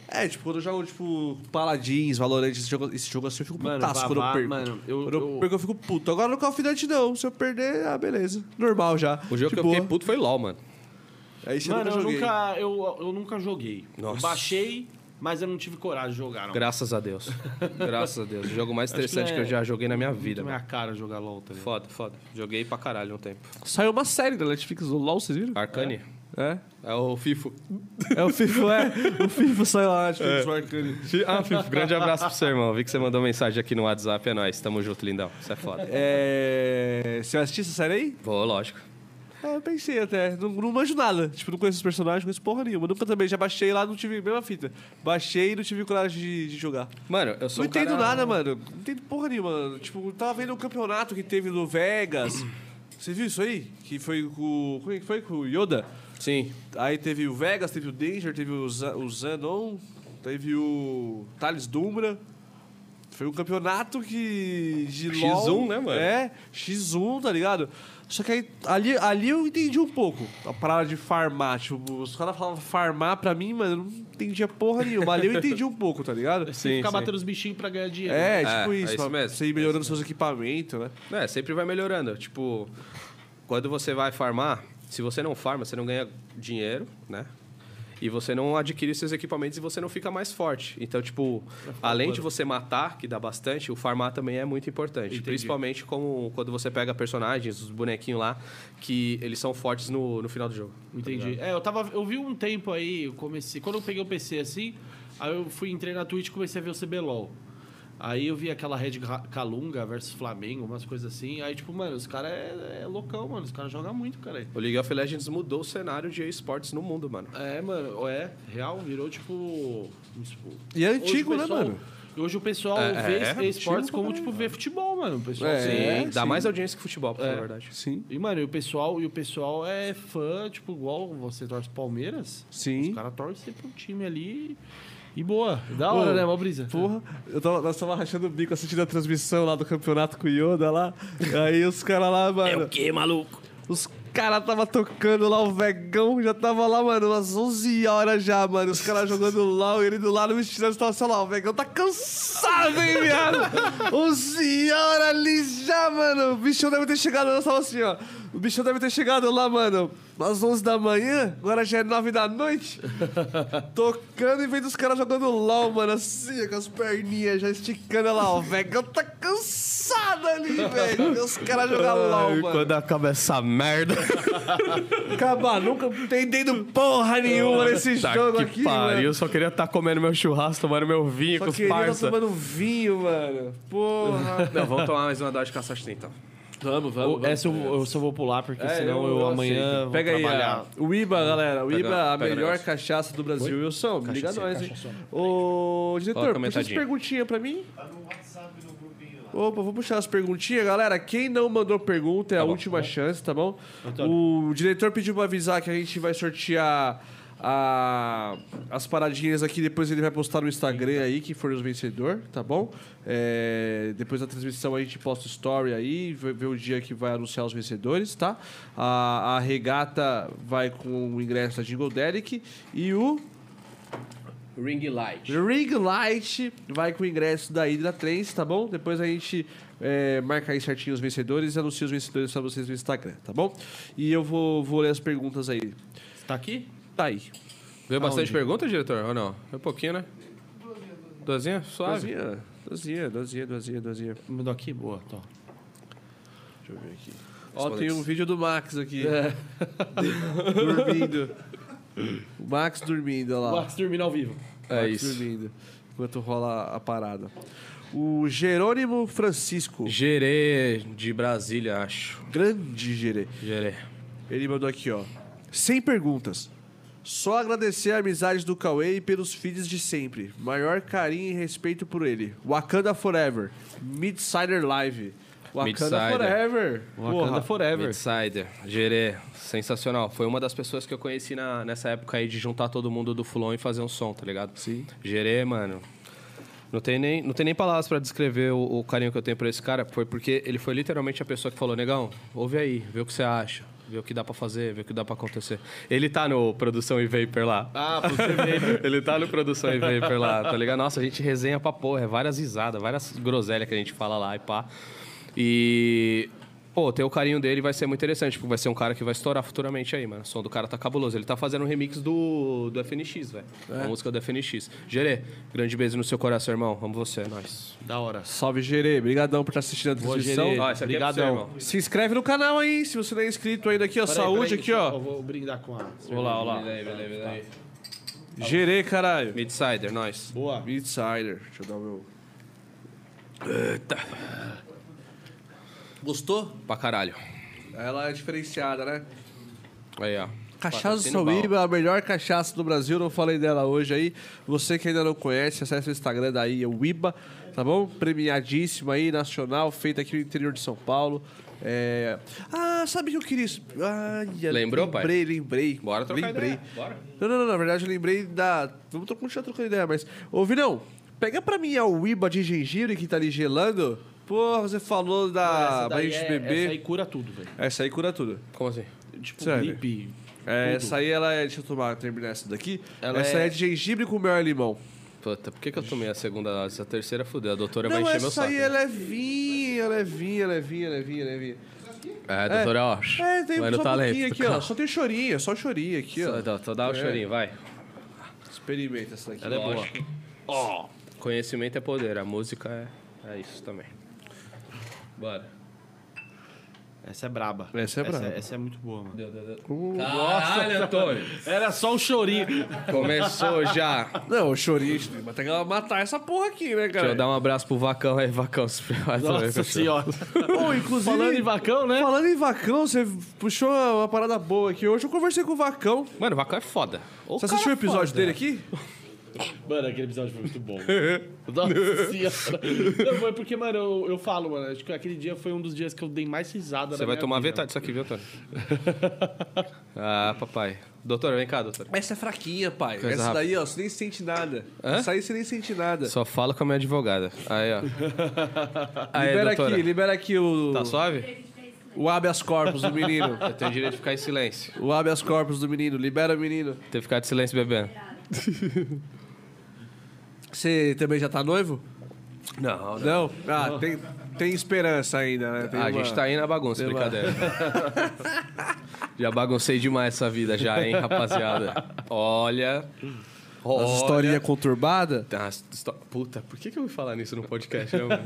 Speaker 1: É, tipo, quando eu jogo, tipo, Paladins, Valorant, esse jogo, esse jogo assim, eu fico
Speaker 2: Mano,
Speaker 1: putaço quando eu
Speaker 2: Vavá,
Speaker 1: perco.
Speaker 2: mano, eu-
Speaker 1: quando eu,
Speaker 2: eu-
Speaker 1: perco, eu fico puto. Agora no Call of Duty, não. Se eu perder, ah, beleza. Normal já.
Speaker 3: O jogo
Speaker 1: De
Speaker 3: que eu
Speaker 1: boa.
Speaker 3: fiquei puto foi LOL, mano.
Speaker 1: Aí você
Speaker 2: Mano,
Speaker 1: nunca
Speaker 2: eu
Speaker 1: joguei.
Speaker 2: nunca, eu, eu nunca joguei.
Speaker 3: é Nossa.
Speaker 2: Eu baixei, mas eu não tive coragem de jogar, não.
Speaker 3: Graças a Deus. Graças a Deus. O jogo mais
Speaker 2: Acho que
Speaker 3: estressante
Speaker 2: não
Speaker 3: que
Speaker 2: é
Speaker 3: eu já joguei na minha vida,
Speaker 2: Não é
Speaker 3: mano.
Speaker 2: a cara jogar LOL, tá ligado?
Speaker 3: né? Foda, foda. Joguei pra caralho um tempo.
Speaker 1: Saiu uma série da Netflix, o LOL, vocês viram?
Speaker 3: Arcane?
Speaker 1: É?
Speaker 3: É, o FIFO.
Speaker 1: É o FIFA, é. O FIFA saiu lá, Netflix, marcando.
Speaker 3: Ah, FIFO. Grande abraço pro seu irmão. Vi que você mandou mensagem aqui no WhatsApp. É nóis. Tamo junto, lindão. Isso é foda.
Speaker 1: É. Você assistiu essa série aí?
Speaker 3: Vou, lógico.
Speaker 1: É, eu pensei até. Não, não manjo nada. Tipo, não conheço os personagens, não conheço porra nenhuma. Nunca também. Já baixei lá, não tive. Mesma fita. Baixei e não tive coragem de, de jogar.
Speaker 3: Mano, eu sou
Speaker 1: não
Speaker 3: um
Speaker 1: entendo
Speaker 3: cara-
Speaker 1: nada, mano. Não entendo porra nenhuma. mano. Tipo, eu tava vendo o campeonato que teve no Vegas. Você viu isso aí? Que foi com. Como é que foi? Com o Yoda?
Speaker 3: Sim.
Speaker 1: Aí teve o Vegas, teve o Danger, teve o, Za- o Zanon, teve o Thales Dumbra. Foi um campeonato que. De
Speaker 3: X1,
Speaker 1: LOL.
Speaker 3: né, mano?
Speaker 1: É, X1, tá ligado? Só que aí, ali, ali eu entendi um pouco a parada de farmar. Tipo, os caras falavam farmar pra mim, mas eu não entendia porra nenhuma. Ali eu entendi um pouco, tá ligado?
Speaker 2: Tem que ficar
Speaker 3: sim.
Speaker 2: batendo os bichinhos pra ganhar dinheiro.
Speaker 1: É,
Speaker 3: É,
Speaker 1: tipo
Speaker 3: é
Speaker 1: isso,
Speaker 3: isso
Speaker 1: pra
Speaker 3: mesmo,
Speaker 1: Você ir melhorando seus equipamentos, né?
Speaker 3: É, sempre vai melhorando. Tipo, quando você vai farmar, se você não farma, você não ganha dinheiro, né? E você não adquire seus equipamentos e você não fica mais forte. Então, tipo, além de você matar, que dá bastante, o farmar também é muito importante. Principalmente como quando você pega personagens, os bonequinhos lá, que eles são fortes no, no final do jogo.
Speaker 2: Entendi.
Speaker 3: Tá
Speaker 2: É, eu tava. Eu vi um tempo aí, eu comecei. Quando eu peguei o PC assim, aí eu fui, entrei na Twitch e comecei a ver o CBLOL. Aí eu vi aquela Red Ra- Calunga versus Flamengo, umas coisas assim. Aí, tipo, mano, os caras é, é loucão, mano. Os caras jogam muito, cara.
Speaker 3: O League of Legends mudou o cenário de esportes no mundo, mano.
Speaker 2: É, mano, é, real, virou tipo. tipo
Speaker 1: E é
Speaker 2: hoje
Speaker 1: antigo,
Speaker 2: o
Speaker 1: né,
Speaker 2: pessoal-
Speaker 1: mano?
Speaker 2: Hoje o pessoal
Speaker 3: É,
Speaker 2: vê
Speaker 3: é,
Speaker 2: esportes
Speaker 1: antigo
Speaker 2: como,
Speaker 1: também.
Speaker 2: tipo, vê futebol, mano. O pessoal
Speaker 1: É,
Speaker 2: se-
Speaker 3: Sim, dá
Speaker 1: sim. É.
Speaker 3: mais audiência que futebol, pra falar a verdade.
Speaker 1: Sim.
Speaker 2: E, mano, e o pessoal, e o pessoal é fã, tipo, igual você torce Palmeiras.
Speaker 1: Sim.
Speaker 2: Os caras torcem pro time ali. E boa. Da hora, né, mó brisa.
Speaker 1: Porra, eu tava, nós tava rachando o bico assistindo a transmissão lá do campeonato com o Yoda lá. Aí os caras lá, mano. É o que, maluco? Os caras tava tocando lá, o vegão já tava lá, mano, umas 11 horas já, mano. Os caras jogando LOL e ele do lado me estirando, tava só lá, o vegão tá cansado, hein, viado? 11 horas ali já, mano. O bichão deve ter chegado, nós tava assim, ó. O bichão deve ter chegado lá, mano, às 11 da manhã, agora já é 9 da noite. Tocando e vendo os caras jogando LOL, mano, assim, com as perninhas já esticando olha lá, ó. O vegão tá cansado ali, velho. Ver os caras jogando LOL, mano.
Speaker 3: acaba essa merda.
Speaker 1: Acabar, nunca entendendo porra nenhuma nesse jogo aqui, mano.
Speaker 3: só queria estar comendo meu churrasco, tomando meu vinho
Speaker 1: Só queria tá tomando vinho, mano. Porra.
Speaker 3: Não, vamos tomar mais uma dose de caçaste então.
Speaker 1: Vamos,
Speaker 2: Eu- Essa eu, eu só vou pular, porque
Speaker 1: É,
Speaker 2: senão
Speaker 1: eu-
Speaker 2: eu,
Speaker 1: eu aceito.
Speaker 2: amanhã vou
Speaker 1: Pega aí,
Speaker 2: trabalhar.
Speaker 1: a- o IBA, galera. O
Speaker 3: Pega-
Speaker 1: IBA, a
Speaker 3: pega o
Speaker 1: melhor
Speaker 3: negócio.
Speaker 1: cachaça do Brasil. Wilson, liga nós, hein? Ô,
Speaker 3: Coloca
Speaker 1: diretor,
Speaker 3: uma
Speaker 1: puxa as
Speaker 3: metadinha.
Speaker 1: perguntinhas pra mim.
Speaker 6: Tá no WhatsApp, no grupinho lá.
Speaker 1: Opa, vou puxar as perguntinhas. Galera, quem não mandou pergunta é a última chance, tá bom? O diretor pediu pra avisar que a gente vai sortear a- as paradinhas aqui. Depois ele vai postar no Instagram aí, que for os vencedor, tá bom? É, depois da transmissão a gente posta o story aí, vê vê o dia que vai anunciar os vencedores, tá? A, a regata vai com o ingresso da Jingle Derek e o
Speaker 3: Ring light.
Speaker 1: Ring Light vai com o ingresso da Hydra 3, tá bom? Depois a gente é, marca aí certinho os vencedores e anuncia os vencedores pra vocês no Instagram, tá bom? E eu vou, vou ler as perguntas aí.
Speaker 2: Você tá aqui?
Speaker 1: Tá aí.
Speaker 3: Veio bastante pergunta, diretor? Ou não? É um pouquinho, né? Dozinha? Suave.
Speaker 1: Dozinha, dozinha, dozinha, dozinha, dozinha.
Speaker 2: Mandou aqui? Boa, tô.
Speaker 1: Deixa eu ver aqui. Ó, tem um vídeo do Max aqui. dormindo. O Max dormindo, olha lá.
Speaker 2: Max dormindo ao vivo.
Speaker 3: É
Speaker 1: Max
Speaker 3: isso.
Speaker 1: dormindo. Enquanto rola a parada. O Jerônimo Francisco.
Speaker 3: Gerê de Brasília, acho.
Speaker 1: Grande Jerê.
Speaker 3: Gerê.
Speaker 1: Ele mandou aqui, ó. Sem perguntas. Só agradecer a amizade do Cauê e pelos feeds de sempre. Maior carinho e respeito por ele. Wakanda Forever. Midsider Live.
Speaker 2: Wakanda
Speaker 3: Midsider.
Speaker 2: Forever. Wakanda
Speaker 3: Porra,
Speaker 2: Forever.
Speaker 3: Midsider, Gerê, sensacional. Foi uma das pessoas que eu conheci na- nessa época aí de juntar todo mundo do Fulon e fazer um som, tá ligado? Sim. Gerê, mano. Não tem nem, não tem nem palavras pra descrever o, o carinho que eu tenho por esse cara. Foi porque ele foi literalmente a pessoa que falou: Negão, ouve aí, vê o que você acha, vê o que dá pra fazer, vê o que dá pra acontecer. Ele tá no Produção e Vapor lá.
Speaker 2: Ah, você veio.
Speaker 3: Ele tá no Produção e Vapor lá, tá ligado? Nossa, a gente resenha pra porra, é várias risadas, várias groselhas que a gente fala lá e pá. E. Pô, ter o carinho dele vai ser muito interessante, porque vai ser um cara que vai estourar futuramente aí, mano. O som do cara tá cabuloso. Ele tá fazendo um remix do, do FNX, velho. A música do FNX. Gerê, grande beijo no seu coração, irmão. Amo você, é nóis.
Speaker 2: Da hora.
Speaker 1: Salve, Gerê. Obrigadão por estar assistindo a transmissão.
Speaker 2: Gerê.
Speaker 3: Ó, esse aqui é pra você,
Speaker 2: Brigadão.
Speaker 3: irmão.
Speaker 1: Se inscreve no canal aí, se você não é inscrito ainda aqui, ó.
Speaker 2: Peraí,
Speaker 1: saúde
Speaker 2: peraí,
Speaker 1: aqui,
Speaker 2: deixa-
Speaker 1: ó.
Speaker 2: Eu vou brindar com a.
Speaker 1: Olha lá, olha lá.
Speaker 3: Beleza, beleza, beleza.
Speaker 1: Gerê, caralho.
Speaker 3: Midsider, é nós.
Speaker 2: Boa.
Speaker 1: Insider. Deixa eu dar o meu. Gostou?
Speaker 3: Pra caralho.
Speaker 1: Ela é diferenciada, né?
Speaker 3: Aí, ó.
Speaker 1: Cachaça do
Speaker 3: Patrocínio
Speaker 1: Sauíba, a melhor cachaça do Brasil, não falei dela hoje aí. Você que ainda não conhece, acesse o Instagram daí, é o Iba, tá bom? Premiadíssima aí, nacional, feita aqui no interior de São Paulo. É... Ah, sabe o que eu queria. Ai,
Speaker 3: Lembrou,
Speaker 1: lembrei,
Speaker 3: pai?
Speaker 1: Lembrei, lembrei.
Speaker 3: Bora trocar
Speaker 1: lembrei.
Speaker 3: ideia, bora.
Speaker 1: Não, não, não, na verdade eu lembrei da. Vamos tro- continuar trocando ideia, mas. Ô, Vinão, pega pra mim a Uíba de gengibre que tá ali gelando. Porra, você falou da
Speaker 2: daí
Speaker 1: barriga de
Speaker 2: é-
Speaker 1: bebê.
Speaker 2: Essa aí cura tudo, velho.
Speaker 1: essa aí cura tudo.
Speaker 3: Como assim?
Speaker 2: Tipo,
Speaker 1: Sério?
Speaker 2: gripe.
Speaker 1: É,
Speaker 2: tudo.
Speaker 1: essa aí ela é. Deixa eu tomar, terminar essa daqui.
Speaker 3: Ela
Speaker 1: essa
Speaker 3: é-
Speaker 1: é... de gengibre com mel e limão.
Speaker 3: Puta, por que, que eu tomei a segunda dose? A terceira fudeu. A doutora vai
Speaker 1: Não,
Speaker 3: encher meu
Speaker 1: essa
Speaker 3: saco.
Speaker 1: aí é levinha, levinha, levinha, levinha, levinha.
Speaker 3: É, doutora, ó.
Speaker 1: É, tem
Speaker 3: vai
Speaker 1: só um pouquinho
Speaker 3: no talento.
Speaker 1: aqui, ó. Só tem chorinho, só chorinho aqui, ó.
Speaker 3: Só, dá- só dá o
Speaker 1: É.
Speaker 3: chorinho, vai.
Speaker 1: Experimenta essa daqui.
Speaker 3: Ela é boa. Conhecimento é poder, a música é, é isso também. Bora.
Speaker 2: Essa é braba.
Speaker 1: Essa é braba.
Speaker 2: Essa, é muito boa, mano.
Speaker 3: Caralho, Antônio.
Speaker 2: Era só o chorinho.
Speaker 3: Começou já.
Speaker 1: Não, o chorinho, mas tem que ela matar essa porra aqui, né,
Speaker 3: Deixa
Speaker 1: cara?
Speaker 3: eu dar um abraço pro Vacão aí, Vacão. se prepara também,
Speaker 2: Nossa
Speaker 3: fechou?
Speaker 2: senhora.
Speaker 1: Ô, inclusive,
Speaker 2: Falando em vacão, né?
Speaker 1: falando em vacão, você puxou uma parada boa aqui. Hoje eu conversei com o vacão.
Speaker 3: Mano, o Vacão é foda. Ô,
Speaker 1: você
Speaker 2: é
Speaker 3: cara
Speaker 1: assistiu o episódio
Speaker 3: foda.
Speaker 1: dele aqui?
Speaker 2: Mano, aquele episódio foi muito bom. Nossa senhora. Não, foi porque, mano, eu, eu falo, mano. Acho que aquele dia foi um dos dias que eu dei mais risada
Speaker 3: Você vai tomar metade disso aqui, viu, Antônio? ah, papai. Doutora, vem cá, doutora.
Speaker 1: Essa é fraquinha, pai.
Speaker 3: Coisa
Speaker 1: essa
Speaker 3: rápida.
Speaker 1: daí, ó, você nem sente nada.
Speaker 3: Hã?
Speaker 1: Essa aí você nem sente nada.
Speaker 3: Só fala com a minha advogada. Aí, ó. Aí,
Speaker 1: libera
Speaker 3: doutora.
Speaker 1: aqui, libera aqui o,
Speaker 3: Tá suave?
Speaker 1: o habeas corpus do menino.
Speaker 3: Eu tenho direito de ficar em silêncio.
Speaker 1: O habeas corpus do menino, libera o menino.
Speaker 3: Ter ficado em silêncio bebendo.
Speaker 1: Você também já tá noivo?
Speaker 3: Não,
Speaker 1: Não? Ah, Tem, tem esperança ainda, né? Tem
Speaker 3: Ah, a
Speaker 1: uma-
Speaker 3: gente tá aí na bagunça,
Speaker 1: Tem uma-
Speaker 3: brincadeira. já baguncei demais essa vida já, hein, rapaziada. Olha.
Speaker 1: As
Speaker 3: Olha.
Speaker 1: historinha conturbada.
Speaker 3: Tem umas histó- Puta, por que, que eu vou falar nisso no podcast, né, mano?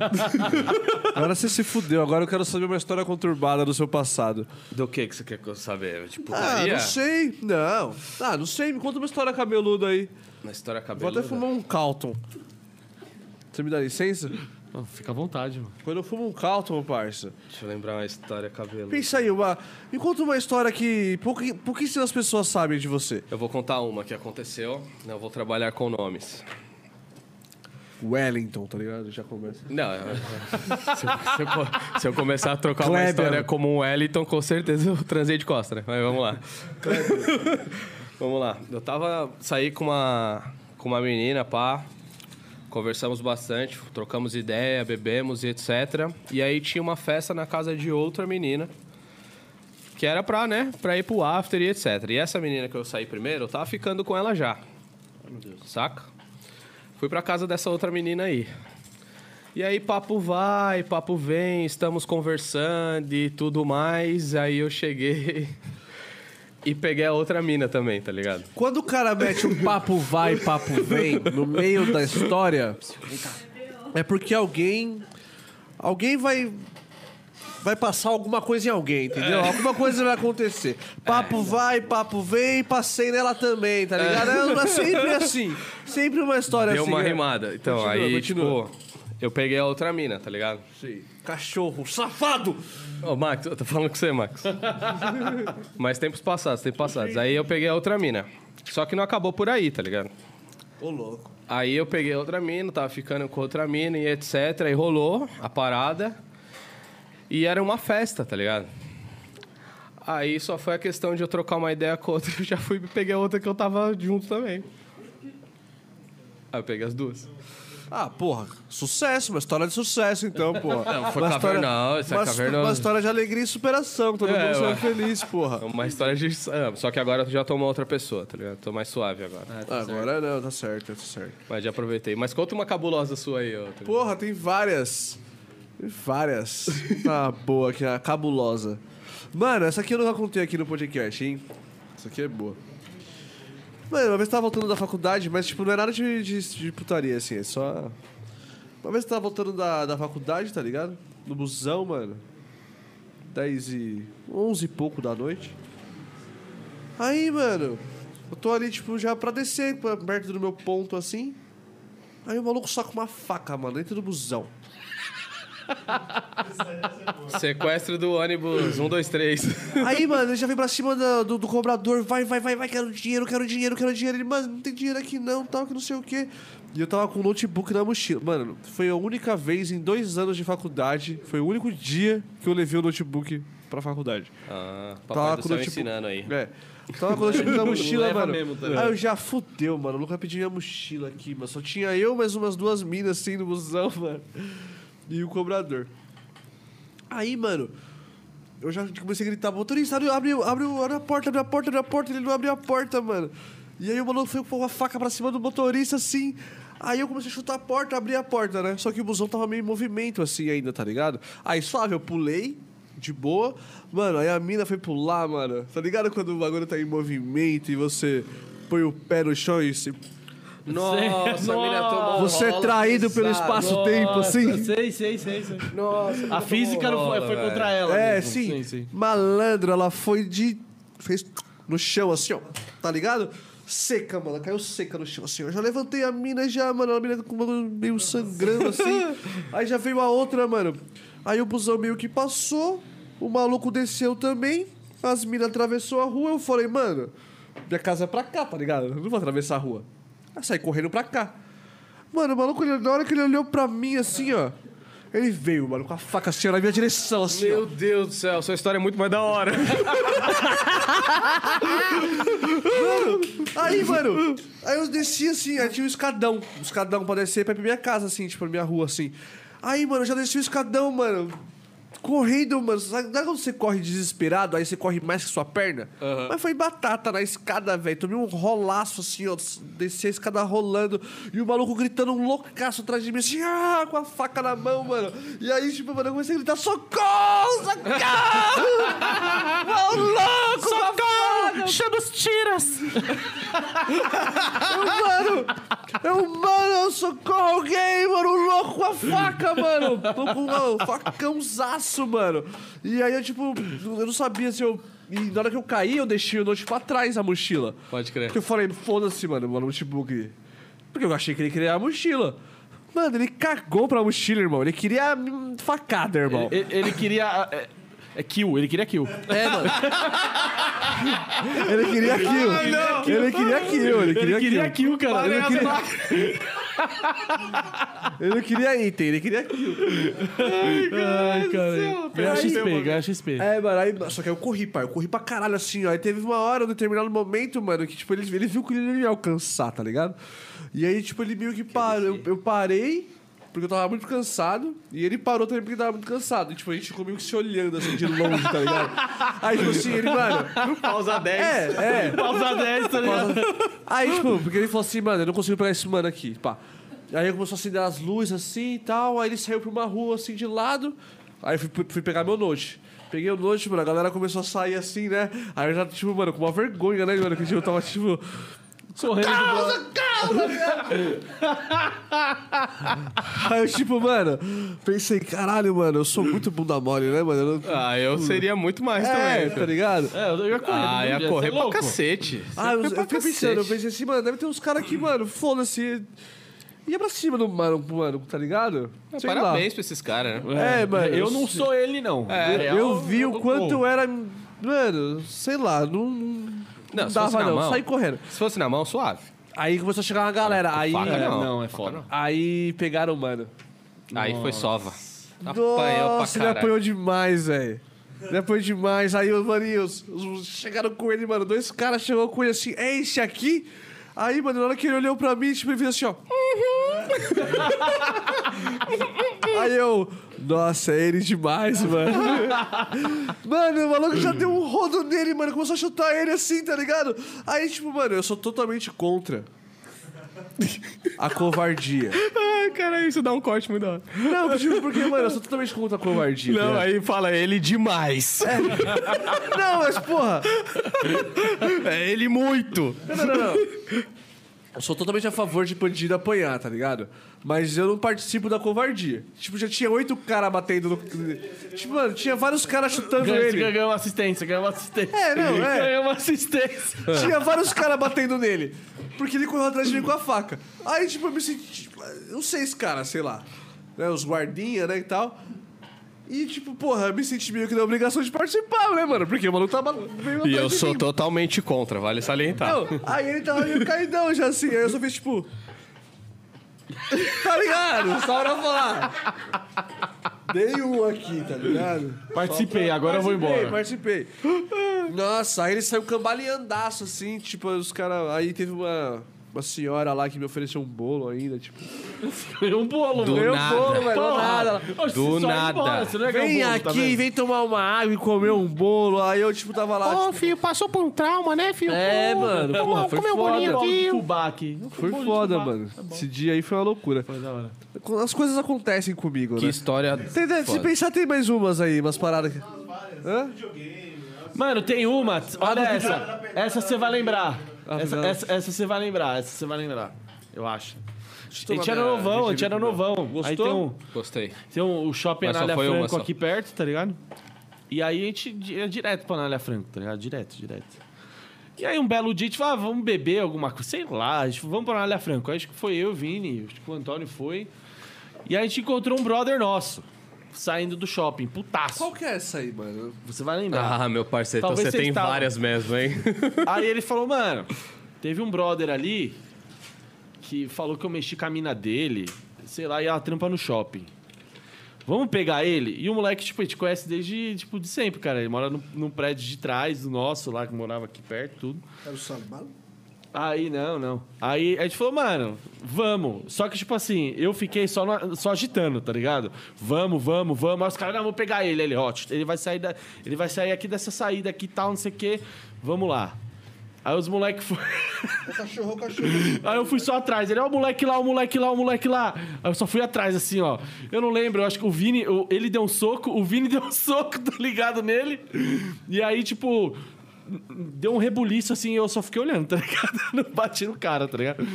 Speaker 1: Agora você se fudeu, agora eu quero saber uma história conturbada do seu passado.
Speaker 3: Do que, que você quer que eu saber? Tipo,
Speaker 1: Ah,
Speaker 3: Maria?
Speaker 1: não sei. Não. Ah, não sei. Me conta uma história cabeluda aí.
Speaker 3: Na história
Speaker 1: Vou
Speaker 3: cabeluda.
Speaker 1: até fumar um Calton. Você me dá licença?
Speaker 2: Fica à vontade, mano.
Speaker 1: Quando eu fumo um Calton, parça.
Speaker 3: Deixa eu lembrar uma história cabeluda.
Speaker 1: Pensa aí, uma... me conta uma história que pouqui- pouquíssimas pessoas sabem de você.
Speaker 3: Eu vou contar uma que aconteceu, né, eu vou trabalhar com nomes.
Speaker 1: Wellington, tá ligado? Já começa.
Speaker 3: Não, eu- se, eu, se eu co- se eu começar a trocar uma
Speaker 1: Kleber.
Speaker 3: história como um Wellington, com certeza eu transei de costa, né? Mas vamos lá. vamos lá. Eu tava. Saí com uma, com uma menina, pá. Conversamos bastante, trocamos ideia, bebemos e etc. E aí tinha uma festa na casa de outra menina. Que era pra, né, pra ir pro after e etc. E essa menina que eu saí primeiro, eu tava ficando com ela já. Saca? Fui pra casa dessa outra menina aí. E aí papo vai, papo vem, estamos conversando e tudo mais. Aí eu cheguei e peguei a outra mina também, tá ligado?
Speaker 1: Quando o cara mete um papo vai, papo vem no meio da história, é porque alguém. Alguém vai. Vai passar alguma coisa em alguém, entendeu? Alguma coisa vai acontecer. Papo vai, papo vem, passei nela também, tá ligado? É, mas sempre assim. Sempre uma história
Speaker 3: Deu
Speaker 1: assim.
Speaker 3: uma
Speaker 1: né?
Speaker 3: rimada. Então,
Speaker 1: Continua,
Speaker 3: aí,
Speaker 1: continua.
Speaker 3: tipo, eu peguei a outra mina, tá ligado?
Speaker 1: Sim. Cachorro, safado!
Speaker 3: Ô, Max, eu tô falando com você, Max. Mas tempos passados, tempos passados. Aí eu peguei a outra mina. Só que não acabou por aí, tá ligado?
Speaker 1: Ô, louco.
Speaker 3: Aí eu peguei outra mina, tava ficando com outra mina e etc. E rolou a parada. E era uma festa, tá ligado? Aí só foi a questão de eu trocar uma ideia com outra, eu já fui e peguei a outra que eu tava junto também. Aí eu peguei as duas.
Speaker 1: Ah, porra, sucesso, uma história de sucesso, então, porra.
Speaker 3: Não, foi
Speaker 1: Uma história-
Speaker 3: cavernão, isso é
Speaker 1: uma,
Speaker 3: cavernoso.
Speaker 1: uma história de alegria e superação, todo
Speaker 3: É,
Speaker 1: mundo
Speaker 3: ué.
Speaker 1: sendo feliz, porra.
Speaker 3: É Uma história de. ah, Só que agora eu já tô uma outra pessoa, tá ligado? Tô mais suave agora.
Speaker 1: Ah, Agora não, tá certo, tá certo.
Speaker 3: Mas já aproveitei. Mas conta uma cabulosa sua aí, tá outra.
Speaker 1: Porra, tem várias. Tem várias. tá boa aqui, a cabulosa. Mano, essa aqui eu não contei aqui no podcast, hein? Essa aqui é boa. Mano, uma vez eu tava voltando da faculdade, mas tipo, não é nada de, de, de putaria, assim, é só. Uma vez eu tava voltando da, da faculdade, tá ligado? No busão, mano. 10 e. 11 e pouco da noite. Aí, mano, eu tô ali, tipo, já pra descer, pra- perto do meu ponto assim. Aí o maluco saca uma faca, mano, dentro do busão.
Speaker 3: Sequestro do ônibus 1, 2, 3.
Speaker 1: Aí, mano, ele já vem pra cima da- do, do cobrador. Vai, vai, vai, vai, quero dinheiro, quero dinheiro, quero dinheiro. Ele, mano, não tem dinheiro aqui não, tal, que não sei o quê. E eu tava com o notebook na mochila. Mano, foi a única vez em dois anos de faculdade, foi o único dia que eu levei o notebook pra faculdade.
Speaker 3: Ah,
Speaker 1: Tava
Speaker 3: papai do
Speaker 1: com o
Speaker 3: céu
Speaker 1: notebook-
Speaker 3: ensinando aí.
Speaker 1: É. Tava com o notebook na mochila,
Speaker 2: Leva
Speaker 1: mano.
Speaker 2: mesmo, tá
Speaker 1: aí eu já fudeu, mano. O Lucas pediu minha mochila aqui, mas só tinha eu mais umas duas minas assim no busão, mano. E o cobrador. Aí, mano, eu já comecei a gritar, motorista, abre, abre, abre, abre a porta, abre a porta, abre a porta, ele não abriu a porta, mano. E aí o maluco foi com a faca pra cima do motorista, assim. Aí eu comecei a chutar a porta, abri a porta, né? Só que o busão tava meio em movimento, assim, ainda, tá ligado? Aí, suave, eu pulei, de boa. Mano, aí a mina foi pular, mano. Tá ligado quando o bagulho tá em movimento e você põe o pé no chão e se...
Speaker 3: Nossa, a mina tomou
Speaker 1: Você é
Speaker 3: rola
Speaker 1: traído pelo
Speaker 3: pesado.
Speaker 1: espaço-tempo, assim.
Speaker 2: Sei, sei, sei, sei.
Speaker 3: Nossa, mina
Speaker 2: A física não
Speaker 3: tomou
Speaker 2: foi,
Speaker 3: rola,
Speaker 2: foi
Speaker 3: velho.
Speaker 2: contra ela.
Speaker 1: É,
Speaker 2: mesmo.
Speaker 1: sim.
Speaker 2: sim, sim.
Speaker 1: Malandro, ela foi de. fez no chão assim, ó. Tá ligado? Seca, mano. Caiu seca no chão assim. Eu já levantei a mina já, mano. A mina com o bagulho meio sangrando assim. Aí já veio a outra, mano. Aí o busão meio que passou. O maluco desceu também. As minas atravessou a rua. Eu falei, mano, minha casa é pra cá, tá ligado? Eu não vou atravessar a rua. Aí saí correndo pra cá. Mano, o maluco, ele- na hora que ele olhou pra mim assim, ó. Ele veio, mano, com a faca assim, ó, na minha direção, assim, ó.
Speaker 3: Meu Deus do céu, sua história é muito mais da hora.
Speaker 1: Aí, mano, aí eu desci assim, aí tinha um escadão. Um escadão pra descer pra ir pra minha casa, assim, tipo, pra minha rua, assim. Aí, mano, eu já desci o escadão, mano. Correndo, mano. Sabe sabe quando você corre desesperado, aí você corre mais que sua perna? Mas foi batata na escada, velho. Tomei um rolaço assim, ó. Desci a escada rolando. E o maluco gritando um loucaço atrás de mim, assim, ah, com a faca na mão, mano. E aí, tipo, mano, eu comecei a gritar: socorro, socorro! Ô, louco, socorro! Chama os tiras! Eu, mano, eu, mano, eu socorro alguém, mano, um louco com a faca, mano. Tô com um facãozaço, mano. E aí eu, tipo, eu não sabia se eu. E na hora que eu caí, eu deixei o note pra trás a mochila.
Speaker 3: Pode crer.
Speaker 1: Porque eu falei, foda-se, mano, meu notebook. Porque eu achei que ele queria a mochila. Mano, ele cagou pra mochila, irmão. Ele queria a hum, facada, irmão.
Speaker 2: Ele, ele queria. é, É kill, ele queria kill.
Speaker 1: É, mano. ele queria aquilo. Ele queria aquilo, Ah, ele queria aquilo.
Speaker 2: Ele
Speaker 1: Tá
Speaker 2: queria kill, cara.
Speaker 1: Ele
Speaker 2: Ele
Speaker 1: queria- Eu não queria item, ele queria aquilo.
Speaker 2: Ai, cara. Ganha XP, ganha XP.
Speaker 1: É, mano, aí, só que aí eu corri, pai. Eu corri pra caralho assim, ó. Aí teve uma hora, um determinado momento, mano, que, tipo, ele, ele viu que ele não ia me alcançar, tá ligado? E aí, tipo, ele meio que parou. Eu, eu parei, porque eu tava muito cansado. E ele parou também porque tava muito cansado. E, tipo, a gente ficou meio que se olhando, assim, de longe, tá ligado? Aí, tipo assim, ele, mano.
Speaker 2: Pausa 10.
Speaker 1: É, é.
Speaker 2: Pausa 10, tá ligado?
Speaker 1: Aí, tipo, porque ele falou assim, mano, eu não consigo pegar esse mano aqui, pá. Aí começou a acender as luzes assim e tal, aí ele saiu pra uma rua assim de lado, aí eu fui, fui pegar meu note. Peguei o note, mano, a galera começou a sair assim, né? Aí eu já, tipo, mano, com uma vergonha, né, mano, que tipo, eu tava, tipo...
Speaker 2: Correndo do bloco.
Speaker 1: Aí eu, tipo, mano, pensei, caralho, mano, eu sou muito bunda mole, né, mano? Eu não...
Speaker 3: Ah, eu seria muito mais
Speaker 1: É,
Speaker 3: também.
Speaker 1: tá
Speaker 3: cara.
Speaker 1: ligado?
Speaker 2: É, eu ia correr.
Speaker 3: Ah,
Speaker 2: todo
Speaker 3: ia
Speaker 2: dia,
Speaker 3: correr
Speaker 2: cê é
Speaker 3: pra
Speaker 2: louco.
Speaker 3: cacete.
Speaker 1: Ah, eu, eu
Speaker 3: é pra
Speaker 1: fiquei
Speaker 3: cacete.
Speaker 1: pensando, eu pensei assim, mano, deve ter uns caras aqui, mano, foda-se. Ia pra cima do mano, mano, tá ligado?
Speaker 3: Ah,
Speaker 1: Sei lá.
Speaker 3: Parabéns pra esses caras, né?
Speaker 1: É, mano.
Speaker 2: Eu não sou ele, um não.
Speaker 1: Eu,
Speaker 3: É,
Speaker 1: eu vi o quanto
Speaker 2: corro.
Speaker 1: era. Mano, sei lá, não. Não,
Speaker 3: Não, se fosse
Speaker 1: dava
Speaker 3: na
Speaker 1: não,
Speaker 3: mão.
Speaker 1: saí correndo.
Speaker 3: Se fosse na mão, suave.
Speaker 1: Aí começou a chegar uma galera, aí.
Speaker 3: faca,
Speaker 2: É,
Speaker 3: não.
Speaker 2: não, é foda.
Speaker 1: Aí pegaram o mano.
Speaker 3: Aí foi sova. Apanhou pra
Speaker 1: Nossa, ele
Speaker 3: caralho.
Speaker 1: apanhou demais, velho. Ele apanhou demais. Aí, os maninhos, os- chegaram com ele, mano. Dois caras chegou com ele assim, é esse aqui? Aí, mano, na hora que ele olhou pra mim, tipo, ele fez assim, ó. Aí eu, nossa, é ele demais, mano. mano, o maluco já deu um rodo nele, mano. Começou a chutar ele assim, tá ligado? Aí, tipo, mano, eu sou totalmente contra a covardia.
Speaker 3: Ah, cara, isso dá um corte muito da hora.
Speaker 1: Não, tipo, porque, mano, eu sou totalmente contra a covardia. tá
Speaker 3: Não,
Speaker 1: ligado?
Speaker 3: aí fala ele demais.
Speaker 1: É. Não, mas porra.
Speaker 3: É ele muito.
Speaker 1: Não, não, não. Eu sou totalmente a favor de bandido apanhar, tá ligado? Mas eu não participo da covardia. Tipo, já tinha oito caras batendo no. Tipo, mano, tinha vários caras chutando
Speaker 2: Ganhou
Speaker 1: ele.
Speaker 2: ganhou uma assistência, ganhou uma assistência.
Speaker 1: É, não, é.
Speaker 2: Ganhou uma assistência.
Speaker 1: Tinha vários caras batendo nele. Porque ele correu atrás de mim com a faca. Aí, tipo, eu me senti. Tipo, uns seis caras, sei lá. Né, os guardinha, né, e tal. E, tipo, porra, eu me senti meio que na obrigação de participar, né, mano? Porque o maluco tava. veio
Speaker 3: E
Speaker 1: atrás
Speaker 3: eu
Speaker 1: de
Speaker 3: sou
Speaker 1: mim.
Speaker 3: totalmente contra, vale salientar.
Speaker 1: Não, aí ele tava meio caidão já assim, aí eu só fiz tipo. tá ligado? Só pra falar. Dei um aqui, tá ligado?
Speaker 2: Participei, agora eu vou embora.
Speaker 1: Participei, participei. Nossa, aí ele saiu cambaleandaço assim, tipo, os caras. Aí teve uma. Uma senhora lá que me ofereceu um bolo ainda, tipo.
Speaker 2: Ganhou um bolo,
Speaker 3: Do
Speaker 2: mano.
Speaker 3: nada.
Speaker 1: bolo, velho, do nada.
Speaker 2: Oxe,
Speaker 3: Do
Speaker 2: só
Speaker 3: nada.
Speaker 2: embora, você não ia ganhar
Speaker 1: Vem
Speaker 2: um bolo,
Speaker 1: aqui,
Speaker 2: tá vendo?
Speaker 1: vem tomar uma água e comer um bolo. Aí eu, tipo, tava lá. tipo,
Speaker 3: filho, passou por um trauma, né, filho? um
Speaker 1: é, mano. Porra, foi foda.
Speaker 2: um Bolinho de fubá aqui.
Speaker 1: Foi
Speaker 2: Bolo de Tá
Speaker 1: foda,
Speaker 2: fubá.
Speaker 1: mano. Esse dia aí foi uma loucura.
Speaker 2: Foi da hora.
Speaker 1: As coisas acontecem comigo,
Speaker 3: Que
Speaker 1: né?
Speaker 3: história.
Speaker 1: Tem, né, se
Speaker 3: foda.
Speaker 1: pensar, tem mais umas aí, umas paradas. que- Hã?
Speaker 2: Mano, tem uma. Olha essa. Essa você vai lembrar.
Speaker 1: Ah,
Speaker 2: Essa
Speaker 1: verdade.
Speaker 2: essa- essa você vai lembrar. Essa você vai lembrar. Eu acho. A
Speaker 1: tomar
Speaker 2: gente
Speaker 3: é
Speaker 2: era
Speaker 1: minha-
Speaker 2: novão, a gente era novão. Aí tem um,
Speaker 3: Gostei.
Speaker 2: tem um, o shopping
Speaker 3: Mas só
Speaker 2: Anália
Speaker 3: foi uma
Speaker 2: Franco
Speaker 3: só.
Speaker 2: aqui perto, tá ligado? E aí a gente ia direto pra Anália Franco, tá ligado? Direto, direto. E aí um belo dia, a gente falou, ah, vamos beber alguma coisa, sei lá, a gente falou, vamos pra Anália Franco. Aí acho que foi eu, Vini, acho que o Antônio foi. E aí a gente encontrou um brother nosso, saindo do shopping, putaço.
Speaker 1: Qual que é essa aí, mano?
Speaker 2: Você vai lembrar.
Speaker 3: Ah, meu parceiro, então
Speaker 2: Talvez
Speaker 3: você
Speaker 2: vocês
Speaker 3: tem
Speaker 2: estavam.
Speaker 3: várias mesmo, hein?
Speaker 2: Aí ele falou, mano, teve um brother ali que falou que eu mexi com a mina dele, sei lá, e ela trampa no shopping. Vamos pegar ele? E o moleque, tipo, a gente conhece desde, tipo, de sempre, cara. Ele mora num, num prédio de trás do nosso, lá, que morava aqui perto, tudo.
Speaker 1: Era o Sambalo?
Speaker 2: Aí, não, não. Aí a gente falou, mano, vamos. Só que, tipo assim, eu fiquei só, na- só agitando, tá ligado? Vamos, vamos, vamos. Aí os caras, não, vou pegar ele. Ele, ó, ele vai sair da, ele vai sair aqui dessa saída aqui e tal, não sei o quê. Vamos lá. Aí os moleques foram.
Speaker 10: Cachorro, cachorro.
Speaker 2: Aí eu fui só atrás. Ele, ó, o moleque lá, o moleque lá, o moleque lá. Aí eu só fui atrás, assim, ó. Eu não lembro, eu acho que o Vini, o- ele deu um soco, o Vini deu um soco, tá ligado nele? E aí, tipo, deu um rebuliço, assim, e eu só fiquei olhando, tá ligado? Não bati no cara, tá ligado?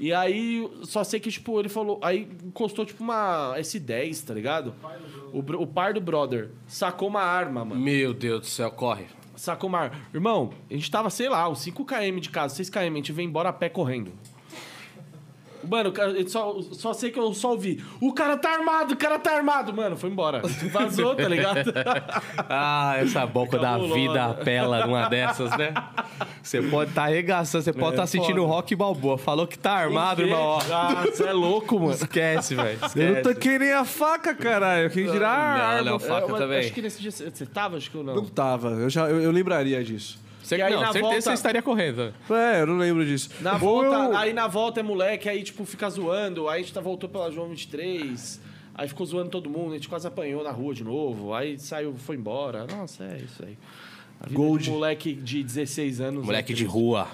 Speaker 2: E aí, só sei que, tipo, ele falou. Aí encostou, tipo, uma S10, tá ligado? O, bro- o par do brother sacou uma arma, mano.
Speaker 3: Meu Deus do céu, corre.
Speaker 2: Sacou mar. Irmão, a gente tava, sei lá, uns 5km de casa, 6km, a gente veio embora a pé correndo. Mano, o cara- eu só, só sei que eu só ouvi. O cara tá armado, o cara tá armado. Mano, foi embora. Vazou, tá ligado?
Speaker 3: Ah, essa boca da
Speaker 2: Cabulosa.
Speaker 3: vida apela numa dessas, né? Você pode estar tá arregaçando, você
Speaker 2: É
Speaker 3: pode estar tá sentindo rock balboa. Falou que tá armado, irmão. Ó,
Speaker 2: Ah, você é louco, mano.
Speaker 3: esquece, velho.
Speaker 1: Eu não
Speaker 3: Esquece.
Speaker 1: tanquei nem a faca, caralho. Quem dirá a
Speaker 3: Não,
Speaker 1: arma?
Speaker 3: não, faca
Speaker 2: É, mas
Speaker 3: também.
Speaker 2: Acho que nesse dia você você tava, acho que eu não.
Speaker 1: Não tava. Eu, já, eu, eu lembraria disso.
Speaker 3: Cer-
Speaker 2: E aí,
Speaker 3: não,
Speaker 2: na
Speaker 3: certeza
Speaker 2: volta-
Speaker 3: você estaria correndo. né?
Speaker 1: É, eu não lembro disso.
Speaker 2: Na
Speaker 1: Ou
Speaker 2: volta,
Speaker 1: eu-
Speaker 2: aí na volta é moleque, aí tipo fica zoando, aí a gente tá- voltou pela João 23, aí ficou zoando todo mundo, a gente quase apanhou na rua de novo, aí saiu, foi embora. Nossa, é isso aí. A vida
Speaker 1: Gold.
Speaker 2: de moleque de 16 anos.
Speaker 3: Moleque
Speaker 2: é
Speaker 3: de
Speaker 2: triste.
Speaker 3: rua.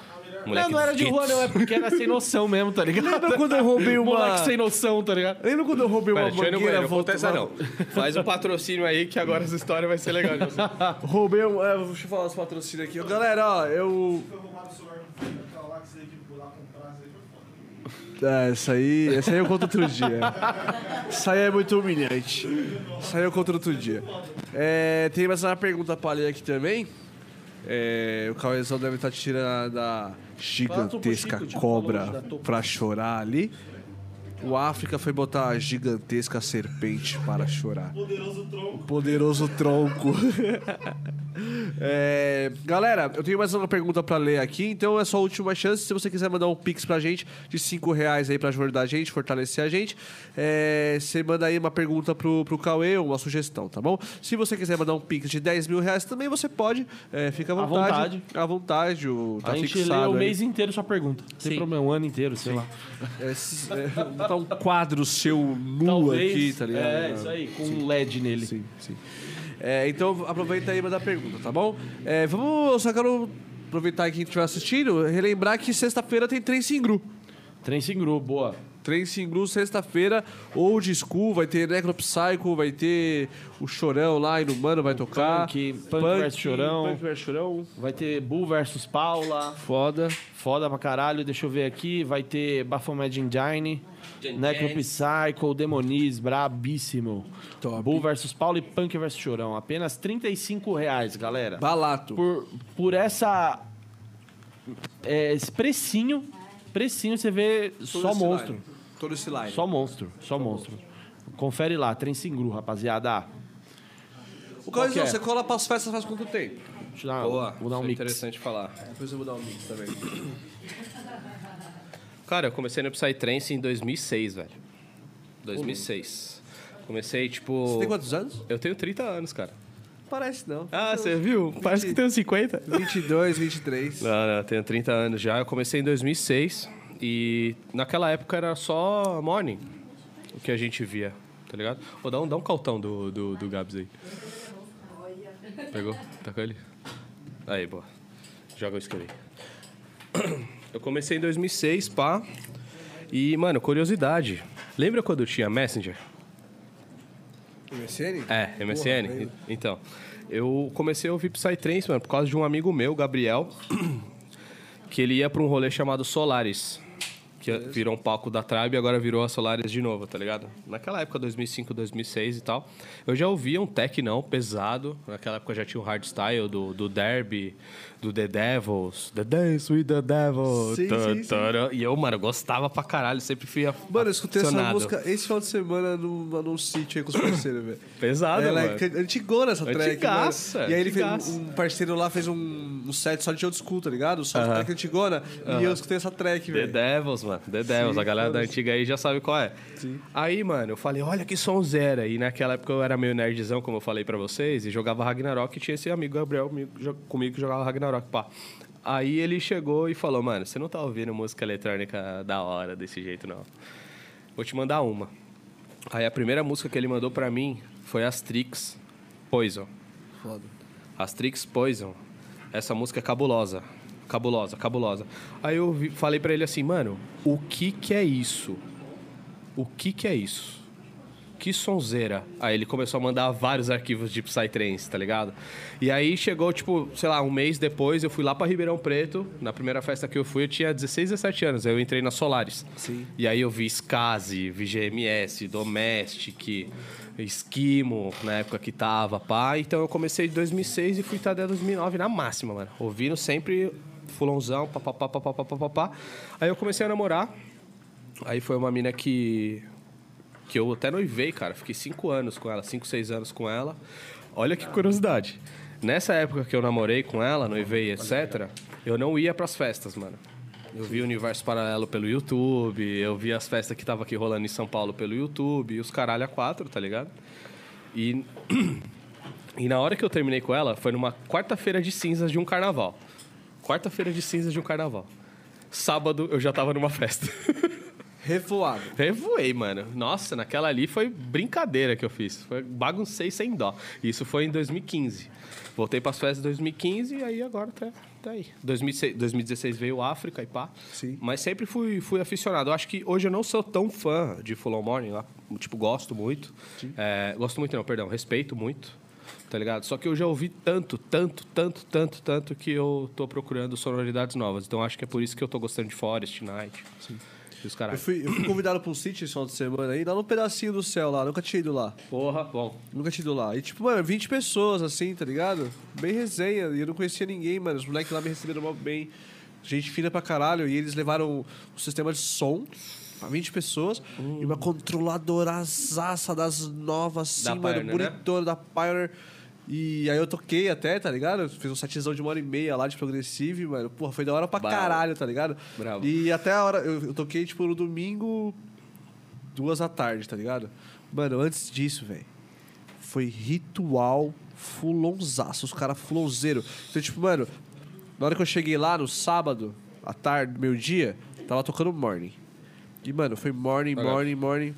Speaker 2: Não,
Speaker 3: Moleque
Speaker 2: não era de
Speaker 3: skate.
Speaker 2: rua, não, é porque era sem noção mesmo, tá ligado?
Speaker 1: Lembra quando eu roubei uma.
Speaker 2: Moleque sem noção, tá ligado?
Speaker 1: Lembra quando eu roubei
Speaker 3: Pera,
Speaker 1: uma
Speaker 3: deixa eu ir no
Speaker 1: mangueira?
Speaker 3: banheiro,
Speaker 1: volta-
Speaker 3: conta essa não. Faz um patrocínio aí que agora essa história vai ser legal. Nilson.
Speaker 1: Roubei um. é, deixa eu falar os patrocínios aqui. Galera, ó, eu.
Speaker 10: Foi roubado o celular do filho daquela lá que você teve que ir lá comprar. Você foi foda.
Speaker 1: É, essa aí, essa aí eu conto outro dia. Isso aí é muito humilhante. Isso aí eu conto outro dia. É, tem mais uma pergunta pra ler aqui também. É, o Cauezão deve estar tirando a da
Speaker 2: Fala, Topo
Speaker 1: gigantesca
Speaker 2: Chico, tipo,
Speaker 1: cobra
Speaker 2: falou hoje da Topo.
Speaker 1: pra chorar ali. O África foi botar a gigantesca serpente para chorar.
Speaker 11: Poderoso tronco.
Speaker 1: Poderoso tronco. É, galera, eu tenho mais uma pergunta pra ler aqui, então é só a última chance. Se você quiser mandar um pix pra gente de 5 reais aí pra ajudar a gente, fortalecer a gente, é, você manda aí uma pergunta pro, pro Cauê, uma sugestão, tá bom? Se você quiser mandar um pix de 10 mil reais também, você pode, é, fica à
Speaker 2: À
Speaker 1: vontade.
Speaker 2: vontade.
Speaker 1: À vontade, o, tá
Speaker 2: a gente lê
Speaker 1: fixado.
Speaker 2: o
Speaker 1: aí.
Speaker 2: mês inteiro sua pergunta. Sem
Speaker 1: Sim.
Speaker 2: problema, o ano inteiro, sei lá.
Speaker 1: É, se- é, vou botar um quadro seu nu aqui, tá ligado?
Speaker 2: É, isso aí, com um LED nele.
Speaker 1: Sim, sim. É, então aproveita aí e manda a pergunta, tá bom? É, vamos, eu só quero aproveitar aqui que estiver assistindo, relembrar que sexta-feira tem trem Singru.
Speaker 2: Trem sem grupo, boa.
Speaker 1: Trem Singru, sexta-feira, Old School, vai ter Necropsycho, vai ter o Chorão lá, Inumano vai tocar.
Speaker 2: Punk, Punk versus Chorão.
Speaker 1: Punk versus Chorão.
Speaker 2: Vai ter Bull versus Paula.
Speaker 1: Foda.
Speaker 2: Foda pra caralho, deixa eu ver aqui. Vai ter Baphomet Engine, Necropsycho, Demoniz, brabíssimo.
Speaker 1: Top.
Speaker 2: Bull versus Paulo e Punk versus Chorão. Apenas 35 reais, galera.
Speaker 1: Balato.
Speaker 2: Por, por essa. É, esse precinho, precinho você vê
Speaker 1: Todo
Speaker 2: só
Speaker 1: esse
Speaker 2: monstro.
Speaker 1: line. Todo esse line.
Speaker 2: Só monstro, só monstro. Confere lá, Trem Singru, rapaziada.
Speaker 1: O
Speaker 2: que
Speaker 1: Calizão,
Speaker 2: é?
Speaker 1: você cola pras festas faz quanto tempo?
Speaker 2: Deixa eu dar,
Speaker 3: Boa,
Speaker 2: vou dar um
Speaker 3: isso é
Speaker 2: mix.
Speaker 3: interessante falar.
Speaker 1: Depois eu vou dar um mix também.
Speaker 3: Cara, eu comecei no Psytrance em 2006, velho. 2006. Comecei, tipo...
Speaker 1: Você tem quantos então anos?
Speaker 3: Eu tenho 30 anos, cara.
Speaker 1: Parece não.
Speaker 3: Ah, você viu? Parece que tenho 50.
Speaker 1: 22, 23.
Speaker 3: Não, não, eu tenho 30 anos já. Eu comecei em 2006 e naquela época era só morning o que a gente via, tá ligado? Ô, dá um, dá um caltão do, do, do Gabs aí. Pegou? Tá com ele? Aí, boa. Joga o isqueiro aí. Eu comecei em 2006, pá. E, mano, curiosidade. Lembra quando tinha Messenger?
Speaker 1: MSN?
Speaker 3: É, MSN. então, eu comecei a ouvir Psytrance, mano, por causa de um amigo meu, Gabriel, que ele ia pra um rolê chamado Solaris, que virou um palco da Tribe e agora virou a Solaris de novo, tá ligado? Naquela época, 2005, 2006 e tal, eu já ouvia um tech não pesado. Naquela época já tinha o hardstyle do, do Derby, do The Devils, The Dance with the Devil.
Speaker 1: Sim,
Speaker 3: Tã,
Speaker 1: sim, sim.
Speaker 3: tã, E eu, mano, gostava pra caralho, sempre fui
Speaker 1: Mano, eu escutei essa
Speaker 3: aficionado.
Speaker 1: música esse final de semana num, num sítio aí com os parceiros, velho.
Speaker 3: Pesada,
Speaker 1: Ela
Speaker 3: mano.
Speaker 1: é can- antigona essa track,
Speaker 3: Antigaça,
Speaker 1: mano. E aí ele fez
Speaker 3: antigaça.
Speaker 1: um, um parceiro lá fez um, um set só de old school, tá ligado? Só de track antigona. E eu escutei essa track,
Speaker 3: The
Speaker 1: velho.
Speaker 3: Devils, mano. The Devils. a galera da antiga aí já sabe qual é. Aí, mano, eu falei, olha que som zero. E naquela época eu era meio nerdzão, como eu falei pra vocês, e jogava Ragnarok. E tinha esse amigo Gabriel comigo- jo- comigo que jogava Ragnarok, pá. Aí ele chegou e falou, mano, você não tá ouvindo música eletrônica da hora desse jeito, não. Vou te mandar uma. Aí a primeira música que ele mandou pra mim foi Astrix Poison.
Speaker 1: Foda.
Speaker 3: Astrix Poison. Essa música é cabulosa. Cabulosa, cabulosa. Aí eu vi- falei pra ele assim, mano, o que que é isso? O que que é isso? Que sonzeira. Aí ele começou a mandar vários arquivos de Psytrance, tá ligado? E aí chegou, tipo, sei lá, um mês depois, eu fui lá pra Ribeirão Preto. Na primeira festa que eu fui, eu tinha 16, 17 anos. Aí eu entrei na Solaris.
Speaker 1: Sim.
Speaker 3: E aí eu vi Skazi, vi GMS, Domestic, Esquimo, na época que tava, pá. Então eu comecei de 2006 e fui estar até 2009 na máxima, mano. Ouvindo sempre fulãozão, papapá, papapá, papapá. Aí eu comecei a namorar. Aí foi uma mina que que eu até noivei, cara. Fiquei cinco anos com ela, cinco, seis anos com ela. Olha que curiosidade. Nessa época que eu namorei com ela, noivei, etc., eu não ia pras festas, mano. Eu vi o Universo Paralelo pelo YouTube, eu vi as festas que tava aqui rolando em São Paulo pelo YouTube, e os caralho a quatro, tá ligado? E e na hora que eu terminei com ela, foi numa quarta-feira de cinzas de um carnaval. Quarta-feira de cinzas de um carnaval. Sábado eu já tava numa festa.
Speaker 1: Revoado.
Speaker 3: Revoei, mano. Nossa, naquela ali foi brincadeira que eu fiz. Foi baguncei sem dó. Isso foi em 2015. Voltei pras festas em 2015 e aí agora tá, tá aí. 2006 2016 veio África e pá.
Speaker 1: Sim.
Speaker 3: Mas sempre fui, fui aficionado. Eu acho que hoje eu não sou tão fã de Full On Morning. lá. Tipo, gosto muito. É, gosto muito não, perdão. Respeito muito. Tá ligado? Só que eu já ouvi tanto, tanto, tanto, tanto, tanto que eu tô procurando sonoridades novas. Então acho que é por isso que eu tô gostando de Forest, Night. Sim. E os
Speaker 1: Eu
Speaker 3: caras.
Speaker 1: fui, eu fui convidado pra um sítio esse final de semana aí, lá no pedacinho do céu lá. Nunca tinha ido lá.
Speaker 3: Porra, bom.
Speaker 1: Nunca tinha ido lá. E tipo, mano, 20 pessoas, assim, tá ligado? Bem resenha. E eu não conhecia ninguém, mano. Os moleques lá me receberam mó bem. Gente fina pra caralho. E eles levaram um sistema de som. pra 20 pessoas. E uma controladorazaça das novas, assim,
Speaker 3: Da
Speaker 1: mano,
Speaker 3: Pioneer, né?
Speaker 1: bonitona, da Pioneer. E aí eu toquei até, tá ligado? Fiz um setzão de uma hora e meia lá de progressive, mano. Porra, foi da hora pra caralho, tá ligado?
Speaker 3: Bravo.
Speaker 1: E até a hora... Eu, eu toquei, tipo, no domingo, duas da tarde, tá ligado? Mano, antes disso, velho, foi ritual fulonzaço. Os caras fulonzeiro. Então, tipo, mano, na hora que eu cheguei lá no sábado, à tarde, meio-dia, tava tocando morning. E, mano, foi morning, morning, morning.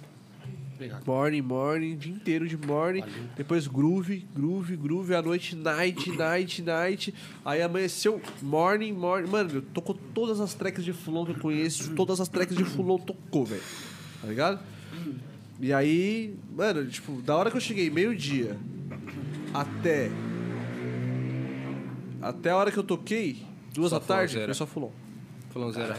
Speaker 1: Morning, morning, dia inteiro de morning. Depois groove, groove, groove, à noite, night, night, night. Aí amanheceu morning, morning. Mano, tocou todas as tracks de Fulon que eu conheço, todas as tracks de Fulon tocou, velho. Tá ligado? E aí, mano, tipo, da hora que eu cheguei, meio-dia, até. Até a hora que eu toquei, duas
Speaker 3: Só
Speaker 1: da tarde,
Speaker 3: Fulonzeira.
Speaker 1: foi só Fulon.
Speaker 3: Flonzeira.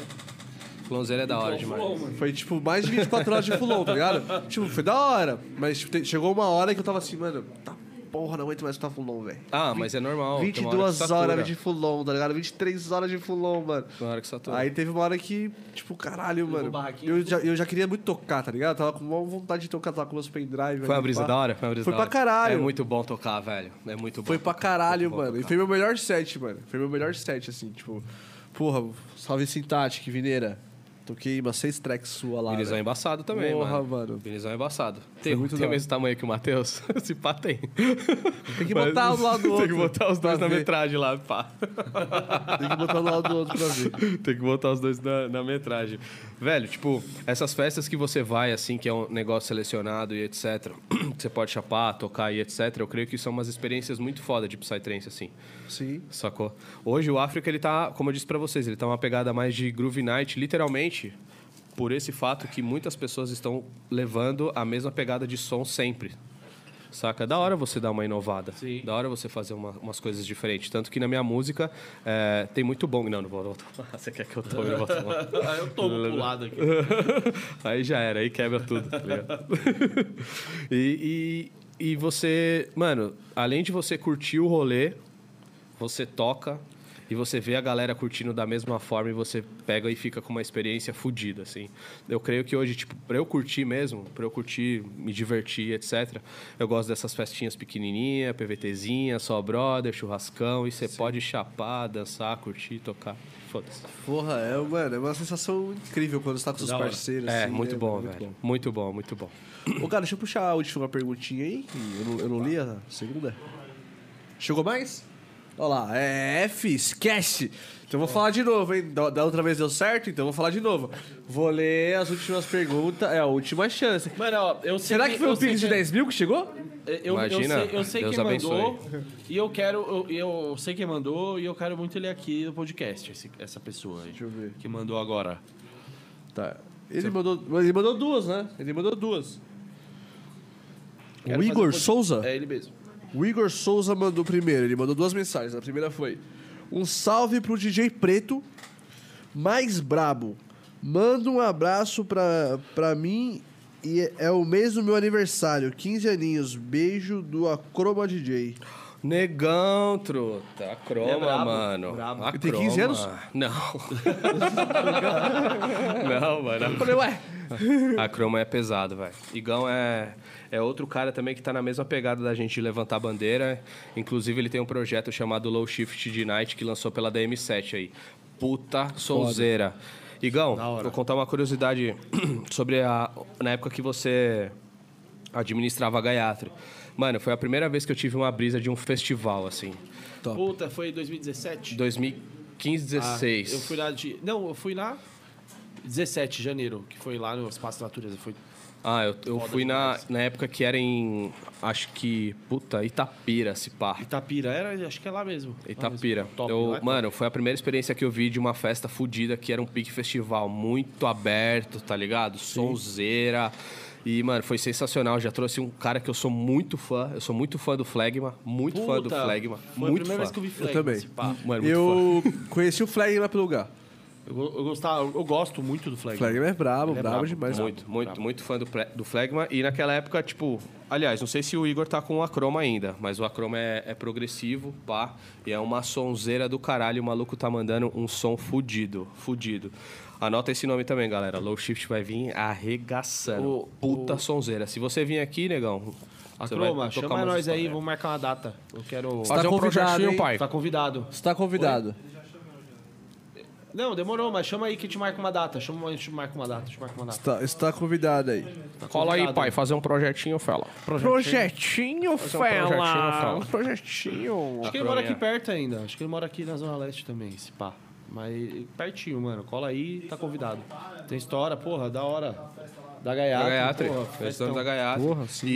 Speaker 3: Flonzeira é da hora demais.
Speaker 1: Foi, tipo, mais de 24 horas de fulon, tá ligado? Tipo, foi da hora. Mas tipo, te- chegou uma hora que eu tava assim, mano, tá porra, não aguento mais escutar fulon, velho.
Speaker 3: Ah, mas é normal. tem uma hora que
Speaker 1: 22
Speaker 3: satura.
Speaker 1: horas de fulon, tá ligado? 23 horas de fulon, mano.
Speaker 3: Tem uma hora que satura.
Speaker 1: Aí teve uma hora que, tipo, caralho, mano. Eu já, eu já queria muito tocar, tá ligado? Tava com uma vontade de tocar, tava com meus pendrive. ali,
Speaker 3: Foi uma brisa
Speaker 1: pá.
Speaker 3: da hora? Foi uma brisa
Speaker 1: Foi
Speaker 3: da
Speaker 1: pra
Speaker 3: hora.
Speaker 1: caralho.
Speaker 3: É muito bom tocar, velho. É muito bom.
Speaker 1: Foi pra
Speaker 3: tocar,
Speaker 1: caralho,
Speaker 3: muito bom
Speaker 1: mano. E
Speaker 3: tocar.
Speaker 1: foi meu melhor set, mano. Foi meu melhor set, assim, tipo. Porra, salve Sintática, Vineira. Toquei umas seis tracks sua lá. né?
Speaker 3: Vinizão é
Speaker 1: velho.
Speaker 3: embaçado também,
Speaker 1: Porra,
Speaker 3: mano.
Speaker 1: mano.
Speaker 3: Vinizão é embaçado. Tem,
Speaker 1: muito
Speaker 3: tem
Speaker 1: da
Speaker 3: o
Speaker 1: hora.
Speaker 3: mesmo tamanho que o Matheus? Se pá, tem.
Speaker 1: Tem que botar um do lado do outro.
Speaker 3: Tem que botar os dois
Speaker 1: pra
Speaker 3: na
Speaker 1: ver.
Speaker 3: metragem lá, pá.
Speaker 1: Tem que botar um do lado do outro pra ver.
Speaker 3: Tem que botar os dois na, na metragem. Velho, tipo, essas festas que você vai, assim, que é um negócio selecionado e etc., que você pode chapar, tocar e etc., eu creio que são umas experiências muito foda de Psytrance, assim.
Speaker 1: Sim.
Speaker 3: Sacou? Hoje o África, ele tá, como eu disse pra vocês, ele tá uma pegada mais de Groove Night, literalmente, por esse fato que muitas pessoas estão levando a mesma pegada de som sempre. Saca? Da hora você dar uma inovada.
Speaker 2: Sim.
Speaker 3: Da hora você fazer uma- umas coisas diferentes. Tanto que na minha música é, tem muito bom. Não, não vou, não vou tomar. Você quer que eu tome? Eu vou tomar.
Speaker 2: Ah, eu tomo pro lado aqui.
Speaker 3: aí já era, aí quebra tudo, tá ligado? e, e, e você, mano, além de você curtir o rolê, você toca e você vê a galera curtindo da mesma forma e você pega e fica com uma experiência fodida, assim. Eu creio que hoje, tipo, pra eu curtir mesmo, pra eu curtir, me divertir, etc., eu gosto dessas festinhas pequenininha, PVTzinha, só brother, churrascão, e você pode chapar, dançar, curtir, tocar. Foda-se.
Speaker 1: Porra, é, mano, é uma sensação incrível quando você tá com seus parceiros.
Speaker 3: É,
Speaker 1: assim,
Speaker 3: muito
Speaker 1: né,
Speaker 3: bom,
Speaker 1: mano?
Speaker 3: velho. Muito bom, muito bom.
Speaker 1: Ô, cara, deixa eu puxar a última perguntinha aí, que eu não, eu não li a segunda. Chegou mais? Olha lá, é F, esquece. Então eu vou falar de novo, hein? Da, da outra vez deu certo, então eu vou falar de novo. Vou ler as últimas perguntas, é a última chance.
Speaker 2: Mano, ó, eu sei
Speaker 1: Será que foi
Speaker 2: eu
Speaker 1: o
Speaker 2: sei
Speaker 1: Pix de
Speaker 2: que-
Speaker 1: 10 mil que chegou?
Speaker 2: Eu- Eu,
Speaker 3: Imagina,
Speaker 2: eu sei, eu sei
Speaker 3: Deus
Speaker 2: quem mandou e eu quero. Eu, eu sei quem mandou e eu quero muito ele aqui no podcast, esse- essa pessoa aí.
Speaker 1: eu ver.
Speaker 2: Que mandou agora.
Speaker 1: Tá. Ele mandou, mas ele mandou duas, né? Ele mandou duas.
Speaker 2: Quero
Speaker 1: O Igor
Speaker 2: fazer um-
Speaker 1: Souza?
Speaker 2: É ele mesmo.
Speaker 1: O Igor Souza mandou primeiro, ele mandou duas mensagens. A primeira foi: Um salve pro DJ Preto, mais brabo. Manda um abraço pra, pra mim e é- é o mês do meu aniversário, 15 aninhos. Beijo do Acroma DJ.
Speaker 3: Negão, truta. A croma,
Speaker 2: Ele é brabo,
Speaker 3: mano.
Speaker 2: brabo.
Speaker 3: A
Speaker 1: Ele tem 15
Speaker 3: croma.
Speaker 1: anos?
Speaker 3: Ah, Não. Não, mano. a croma- A croma é pesado, velho. Igão é, é outro cara também que tá na mesma pegada da gente de levantar bandeira. Inclusive, ele tem um projeto chamado Low Shift de Night que lançou pela DM7 aí. Puta sonzeira. Igão, vou contar uma curiosidade sobre a. Na época que você administrava a Gaiatri. Mano, foi a primeira vez que eu tive uma brisa de um festival, assim.
Speaker 2: Puta, foi em 2017?
Speaker 3: 2015,
Speaker 2: Ah,
Speaker 3: 16.
Speaker 2: eu fui lá de. Não, eu fui lá. 17 de janeiro, que foi lá no Espaço Natureza. Foi
Speaker 3: Ah, eu, eu fui na, na época que era em. Acho que. Puta, Itapira, se pá.
Speaker 2: Itapira, era, acho que é lá mesmo. Lá
Speaker 3: Itapira.
Speaker 2: mesmo. Top,
Speaker 3: Eu-
Speaker 2: lá é top.
Speaker 3: mano, foi a primeira experiência que eu vi de uma festa fodida, que era um pique festival muito aberto, tá ligado? Sonzeira. E, mano, foi sensacional. Já trouxe um cara que eu sou muito fã. Eu sou muito fã do Flegma. Muito fã do
Speaker 2: Puta,
Speaker 3: Flegma.
Speaker 2: Foi a
Speaker 3: Muito
Speaker 2: primeira
Speaker 3: fã.
Speaker 2: vez que eu vi Flegma.
Speaker 3: é
Speaker 1: também.
Speaker 2: esse pá.
Speaker 3: Mano, muito
Speaker 1: Eu conheci o Flag lá pelo lugar.
Speaker 2: Eu, go- eu gostava, eu, eu gosto muito do Flag.
Speaker 1: Flagman é brabo,
Speaker 2: Ele é
Speaker 1: brabo
Speaker 2: brabo,
Speaker 1: demais.
Speaker 3: Muito, muito, muito fã do, Ple- do Flegma. E naquela época, tipo... Aliás, não sei se o Igor tá com o Acroma ainda, mas o Acroma é, é progressivo, pá. E é uma sonzeira do caralho. O maluco tá mandando um som fudido, fudido. Anota esse nome também, galera. Low Shift vai vir arregaçando.
Speaker 2: O-
Speaker 3: Puta sonzeira. Se você vir aqui, negão...
Speaker 2: A
Speaker 3: você vai
Speaker 2: Croma,
Speaker 3: tocar
Speaker 2: chama
Speaker 3: umas
Speaker 2: nós aí,
Speaker 3: histórias.
Speaker 2: vamos marcar uma data. Eu quero.
Speaker 1: Tá
Speaker 3: Fazer um
Speaker 1: convidado,
Speaker 3: projetinho,
Speaker 1: hein?
Speaker 3: pai.
Speaker 2: Tá convidado.
Speaker 1: Você tá convidado.
Speaker 2: Não, demorou, mas chama aí que te marca uma data. Chama, a gente marca uma data, te marca uma data.
Speaker 1: Você tá, você tá convidado aí.
Speaker 2: Tá
Speaker 3: Cola aí,
Speaker 2: convidado.
Speaker 3: pai. Fazer um projetinho, fala.
Speaker 1: Projetinho,
Speaker 3: fela.
Speaker 1: Projetinho.
Speaker 2: Acho que ele mora aqui
Speaker 3: é.
Speaker 2: perto ainda. Acho que ele mora aqui na Zona Leste também, esse pá. Mas pertinho, mano. Cola aí, tá convidado. Tem história, porra, da hora. Da
Speaker 3: Da
Speaker 2: Gaiatri.
Speaker 3: Gaiatri.
Speaker 2: porra,
Speaker 3: Festão
Speaker 2: festão.
Speaker 3: da Gaiatri. E,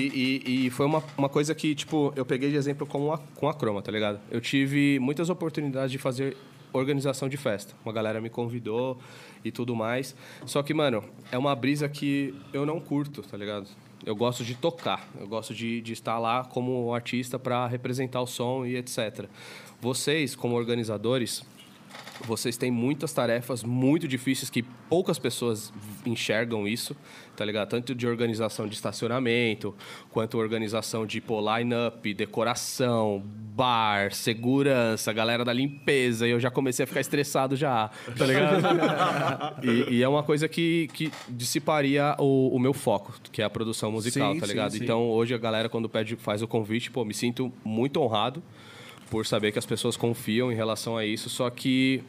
Speaker 3: e- e foi uma, uma coisa que, tipo, eu peguei de exemplo com a, com a Croma, tá ligado? Eu tive muitas oportunidades de fazer organização de festa. Uma galera me convidou e tudo mais. Só que, mano, é uma brisa que eu não curto, tá ligado? Eu gosto de tocar, eu gosto de, de estar lá como artista pra representar o som e etc. Vocês, como organizadores, vocês têm muitas tarefas muito difíceis que poucas pessoas enxergam isso, tá ligado? Tanto de organização de estacionamento, quanto organização de pô, line-up, decoração, bar, segurança, galera da limpeza. E eu já comecei a ficar estressado já, tá ligado? e, e é uma coisa que, que dissiparia o, o meu foco, que é a produção musical,
Speaker 1: Sim,
Speaker 3: tá
Speaker 1: sim,
Speaker 3: ligado?
Speaker 1: sim.
Speaker 3: Então hoje a galera, quando pede, faz o convite, pô, me sinto muito honrado por saber que as pessoas confiam em relação a isso, só que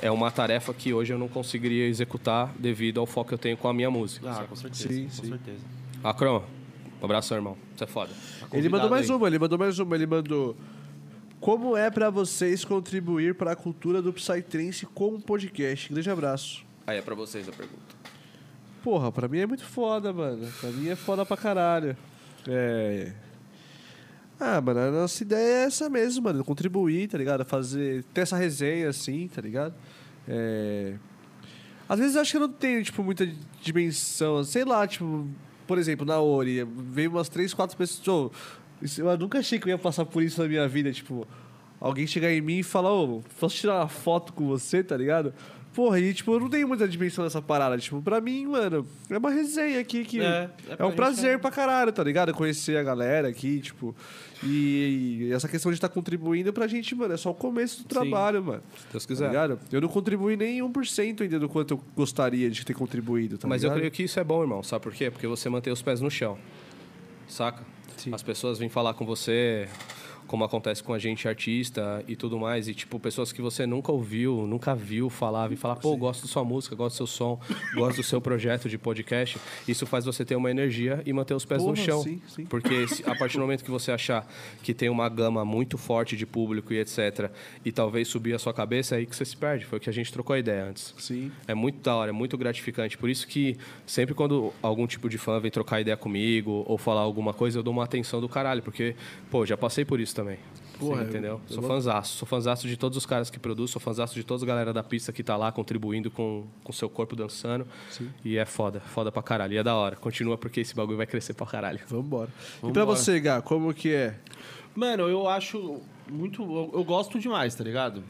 Speaker 3: é uma tarefa que hoje eu não conseguiria executar devido ao foco que eu tenho com a minha música.
Speaker 2: Ah, com certeza. com certeza.
Speaker 3: Acron, um abraço, irmão. Você é foda.
Speaker 1: Ele mandou
Speaker 2: Convidado
Speaker 1: mais
Speaker 2: aí.
Speaker 1: uma, ele mandou mais uma, ele mandou. Como é pra vocês contribuir para a cultura do Psytrance com um podcast? Grande abraço.
Speaker 3: Aí é pra vocês a pergunta.
Speaker 1: Porra, pra mim é muito foda, mano. Pra mim é foda pra caralho. É. Ah, mano, a nossa ideia é essa mesmo, mano. Contribuir, tá ligado? Fazer. ter essa resenha assim, tá ligado? É. Às vezes eu acho que eu não tenho, tipo, muita dimensão. Sei lá, tipo, por exemplo, na Ori, veio umas três, quatro pessoas. Ô, isso- eu nunca achei que eu ia passar por isso na minha vida, tipo. Alguém chegar em mim e falar, ô, posso tirar uma foto com você, tá ligado? Porra, e tipo, eu não tenho muita dimensão dessa parada. Tipo, pra mim, mano, é uma resenha aqui que.
Speaker 2: É,
Speaker 1: É,
Speaker 2: é pra
Speaker 1: um
Speaker 2: gente
Speaker 1: prazer
Speaker 2: é-
Speaker 1: pra caralho, tá ligado? Conhecer a galera aqui, tipo. E, e essa questão de estar contribuindo pra gente, mano, é só o começo do trabalho, mano.
Speaker 3: Se Deus
Speaker 1: Tá
Speaker 3: quiser.
Speaker 1: ligado? Eu não contribuí nem 1% ainda do quanto eu gostaria de ter contribuído, tá
Speaker 3: Mas eu
Speaker 1: ligado?
Speaker 3: creio que isso é bom, irmão. Sabe por quê? Porque você mantém os pés no chão. Saca? As pessoas vêm falar com você, como acontece com a gente artista e tudo mais. E, tipo, pessoas que você nunca ouviu, nunca viu falar, vêm falar, pô, gosto da sua música, gosto do seu som, gosto do seu projeto de podcast. Isso faz você ter uma energia e manter os pés no
Speaker 1: Porra,
Speaker 3: chão.
Speaker 1: sim, sim.
Speaker 3: Porque se- a partir do momento que você achar que tem uma gama muito forte de público e etc., e talvez subir a sua cabeça, é aí que você se perde. Foi o que a gente trocou a ideia antes.
Speaker 1: Sim.
Speaker 3: É muito da hora, é muito gratificante. Por isso que sempre quando algum tipo de fã vem trocar ideia comigo ou falar alguma coisa, eu dou uma atenção do caralho, porque, pô, já passei por isso também.
Speaker 1: Porra,
Speaker 3: Sim, entendeu? Sou fanzaço. Sou fanzaço de todos os caras que produzem, sou fanzaço de toda a galera da pista que tá lá contribuindo com o seu corpo dançando. E é foda, foda pra caralho. E é da hora. Continua porque esse bagulho vai crescer pra caralho.
Speaker 1: Vambora. E pra você, Gá, como que é?
Speaker 2: Mano, eu acho muito. Eu, eu gosto demais, tá ligado?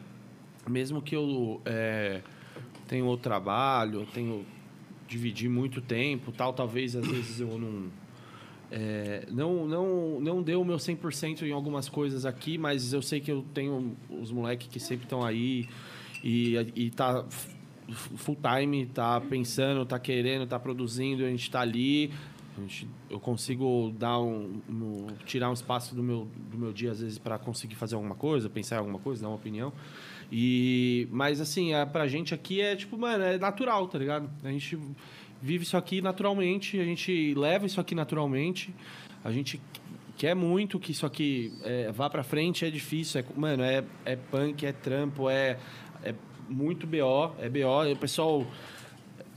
Speaker 2: Mesmo que eu é, tenho outro trabalho, eu tenho. dividir muito tempo tal, talvez às vezes eu não. é, não, não, não deu o meu 100% em algumas coisas aqui, mas eu sei que eu tenho os moleques que sempre estão aí e, e tá f- full time, tá pensando, tá querendo, tá produzindo, a gente tá ali. A gente- eu consigo dar um, um- tirar um espaço do meu, do meu dia às vezes para conseguir fazer alguma coisa, pensar em alguma coisa, dar uma opinião. E mas assim, é, pra gente aqui é tipo, mano, é natural, tá ligado? A gente vive isso aqui naturalmente, a gente leva isso aqui naturalmente. A gente quer muito que isso aqui é, vá pra frente, é difícil, é, mano, é, é punk, é trampo, é, é muito BO, é BO, e o pessoal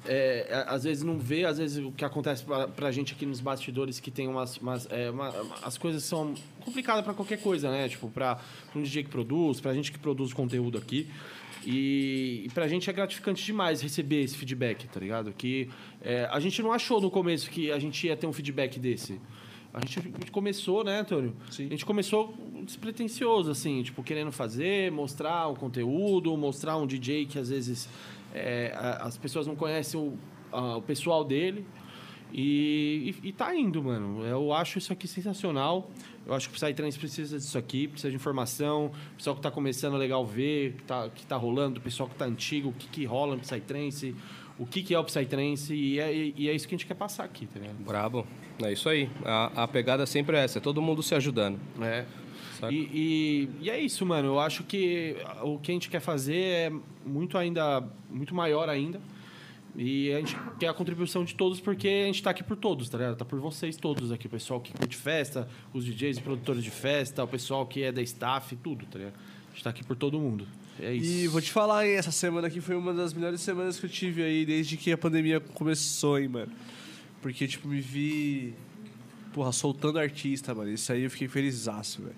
Speaker 2: é, a- às vezes não vê, às vezes o que acontece pra, pra gente aqui nos bastidores que tem umas. umas, é, uma- as coisas são complicadas pra qualquer coisa, né? Tipo, pra, pra um DJ que produz, pra gente que produz conteúdo aqui. E, e pra gente é gratificante demais receber esse feedback, tá ligado? Que é, a gente não achou no começo que a gente ia ter um feedback desse. A gente começou, né, Antônio? A gente começou despretensioso, assim, tipo, querendo fazer, mostrar o conteúdo, mostrar um DJ que às vezes é, a- as pessoas não conhecem o, a- o pessoal dele. E, e, e tá indo, mano. Eu acho isso aqui sensacional. Eu acho que o Psytrance precisa disso aqui, precisa de informação. O pessoal que tá começando é legal ver o que tá, o que tá rolando, o pessoal que tá antigo, o que, que rola no Psytrance, o que, que é o Psytrance. E é, e é isso que a gente quer passar aqui, tá ligado?
Speaker 3: Brabo. É isso aí. A, a pegada sempre é essa, é todo mundo se ajudando.
Speaker 2: É.
Speaker 3: Saca?
Speaker 2: E, e- e é isso, mano. Eu acho que o que a gente quer fazer é muito ainda, muito maior ainda. E a gente quer a contribuição de todos porque a gente tá aqui por todos, tá ligado? Tá por vocês todos aqui, o pessoal que curte festa, os DJs e produtores de festa, o pessoal que é da staff, tudo, tá ligado? A gente tá aqui por todo mundo. É isso.
Speaker 1: E vou te falar, hein, essa semana aqui foi uma das melhores semanas que eu tive aí desde que a pandemia começou, hein, mano. Porque, tipo, me vi, porra, soltando artista, mano. Isso aí eu fiquei felizaço, velho.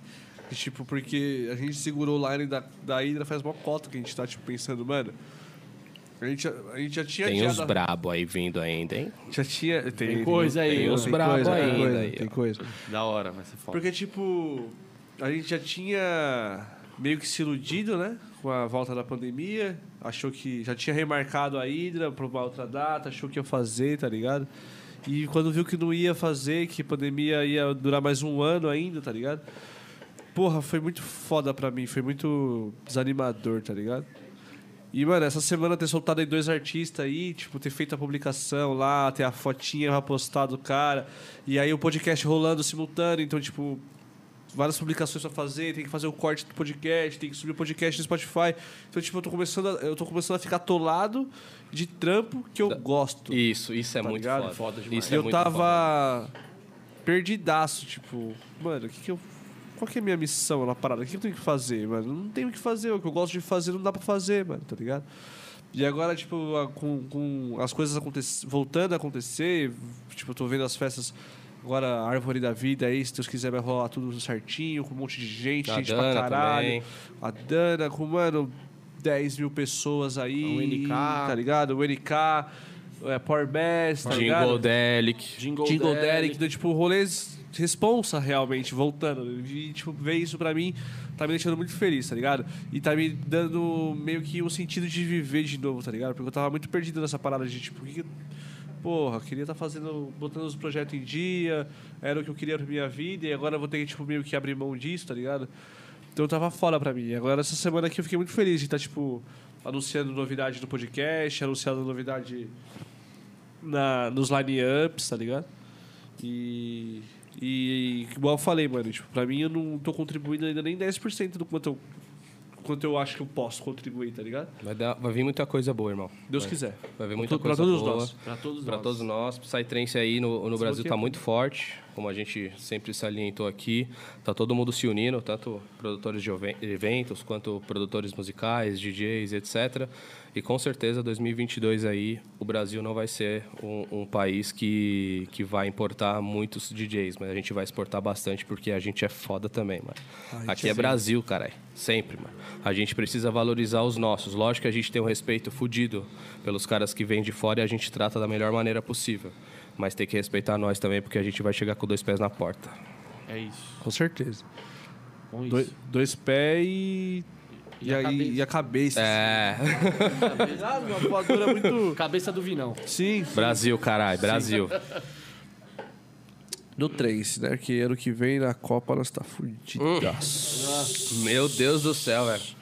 Speaker 1: E, Tipo, porque a gente segurou o line da, da Hydra faz uma cota que a gente tá, tipo, pensando, mano. A gente, já- a gente já tinha
Speaker 3: Tem
Speaker 1: adiado
Speaker 3: uns
Speaker 1: a-
Speaker 3: brabo aí vindo ainda, hein?
Speaker 1: Já tinha. Tem, tem
Speaker 2: coisa aí,
Speaker 1: tem
Speaker 2: mano.
Speaker 1: uns
Speaker 2: Tem
Speaker 1: brabo
Speaker 3: coisa,
Speaker 1: ainda.
Speaker 3: tem coisa,
Speaker 1: aí,
Speaker 3: tem
Speaker 1: ó. coisa.
Speaker 2: Da hora, vai ser foda.
Speaker 1: Porque, tipo, a gente já tinha meio que se iludido, né? Com a volta da pandemia. Achou que. Já tinha remarcado a Hydra pra uma outra data, achou que ia fazer, tá ligado? E quando viu que não ia fazer, que a pandemia ia durar mais um ano ainda, tá ligado? Porra, foi muito foda pra mim, foi muito desanimador, tá ligado? E, mano, essa semana ter soltado aí dois artistas aí, tipo, ter feito a publicação lá, ter a fotinha pra postar do cara, e aí o podcast rolando simultâneo, então, tipo, várias publicações pra fazer, tem que fazer o corte do podcast, tem que subir o podcast no Spotify. Então, tipo, eu tô começando a, eu tô começando a ficar atolado de trampo que eu gosto.
Speaker 3: Isso, isso é
Speaker 1: Tá
Speaker 3: muito
Speaker 1: ligado?
Speaker 3: foda.
Speaker 2: Foda demais.
Speaker 3: isso
Speaker 1: E
Speaker 3: é
Speaker 1: eu
Speaker 3: muito foda.
Speaker 1: tava perdidaço, tipo, mano, o que que eu. Qual que é a minha missão na parada? O que eu tenho que fazer, mano? Não tenho o que fazer, o que eu gosto de fazer não dá pra fazer, mano, tá ligado? E agora, tipo, a- com, com as coisas aconte- voltando a acontecer, tipo, eu tô vendo as festas. Agora, a Árvore da Vida aí, se Deus quiser, vai rolar tudo certinho, com um monte de gente,
Speaker 3: A
Speaker 1: gente pra
Speaker 3: Dana
Speaker 1: caralho.
Speaker 3: também.
Speaker 1: A Dana, com, mano, 10 mil pessoas aí.
Speaker 2: O NK.
Speaker 1: Tá ligado? O NK, é, Power Bass, tá ligado?
Speaker 3: Jingle Delic.
Speaker 2: Jingle,
Speaker 1: Jingle
Speaker 2: Derek.
Speaker 1: Derek, então, tipo, rolês responsa realmente, voltando. E, tipo, ver isso pra mim tá me deixando muito feliz, tá ligado? E tá me dando meio que um sentido de viver de novo, tá ligado? Porque eu tava muito perdido nessa parada de, tipo, o que que... Porra, eu queria estar fazendo, botando os projetos em dia, era o que eu queria pra minha vida, e agora eu vou ter que, tipo, meio que abrir mão disso, tá ligado? Então tava fora pra mim. E Agora, essa semana aqui eu fiquei muito feliz de estar, tipo, anunciando novidade no podcast, anunciando novidade na, nos line-ups, tá ligado? E, e igual eu falei, mano, tipo, pra mim eu não tô contribuindo ainda nem 10% do quanto eu, quanto eu acho que eu posso contribuir, tá ligado?
Speaker 3: Vai, dar- vai vir muita coisa boa, irmão.
Speaker 1: Deus
Speaker 3: vai,
Speaker 1: quiser.
Speaker 3: Vai vir É. muita
Speaker 1: pra
Speaker 3: coisa
Speaker 1: todos
Speaker 3: boa.
Speaker 1: nós.
Speaker 2: Pra todos
Speaker 3: Para
Speaker 2: nós.
Speaker 3: todos nós, Psytrance aí no, no Brasil
Speaker 1: bloqueia.
Speaker 3: está muito forte, como a gente sempre salientou aqui. Tá todo mundo se unindo, tanto produtores de oven- eventos quanto produtores musicais, DJs, etc. E com certeza 2022 aí o Brasil não vai ser um, um país que, que vai importar muitos DJs, mas a gente vai exportar bastante porque a gente é foda também, mano. Aqui é Brasil, caralho. Sempre, mano. A gente precisa valorizar os nossos. Lógico que a gente tem um respeito fudido pelos caras que vêm de fora e a gente trata da melhor maneira possível. Mas tem que respeitar nós também, porque a gente vai chegar com dois pés na porta.
Speaker 2: É isso.
Speaker 1: Com certeza.
Speaker 2: Bom, isso.
Speaker 1: Dois, dois pés e. E, a, e e a cabeça.
Speaker 3: É.
Speaker 1: Ah, uma voadora muito.
Speaker 2: Cabeça do Vinão.
Speaker 1: Sim.
Speaker 3: Brasil, caralho. Brasil.
Speaker 1: No 3, né? Porque ano que vem na Copa nós tá
Speaker 4: Hum?
Speaker 1: fudidaço.
Speaker 3: Meu Deus do céu, velho.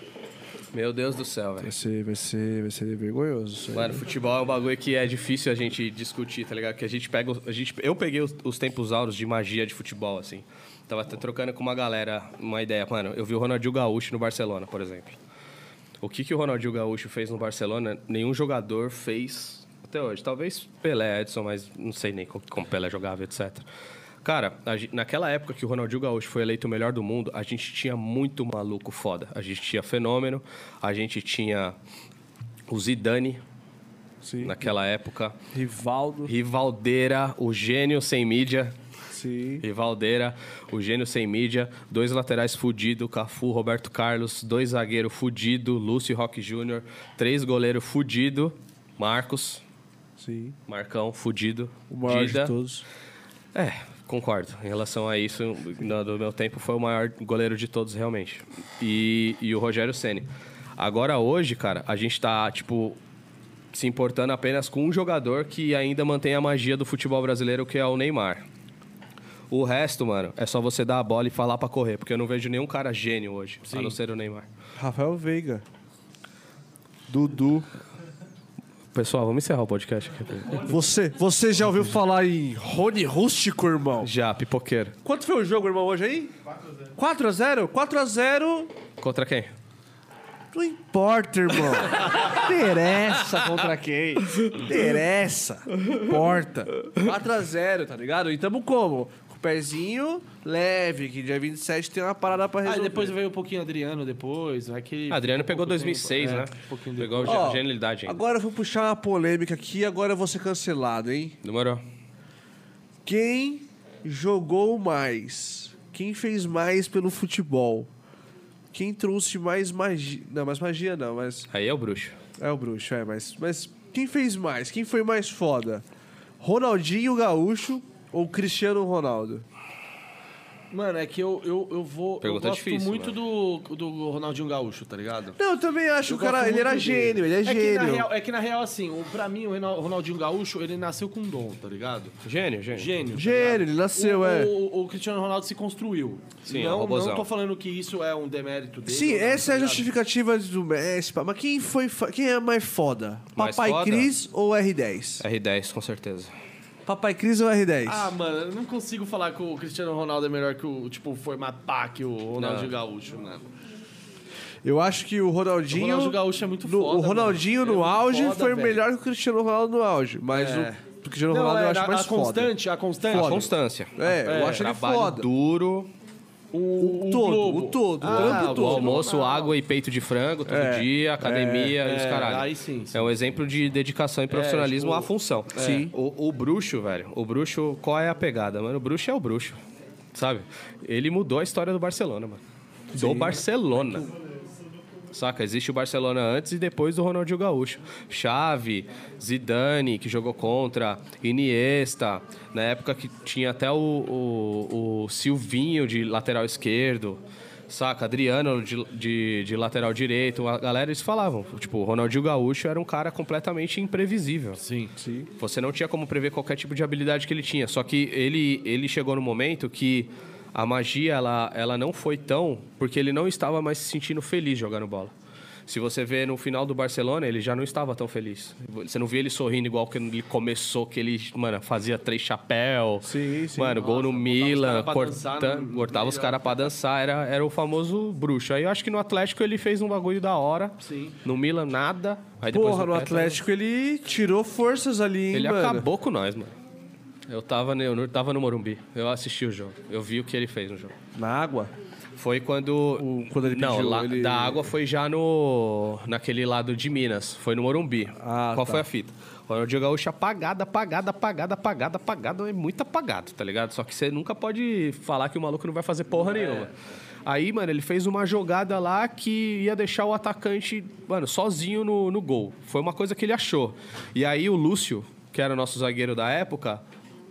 Speaker 3: Meu Deus do céu, velho.
Speaker 1: Vai ser, vai ser, vai ser vergonhoso. isso aí.
Speaker 3: Mano, futebol é um bagulho que é difícil a gente discutir, tá ligado? Que a gente pega. o- A gente, eu peguei os, os tempos auros de magia de futebol, assim. Tava até trocando com uma galera uma ideia. Mano, eu vi o Ronaldinho Gaúcho no Barcelona, por exemplo. O que, que o Ronaldinho Gaúcho fez no Barcelona, nenhum jogador fez até hoje. Talvez Pelé, Edson, mas não sei nem co- como Pelé jogava, etc. Cara, a gen- naquela época que o Ronaldinho Gaúcho foi eleito o melhor do mundo, a gente tinha muito maluco foda. A gente tinha Fenômeno, a gente tinha o Zidane,
Speaker 1: Sim.
Speaker 4: Né?
Speaker 3: naquela época.
Speaker 1: Rivaldo.
Speaker 3: Rivaldeira, o gênio sem mídia.
Speaker 1: Sim.
Speaker 3: Rivaldeira, o gênio sem mídia. Dois laterais fudido, Cafu, Roberto Carlos. Dois zagueiro fudido, Lúcio e Roque Júnior. Três goleiro fudido, Marcos.
Speaker 1: Sim.
Speaker 3: Marcão, fudido.
Speaker 1: O maior
Speaker 3: Dida.
Speaker 1: de todos.
Speaker 3: É, concordo. Em relação a isso, no, do meu tempo foi o maior goleiro de todos, realmente. E, e o Rogério Ceni. Agora, hoje, cara, a gente tá, tipo, se importando apenas com um jogador que ainda mantém a magia do futebol brasileiro, que é o Neymar. O resto, mano, é só você dar a bola e falar pra correr, porque eu não vejo nenhum cara gênio hoje, a não ser o Neymar.
Speaker 4: Rafael Veiga. Dudu.
Speaker 3: Pessoal, vamos encerrar o podcast aqui.
Speaker 4: Você, você já ouviu falar em Rony Rústico, irmão?
Speaker 3: Já, pipoqueiro.
Speaker 4: Quanto foi o jogo, irmão, hoje aí? 4x0. 4x0.
Speaker 3: Contra quem?
Speaker 4: Não importa, irmão. Interessa contra quem. Interessa. Importa. 4x0, tá ligado? E tamo como? Com o pezinho leve, que dia 27 tem uma parada pra
Speaker 2: Aí
Speaker 4: resolver.
Speaker 2: depois veio um pouquinho Adriano, depois. Vai que.
Speaker 3: Adriano pegou
Speaker 2: pouco tempo.
Speaker 3: 2006,
Speaker 2: É,
Speaker 3: né?
Speaker 2: Um pouquinho depois.
Speaker 3: Pegou
Speaker 4: Ó,
Speaker 3: a genialidade ainda.
Speaker 4: Agora eu vou puxar uma polêmica aqui agora eu vou ser cancelado, hein?
Speaker 3: Demorou.
Speaker 4: Quem jogou mais? Quem fez mais pelo futebol? Quem trouxe mais magia? Não, mas magia não, mas...
Speaker 3: Aí é o bruxo.
Speaker 4: É o bruxo, é, mas, mas quem fez mais? Quem foi mais foda? Ronaldinho Gaúcho ou Cristiano Ronaldo?
Speaker 2: Mano, é que eu, eu, eu vou.
Speaker 3: Pergunta
Speaker 2: eu gosto
Speaker 3: difícil, né?
Speaker 2: muito do, do Ronaldinho Gaúcho, tá ligado?
Speaker 4: Não, eu também acho que o cara.
Speaker 2: gosto
Speaker 4: Ele
Speaker 2: muito
Speaker 4: era
Speaker 2: dele.
Speaker 4: gênio, ele é,
Speaker 2: Que na
Speaker 4: gênio.
Speaker 2: real, é que na real, assim, o, pra mim, o Renal- Ronaldinho Gaúcho, ele nasceu com dom, tá ligado?
Speaker 3: Gênio, gênio.
Speaker 2: Gênio. tá
Speaker 4: Gênio, ele nasceu,
Speaker 2: o,
Speaker 4: é.
Speaker 2: o- o Cristiano Ronaldo se construiu.
Speaker 3: Sim, é um
Speaker 2: não,
Speaker 3: robozão.
Speaker 2: não tô falando que isso é um demérito dele.
Speaker 4: Sim,
Speaker 2: ou não,
Speaker 4: essa é
Speaker 2: tá
Speaker 4: a
Speaker 2: ligado?
Speaker 4: justificativa do Messi, pá, mas quem foi. fa- Quem é mais foda?
Speaker 3: Mais
Speaker 4: Papai
Speaker 3: foda?
Speaker 4: Cris ou R10?
Speaker 3: R10, com certeza.
Speaker 4: Papai Cris ou R10?
Speaker 2: Ah, mano, eu não consigo falar que o Cristiano Ronaldo é melhor que o, tipo, formatar que o Ronaldinho
Speaker 3: Não.
Speaker 2: Gaúcho, mano.
Speaker 4: eu acho que o Ronaldinho.
Speaker 2: O Ronaldinho Gaúcho é muito
Speaker 4: no-
Speaker 2: foda,
Speaker 4: o Ronaldinho
Speaker 2: mano.
Speaker 4: no
Speaker 2: Ele é muito
Speaker 4: auge
Speaker 2: foda,
Speaker 4: foi
Speaker 2: velho.
Speaker 4: melhor que o Cristiano Ronaldo no auge, mas
Speaker 2: É.
Speaker 4: o, o Cristiano Ronaldo eu
Speaker 2: é,
Speaker 4: acho
Speaker 2: a,
Speaker 4: mais
Speaker 2: a
Speaker 4: foda.
Speaker 2: constante, a constante.
Speaker 3: A constância.
Speaker 4: É, eu acho ele
Speaker 3: Trabalho
Speaker 4: foda.
Speaker 3: duro,
Speaker 2: O,
Speaker 4: todo,
Speaker 2: Globo. É,
Speaker 4: o todo, o
Speaker 1: Ah,
Speaker 4: trampo
Speaker 2: o
Speaker 4: todo.
Speaker 3: o almoço,
Speaker 2: Ronaldo.
Speaker 3: água e peito de frango todo
Speaker 4: É,
Speaker 3: dia, academia e os
Speaker 2: É,
Speaker 3: caralho.
Speaker 2: aí sim, sim.
Speaker 3: É um exemplo de dedicação e profissionalismo
Speaker 2: tipo,
Speaker 3: à função. Sim. O, o bruxo, velho, o bruxo, qual é a pegada, mano? O bruxo é o bruxo, sabe? Ele mudou a história do Barcelona, mano. Do Barcelona. Saca? Existe o Barcelona antes e depois do Ronaldinho Gaúcho. Xavi, Zidane, que jogou contra, Iniesta, na época que tinha até o, o- o Silvinho de lateral esquerdo, saca? Adriano de, de, de lateral direito. A galera, eles falavam, tipo, o Ronaldinho Gaúcho era um cara completamente imprevisível.
Speaker 2: Sim.
Speaker 3: Você não tinha como prever qualquer tipo de habilidade que ele tinha. Só que ele, ele chegou no momento que a magia ela, ela não foi tão porque ele não estava mais se sentindo feliz jogando bola. Se você vê no final do Barcelona, ele já não estava tão feliz. Você não vê ele sorrindo igual que ele começou, que ele, mano, fazia três chapéu.
Speaker 4: Sim, sim.
Speaker 3: Mano, gol no Milan,
Speaker 2: cara pra dançar
Speaker 3: corta-
Speaker 2: no- né?
Speaker 3: cortava os caras pra dançar, era, era o famoso bruxo. Aí eu acho que no Atlético ele fez um bagulho da hora.
Speaker 2: Sim.
Speaker 3: No Milan, nada. Aí depois
Speaker 4: Porra, no Atlético ele tirou forças ali, hein,
Speaker 3: ele
Speaker 4: mano?
Speaker 3: acabou com nós, mano. Eu tava, ne- eu tava no Morumbi. Eu assisti o jogo. Eu vi o que ele fez no jogo.
Speaker 4: Na água?
Speaker 3: Foi quando.
Speaker 4: O- quando ele
Speaker 3: Não,
Speaker 4: pediu,
Speaker 3: lá-
Speaker 4: ele-
Speaker 3: da água foi já no. Naquele lado de Minas. Foi no Morumbi.
Speaker 4: Ah,
Speaker 3: Qual
Speaker 4: tá.
Speaker 3: foi a fita? O Ronaldinho Gaúcho apagado, apagado, apagado, apagado, apagado. É muito apagado, tá ligado? Só que você nunca pode falar que o maluco não vai fazer
Speaker 4: É.
Speaker 3: porra nenhuma. Aí, mano, ele fez uma jogada lá que ia deixar o atacante, mano, sozinho no, no gol. Foi uma coisa que ele achou. E aí o Lúcio, que era o nosso zagueiro da época,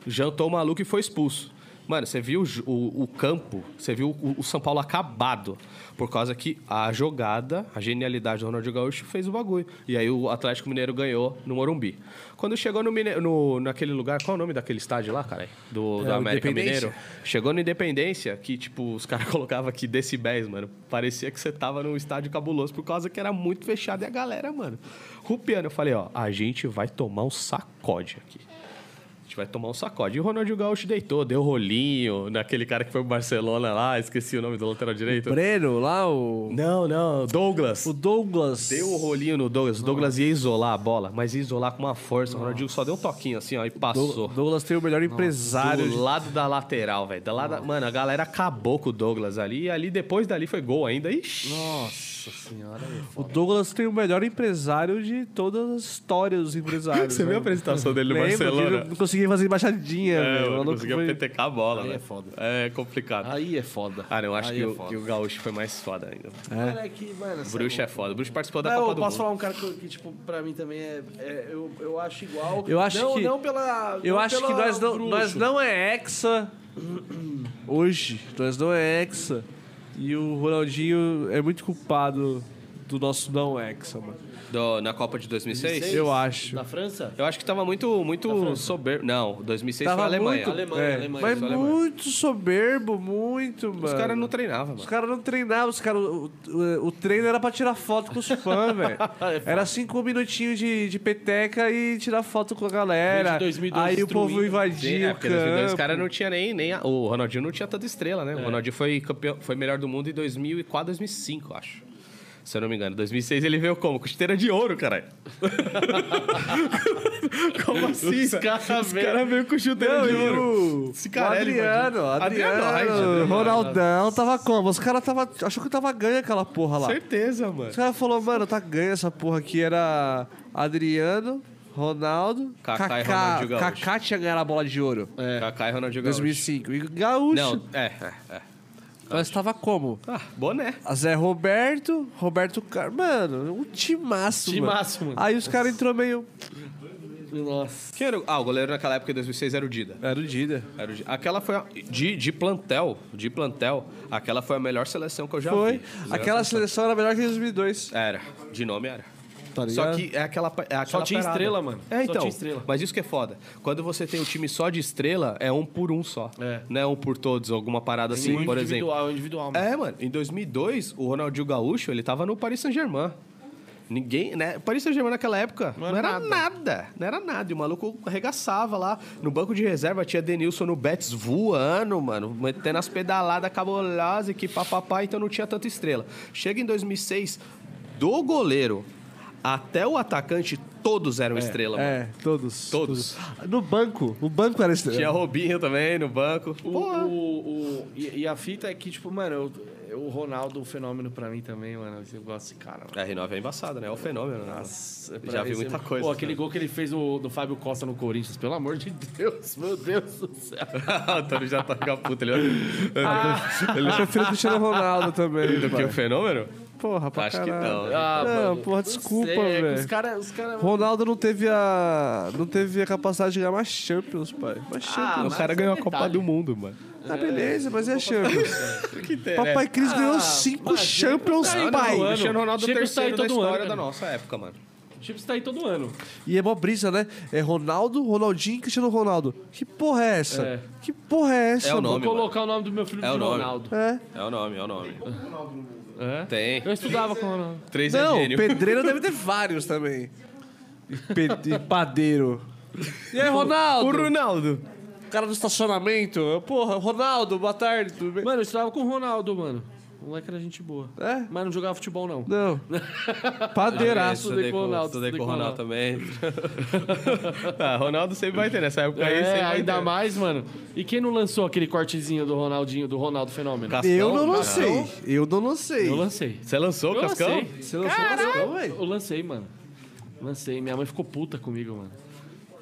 Speaker 3: jantou o maluco e foi expulso. Mano, você viu o jo- o, o campo, você viu o, o São Paulo acabado. Por causa que a jogada, a genialidade do Ronaldinho Gaúcho fez o bagulho. E aí o Atlético Mineiro ganhou no Morumbi. Quando chegou no, Mine- no- naquele lugar, qual é o nome daquele estádio lá, caralho? Do, do
Speaker 4: É, o
Speaker 3: América
Speaker 4: Independência?
Speaker 3: Mineiro. Chegou no Independência, que, tipo, os caras colocavam aqui decibéis, mano. Parecia que você tava num estádio cabuloso por causa que era muito fechado e a galera, mano. Rupiano, eu falei, ó, a gente vai tomar um sacode aqui. A gente vai tomar um sacode. E o Ronaldinho Gaúcho deitou, deu um rolinho naquele cara que foi pro Barcelona lá, esqueci o nome do lateral direito.
Speaker 4: Breno, lá o.
Speaker 3: Não, não, Douglas.
Speaker 4: O Douglas.
Speaker 3: Deu o rolinho no Douglas. O Douglas ia isolar a bola, mas ia isolar com uma força. O Ronaldinho só deu um toquinho assim, ó, e passou.
Speaker 4: Dou- Douglas tem o melhor empresário.
Speaker 3: Do lado da lateral, velho. Da lado da- Mano, a galera acabou com o Douglas ali. E ali, depois dali, foi gol ainda. Ixi.
Speaker 4: O Douglas tem o melhor empresário de todas as histórias dos empresários.
Speaker 3: Você
Speaker 4: né?
Speaker 3: viu a apresentação dele no
Speaker 4: Lembro que
Speaker 3: Barcelona?
Speaker 4: ele Não conseguia fazer embaixadinha,
Speaker 3: É,
Speaker 4: velho. O
Speaker 3: não
Speaker 4: maluco
Speaker 3: conseguiu
Speaker 4: foi-
Speaker 3: petecar a bola,
Speaker 2: Aí é
Speaker 3: né?
Speaker 2: foda.
Speaker 3: É complicado.
Speaker 2: Aí é foda.
Speaker 3: Ah, não, acho
Speaker 2: Aí
Speaker 3: que,
Speaker 2: é
Speaker 3: o,
Speaker 2: foda.
Speaker 3: que o Gaúcho foi mais foda ainda.
Speaker 2: Cara, é que, mano,
Speaker 3: O Bruxo é foda. O Bruxo participou da
Speaker 2: Não,
Speaker 3: Copa
Speaker 2: eu
Speaker 3: do
Speaker 2: posso
Speaker 3: Mundo.
Speaker 2: falar um cara que, que, tipo, pra mim também é. é- eu, eu acho igual.
Speaker 4: Eu acho
Speaker 2: não,
Speaker 4: que-
Speaker 2: Não pela.
Speaker 4: Eu
Speaker 2: não
Speaker 4: acho que
Speaker 2: pela
Speaker 4: nós não,
Speaker 2: bruxo.
Speaker 4: nós não é hexa hoje. Nós não é hexa. E o Ronaldinho é muito culpado do nosso não Hexa, mano.
Speaker 3: Do- na Copa de 2006?
Speaker 4: Eu acho.
Speaker 2: Da França?
Speaker 3: Eu acho que tava muito, muito soberbo. Não, 2006
Speaker 4: Tava
Speaker 3: foi a Alemanha.
Speaker 4: muito-
Speaker 3: Alemanha.
Speaker 2: Alemanha,
Speaker 4: é,
Speaker 2: Alemanha,
Speaker 4: mas
Speaker 3: só Alemanha.
Speaker 4: muito soberbo, muito, mano.
Speaker 3: Os caras não treinavam, mano.
Speaker 4: Os caras não treinavam, os caras. O, o, o treino era pra tirar foto com os fãs,
Speaker 3: É
Speaker 4: velho. Era cinco minutinhos de, de peteca e tirar foto com a galera.
Speaker 2: Desde 2002
Speaker 4: Aí o povo
Speaker 2: destruindo.
Speaker 3: Sim,
Speaker 4: invadia
Speaker 3: é,
Speaker 4: o
Speaker 3: porque 2002
Speaker 4: campo.
Speaker 3: os caras não tinha nem, nem. a- O Ronaldinho não tinha tanta estrela, né? O Ronaldinho foi, campeão, foi melhor do mundo em 2004, 2005, eu acho. Se eu não me engano. 2006 ele veio como? Com esteira de ouro, caralho. como assim?
Speaker 2: Os caras
Speaker 3: O cara veio com chuteira
Speaker 4: Não,
Speaker 3: de
Speaker 4: e
Speaker 3: ouro.
Speaker 4: o, o
Speaker 3: Carelli,
Speaker 4: Adriano, Adriano,
Speaker 3: Adriano Reis, Adriano Reis.
Speaker 4: Ronaldão, tava como? Os caras tava, achou que tava ganha aquela porra lá.
Speaker 3: Certeza, mano.
Speaker 4: Os caras falaram, mano, tá ganha essa porra aqui. Era Adriano, Ronaldo,
Speaker 3: Kaká e
Speaker 4: Kaká.
Speaker 3: Ronaldinho Gaúcho.
Speaker 4: Kaká tinha ganhado a bola de ouro em
Speaker 3: É, Kaká e Ronaldinho Gaúcho.
Speaker 4: 2005. E um, Gaúcho.
Speaker 3: Não, é, é, é.
Speaker 4: Mas tava como?
Speaker 3: Ah, boné.
Speaker 4: A Zé Roberto, Roberto Carlos. Mano, um timaço,
Speaker 2: Timaço,
Speaker 4: mano.
Speaker 2: mano.
Speaker 4: Aí os caras entrou meio.
Speaker 2: Nossa.
Speaker 3: Quem era o... Ah, o goleiro naquela época, em 2006, era o Dida.
Speaker 4: Era o Dida.
Speaker 3: Era o Dida. Aquela foi a... de, de plantel, de plantel, aquela foi a melhor seleção que eu já
Speaker 4: Foi.
Speaker 3: vi.
Speaker 4: Aquela seleção era melhor que em 2002.
Speaker 3: Era. De nome era.
Speaker 4: Tá
Speaker 3: Só
Speaker 4: ligado?
Speaker 3: que é aquela, pa- é aquela
Speaker 2: Só tinha
Speaker 3: parada.
Speaker 2: estrela, mano.
Speaker 3: É,
Speaker 2: Só
Speaker 3: então.
Speaker 2: tinha estrela.
Speaker 3: Mas isso que é foda. Quando você tem um time só de estrela, é um por um só.
Speaker 2: É.
Speaker 3: Não é um por todos, alguma parada assim,
Speaker 2: O
Speaker 3: por exemplo.
Speaker 2: individual, o individual, mano.
Speaker 3: É, mano. Em 2002, o Ronaldinho Gaúcho, ele tava no Paris Saint-Germain. Ninguém, né? Paris Saint-Germain naquela época não era, nada. Não era nada. E o maluco arregaçava lá. No banco de reserva tinha Denilson no Betis voando, mano. Metendo as pedaladas cabulosas e que papapá. Então não tinha tanta estrela. Chega em 2006, do goleiro até o atacante, todos eram estrela, mano.
Speaker 4: É, todos.
Speaker 3: Todos.
Speaker 4: No banco. O banco era estrela.
Speaker 3: Tinha Robinho também no banco.
Speaker 2: O,
Speaker 3: Porra.
Speaker 2: o- o- e, e a fita é que, tipo, mano, eu- eu- o Ronaldo, o fenômeno pra mim também, mano. Eu gosto desse cara, mano.
Speaker 3: R9 é embaçado, né? É o fenômeno. né?
Speaker 2: Nossa,
Speaker 3: Já vi muita coisa,
Speaker 2: Pô, aquele
Speaker 3: né?
Speaker 2: gol que ele fez no- do Fábio Costa no Corinthians, pelo amor de Deus, meu Deus do céu.
Speaker 3: o Antônio já tá com a puta. Ele, ele
Speaker 4: Eu prefiro o Cristiano Ronaldo também.
Speaker 3: do que o
Speaker 4: pai.
Speaker 3: fenômeno?
Speaker 4: Porra, pra
Speaker 3: Acho que
Speaker 4: caralho.
Speaker 3: não.
Speaker 2: Ah,
Speaker 4: Não,
Speaker 2: mano,
Speaker 4: porra,
Speaker 2: não
Speaker 4: desculpa,
Speaker 2: sei, é que Os
Speaker 4: velho.
Speaker 2: caras. Os cara...
Speaker 4: Ronaldo não teve a. não teve a capacidade de ganhar mais Champions, pai. Mais Champions.
Speaker 2: mas isso é detalhe.
Speaker 3: Mundo, mano.
Speaker 4: Ah, beleza, mas é Champions. Papai Cris ganhou cinco Champions,
Speaker 2: tá aí,
Speaker 4: pai.
Speaker 2: não, ano.
Speaker 3: Cristiano Ronaldo é o
Speaker 2: Chega isso aí
Speaker 3: terceiro da
Speaker 2: todo
Speaker 3: história
Speaker 2: ano, né?
Speaker 3: da
Speaker 2: cara.
Speaker 3: nossa época, mano.
Speaker 2: O Chips tá aí todo ano.
Speaker 4: E é mó brisa, né? É Ronaldo, Ronaldinho e Cristiano Ronaldo. Que porra é essa?
Speaker 2: É.
Speaker 4: Que porra é essa?
Speaker 3: É
Speaker 2: Vou
Speaker 3: o nome, mano.
Speaker 2: colocar o nome do meu filho
Speaker 3: É o
Speaker 2: de
Speaker 3: nome.
Speaker 2: Ronaldo.
Speaker 4: É.
Speaker 3: É o nome, é o nome.
Speaker 2: É?
Speaker 3: Tem.
Speaker 2: Eu estudava com o Ronaldo.
Speaker 3: Três é
Speaker 4: Não,
Speaker 3: gênio.
Speaker 4: pedreiro deve ter vários também. E, pe- e padeiro. E aí, Ronaldo? O Ronaldo. O cara do estacionamento. Porra, Ronaldo, boa tarde, tudo bem?
Speaker 2: Mano, eu estudava com o Ronaldo, mano. O moleque era gente boa.
Speaker 4: É?
Speaker 2: Mas não jogava futebol, não.
Speaker 4: Não.
Speaker 3: É,
Speaker 4: Padeiraço.
Speaker 3: estudei
Speaker 2: com o
Speaker 3: com,
Speaker 2: Ronaldo,
Speaker 3: estudei
Speaker 2: estudei
Speaker 3: com o
Speaker 2: com
Speaker 3: Ronaldo também. ah, Ronaldo sempre vai ter nessa época aí.
Speaker 2: É,
Speaker 3: sempre vai
Speaker 2: ainda
Speaker 3: ter.
Speaker 2: mais, mano. E quem não lançou aquele cortezinho do Ronaldinho, do Ronaldo Fenômeno?
Speaker 3: Cascão?
Speaker 4: Eu não lancei. Eu não lancei.
Speaker 2: Eu lancei.
Speaker 3: Você lançou o
Speaker 2: Eu
Speaker 3: Cascão?
Speaker 2: lancei.
Speaker 4: Você lançou Cascão, velho?
Speaker 2: Eu lancei, mano. Lancei. Minha mãe ficou puta comigo, mano.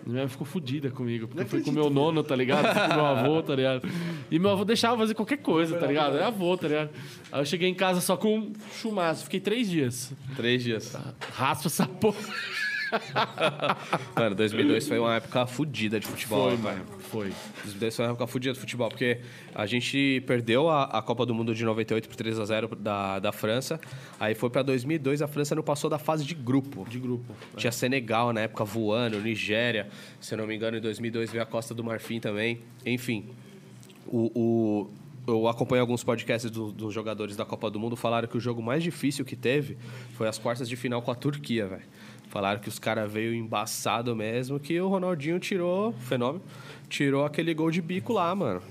Speaker 2: Minha mãe ficou fudida comigo. Porque eu fui com meu nono, tá ligado? Fui com meu avô, tá ligado? E meu avô deixava fazer qualquer coisa, tá ligado? Era avô, tá ligado? Aí eu cheguei em casa só com um chumaço. Fiquei três dias.
Speaker 3: Três dias.
Speaker 2: Raspa essa porra.
Speaker 3: Mano, 2002 foi uma época fodida de futebol. né, mano.
Speaker 2: Foi.
Speaker 3: 2010 foi uma época fodida do futebol, porque a gente perdeu a, a Copa do Mundo de 98 por 3 a 0 da, da França. Aí foi pra 2002, a França não passou da fase de grupo.
Speaker 2: De grupo. é.
Speaker 3: Tinha Senegal na época voando, Nigéria, se eu não me engano, em 2002 veio a Costa do Marfim também. Enfim, o, o- eu acompanho alguns podcasts do- dos jogadores da Copa do Mundo, falaram que o jogo mais difícil que teve foi as quartas de final com a Turquia, velho. Falaram que os caras veio embaçado mesmo, que o Ronaldinho tirou, fenômeno, tirou aquele gol de bico lá, mano.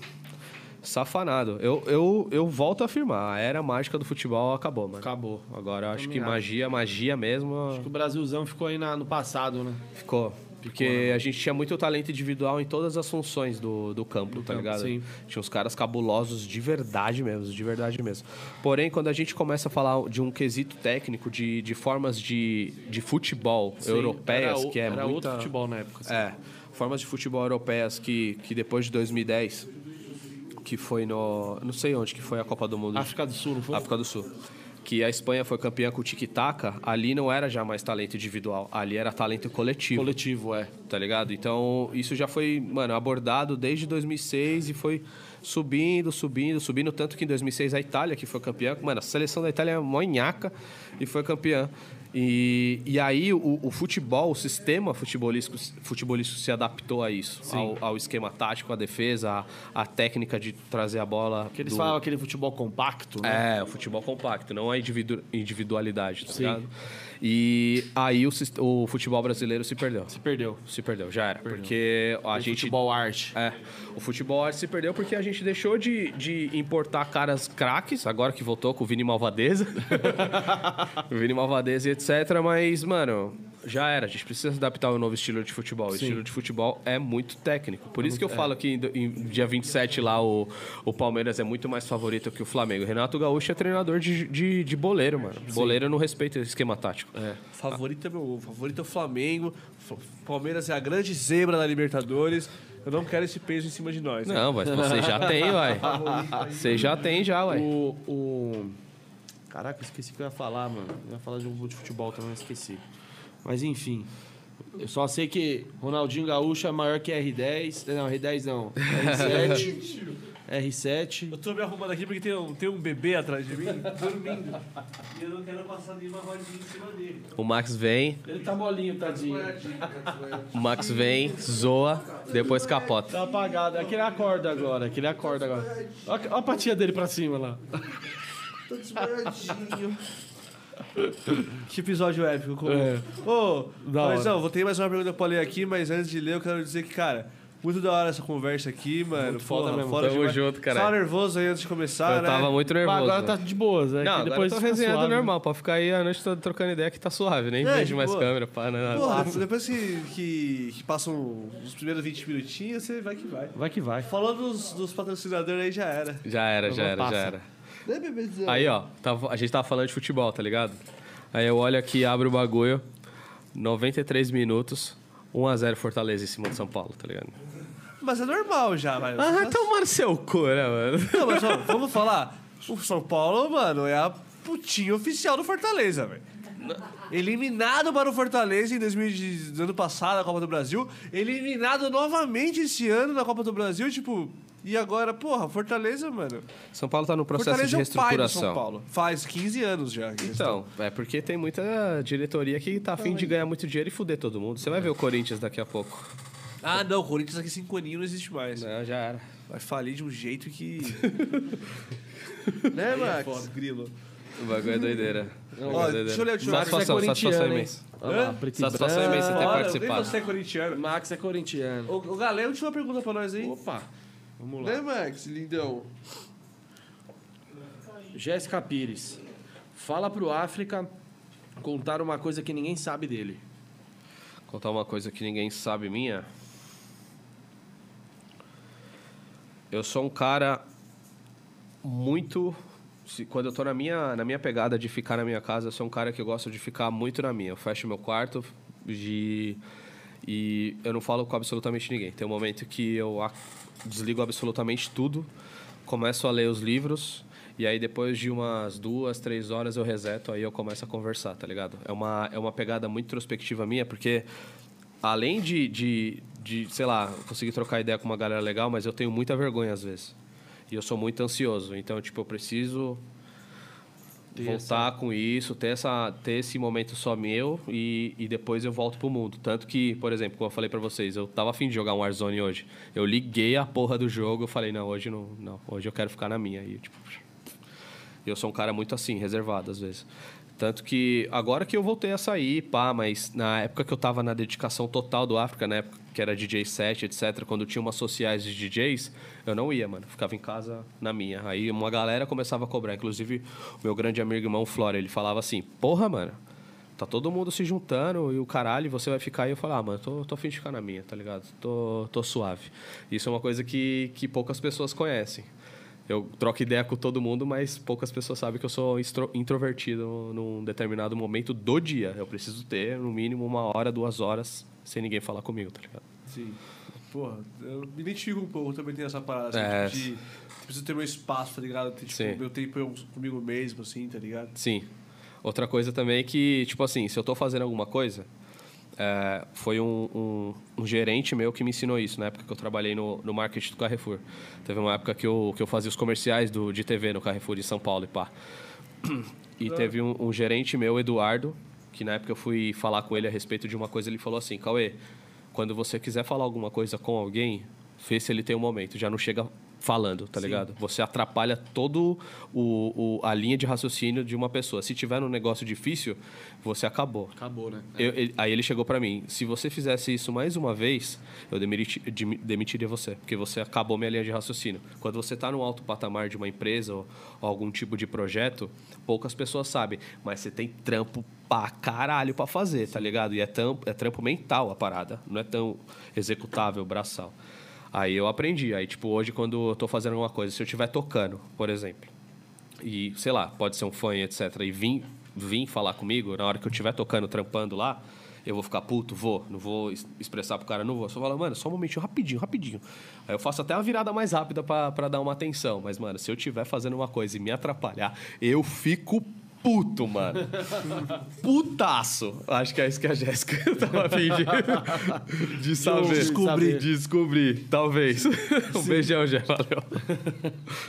Speaker 3: Safanado. Eu, eu, eu volto a afirmar, a era mágica do futebol acabou, mano.
Speaker 2: Acabou.
Speaker 3: Agora eu acho que
Speaker 2: Também acho.
Speaker 3: magia, magia mesmo.
Speaker 2: O Brasilzão ficou aí na- no passado, né?
Speaker 3: Ficou. Porque a gente tinha muito talento individual em todas as funções do, do campo, tá ligado?
Speaker 2: sim.
Speaker 3: Tinha uns caras cabulosos de verdade mesmo, de verdade mesmo. Porém, quando a gente começa a falar de um quesito técnico, de, de formas de, de futebol
Speaker 2: Sim,
Speaker 3: europeias,
Speaker 2: era o-
Speaker 3: que é
Speaker 2: Era
Speaker 3: muita...
Speaker 2: outro futebol na época. assim.
Speaker 3: É, formas de futebol europeias que, que depois de 2010, que foi no... Não sei onde que foi a Copa do Mundo.
Speaker 2: É. África do Sul, não foi?
Speaker 3: África do Sul. Que a Espanha foi campeã com o tic-taca, ali não era já mais talento individual, ali era talento coletivo.
Speaker 2: Coletivo, é.
Speaker 3: tá ligado? Então, isso já foi, mano, abordado desde 2006 e foi subindo, subindo, subindo. Tanto que em 2006 a Itália, que foi campeã, mano, a seleção da Itália é mó nhaca e foi campeã. E, e aí o, o futebol, o sistema futebolístico, futebolístico se adaptou a isso, ao, ao esquema tático, à defesa, à, à técnica de trazer a bola.
Speaker 2: Porque eles
Speaker 3: do-
Speaker 2: falam aquele futebol compacto, né?
Speaker 3: é, o futebol compacto, não a individu- individualidade, tá ligado? E aí o, sis- o futebol brasileiro se perdeu.
Speaker 2: Se perdeu.
Speaker 3: Se perdeu, já era. Porque a
Speaker 2: O
Speaker 3: gente.
Speaker 2: Futebol arte.
Speaker 3: É, o futebol se perdeu porque a gente deixou de, de importar caras craques, agora que voltou com o Vini Malvadeza. o Vini Malvadeza e etc. Mas, mano, já era. A gente precisa se adaptar ao novo estilo de futebol. O estilo de futebol é muito técnico. Por isso que eu falo que em do- em dia 27 lá o, o Palmeiras é muito mais favorito que o Flamengo. Renato Gaúcho é treinador de, de, de boleiro, mano. Boleiro não respeita esse esquema tático.
Speaker 4: Favorito é meu, favorito é o Flamengo. F- Palmeiras é a grande zebra da Libertadores. Eu não quero esse peso em cima de nós. né?
Speaker 3: Não, mas você já tem, uai. Você já tem, já, uai.
Speaker 2: O, o- Caraca, eu esqueci o que eu ia falar, mano. Eu ia falar de um de futebol também, eu esqueci. Mas enfim. Eu só sei que Ronaldinho Gaúcho é maior que R10. Não, R10 não. R7. R7.
Speaker 4: Eu tô me arrumando aqui porque tem um, tem um bebê atrás de mim.
Speaker 6: E eu não quero passar nenhuma rodinha em cima dele.
Speaker 3: O Max vem,
Speaker 2: Ele tá molinho, tadinho.
Speaker 3: o Max vem, zoa, depois capota.
Speaker 2: Tá apagado. Aquele acorda agora, aquele acorda agora. Olha a patinha dele pra cima lá.
Speaker 6: Tô desmaiadinho.
Speaker 4: que episódio épico. Como...
Speaker 2: É.
Speaker 4: Ô,
Speaker 2: Da hora.
Speaker 4: Paizão, vou ter mais uma pergunta pra ler aqui, mas antes de ler, eu quero dizer que, cara, muito da hora essa conversa aqui, mano.
Speaker 2: Muito foda mesmo.
Speaker 4: Fora
Speaker 3: Tamo
Speaker 4: demais.
Speaker 3: junto, caralho.
Speaker 4: Tava nervoso aí antes de começar,
Speaker 3: Eu
Speaker 4: né?
Speaker 3: tava muito
Speaker 2: Mas
Speaker 3: nervoso.
Speaker 2: agora
Speaker 3: né?
Speaker 2: tá de boas, né?
Speaker 3: Não,
Speaker 2: Que
Speaker 3: agora
Speaker 2: depois
Speaker 3: depois eu tô
Speaker 2: fica
Speaker 3: resenhando
Speaker 2: suave. né?
Speaker 3: normal, pra ficar aí a noite toda trocando ideia que tá suave, nem
Speaker 4: É,
Speaker 3: vejo
Speaker 4: de
Speaker 3: mais
Speaker 4: boa.
Speaker 3: câmera, pá, né? não, nada.
Speaker 4: Porra, depois que, que, que passam os primeiros 20 minutinhos, você vai que vai.
Speaker 2: Vai que vai.
Speaker 4: Falou dos, dos patrocinadores aí, já era.
Speaker 3: Já era, já era,
Speaker 2: passa.
Speaker 3: já era. Aí, ó, tava- a gente tava falando de futebol, tá ligado? Aí eu olho aqui, abro o bagulho, 93 minutos, 1x0 Fortaleza em cima de São Paulo, tá ligado?
Speaker 4: Mas tá é normal já, vai.
Speaker 3: Ah, tomar seu cu, né, mano?
Speaker 4: Não, mas ó, vamos falar. O São Paulo, mano, é a putinha oficial do Fortaleza, velho. Eliminado para o Fortaleza em 2000, do ano passado na Copa do Brasil. Eliminado novamente esse ano na Copa do Brasil, tipo. E agora, porra, Fortaleza, mano.
Speaker 3: São Paulo tá no processo
Speaker 4: Fortaleza
Speaker 3: de
Speaker 4: é o pai do São
Speaker 3: reestruturação.
Speaker 4: Paulo. Faz 15 anos já. que eles
Speaker 3: Então, é porque tem muita diretoria que tá afim de ganhar muito dinheiro e fuder todo mundo. Você vai ver o Corinthians daqui a pouco.
Speaker 4: estão. Ah, não, o Corinthians aqui 5 aninhos não existe mais.
Speaker 3: Não, já era.
Speaker 4: Vai falir de um jeito que. né, Max? Grilo.
Speaker 3: O bagulho é doideira. O bagulho
Speaker 4: Ó,
Speaker 3: é doideira.
Speaker 4: deixa eu ler o último.
Speaker 2: Max é
Speaker 3: Satisfação, satisfação
Speaker 2: corintiano, hein?
Speaker 3: imensa.
Speaker 2: Olha lá,
Speaker 4: Hã?
Speaker 2: preto e
Speaker 3: Satisfação
Speaker 2: branco.
Speaker 3: imensa ter
Speaker 4: Olha, Nem
Speaker 3: participado.
Speaker 4: você é corintiano.
Speaker 2: Max é corintiano.
Speaker 4: Ô, ô, Galé, última pergunta pra nós aí.
Speaker 2: Opa. Vamos lá.
Speaker 4: Né, Max, lindão?
Speaker 2: Jéssica Pires. Fala pro África contar uma coisa que ninguém sabe dele.
Speaker 3: Contar uma coisa que ninguém sabe minha. Eu sou um cara muito. se- Quando eu tô na minha, na minha pegada de ficar na minha casa, eu sou um cara que eu gosto de ficar muito na minha. Eu fecho meu quarto de, e eu não falo com absolutamente ninguém. Tem um momento que eu a- desligo absolutamente tudo, começo a ler os livros e aí depois de umas duas, três horas eu reseto, aí eu começo a conversar, tá ligado? É uma, é uma pegada muito introspectiva minha, porque além de, de, de, sei lá, conseguir trocar ideia com uma galera legal, mas eu tenho muita vergonha às vezes. E eu sou muito ansioso. Então, tipo, eu preciso voltar com isso, ter, essa, ter esse momento só meu e, e depois eu volto pro mundo. Tanto que, por exemplo, como eu falei pra vocês, eu tava afim de jogar um Warzone hoje. Eu liguei a porra do jogo, eu falei, não, hoje não, não hoje eu quero ficar na minha. E, tipo, e eu sou um cara muito assim, reservado às vezes. Tanto que agora que eu voltei a sair, pá, mas na época que eu tava na dedicação total do África, na época que era DJ set, etc., quando tinha umas sociais de DJs, eu não ia, mano. Ficava em casa na minha. Aí uma galera começava a cobrar. Inclusive, o meu grande amigo irmão Flora, ele falava assim: Porra, mano, tá todo mundo se juntando e o caralho, você vai ficar. E eu falava, ah, mano, tô, tô afim de ficar na minha, tá ligado? Tô, tô suave. Isso é uma coisa que, que poucas pessoas conhecem. Eu troco ideia com todo mundo, mas poucas pessoas sabem que eu sou estro- introvertido num determinado momento do dia. Eu preciso ter, no mínimo, uma hora, duas horas sem ninguém falar comigo, tá ligado?
Speaker 4: Sim. Porra, eu me identifico um pouco, eu também tenho essa parada,
Speaker 3: É.
Speaker 4: assim, tipo, de... eu Preciso ter meu espaço, tá ligado? Ter, tipo,
Speaker 3: Sim.
Speaker 4: meu tempo eu comigo mesmo, assim, tá ligado?
Speaker 3: Sim. Outra coisa também é que, tipo assim, se eu tô fazendo alguma coisa, É, foi um, um- um gerente meu que me ensinou isso, na época que eu trabalhei no, no marketing do Carrefour. Teve uma época que eu, que eu fazia os comerciais do, de TV no Carrefour de São Paulo e pá. E teve um, um gerente meu, Eduardo, que na época eu fui falar com ele a respeito de uma coisa, ele falou assim, Cauê, quando você quiser falar alguma coisa com alguém, vê se ele tem um momento, já não chega falando, tá ligado? Você atrapalha todo o, o- a linha de raciocínio de uma pessoa. Se tiver num negócio difícil, você acabou.
Speaker 2: Acabou, né?
Speaker 3: É. Eu- ele- aí ele chegou pra mim: se você fizesse isso mais uma vez, eu demiti- dem- demitiria você, porque você acabou minha linha de raciocínio. Quando você tá no alto patamar de uma empresa ou, ou algum tipo de projeto, poucas pessoas sabem, mas você tem trampo pra caralho pra fazer, tá ligado? E é, tam- é trampo mental a parada, não é tão executável, braçal. Aí eu aprendi. Aí, tipo, hoje, quando eu tô fazendo alguma coisa, se eu estiver tocando, por exemplo, e, sei lá, pode ser um fã, e etc. E vim, vim falar comigo, na hora que eu estiver tocando, trampando lá, eu vou ficar puto? Vou. Não vou es- expressar pro cara, não vou. Só falar, mano, só um momentinho, rapidinho, rapidinho. Aí eu faço até uma virada mais rápida pra pra dar uma atenção. Mas, mano, se eu estiver fazendo uma coisa e me atrapalhar, eu fico puto, mano. Putaço. Acho que é isso que a Jéssica tava fingindo. De saber.
Speaker 2: Descobrir.
Speaker 3: Descobrir, talvez. Um beijão, Jé. Valeu.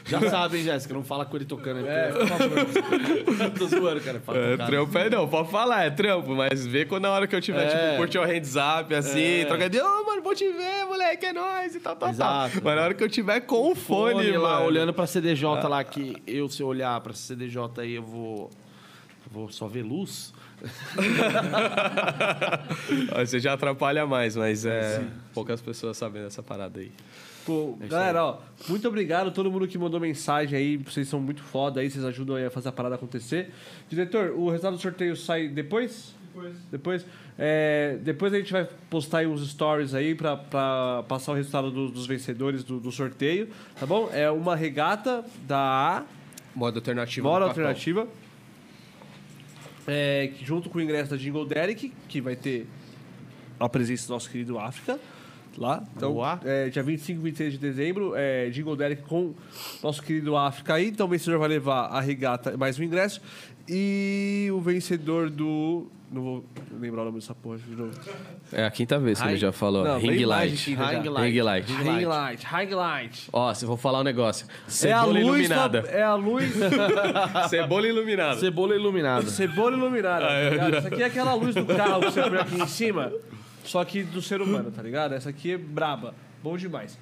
Speaker 2: Já sabe, hein, Jéssica? Não fala com ele tocando aí. É, por favor. Tô zoando, cara. Fala
Speaker 3: É,
Speaker 2: tocado.
Speaker 3: trampo é não, pode falar, é trampo, mas vê quando na hora que eu tiver,
Speaker 2: É.
Speaker 3: tipo, curte o hands up, assim, troca de, ô, mano, vou te ver, moleque, é nóis e tal, tal,
Speaker 2: Exato.
Speaker 3: tal. Mas na hora que eu tiver com o fone,
Speaker 2: fone
Speaker 3: mano.
Speaker 2: lá, olhando pra CDJ lá, que eu, se eu olhar pra CDJ aí, eu vou. Vou só ver luz.
Speaker 3: Aí Você já atrapalha mais, mas é. Poucas pessoas sabem dessa parada aí.
Speaker 4: Pô, galera, ó, muito obrigado a todo mundo que mandou mensagem aí. Vocês são muito foda aí, vocês ajudam aí a fazer a parada acontecer. Diretor, o resultado do sorteio sai depois? Depois. Depois, É, depois a gente vai postar aí uns stories aí pra, pra passar o resultado do- dos vencedores do, do sorteio, tá bom? É uma regata da A,
Speaker 3: Modo alternativo.
Speaker 4: Bora
Speaker 3: no cartão.
Speaker 4: alternativa. É, que junto com o ingresso da Jingle Derek, que vai ter a presença do nosso querido África lá. Então,
Speaker 2: Boa.
Speaker 4: é, dia 25 e 26 de dezembro, é, Jingle Derek com nosso querido África aí. Então, o vencedor vai levar a regata e mais o ingresso. E o vencedor do. Não vou lembrar o nome dessa porra de novo.
Speaker 3: É a quinta vez que ele já falou.
Speaker 4: Não, bem
Speaker 3: Ring
Speaker 4: mais
Speaker 3: light.
Speaker 4: de quinta já.
Speaker 3: Ring light. Ring light.
Speaker 4: Ring Light, Ring Light.
Speaker 3: Ó, se eu vou falar um negócio.
Speaker 4: É a
Speaker 3: Cebola
Speaker 4: luz.
Speaker 3: iluminada.
Speaker 4: da- É a luz.
Speaker 3: Cebola iluminada.
Speaker 2: Cebola iluminada.
Speaker 4: Cebola
Speaker 2: Ah,
Speaker 4: iluminada, tá ligado? Isso aqui é aquela luz do carro que você põe aqui em cima, só que do ser humano, tá ligado? Essa aqui é braba, bom demais.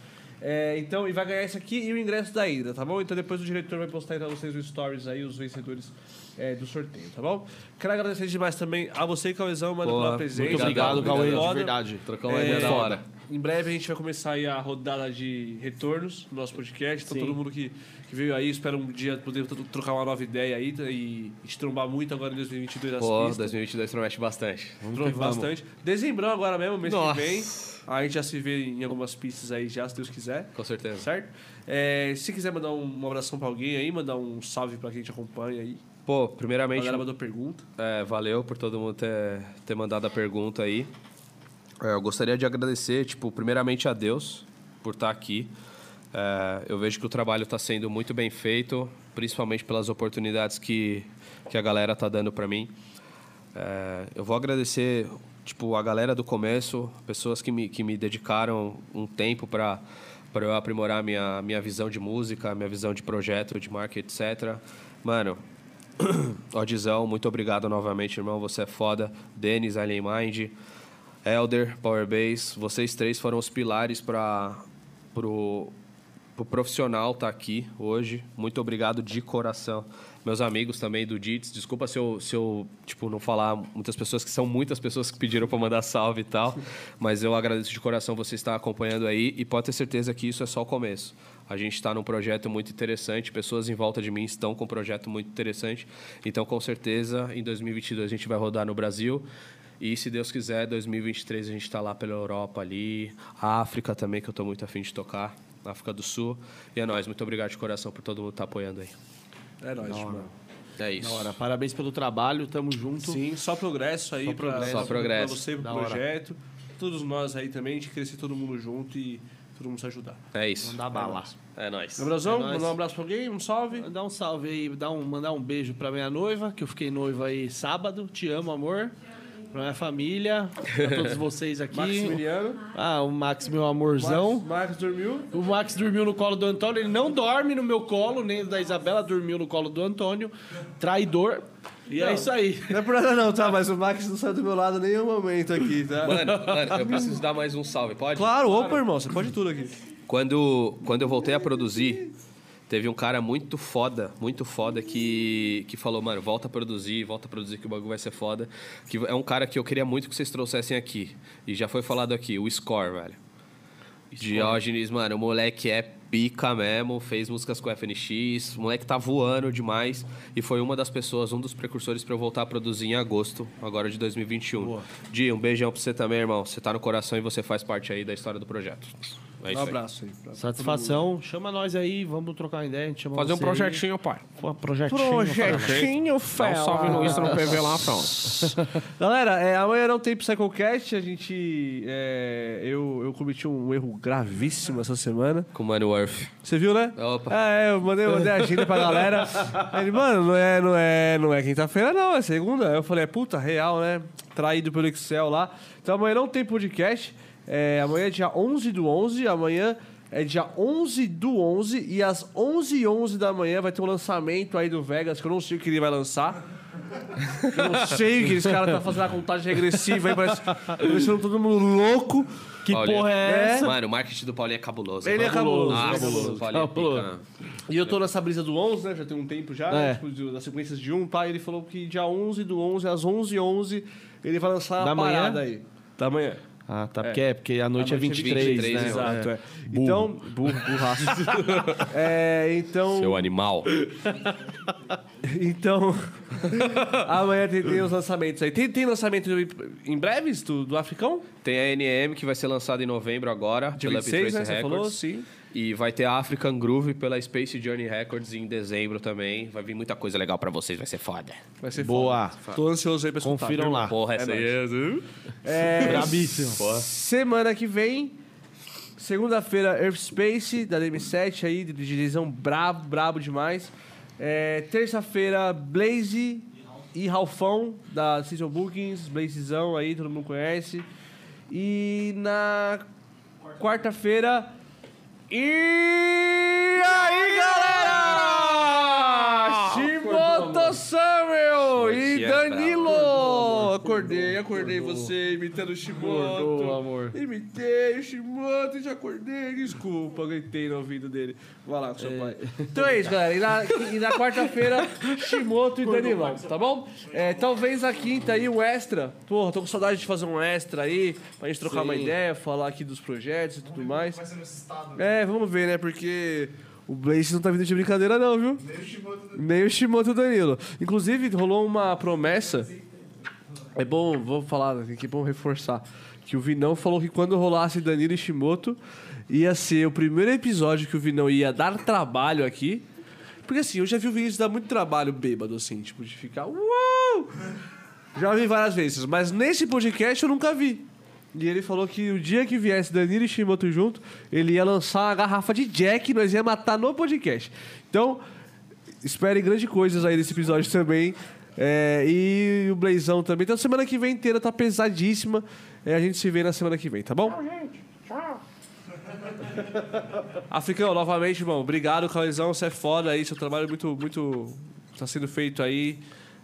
Speaker 4: É, então, e vai ganhar isso aqui e o ingresso da Hydra, tá bom? Então depois o diretor vai postar aí pra vocês os stories aí, os vencedores é, do sorteio, tá bom? Quero agradecer demais também a você, Cauezão, mano, pela presença.
Speaker 2: Muito obrigado, Cauê.
Speaker 4: Foda.
Speaker 2: De verdade.
Speaker 3: Trocar uma ideia
Speaker 4: É,
Speaker 3: Então da hora.
Speaker 4: Em breve a gente vai começar aí a rodada de retornos do nosso podcast. Então todo mundo que, que veio aí, espero um dia poder tro- trocar uma nova ideia aí e te trombar muito agora em 2022 nas
Speaker 3: Pô,
Speaker 4: pistas.
Speaker 3: 2022 promete bastante.
Speaker 4: Trombar bastante. Dezembrão agora mesmo, mês
Speaker 3: Nossa.
Speaker 4: que vem. A gente já se vê em algumas pistas aí já, se Deus quiser.
Speaker 3: Com certeza.
Speaker 4: Certo? É, se quiser mandar um, um abração pra alguém aí, mandar um salve pra quem te acompanha aí.
Speaker 3: Pô,
Speaker 4: A
Speaker 3: primeiramente,
Speaker 4: galera mandou pergunta.
Speaker 3: É, valeu por todo mundo ter, ter mandado a pergunta aí. É, eu gostaria de agradecer, tipo, primeiramente a Deus por estar aqui. É, eu vejo que o trabalho está sendo muito bem feito, principalmente pelas oportunidades que, que a galera está dando para mim. É, eu vou agradecer tipo a galera do começo, pessoas que me, que me dedicaram um tempo para para eu aprimorar minha minha visão de música, minha visão de projeto, de marketing, etc. Mano, Odizão, muito obrigado novamente, irmão. Você é foda. Denis, Alien Mind, Elder, Powerbase. Vocês três foram os pilares para pro, pro profissional estar aqui hoje. Muito obrigado de coração. Meus amigos também do DITS. Desculpa se eu, se eu tipo, não falar muitas pessoas, que são muitas pessoas que pediram para mandar salve e tal. Mas eu agradeço de coração você estar acompanhando aí. E pode ter certeza que isso é só o começo. A gente está num projeto muito interessante. Pessoas em volta de mim estão com um projeto muito interessante. Então, com certeza, em 2022 a gente vai rodar no Brasil. E se Deus quiser, 2023 a gente está lá pela Europa ali, a África também, que eu estou muito afim de tocar, na África do Sul. E é nóis, muito obrigado de coração por todo mundo estar apoiando aí.
Speaker 4: É nóis, mano.
Speaker 3: É
Speaker 2: Da
Speaker 3: isso.
Speaker 2: hora. Parabéns pelo trabalho, tamo junto.
Speaker 4: Sim, só progresso aí.
Speaker 2: Só
Speaker 4: pra-
Speaker 2: progresso.
Speaker 3: Só progresso.
Speaker 4: Pra você, pro
Speaker 2: Da hora.
Speaker 4: projeto. Todos nós aí também, a gente crescer todo mundo junto e todo mundo se ajudar.
Speaker 3: É isso.
Speaker 2: Mandar bala.
Speaker 3: É nóis.
Speaker 4: Abração,
Speaker 2: É nóis.
Speaker 4: mandar um abraço pra alguém, um salve.
Speaker 2: Dá um salve aí, dá um, mandar um beijo pra minha noiva, que eu fiquei noiva aí sábado. Te amo, amor. Pra minha família, pra todos vocês aqui.
Speaker 4: Maximiliano.
Speaker 2: Ah, o Max, meu amorzão.
Speaker 4: Marcos, Marcos dormiu.
Speaker 2: O Max dormiu no colo do Antônio, ele não dorme no meu colo, nem da Isabela dormiu no colo do Antônio. Traidor. E é isso aí.
Speaker 4: Não é por nada não, tá? Mas o Max não saiu do meu lado em nenhum momento aqui, tá?
Speaker 3: Mano, mano, eu preciso dar mais um salve, pode?
Speaker 4: Claro, opa, irmão. Você pode tudo aqui.
Speaker 3: Quando, quando eu voltei a produzir, teve um cara muito foda, muito foda, que, que falou, mano, volta a produzir, volta a produzir que o bagulho vai ser foda. Que é um cara que eu queria muito que vocês trouxessem aqui. E já foi falado aqui, o Score, velho. Diógenes, mano, o moleque é pica mesmo, fez músicas com FNX, o moleque tá voando demais e foi uma das pessoas, um dos precursores pra eu voltar a produzir em agosto, agora de 2021. Di, um beijão pra você também, irmão. Você tá no coração e você faz parte aí da história do projeto. É isso
Speaker 4: Um
Speaker 3: aí.
Speaker 4: abraço aí. pra-
Speaker 2: Satisfação. Chama nós aí, vamos trocar uma ideia. A gente chama
Speaker 5: Fazer um
Speaker 2: você aí.
Speaker 5: projetinho, pai.
Speaker 2: Pô, projetinho.
Speaker 5: Projetinho, fera. Dá um salve no Insta, no PV lá, pronto.
Speaker 4: Galera, é, amanhã não tem PsychoCast. A gente. é, eu, eu cometi um erro gravíssimo essa semana.
Speaker 3: Com o Mano Earth.
Speaker 4: Você viu, né?
Speaker 3: Opa.
Speaker 4: Ah, é, eu mandei, mandei a agenda pra galera. Aí Ele, mano, não é, não é, não é quinta-feira, não, é segunda. Aí Eu falei, é puta, real, né? Traído pelo Excel lá. Então amanhã não tem podcast. É, amanhã é dia 11 do 11. Amanhã é dia 11 do 11. E às 11 h 11 da manhã vai ter um lançamento aí do Vegas, que eu não sei o que ele vai lançar. Eu não sei o que esse cara tá fazendo a contagem regressiva aí, parece deixando todo mundo louco.
Speaker 2: Que
Speaker 3: Olha,
Speaker 2: porra é
Speaker 4: é.
Speaker 2: essa?
Speaker 3: Mano, o marketing do Paulinho é cabuloso.
Speaker 4: Ele é cabuloso,
Speaker 3: Nossa,
Speaker 4: cabuloso,
Speaker 3: o Paulinho é
Speaker 2: cabuloso.
Speaker 3: pica.
Speaker 4: E eu tô nessa brisa do 11, né? Já tem um tempo já, né?
Speaker 2: É.
Speaker 4: tipo, do- das sequências de um, tá? E ele falou que dia 11 do 11, às 11 11 ele vai lançar
Speaker 2: Da
Speaker 4: a
Speaker 2: manhã?
Speaker 4: parada aí. Da manhã.
Speaker 2: Ah, tá. Porque, é, porque a noite,
Speaker 4: A noite é
Speaker 2: é 23,
Speaker 3: 23,
Speaker 2: né?
Speaker 4: Exato, é. Então... Burro, burraço. é, então...
Speaker 3: Seu animal.
Speaker 4: Então... amanhã tem, tem os lançamentos aí. Tem, tem lançamento em- em breves do, do Africão?
Speaker 3: Tem a NM que vai ser lançada em novembro agora
Speaker 4: Dia
Speaker 3: pela
Speaker 4: 26,
Speaker 3: Uptrace
Speaker 4: né? Você
Speaker 3: Records.
Speaker 4: falou? Sim.
Speaker 3: E vai ter a African Groove pela Space Journey Records em dezembro também. Vai vir muita coisa legal pra vocês, vai ser foda.
Speaker 4: Vai ser
Speaker 2: Boa.
Speaker 4: foda. Tô ansioso aí pra escutar.
Speaker 2: Confiram lá.
Speaker 3: Porra, essa aí.
Speaker 4: É,
Speaker 2: Brabíssimo.
Speaker 4: Semana que vem, segunda-feira, Earth Space, da DM7 aí, de direção brabo, brabo demais. É, Terça-feira, Blaze e Ralfão, da Season Bookings, Blazezão aí, todo mundo conhece. E na quarta-feira. E aí, galera! Shimoto Samuel e
Speaker 3: Hoje é brabo.
Speaker 4: Danilo! acordei, acordei você imitando o Shimoto.
Speaker 2: Acordou, amor.
Speaker 4: Imitei o Shimoto e já acordei. Desculpa, gritei no ouvido dele. Vai lá com seu pai. Então é isso, galera. E na, e na quarta-feira, Shimoto e Danilão, tá bom? É, talvez a quinta aí, um extra. Porra, tô com saudade de fazer um extra aí, pra gente trocar uma ideia, falar aqui dos projetos e tudo mais.
Speaker 6: Vai ser nesse estado.
Speaker 4: É, vamos ver, né? Porque o Blaze não tá vindo de brincadeira, não, viu?
Speaker 6: Meio Shimoto do
Speaker 4: Nem o Shimoto Danilo. Inclusive, rolou uma promessa. É bom, vou falar, né, que é bom reforçar. Que o Vinão falou que quando rolasse Danilo e Shimoto, ia ser o primeiro episódio que o Vinão ia dar trabalho aqui. Porque assim, eu já vi o Vinícius dar muito trabalho bêbado, assim, tipo, de ficar. "Uou!" Já vi várias vezes, mas nesse podcast eu nunca vi. E ele falou que o dia que viesse Danilo e Shimoto junto, ele ia lançar uma garrafa de Jack e nós ia matar no podcast. Então, esperem grandes coisas aí nesse episódio também. É, e o Blazão também. Então, semana que vem inteira tá pesadíssima. É, a gente se vê na semana que vem, tá bom? Africão, novamente, irmão. Obrigado, Cauizão. Você é foda aí. Seu trabalho é muito, muito. tá sendo feito aí.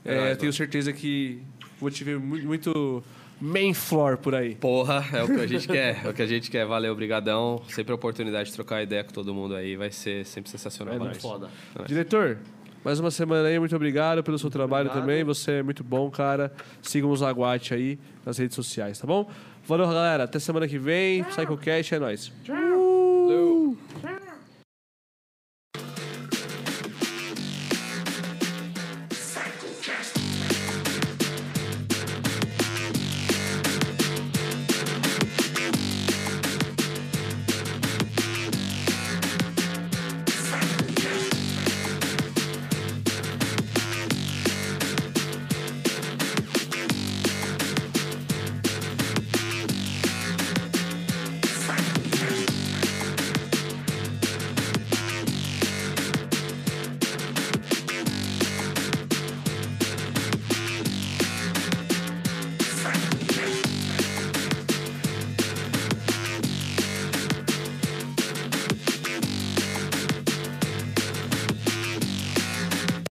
Speaker 4: É, eu tenho certeza que vou te ver mu- muito main floor por aí.
Speaker 3: Porra, é o que a gente quer. É o que a gente quer. Valeu, brigadão. Sempre a oportunidade de trocar ideia com todo mundo aí. Vai ser sempre
Speaker 4: É
Speaker 3: sensacional. pra nós.
Speaker 2: Foda.
Speaker 4: Diretor, mais uma semana aí, muito obrigado pelo seu trabalho também. Você é muito bom, cara. Sigam os Aguate aí nas redes sociais, tá bom? Valeu, galera. Até semana que vem. PsychoCast é nóis. Tchau.